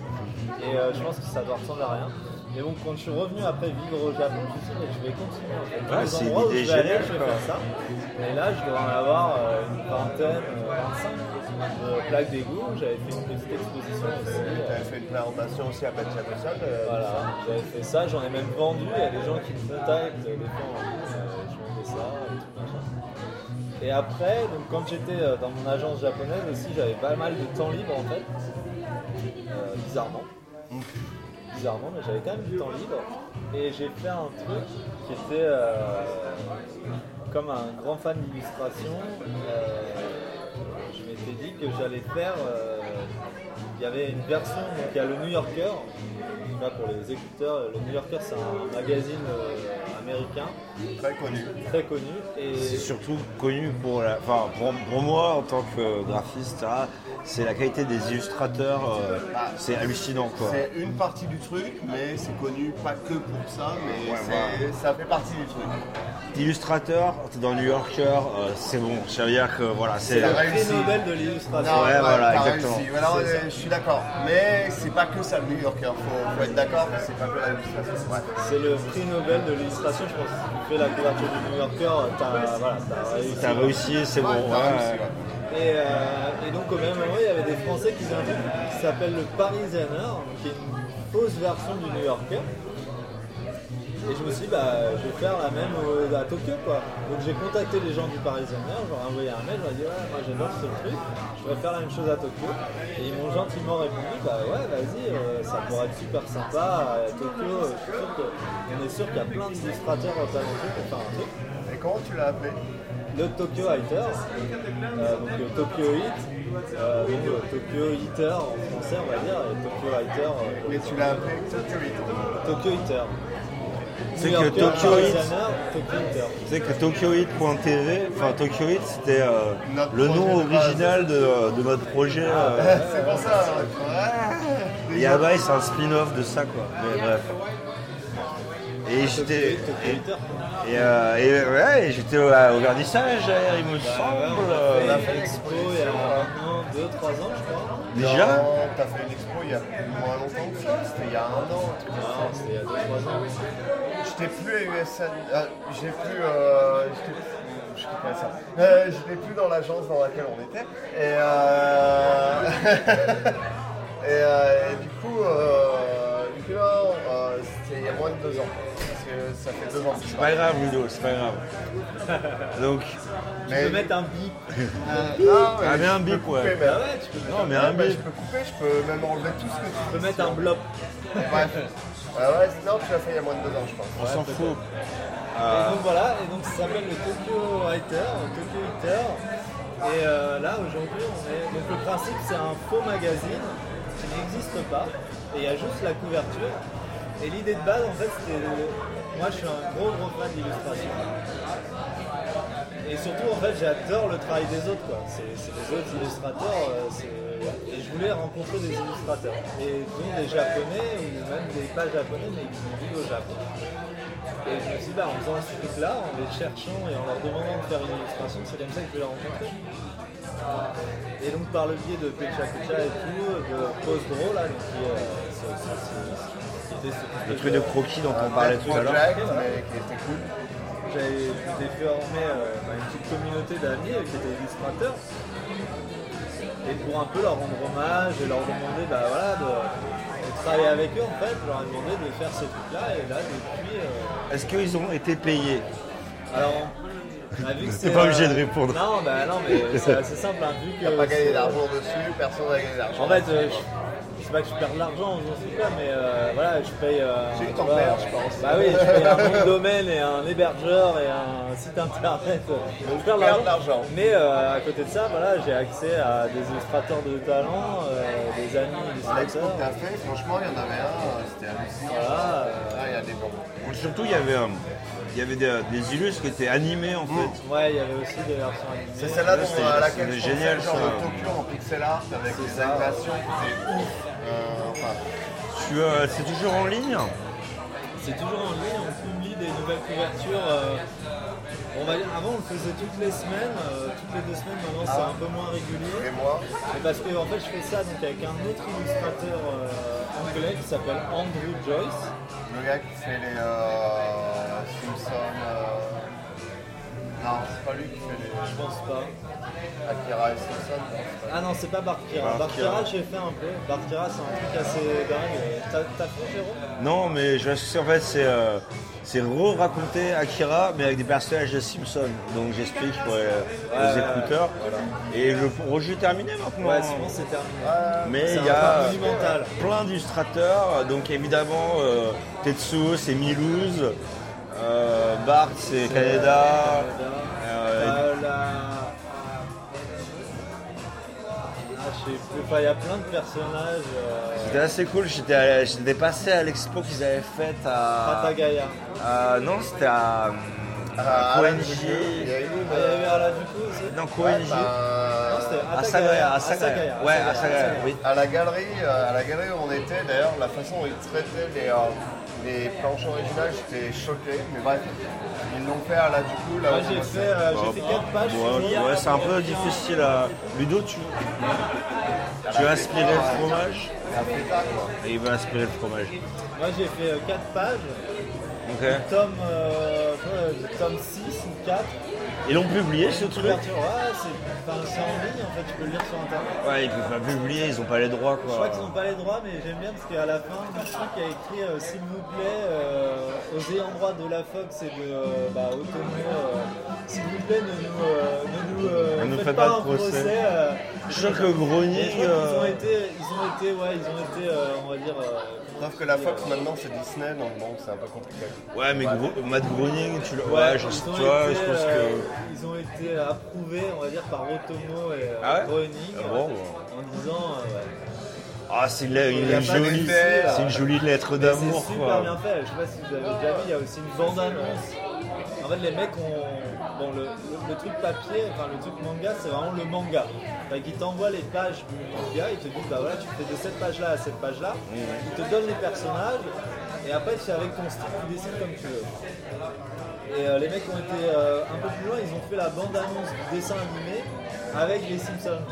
Et euh, je pense que ça doit ressembler à rien. Mais bon, quand je suis revenu après vivre au Japon, je me suis dit, mais je vais continuer. En fait. Tous Ouais, les c'est une endroits où idée je vais aller, géniale, je vais quoi. faire ça. Et là, je dois en avoir euh, une vingtaine, euh, 25 de plaques d'égout. J'avais fait une petite exposition aussi. euh, T'avais fait une présentation aussi à Petit Chacha. euh, voilà, j'avais fait ça, j'en ai même vendu. Il y a des gens qui me contactent, euh, des fois en ligne, euh, je vendais ça et tout machin. Et après, donc, quand j'étais euh, dans mon agence japonaise aussi, j'avais pas mal de temps libre en fait, Euh, bizarrement. Bizarrement, mais j'avais quand même du temps libre. Et j'ai fait un truc qui était euh, comme un grand fan d'illustration. euh, je m'étais dit que j'allais faire. euh, il y avait une version, donc il y a le New Yorker, là pour les écouteurs, le New Yorker c'est un magazine euh, américain Très connu. très connu et C'est surtout connu pour, la- enfin, pour, pour moi en tant que graphiste, ça, c'est la qualité des illustrateurs, euh, c'est hallucinant quoi. C'est une partie du truc, mais c'est connu pas que pour ça, mais Ouais, c'est- ça fait partie du truc. Illustrateur, t'es dans le New Yorker, euh, c'est bon, ça veut dire que voilà, c'est. la vraie- prix réussi. Nobel de l'illustration. Non, Ouais, Ah, voilà, t'as exactement. réussi. Voilà, C'est euh, je suis d'accord. Mais c'est pas que ça le New Yorker, faut, faut être d'accord, que c'est pas que la législation. Ouais. C'est le prix Nobel de l'illustration, je pense. Si tu fais la couverture du New Yorker, t'as voilà, t'as réussi. T'as réussi, c'est bon. t'as ouais. réussi, ouais. Et, euh, et donc au même moment, il y avait des Français qui faisaient un truc qui s'appelle le Parisianer, donc qui est une fausse version du New Yorker. Et je me suis dit, bah, je vais faire la même euh, à Tokyo, quoi. Donc j'ai contacté les gens du Parisianer, je leur ai envoyé un mail, je leur ai dit, ouais, moi j'adore ce truc, je vais faire la même chose à Tokyo. Et ils m'ont gentiment répondu, bah ouais, vas-y, euh, ça pourrait être super sympa à Tokyo. euh, je suis sûr que- on est sûr qu'il y a plein d'illustrateurs talentueux pour faire un truc Et comment tu l'as appelé le Tokyo Haters, euh, donc le Tokyo Hit, euh, donc, euh, Tokyo Hitter en français on va dire, et Tokyo Hater, euh, Mais tu l'as appelé Tokyo Hit. Tokyo Hitter. C'est New que Yorker, Tokyo Hit- Parisianer, Tokyo Hitter. Tu sais que TokyoHit.tv, enfin TokyoHit, c'était euh, Notre le projet nom de base. original de, de notre projet. euh, (laughs) C'est pour ça. hein. Ouais. et Yabai, c'est un spin-off de ça quoi. Mais bref. Et j'étais. Tokyo et- Hitter. Et, euh, et ouais, et j'étais au, au vernissage, hier, il me semble. On a euh, fait l'expo il y a un, deux, trois ans je crois. Déjà Non, T'as fait une expo il y a moins longtemps que ça, c'était il y a un an. un truc comme ça. Non, c'était il y a deux, trois ans. Je n'ai plus à USN. euh, J'ai plus. euh, je t'ai- je sais pas ça. Euh, je l'ai plus dans l'agence dans laquelle on était. Et, euh, (laughs) et, euh, et du coup, euh, du coup, non, euh, c'était il y a moins de deux ans. Parce que ça fait deux ans. que je C'est parle. pas grave, Ludo, c'est pas grave. (laughs) Donc, Je Mais, peux mettre un bip. euh, non, mais Ah, mais un je peux bip, couper, ouais. mais- Ah ouais, tu peux, mettre- non, mais Ouais, un mais je bip. peux couper, je peux même enlever tout ce que tu tu peux mettre un blop. Bref. Ah ouais, non, tu l'as fait il y a moins de deux ans, je pense. On s'en fout. Et donc voilà, et donc ça s'appelle le Tokyo Hater, le Tokyo Hater. Et euh, là aujourd'hui, on est. Donc le principe, c'est un faux magazine qui n'existe pas. Et il y a juste la couverture. Et l'idée de base, en fait, c'était. de- Moi, je suis un gros gros fan d'illustration. Et surtout, en fait, j'adore le travail des autres. quoi. C'est c'est les autres illustrateurs. euh, c'est- et je voulais rencontrer des illustrateurs. Et dont des japonais, ou même des pas japonais, mais qui vivent au Japon. Et je me suis dit, bah, en faisant ce truc-là, en les cherchant et en leur demandant de faire une illustration, c'est comme ça que je vais les rencontrer. Et donc par le biais de Pecha Pecha et tout, de Pose Draw, là, donc, qui, euh, c'est- c'est- c'est- Ah, qui était ce Le truc de croquis dont on parlait Bad tout à l'heure. Project, mais qui était cool. J'avais déformé euh, une petite communauté d'amis euh, qui étaient illustrateurs. Et pour un peu leur rendre hommage et leur demander bah, voilà, de, de travailler avec eux, en fait, je leur ai demandé de faire ce truc-là. Et là, depuis, euh, Est-ce qu'ils ont été payés Alors, bah, (laughs) vu que c'est. pas euh, obligé de répondre. Non, bah non, (laughs) mais c'est assez simple. hein, vu que T'as pas c'est- gagné d'argent dessus, personne n'a gagné d'argent. En fait, euh, je, je sais pas que je perds de l'argent, j'en suis pas, mais euh, voilà, je paye. euh, J'ai eu tu ton vois, père, je pense. Bah oui, je paye un nom de domaine et un hébergeur et un site internet. Donc, je tu perds de l'argent. Mais euh, à côté de ça, voilà, j'ai accès à des illustrateurs de talent, euh, des amis L'expo illustrateurs. que t'as fait, franchement, il y en avait un, euh, c'était hallucinant. Voilà, euh, Ah, il y a des bons. Surtout, il y avait, euh, il y avait des, des illustres qui étaient animés Mm. en fait. ouais, il y avait aussi des versions animées. C'est celle-là dont- c'était- à laquelle c'était je pensais, génial, genre ça. le Tokyo en pixel art avec les animations, c'était ouf. Euh, enfin, Tu, euh, c'est toujours en ligne C'est toujours en ligne, on publie des nouvelles couvertures. euh, on va dire- avant, on le faisait toutes les semaines, euh, toutes les deux semaines, maintenant Ah. c'est un peu moins et régulier. moi, Mais parce que en fait, je fais ça donc, avec un autre illustrateur euh, anglais qui s'appelle Andrew Joyce. le gars qui fait les euh, Simpsons. euh, Non, c'est pas lui qui fait Je les pense pas. Akira et Simpson. non, c'est pas Ah non, c'est pas Barkira. Barkira, j'ai fait un peu. Barkira, c'est un truc assez dingue. T'as t'as fait, Jérôme Non, mais je sais en fait, c'est euh, c'est re-raconter Akira, mais avec des personnages de Simpson. Donc j'explique pour euh, les ouais, écouteurs. Et oh, le projet est terminé maintenant. Ouais, sinon c'est terminé. Mais C'est il un y a travail monumental. plein d'illustrateurs, donc évidemment euh, Tetsuo c'est Milouz, euh, Bart c'est Euh, Canada, euh, Canada. euh, Euh, la... Ah, je sais plus. Enfin, il y a plein de personnages. C'était Euh, assez cool, j'étais allé- j'étais passé à l'expo qu'ils avaient faite à. Patagaya. à- non, c'était à. Ah, à Euh, Alan Koenji. Dupuis, Il y a une. Ah, il y avait Arla Dupo aussi Non, Ouais, Koenji. bah, Non, Ah, c'était À Atagaya, Sagaya, à Asagaya, Sagaya. Ouais, Asagaya, à Sagaya, Asagaya. oui. À la galerie, euh, à la galerie où on était, d'ailleurs, la façon dont ils traitaient les, euh, les planches originales, j'étais choqué, mais bref, ils l'ont fait à la du coup, là Moi où on j'ai bossait. fait, euh, j'ai fait 4 pages. Bah, Ouais, ouais, c'est un peu difficile à. Ludo, tu. Tu as aspiré le fromage C'est un pétard, quoi. Et il veut aspirer le fromage. Moi j'ai fait 4 pages. Ok. Tome, euh, ouais, tome 6 ou 4. Ils l'ont publié ce truc Couverture, ouais, c'est enfin, c'est en ligne en fait, tu peux le lire sur internet. Ouais, ils peuvent pas publier, ils ont pas les droits Je crois qu'ils quoi. n'ont pas les droits, mais j'aime bien parce qu'à la fin, je crois qu'il y a écrit euh, S'il vous plaît, euh, aux ayants droit de la Fox et de euh, bah, Otomo, euh, s'il vous plaît, ne nous, euh, ne nous, Ne euh, nous faites faites pas, pas un de procès. euh. Je crois que Et Grenier. je crois qu'ils ont euh, été, ils ont été, ouais, ils ont été, euh, on va dire. euh, Sauf que la Fox maintenant c'est Disney, donc bon, c'est un peu compliqué. Ouais, mais Gro- Matt Groening, tu le. Ouais, je, ils ont tu vois, été, je pense euh, que. Ils ont été approuvés, on va dire, par Otomo et euh, Ah ouais Groening, Ah bon, ouais. en disant. euh, ouais. Ah, c'est la- une, y a pas jolie. d'effet, là. C'est une jolie lettre Mais d'amour C'est super quoi. bien fait. Je sais pas si vous avez déjà vu, il y a aussi une bande annonce. En fait, les mecs ont. Bon, le, le- le truc papier, enfin le truc manga, c'est vraiment le manga. Enfin, ils t'envoient les pages du manga, ils te disent, bah voilà, tu fais de cette page-là à cette page-là, ils te donnent les personnages, et après, c'est avec ton style, tu dessines comme tu veux. Et euh, les mecs ont été euh, un peu plus loin, ils ont fait la bande-annonce du dessin animé avec les Simpsons.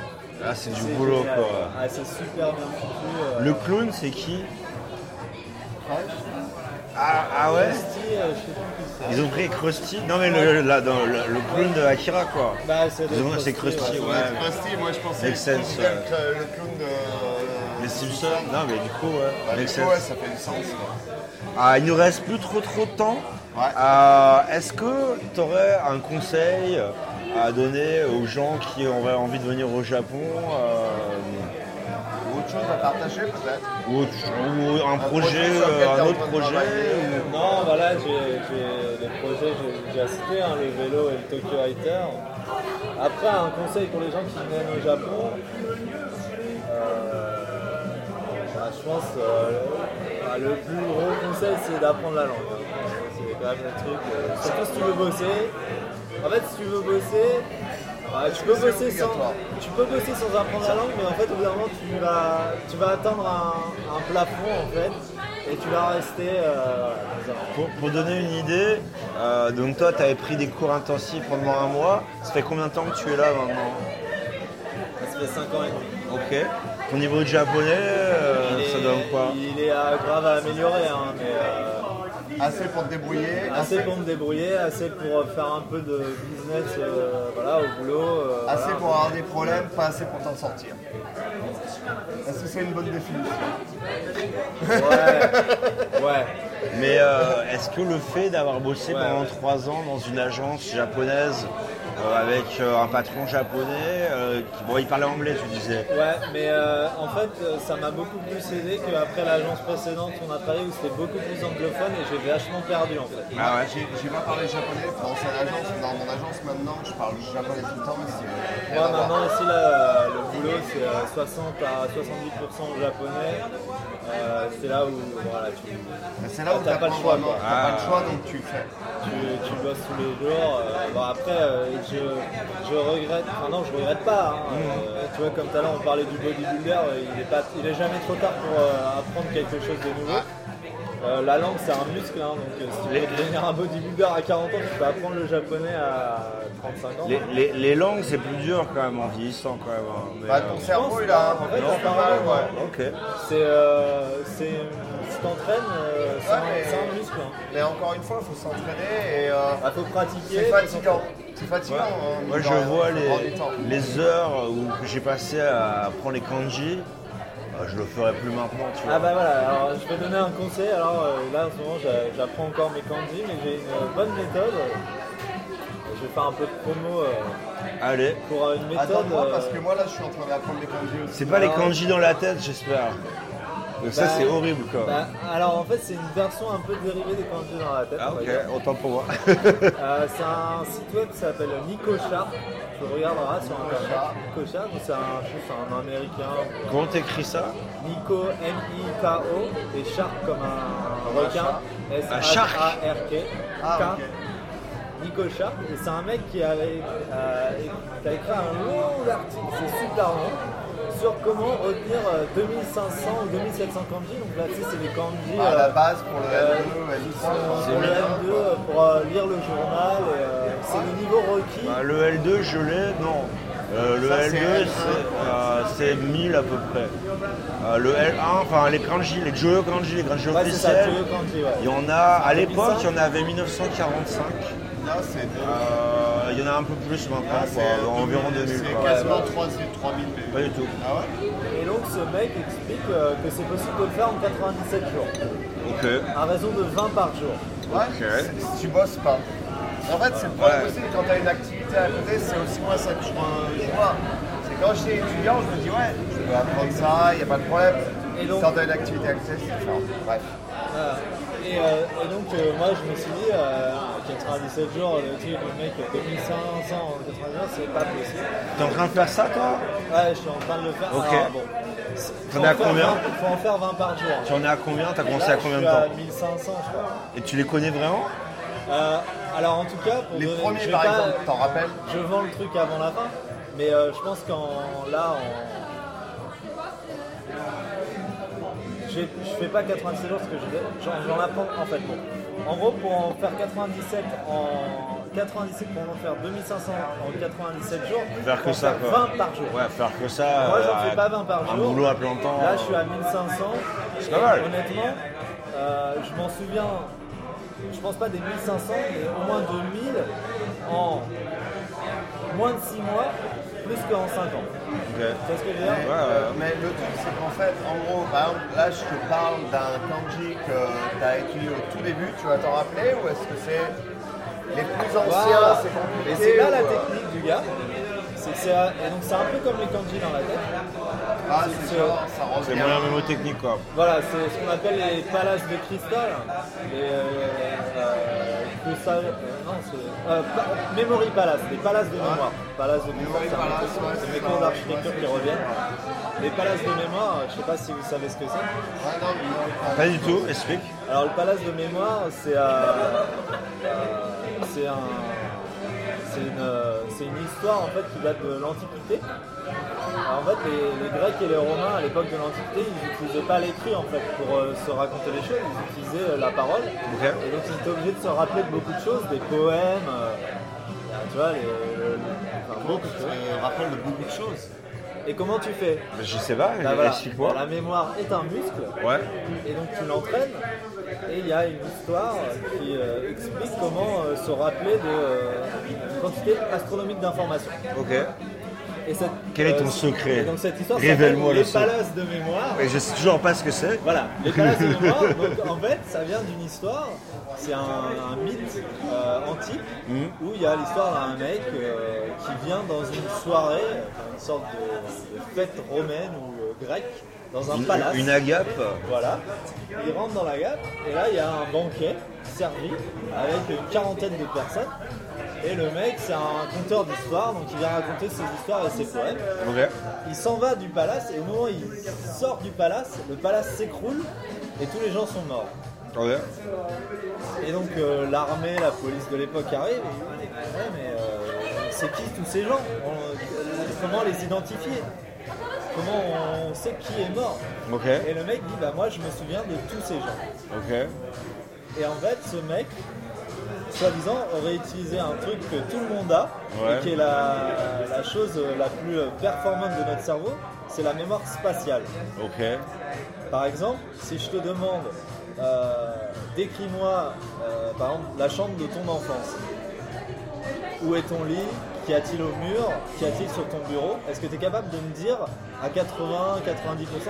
Ah, c'est du boulot, génial. quoi. Ah, c'est super bien foutu. euh. Le clown, c'est qui ah, ah ouais Christy, euh, je sais plus qui c'est. Ils ont pris Krusty Non, mais le, là, dans le, le clown de Akira quoi. Bah, c'est Ils ont- c'est Krusty, ouais. Ouais. Krusty, Ah, moi je pensais Make sense, le, clown de- euh, le clown de. Les Simpsons Non, mais du coup, ouais. Bah, du Make coup, sense. ouais, ça fait du sens. quoi. Ah, il nous reste plus trop trop de temps. Ouais. Euh, Est-ce que tu aurais un conseil à donner aux gens qui auraient envie de venir au Japon euh, Ou autre chose à partager peut-être. ou, autre- ou un projet, projet sur lequel euh, t'es un en autre train de projet euh, travailler, ou- Non, voilà, j'ai j'ai- les projets, j'ai déjà cité, hein, le vélo et le Tokyo Hiker. Après, un conseil pour les gens qui viennent au Japon, euh, bah, je pense euh, bah, le plus gros conseil, c'est d'apprendre la langue. hein. C'est quand même le truc. euh, surtout si tu veux bosser. En fait, si tu veux bosser, bah, tu, peux bosser sans, obligatoire. tu peux bosser sans apprendre la langue, mais en fait, au bout d'un moment, tu vas, tu vas atteindre un, un plafond, en fait, et tu vas rester... euh, dans un- Pour, pour donner une idée, euh, donc toi, tu avais pris des cours intensifs pendant un mois. Ça fait combien de temps que tu es là maintenant Ça fait 5 ans et demi. Ok. Ton niveau de japonais, euh, Il ça est- donne quoi Il est euh, grave à améliorer, hein, mais euh, Assez pour te débrouiller, assez pour me débrouiller, assez pour euh, faire un peu de business euh, voilà, au boulot. euh, Assez voilà. pour avoir des problèmes, pas assez pour t'en sortir. Est-ce que c'est une bonne définition Ouais, ouais. Mais euh, est-ce que le fait d'avoir bossé Ouais, pendant ouais. trois ans dans une agence japonaise euh, avec euh, un patron japonais, euh, qui, bon, il parlait anglais, tu disais. Ouais, mais euh, en fait, euh, ça m'a beaucoup plus aidé qu'après l'agence précédente où on a travaillé où c'était beaucoup plus anglophone et j'ai vachement perdu en fait. Ah ouais. J'ai j'ai pas parlé japonais dans cette agence, dans mon agence maintenant, je parle japonais tout le temps, mais c'est rien Moi à voir. maintenant ici là, euh, le boulot c'est euh, 60 à 70% japonais. Euh, c'est là où voilà, tu, C'est là où t'as pas le choix. vraiment. quoi. T'as pas le choix, donc tu fais. tu, tu bosses tous les jours. euh, bon, après, euh, je, je regrette, enfin non, je regrette pas. hein, euh, tu vois, comme tout à l'heure, on parlait du bodybuilder, euh, il est, pas, il est jamais trop tard pour euh, apprendre quelque chose de nouveau. Euh, la langue, c'est un muscle, hein, donc euh, si tu veux devenir un bodybuilder à 40 ans, tu peux apprendre le japonais à 35 ans. Les, les- les langues, c'est plus dur quand même en vieillissant quand même. hein. Mais, Bah, euh, ton cerveau, il pas- a un en peu fait, plus on de parle, mal, ouais. Ok. C'est, euh, c'est, tu t'entraînes, euh, c'est Ouais, un- mais- c'est un, muscle. hein. Mais encore une fois, il faut s'entraîner et euh, Bah, faut pratiquer. c'est faut fatigant. s'entraîner. C'est fatigant. Ouais. hein, Moi mine je de rien, vois ça prend du temps. les, les heures où que j'ai passé à apprendre les kanji, euh, je le ferai plus maintenant, tu vois. Ah bah voilà, alors je vais donner un conseil. Alors euh, là en ce moment j'a- j'apprends encore mes kanji, mais j'ai une bonne méthode. Euh, Je vais faire un peu de promo euh, Allez, pour euh, une méthode. Attends-moi, parce euh, que moi là, je suis en train d'apprendre les conduits aussi. c'est pas les kanji dans la tête, j'espère. Donc ça, Bah, c'est horrible quoi. Bah, alors en fait c'est une version un peu dérivée des conduits dans la tête. ah on va ok, dire. autant pour moi. Euh, c'est un site web qui s'appelle Nico Sharp. Tu regarderas sur internet. Nico Sharp, c'est un, je pense que c'est un américain. Comment t'écris ça Nico M-I-K-O et Shark comme un Comme un requin. chat. s Un shark. a r k Ah, ok. Nico Shark. Et c'est un mec qui avait euh, qui a écrit un long article, c'est super long, sur comment retenir euh, 2500 ou 2700 kanji. Donc là, tu sais, c'est les kanji. À Ah, la euh, base, pour le euh, L2, qui L3, sont c'est pour le bien, L2, quoi. euh, pour euh, lire le journal. et, euh, c'est le niveau requis. Bah, Le L2, je l'ai, non. Euh, le Ça, c'est L2, L1. c'est, euh, c'est 1000 à peu près. Euh, le L1, enfin les kanji, les Joyo kanji, les kanji Ouais, c'est ça, officiels. tu veux kanji, ouais. Il y en a, à l'époque, 2005. il y en avait 1945. Non, c'est deux. Euh, il y en a un peu plus maintenant, Ah, quoi, c'est environ 2000. C'est quoi. quasiment 3, c'est 3000 Pas du tout. Ah ouais Et donc ce mec explique euh, que c'est possible de le faire en 97 jours, Ok. à raison de 20 par jour. Ouais, c'est- si tu bosses pas. En fait, c'est pas Ouais. possible quand t'as une activité à côté, c'est aussi moi ça que je, re- je vois. C'est quand j'étais étudiant, je me dis, ouais, je peux apprendre ça, y a pas de problème. Et donc- quand t'as une activité à côté, c'est différent. Bref. Voilà. Et, euh, et donc euh, moi je me suis dit, euh, 97 jours, le truc, le mec euh, 2500 en 90 jours, c'est pas possible. T'es en train de faire ça, toi Ouais, je suis en train de le faire. Ok. Alors, bon, faut T'en es à en faire combien 20 faut en faire 20 par jour. Tu en es à combien T'as commencé Là, à combien de je suis à temps 1500 je crois. Et tu les connais vraiment Euh, alors en tout cas, pour Les donner- je premiers, vais par euh, pas- exemple, t'en rappelles Je vends le truc avant la fin, mais euh, je pense qu'en là, en... je, je fais pas 97 jours parce que je- j'en j'en apprends en fait. Bon. En gros, pour en faire 97 en 97 pour en faire 2500 en 97 jours, Faire faut que en ça, faire quoi. 20 par jour. Ouais, faire que ça. Moi, euh, j'en fais pas 20 par jour. Un boulot à plein temps. Là, je suis à 1500. C'est pas mal. Honnêtement, euh, je m'en souviens, je pense pas des 1500, mais au moins 2000 en moins de 6 mois, plus qu'en 5 ans. Ok. Tu vois ce que je veux dire Ouais, ouais. Euh, mais le truc, c'est qu'en fait, en gros, par exemple, là, je te parle d'un kanji que tu as étudié au tout début, tu vas t'en rappeler, ou est-ce que c'est les plus anciens, Voilà. c'est compliqué Et c'est là la ou, euh, technique du gars. C'est que c'est- et donc c'est un peu comme les kanji dans la tête. Ah, c'est c'est- genre, ça C'est revient. moyen mémotechnique, quoi. Voilà, c'est ce qu'on appelle les palaces de cristal. Les euh, euh, cristal- euh, non, c'est- euh, pa- Memory Palace, les palaces de mémoire. Palaces de mémoire, Memory c'est un Palace, truc- ouais, c'est c'est mes ça, cours ouais, d'architecture ouais, qui c'est- reviennent. Les palaces de mémoire, je sais pas si vous savez ce que c'est. Ouais, non, mais non, Pas du tout, explique. Alors le palace de mémoire, c'est euh, euh, c'est un c'est une, euh, c'est une histoire en fait qui date de l'Antiquité. Alors, En fait, les, les Grecs et les Romains à l'époque de l'Antiquité, ils n'utilisaient pas l'écrit en fait pour euh, se raconter les choses, ils utilisaient euh, la parole. Ok. Et donc ils étaient obligés de se rappeler de beaucoup de choses, des poèmes, euh, tu vois, les, les- enfin, beaucoup de choses. on rappelle de beaucoup de choses. Et comment tu fais Bah, Je sais pas, (laughs) Bah, voilà. explique-moi. La mémoire est un muscle. Ouais. Et donc tu l'entraînes et il y a une histoire qui euh, explique comment euh, se rappeler de euh, une quantité astronomique d'informations. Ok. Et cette- Quel est ton euh, secret et donc cette histoire Révèle-moi s'appelle le les secret. palaces de mémoire. Mais je sais toujours pas ce que c'est. Voilà, les palaces (laughs) de mémoire, donc, en fait, ça vient d'une histoire, c'est un, un mythe euh, antique Hmm. où il y a l'histoire d'un mec euh, qui vient dans une soirée, enfin, une sorte de, de fête romaine ou euh, grecque, dans un Une- palace. Une agape. Voilà. Il rentre dans la gare et là il y a un banquet servi avec une quarantaine de personnes. Et le mec c'est un conteur d'histoire, donc il vient raconter ses histoires et ses poèmes. Ok. Il s'en va du palace et au moment où il sort du palace, le palace s'écroule et tous les gens sont morts. Ok. Et donc euh, l'armée, la police de l'époque arrive et ils disent, Ouais, mais euh, c'est qui tous ces gens On- euh, Comment les identifier Comment on sait qui est mort Ok. Et le mec dit bah moi je me souviens de tous ces gens. Ok. Et en fait, ce mec, soi-disant, aurait utilisé un truc que tout le monde a, Ouais. et qui est la, la chose la plus performante de notre cerveau, c'est la mémoire spatiale. Ok. Par exemple, si je te demande, euh, décris-moi, euh, par exemple, la chambre de ton enfance. Où est ton lit Qu'y a-t-il au mur Qu'y a-t-il sur ton bureau Est-ce que tu es capable de me dire à 80-90%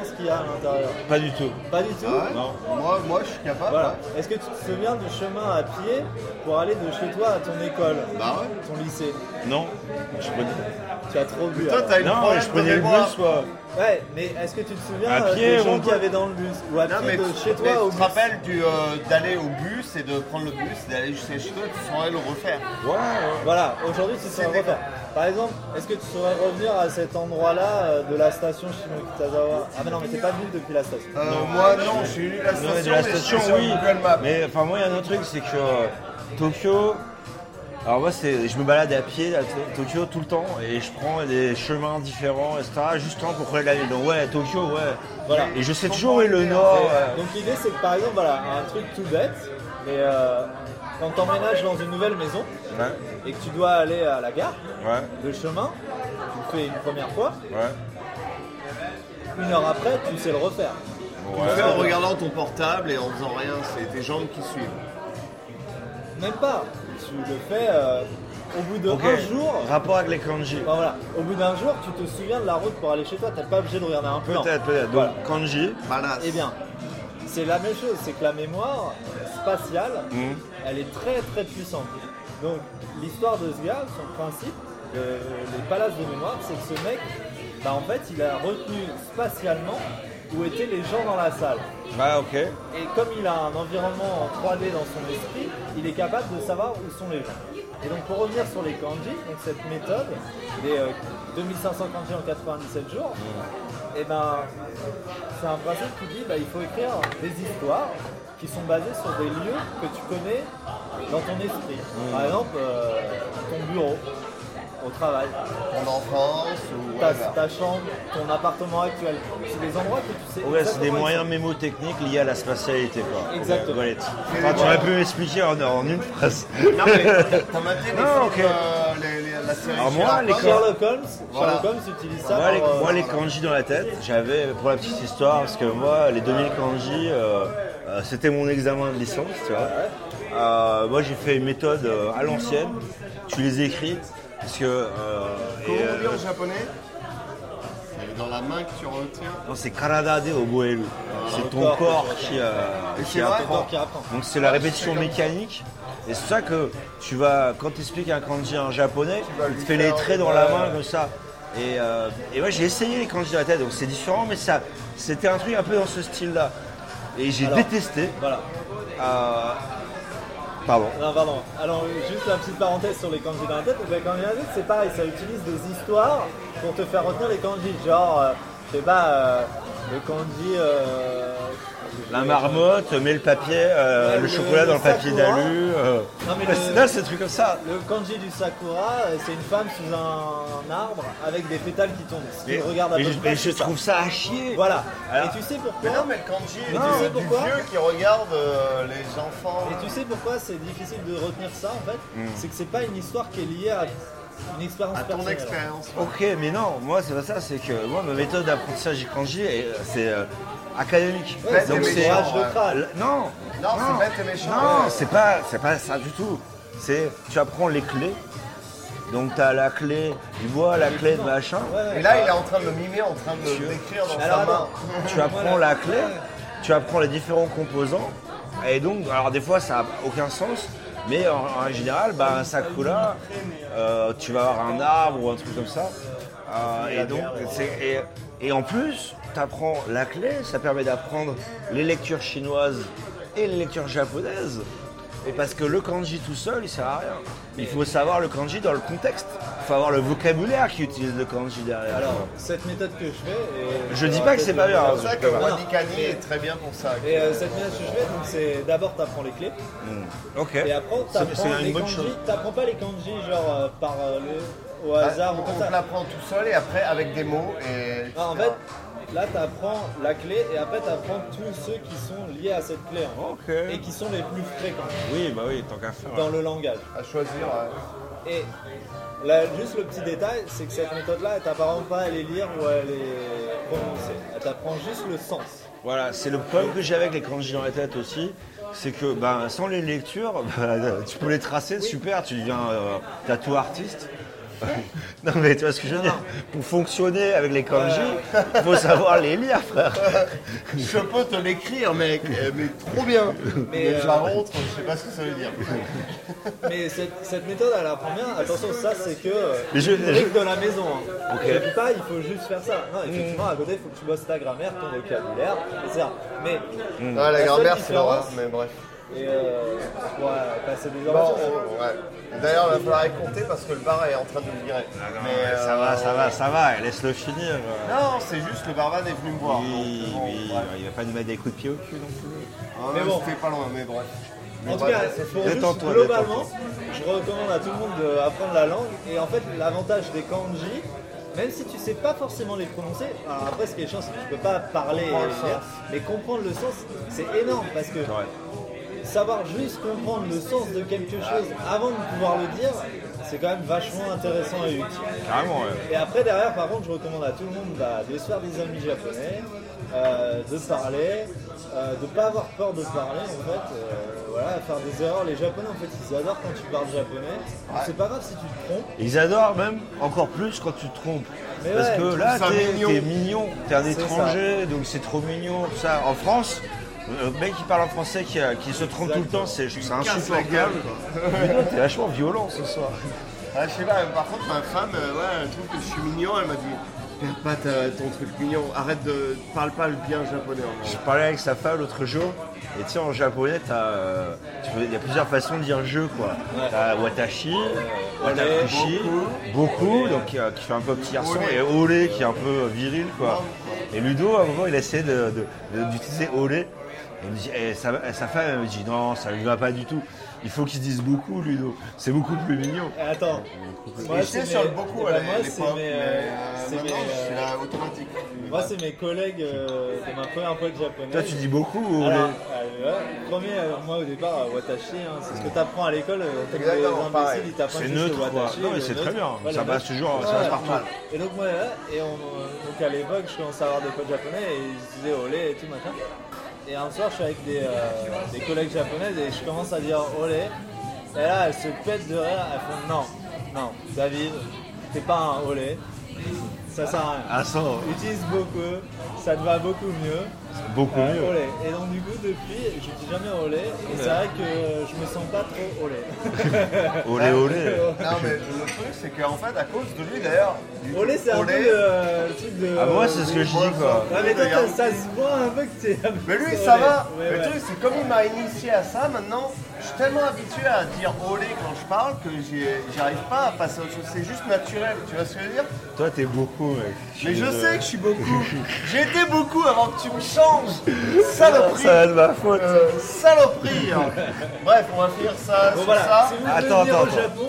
ce qu'il y a à l'intérieur. Pas du tout. Pas du tout Ah ouais Non. Moi, moi, je suis capable. Voilà. ouais. Est-ce que tu te souviens du chemin à pied pour aller de chez toi à ton école Bah ouais. Ton lycée Non. Je prenais... Tu as trop bu. Toi, alors. t'as une Non, problème je de prenais le mémoire. bus, quoi. Ouais, mais est-ce que tu te souviens À euh, pied, des on gens qu'il peut- y avait dans le bus Ou à Non, pied mais de tu- chez mais toi au tu bus te rappelles du, euh, d'aller au bus et de prendre le bus, d'aller jusqu'à chez toi, tu saurais le refaire. Ouais, ouais. Voilà, aujourd'hui tu saurais refaire. Par exemple, est-ce que tu saurais revenir à cet endroit-là euh, de la station Shimokitazawa Ah mais non, mais t'es pas venu depuis la station. Euh, moi, non, je suis venu à la Non, station, mais de la mais je suis station, sur oui. Google Maps. Mais enfin, moi, il y a un autre truc, c'est que euh, Tokyo. Alors, moi, c'est, je me balade à pied à To- Tokyo tout le temps et je prends des chemins différents, etc. Juste pour connaître la ville. Donc, ouais, Tokyo, ouais. Voilà. Et je sais toujours où est le nord. ouais. Donc l'idée c'est que par exemple, voilà, un truc tout bête, mais euh, quand t'emménages dans une nouvelle maison Ouais, et que tu dois aller à la gare, ouais, le chemin, tu le fais une première fois, ouais. une heure après, tu sais le refaire. Tu le fais en regardant ton portable et en faisant rien, c'est tes jambes qui suivent. Même pas. Tu le fais euh, au bout de Ok. un jour. Rapport avec les kanji. Enfin, voilà. Au bout d'un jour, tu te souviens de la route pour aller chez toi. T'es pas obligé de regarder un plan. Peut-être, peut-être. Donc, Voilà. kanji. Manas. Eh bien, c'est la même chose. C'est que la mémoire spatiale, Mhm. elle est très très puissante. Donc, l'histoire de ce gars, son principe, euh, les palaces de mémoire, c'est que ce mec, bah, en fait, il a retenu spatialement où étaient les gens dans la salle. Ah, ok. Et comme il a un environnement en 3D dans son esprit, il est capable de savoir où sont les gens. Et donc pour revenir sur les kanji, donc cette méthode, les euh, 2500 kanji en 97 jours, et ben c'est un principe qui dit bah, il faut écrire des histoires qui sont basées sur des lieux que tu connais dans ton esprit. Par exemple, euh, ton bureau au travail, Ton enfance ou ta, whatever. ta chambre, ton appartement actuel. C'est des endroits que tu sais. Ouais, c'est exactement des où ils moyens sont. mémotechniques liés à la spatialité, quoi. Exactement. Ouais, Golette. Enfin, tu aurais pu m'expliquer en, en une (laughs) phrase. Non, mais t'as maté les Non, films, ok. euh, les- les- la série Alors moi, Sherlock les Holmes Sherlock Holmes, Voilà. Sherlock Holmes utilise ça. Moi les, pour, euh, moi, les kanji dans la tête, j'avais, pour la petite histoire, parce que moi, les 2000 kanji, euh, euh, c'était mon examen de licence, tu vois. Euh, moi, j'ai fait une méthode euh, à l'ancienne, tu les écris, parce que... euh, Comment et, on dit euh, en japonais Elle est dans la main que tu retiens. non, c'est Karada de Oboelu. C'est ton corps. corps, qui, euh, qui vrai, apprend. corps qui apprend. Donc c'est la répétition mécanique. Et c'est ça que tu vas, quand tu expliques un kanji en japonais, vas il te lui fait les faire traits un- dans la main comme ça. Et, euh, et moi j'ai essayé les kanji dans la tête, donc c'est différent, mais ça, c'était un truc un peu dans ce style-là. Et j'ai Alors. détesté. Voilà. euh, Pardon. Non, pardon. Alors, juste la petite parenthèse sur les kanji dans la tête. Les kanji dans la tête, c'est pareil, ça utilise des histoires pour te faire retenir les kanji. Genre, euh, je sais pas, euh, le kanji. euh, La marmotte met le papier, euh, Ouais, le, le- chocolat dans le le papier sakura. d'alu. euh. hein. Non, mais Ouais, le- c'est- non, c'est des trucs comme ça. Le kanji du sakura, euh, c'est une femme sous un arbre avec des pétales qui tombent. Si tu Mais, le regardes à mais peu je, près, mais je c'est ça. trouve ça à chier. Voilà. Alors- Et tu sais pourquoi Mais non, mais le kanji Mais du- tu sais du pourquoi vieux qui regarde euh, les enfants. Et tu sais pourquoi c'est difficile de retenir ça en fait Hmm. C'est que c'est pas une histoire qui est liée à une expérience À ton personnelle. expérience. Ok, mais non, moi c'est pas ça, c'est que moi ma méthode d'apprentissage du kanji, est- c'est euh, académique. Ouais, Donc, c'est c'est- l'âge de ouais. crâne. Non, Non, c'est bête et méchant. Non, Ouais. c'est pas, c'est pas ça du tout. C'est tu apprends les clés. Donc t'as la clé du bois, la clé de machin. Ouais, ouais. Et là, il est en train de le mimer, en train de le Monsieur. décrire dans Alors, sa main. attends. Tu apprends Voilà. la clé, tu apprends les différents composants. Et donc, alors des fois ça n'a aucun sens, mais en, en général, bah, un sakura, euh, tu vas avoir un arbre ou un truc comme ça. Euh, et donc, c'est- et, et en plus, tu apprends la clé, ça permet d'apprendre les lectures chinoises et les lectures japonaises. Et parce que le kanji tout seul, il sert à rien. Il faut savoir le kanji dans le contexte. Il faut avoir le vocabulaire qui utilise le kanji derrière. Alors, cette méthode que je fais. et- Je dis pas que c'est pas bien, hein, C'est pour ça que Voilà. Wadikani est très bien pour ça. Et euh, cette méthode que je fais, donc c'est d'abord t'apprends les clés, ok. et après C'est- c'est t'apprends les une bonne kanji. chose. T'apprends pas les kanji genre euh, par euh, le au Bah, hasard ou comme on ça. te l'apprend tout seul et après avec des mots et. Non, en fait, là t'apprends la clé et après t'apprends tous ceux qui sont liés à cette clé en Ok. fait. et qui sont les plus fréquents Oui, bah oui, tant qu'à faire. dans le langage. à choisir. euh. ouais. Et là, juste le petit détail, c'est que cette méthode-là, elle t'apprend pas à les lire ou à les prononcer. Elle t'apprend juste le sens. Voilà, c'est le problème que j'ai avec les kanji dans la tête aussi, c'est que ben, (laughs) sans les lectures, ben, tu peux les tracer, super, tu deviens euh, tatou artiste. (laughs) Non, mais tu vois ce que je veux dire Pour fonctionner avec les kanji, il faut savoir les lire, frère. Je peux te l'écrire, mec, euh, mais trop bien. Mais, euh, la honte, je sais pas ce que ça veut dire. Mais cette, cette méthode, elle apprend bien. Attention, ça, c'est que. euh, Mais je- une je- règle de la maison. hein. Ok. Je te dis pas, il faut juste faire ça. Non, effectivement, à côté, il faut que tu bosses ta grammaire, ton vocabulaire, etc. Mais. Mm. Ouais, Ah, la seule grand-mère, c'est différence- l'horreur, mais bref. Et euh, pour euh, passer des heures Bon, là-dessus, c'est- on- ouais. D'ailleurs, il va falloir compter parce que le bar est en train de nous virer. (laughs) Mais, ça euh, va, ça va, ça va, laisse-le finir. Non, c'est juste le barman est venu me voir. Oui, donc, bon, oui, bref. il va pas nous mettre des coups de pied au cul non plus. Ah, Mais bon. c'était pas loin, mais bref. En tout Ouais, cas, c'est- pour juste, détends-toi, globalement, je recommande à tout le monde d'apprendre la langue. Et en fait, l'avantage des kanji, même si tu sais pas forcément les prononcer, alors après, ce qui est chiant, c'est que tu peux pas parler et Comprendre le les lire, mais comprendre le sens, c'est énorme parce que Ouais. savoir juste comprendre le sens de quelque chose avant de pouvoir le dire, c'est quand même vachement intéressant et utile. Carrément, ouais. Et après, derrière, par contre, je recommande à tout le monde bah, de se faire des amis japonais, euh, de parler, euh, de pas avoir peur de parler, en fait. euh, voilà, faire des erreurs. Les japonais, en fait, ils adorent quand tu parles japonais. C'est pas grave si tu te trompes. Ils adorent même encore plus quand tu te trompes. Mais Parce ouais, que tout là, ça t'es mignon. t'es mignon, t'es un C'est ça. étranger, donc c'est trop mignon, tout ça. En France, euh, le mec qui parle en français, qui, euh, qui se trompe tout le temps, c'est c'est insupportable. Mais non, t'es vachement violent ce soir. Ah, je sais pas, par contre, ma femme, euh, ouais, elle trouve que je suis mignon, elle m'a dit Perds pas ta- ton truc mignon, arrête de. parle pas le bien japonais en Je gros. parlais avec sa femme l'autre jour, et tu sais, en japonais, t'as, euh, tu peux- il y a plusieurs façons de dire je, quoi. T'as watashi, watakushi, beaucoup, donc euh, qui fait un peu petit garçon, Olé. et olé qui est un peu viril, quoi. Et Ludo, à un moment, il essayait de- de- de- d'utiliser olé, et, il me dit- et sa, et sa femme, elle me dit non, ça lui va pas du tout. Il faut qu'il se dise beaucoup, Ludo. C'est beaucoup plus mignon. Et attends, moi, Et j'étais c'est sur mes- le beaucoup eh à ben, l'é- moi, c'est l'époque, mes, mais euh, euh, c'est mes, maintenant, je suis euh, là (laughs) automatique. moi, c'est mes collègues euh, de ma première époque japonaise. Toi, tu dis beaucoup ou olé Alors, euh, ouais, premier, euh, moi au départ, euh, watashi, hein, c'est ce que t'apprends à l'école. euh, t'as Exactement, des imbéciles, pareil. ils t'apprennent C'est juste neutre, le quoi. watashi, Non, mais le c'est neutre. très bien, Ouais, ça le passe neutre. toujours, ça passe partout. Et donc, moi, ouais, et on, euh, donc à l'époque, je commençais à avoir des potes japonais et ils disaient olé et tout machin. Et un soir, je suis avec des, euh, des collègues japonaises et je commence à dire olé. Et là, elles se pètent de rire, elles font non, non, David, t'es pas un olé, ça sert à rien. Ah, ça, Utilise beaucoup, ça te va beaucoup mieux. beaucoup Euh, mieux. olé. Et donc du coup depuis je dis jamais olé et c'est vrai que euh, je me sens pas trop olé. Olé, olé. Non, mais le truc, c'est qu'en fait, à cause de lui d'ailleurs. du- olé c'est un peu Olé, le, le truc de. Ah, moi, c'est ce que je dis, quoi. Ouais, mais toi Regarde. t'as- ça se voit un peu que t'es. un peu Mais lui, olé. ça va. Ouais, le ouais. truc, c'est comme il m'a initié à ça, maintenant, je suis tellement habitué à dire olé quand je parle que j'y- j'arrive pas à passer à autre chose. C'est juste naturel, tu vois ce que je veux dire Toi, t'es beaucoup, mec. Mais je désolé. sais que je suis beaucoup. (laughs) J'ai été beaucoup avant que tu me changes. Saloperie. Ça va de ma faute. Euh, saloperie. hein. Bref, on va finir ça Bon sur voilà, ça. si vous voulez Attends, venir attends, au attends. Japon,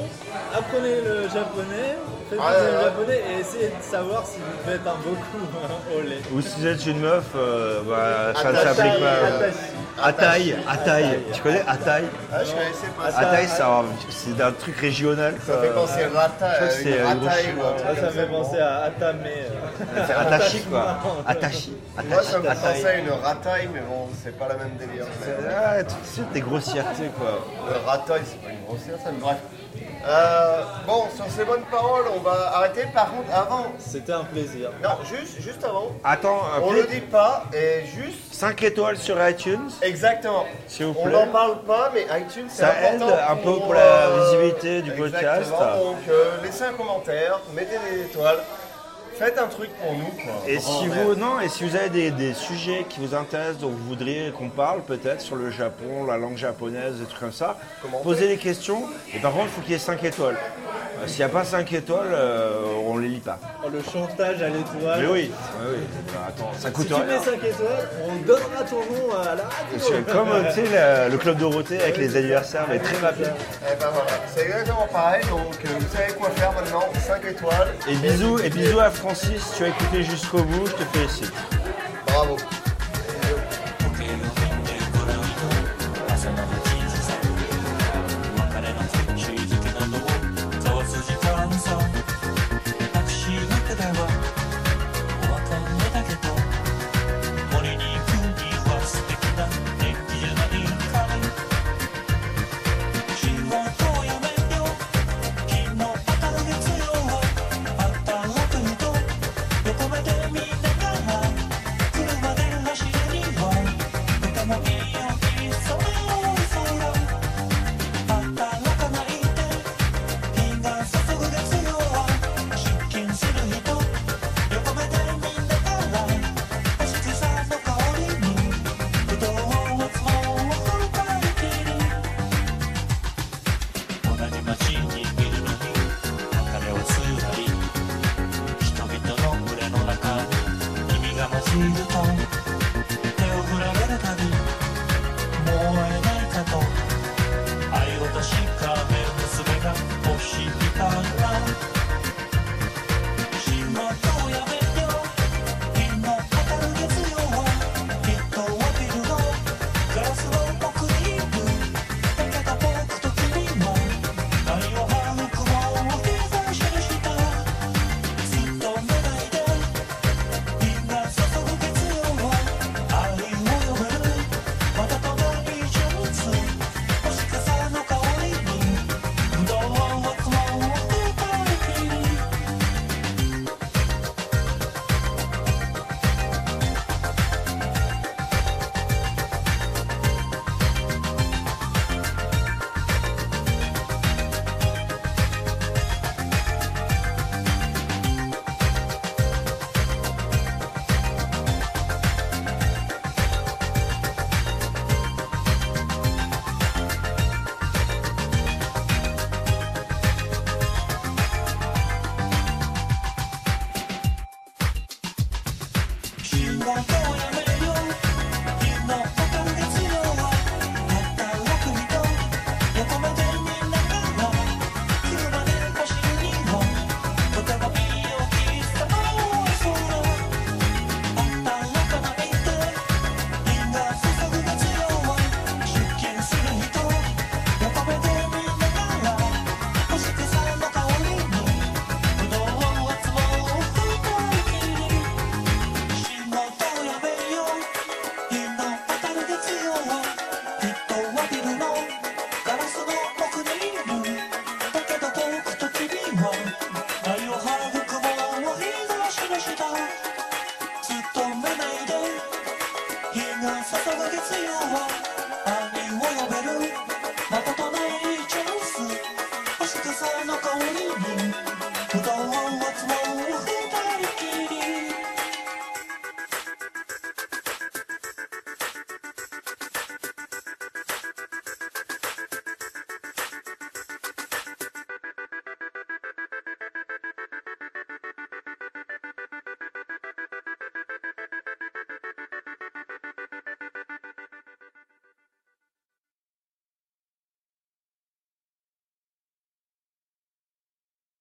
apprenez le japonais, faites Ah, le ouais, ouais. japonais et essayez de savoir si vous faites un beaucoup (laughs) hein, olé. Ou si vous êtes une meuf, euh, bah, ça euh, ne Attaché, s'applique attaché. pas. Ataï, Ataï, tu connais Ataï Ah, je connaissais pas ça. Ataï, c'est un- c'est d'un truc régional. Ça fait penser à Rata, crois que euh, c'est, euh, une rataille Hiroshima. ou un truc Ah, ça comme me fait penser à Atame. euh. C'est Attaché quoi. Attachement. Attaché. Moi, ça me fait Attaï. penser à une rataille, mais bon, c'est pas la même délire. mais- Ah, tu sais, t'es grossièreté quoi. Le rataille, Euh, c'est pas une grossière, ça, mais bref. Euh, bon, sur ces bonnes paroles, on va arrêter. Par contre, avant, C'était un plaisir. non, juste, juste avant, Attends, on le dit pas et juste 5 étoiles sur iTunes. Exactement. S'il vous on plaît. n'en parle pas, mais iTunes, c'est Ça aide important euh, un peu pour la visibilité du exactement. podcast. Donc, euh, laissez un commentaire, mettez des étoiles, faites un truc pour nous. quoi. Et Oh, si merde. vous non, et si vous avez des, des sujets qui vous intéressent, dont vous voudriez qu'on parle peut-être sur le Japon, la langue japonaise, des trucs comme ça, Comment on posez des questions. Et par contre, il faut qu'il y ait 5 étoiles. Euh, S'il n'y a pas 5 étoiles, euh, on les lit pas. Oh, le chantage à l'étoile. Mais oui, oui, oui. Bah, attends, ça Ah Si coûte tu rien. mets 5 étoiles, on donnera ton nom à la radio. C'est comme euh, tu sais, la- le club Dorothée avec les anniversaires, mais très rapide. Eh ben voilà, c'est exactement pareil. Donc, euh, vous savez quoi faire maintenant 5 étoiles. Et bisous, et bisous à Francis, tu as écouté jusqu'au bout, je te félicite. Bravo.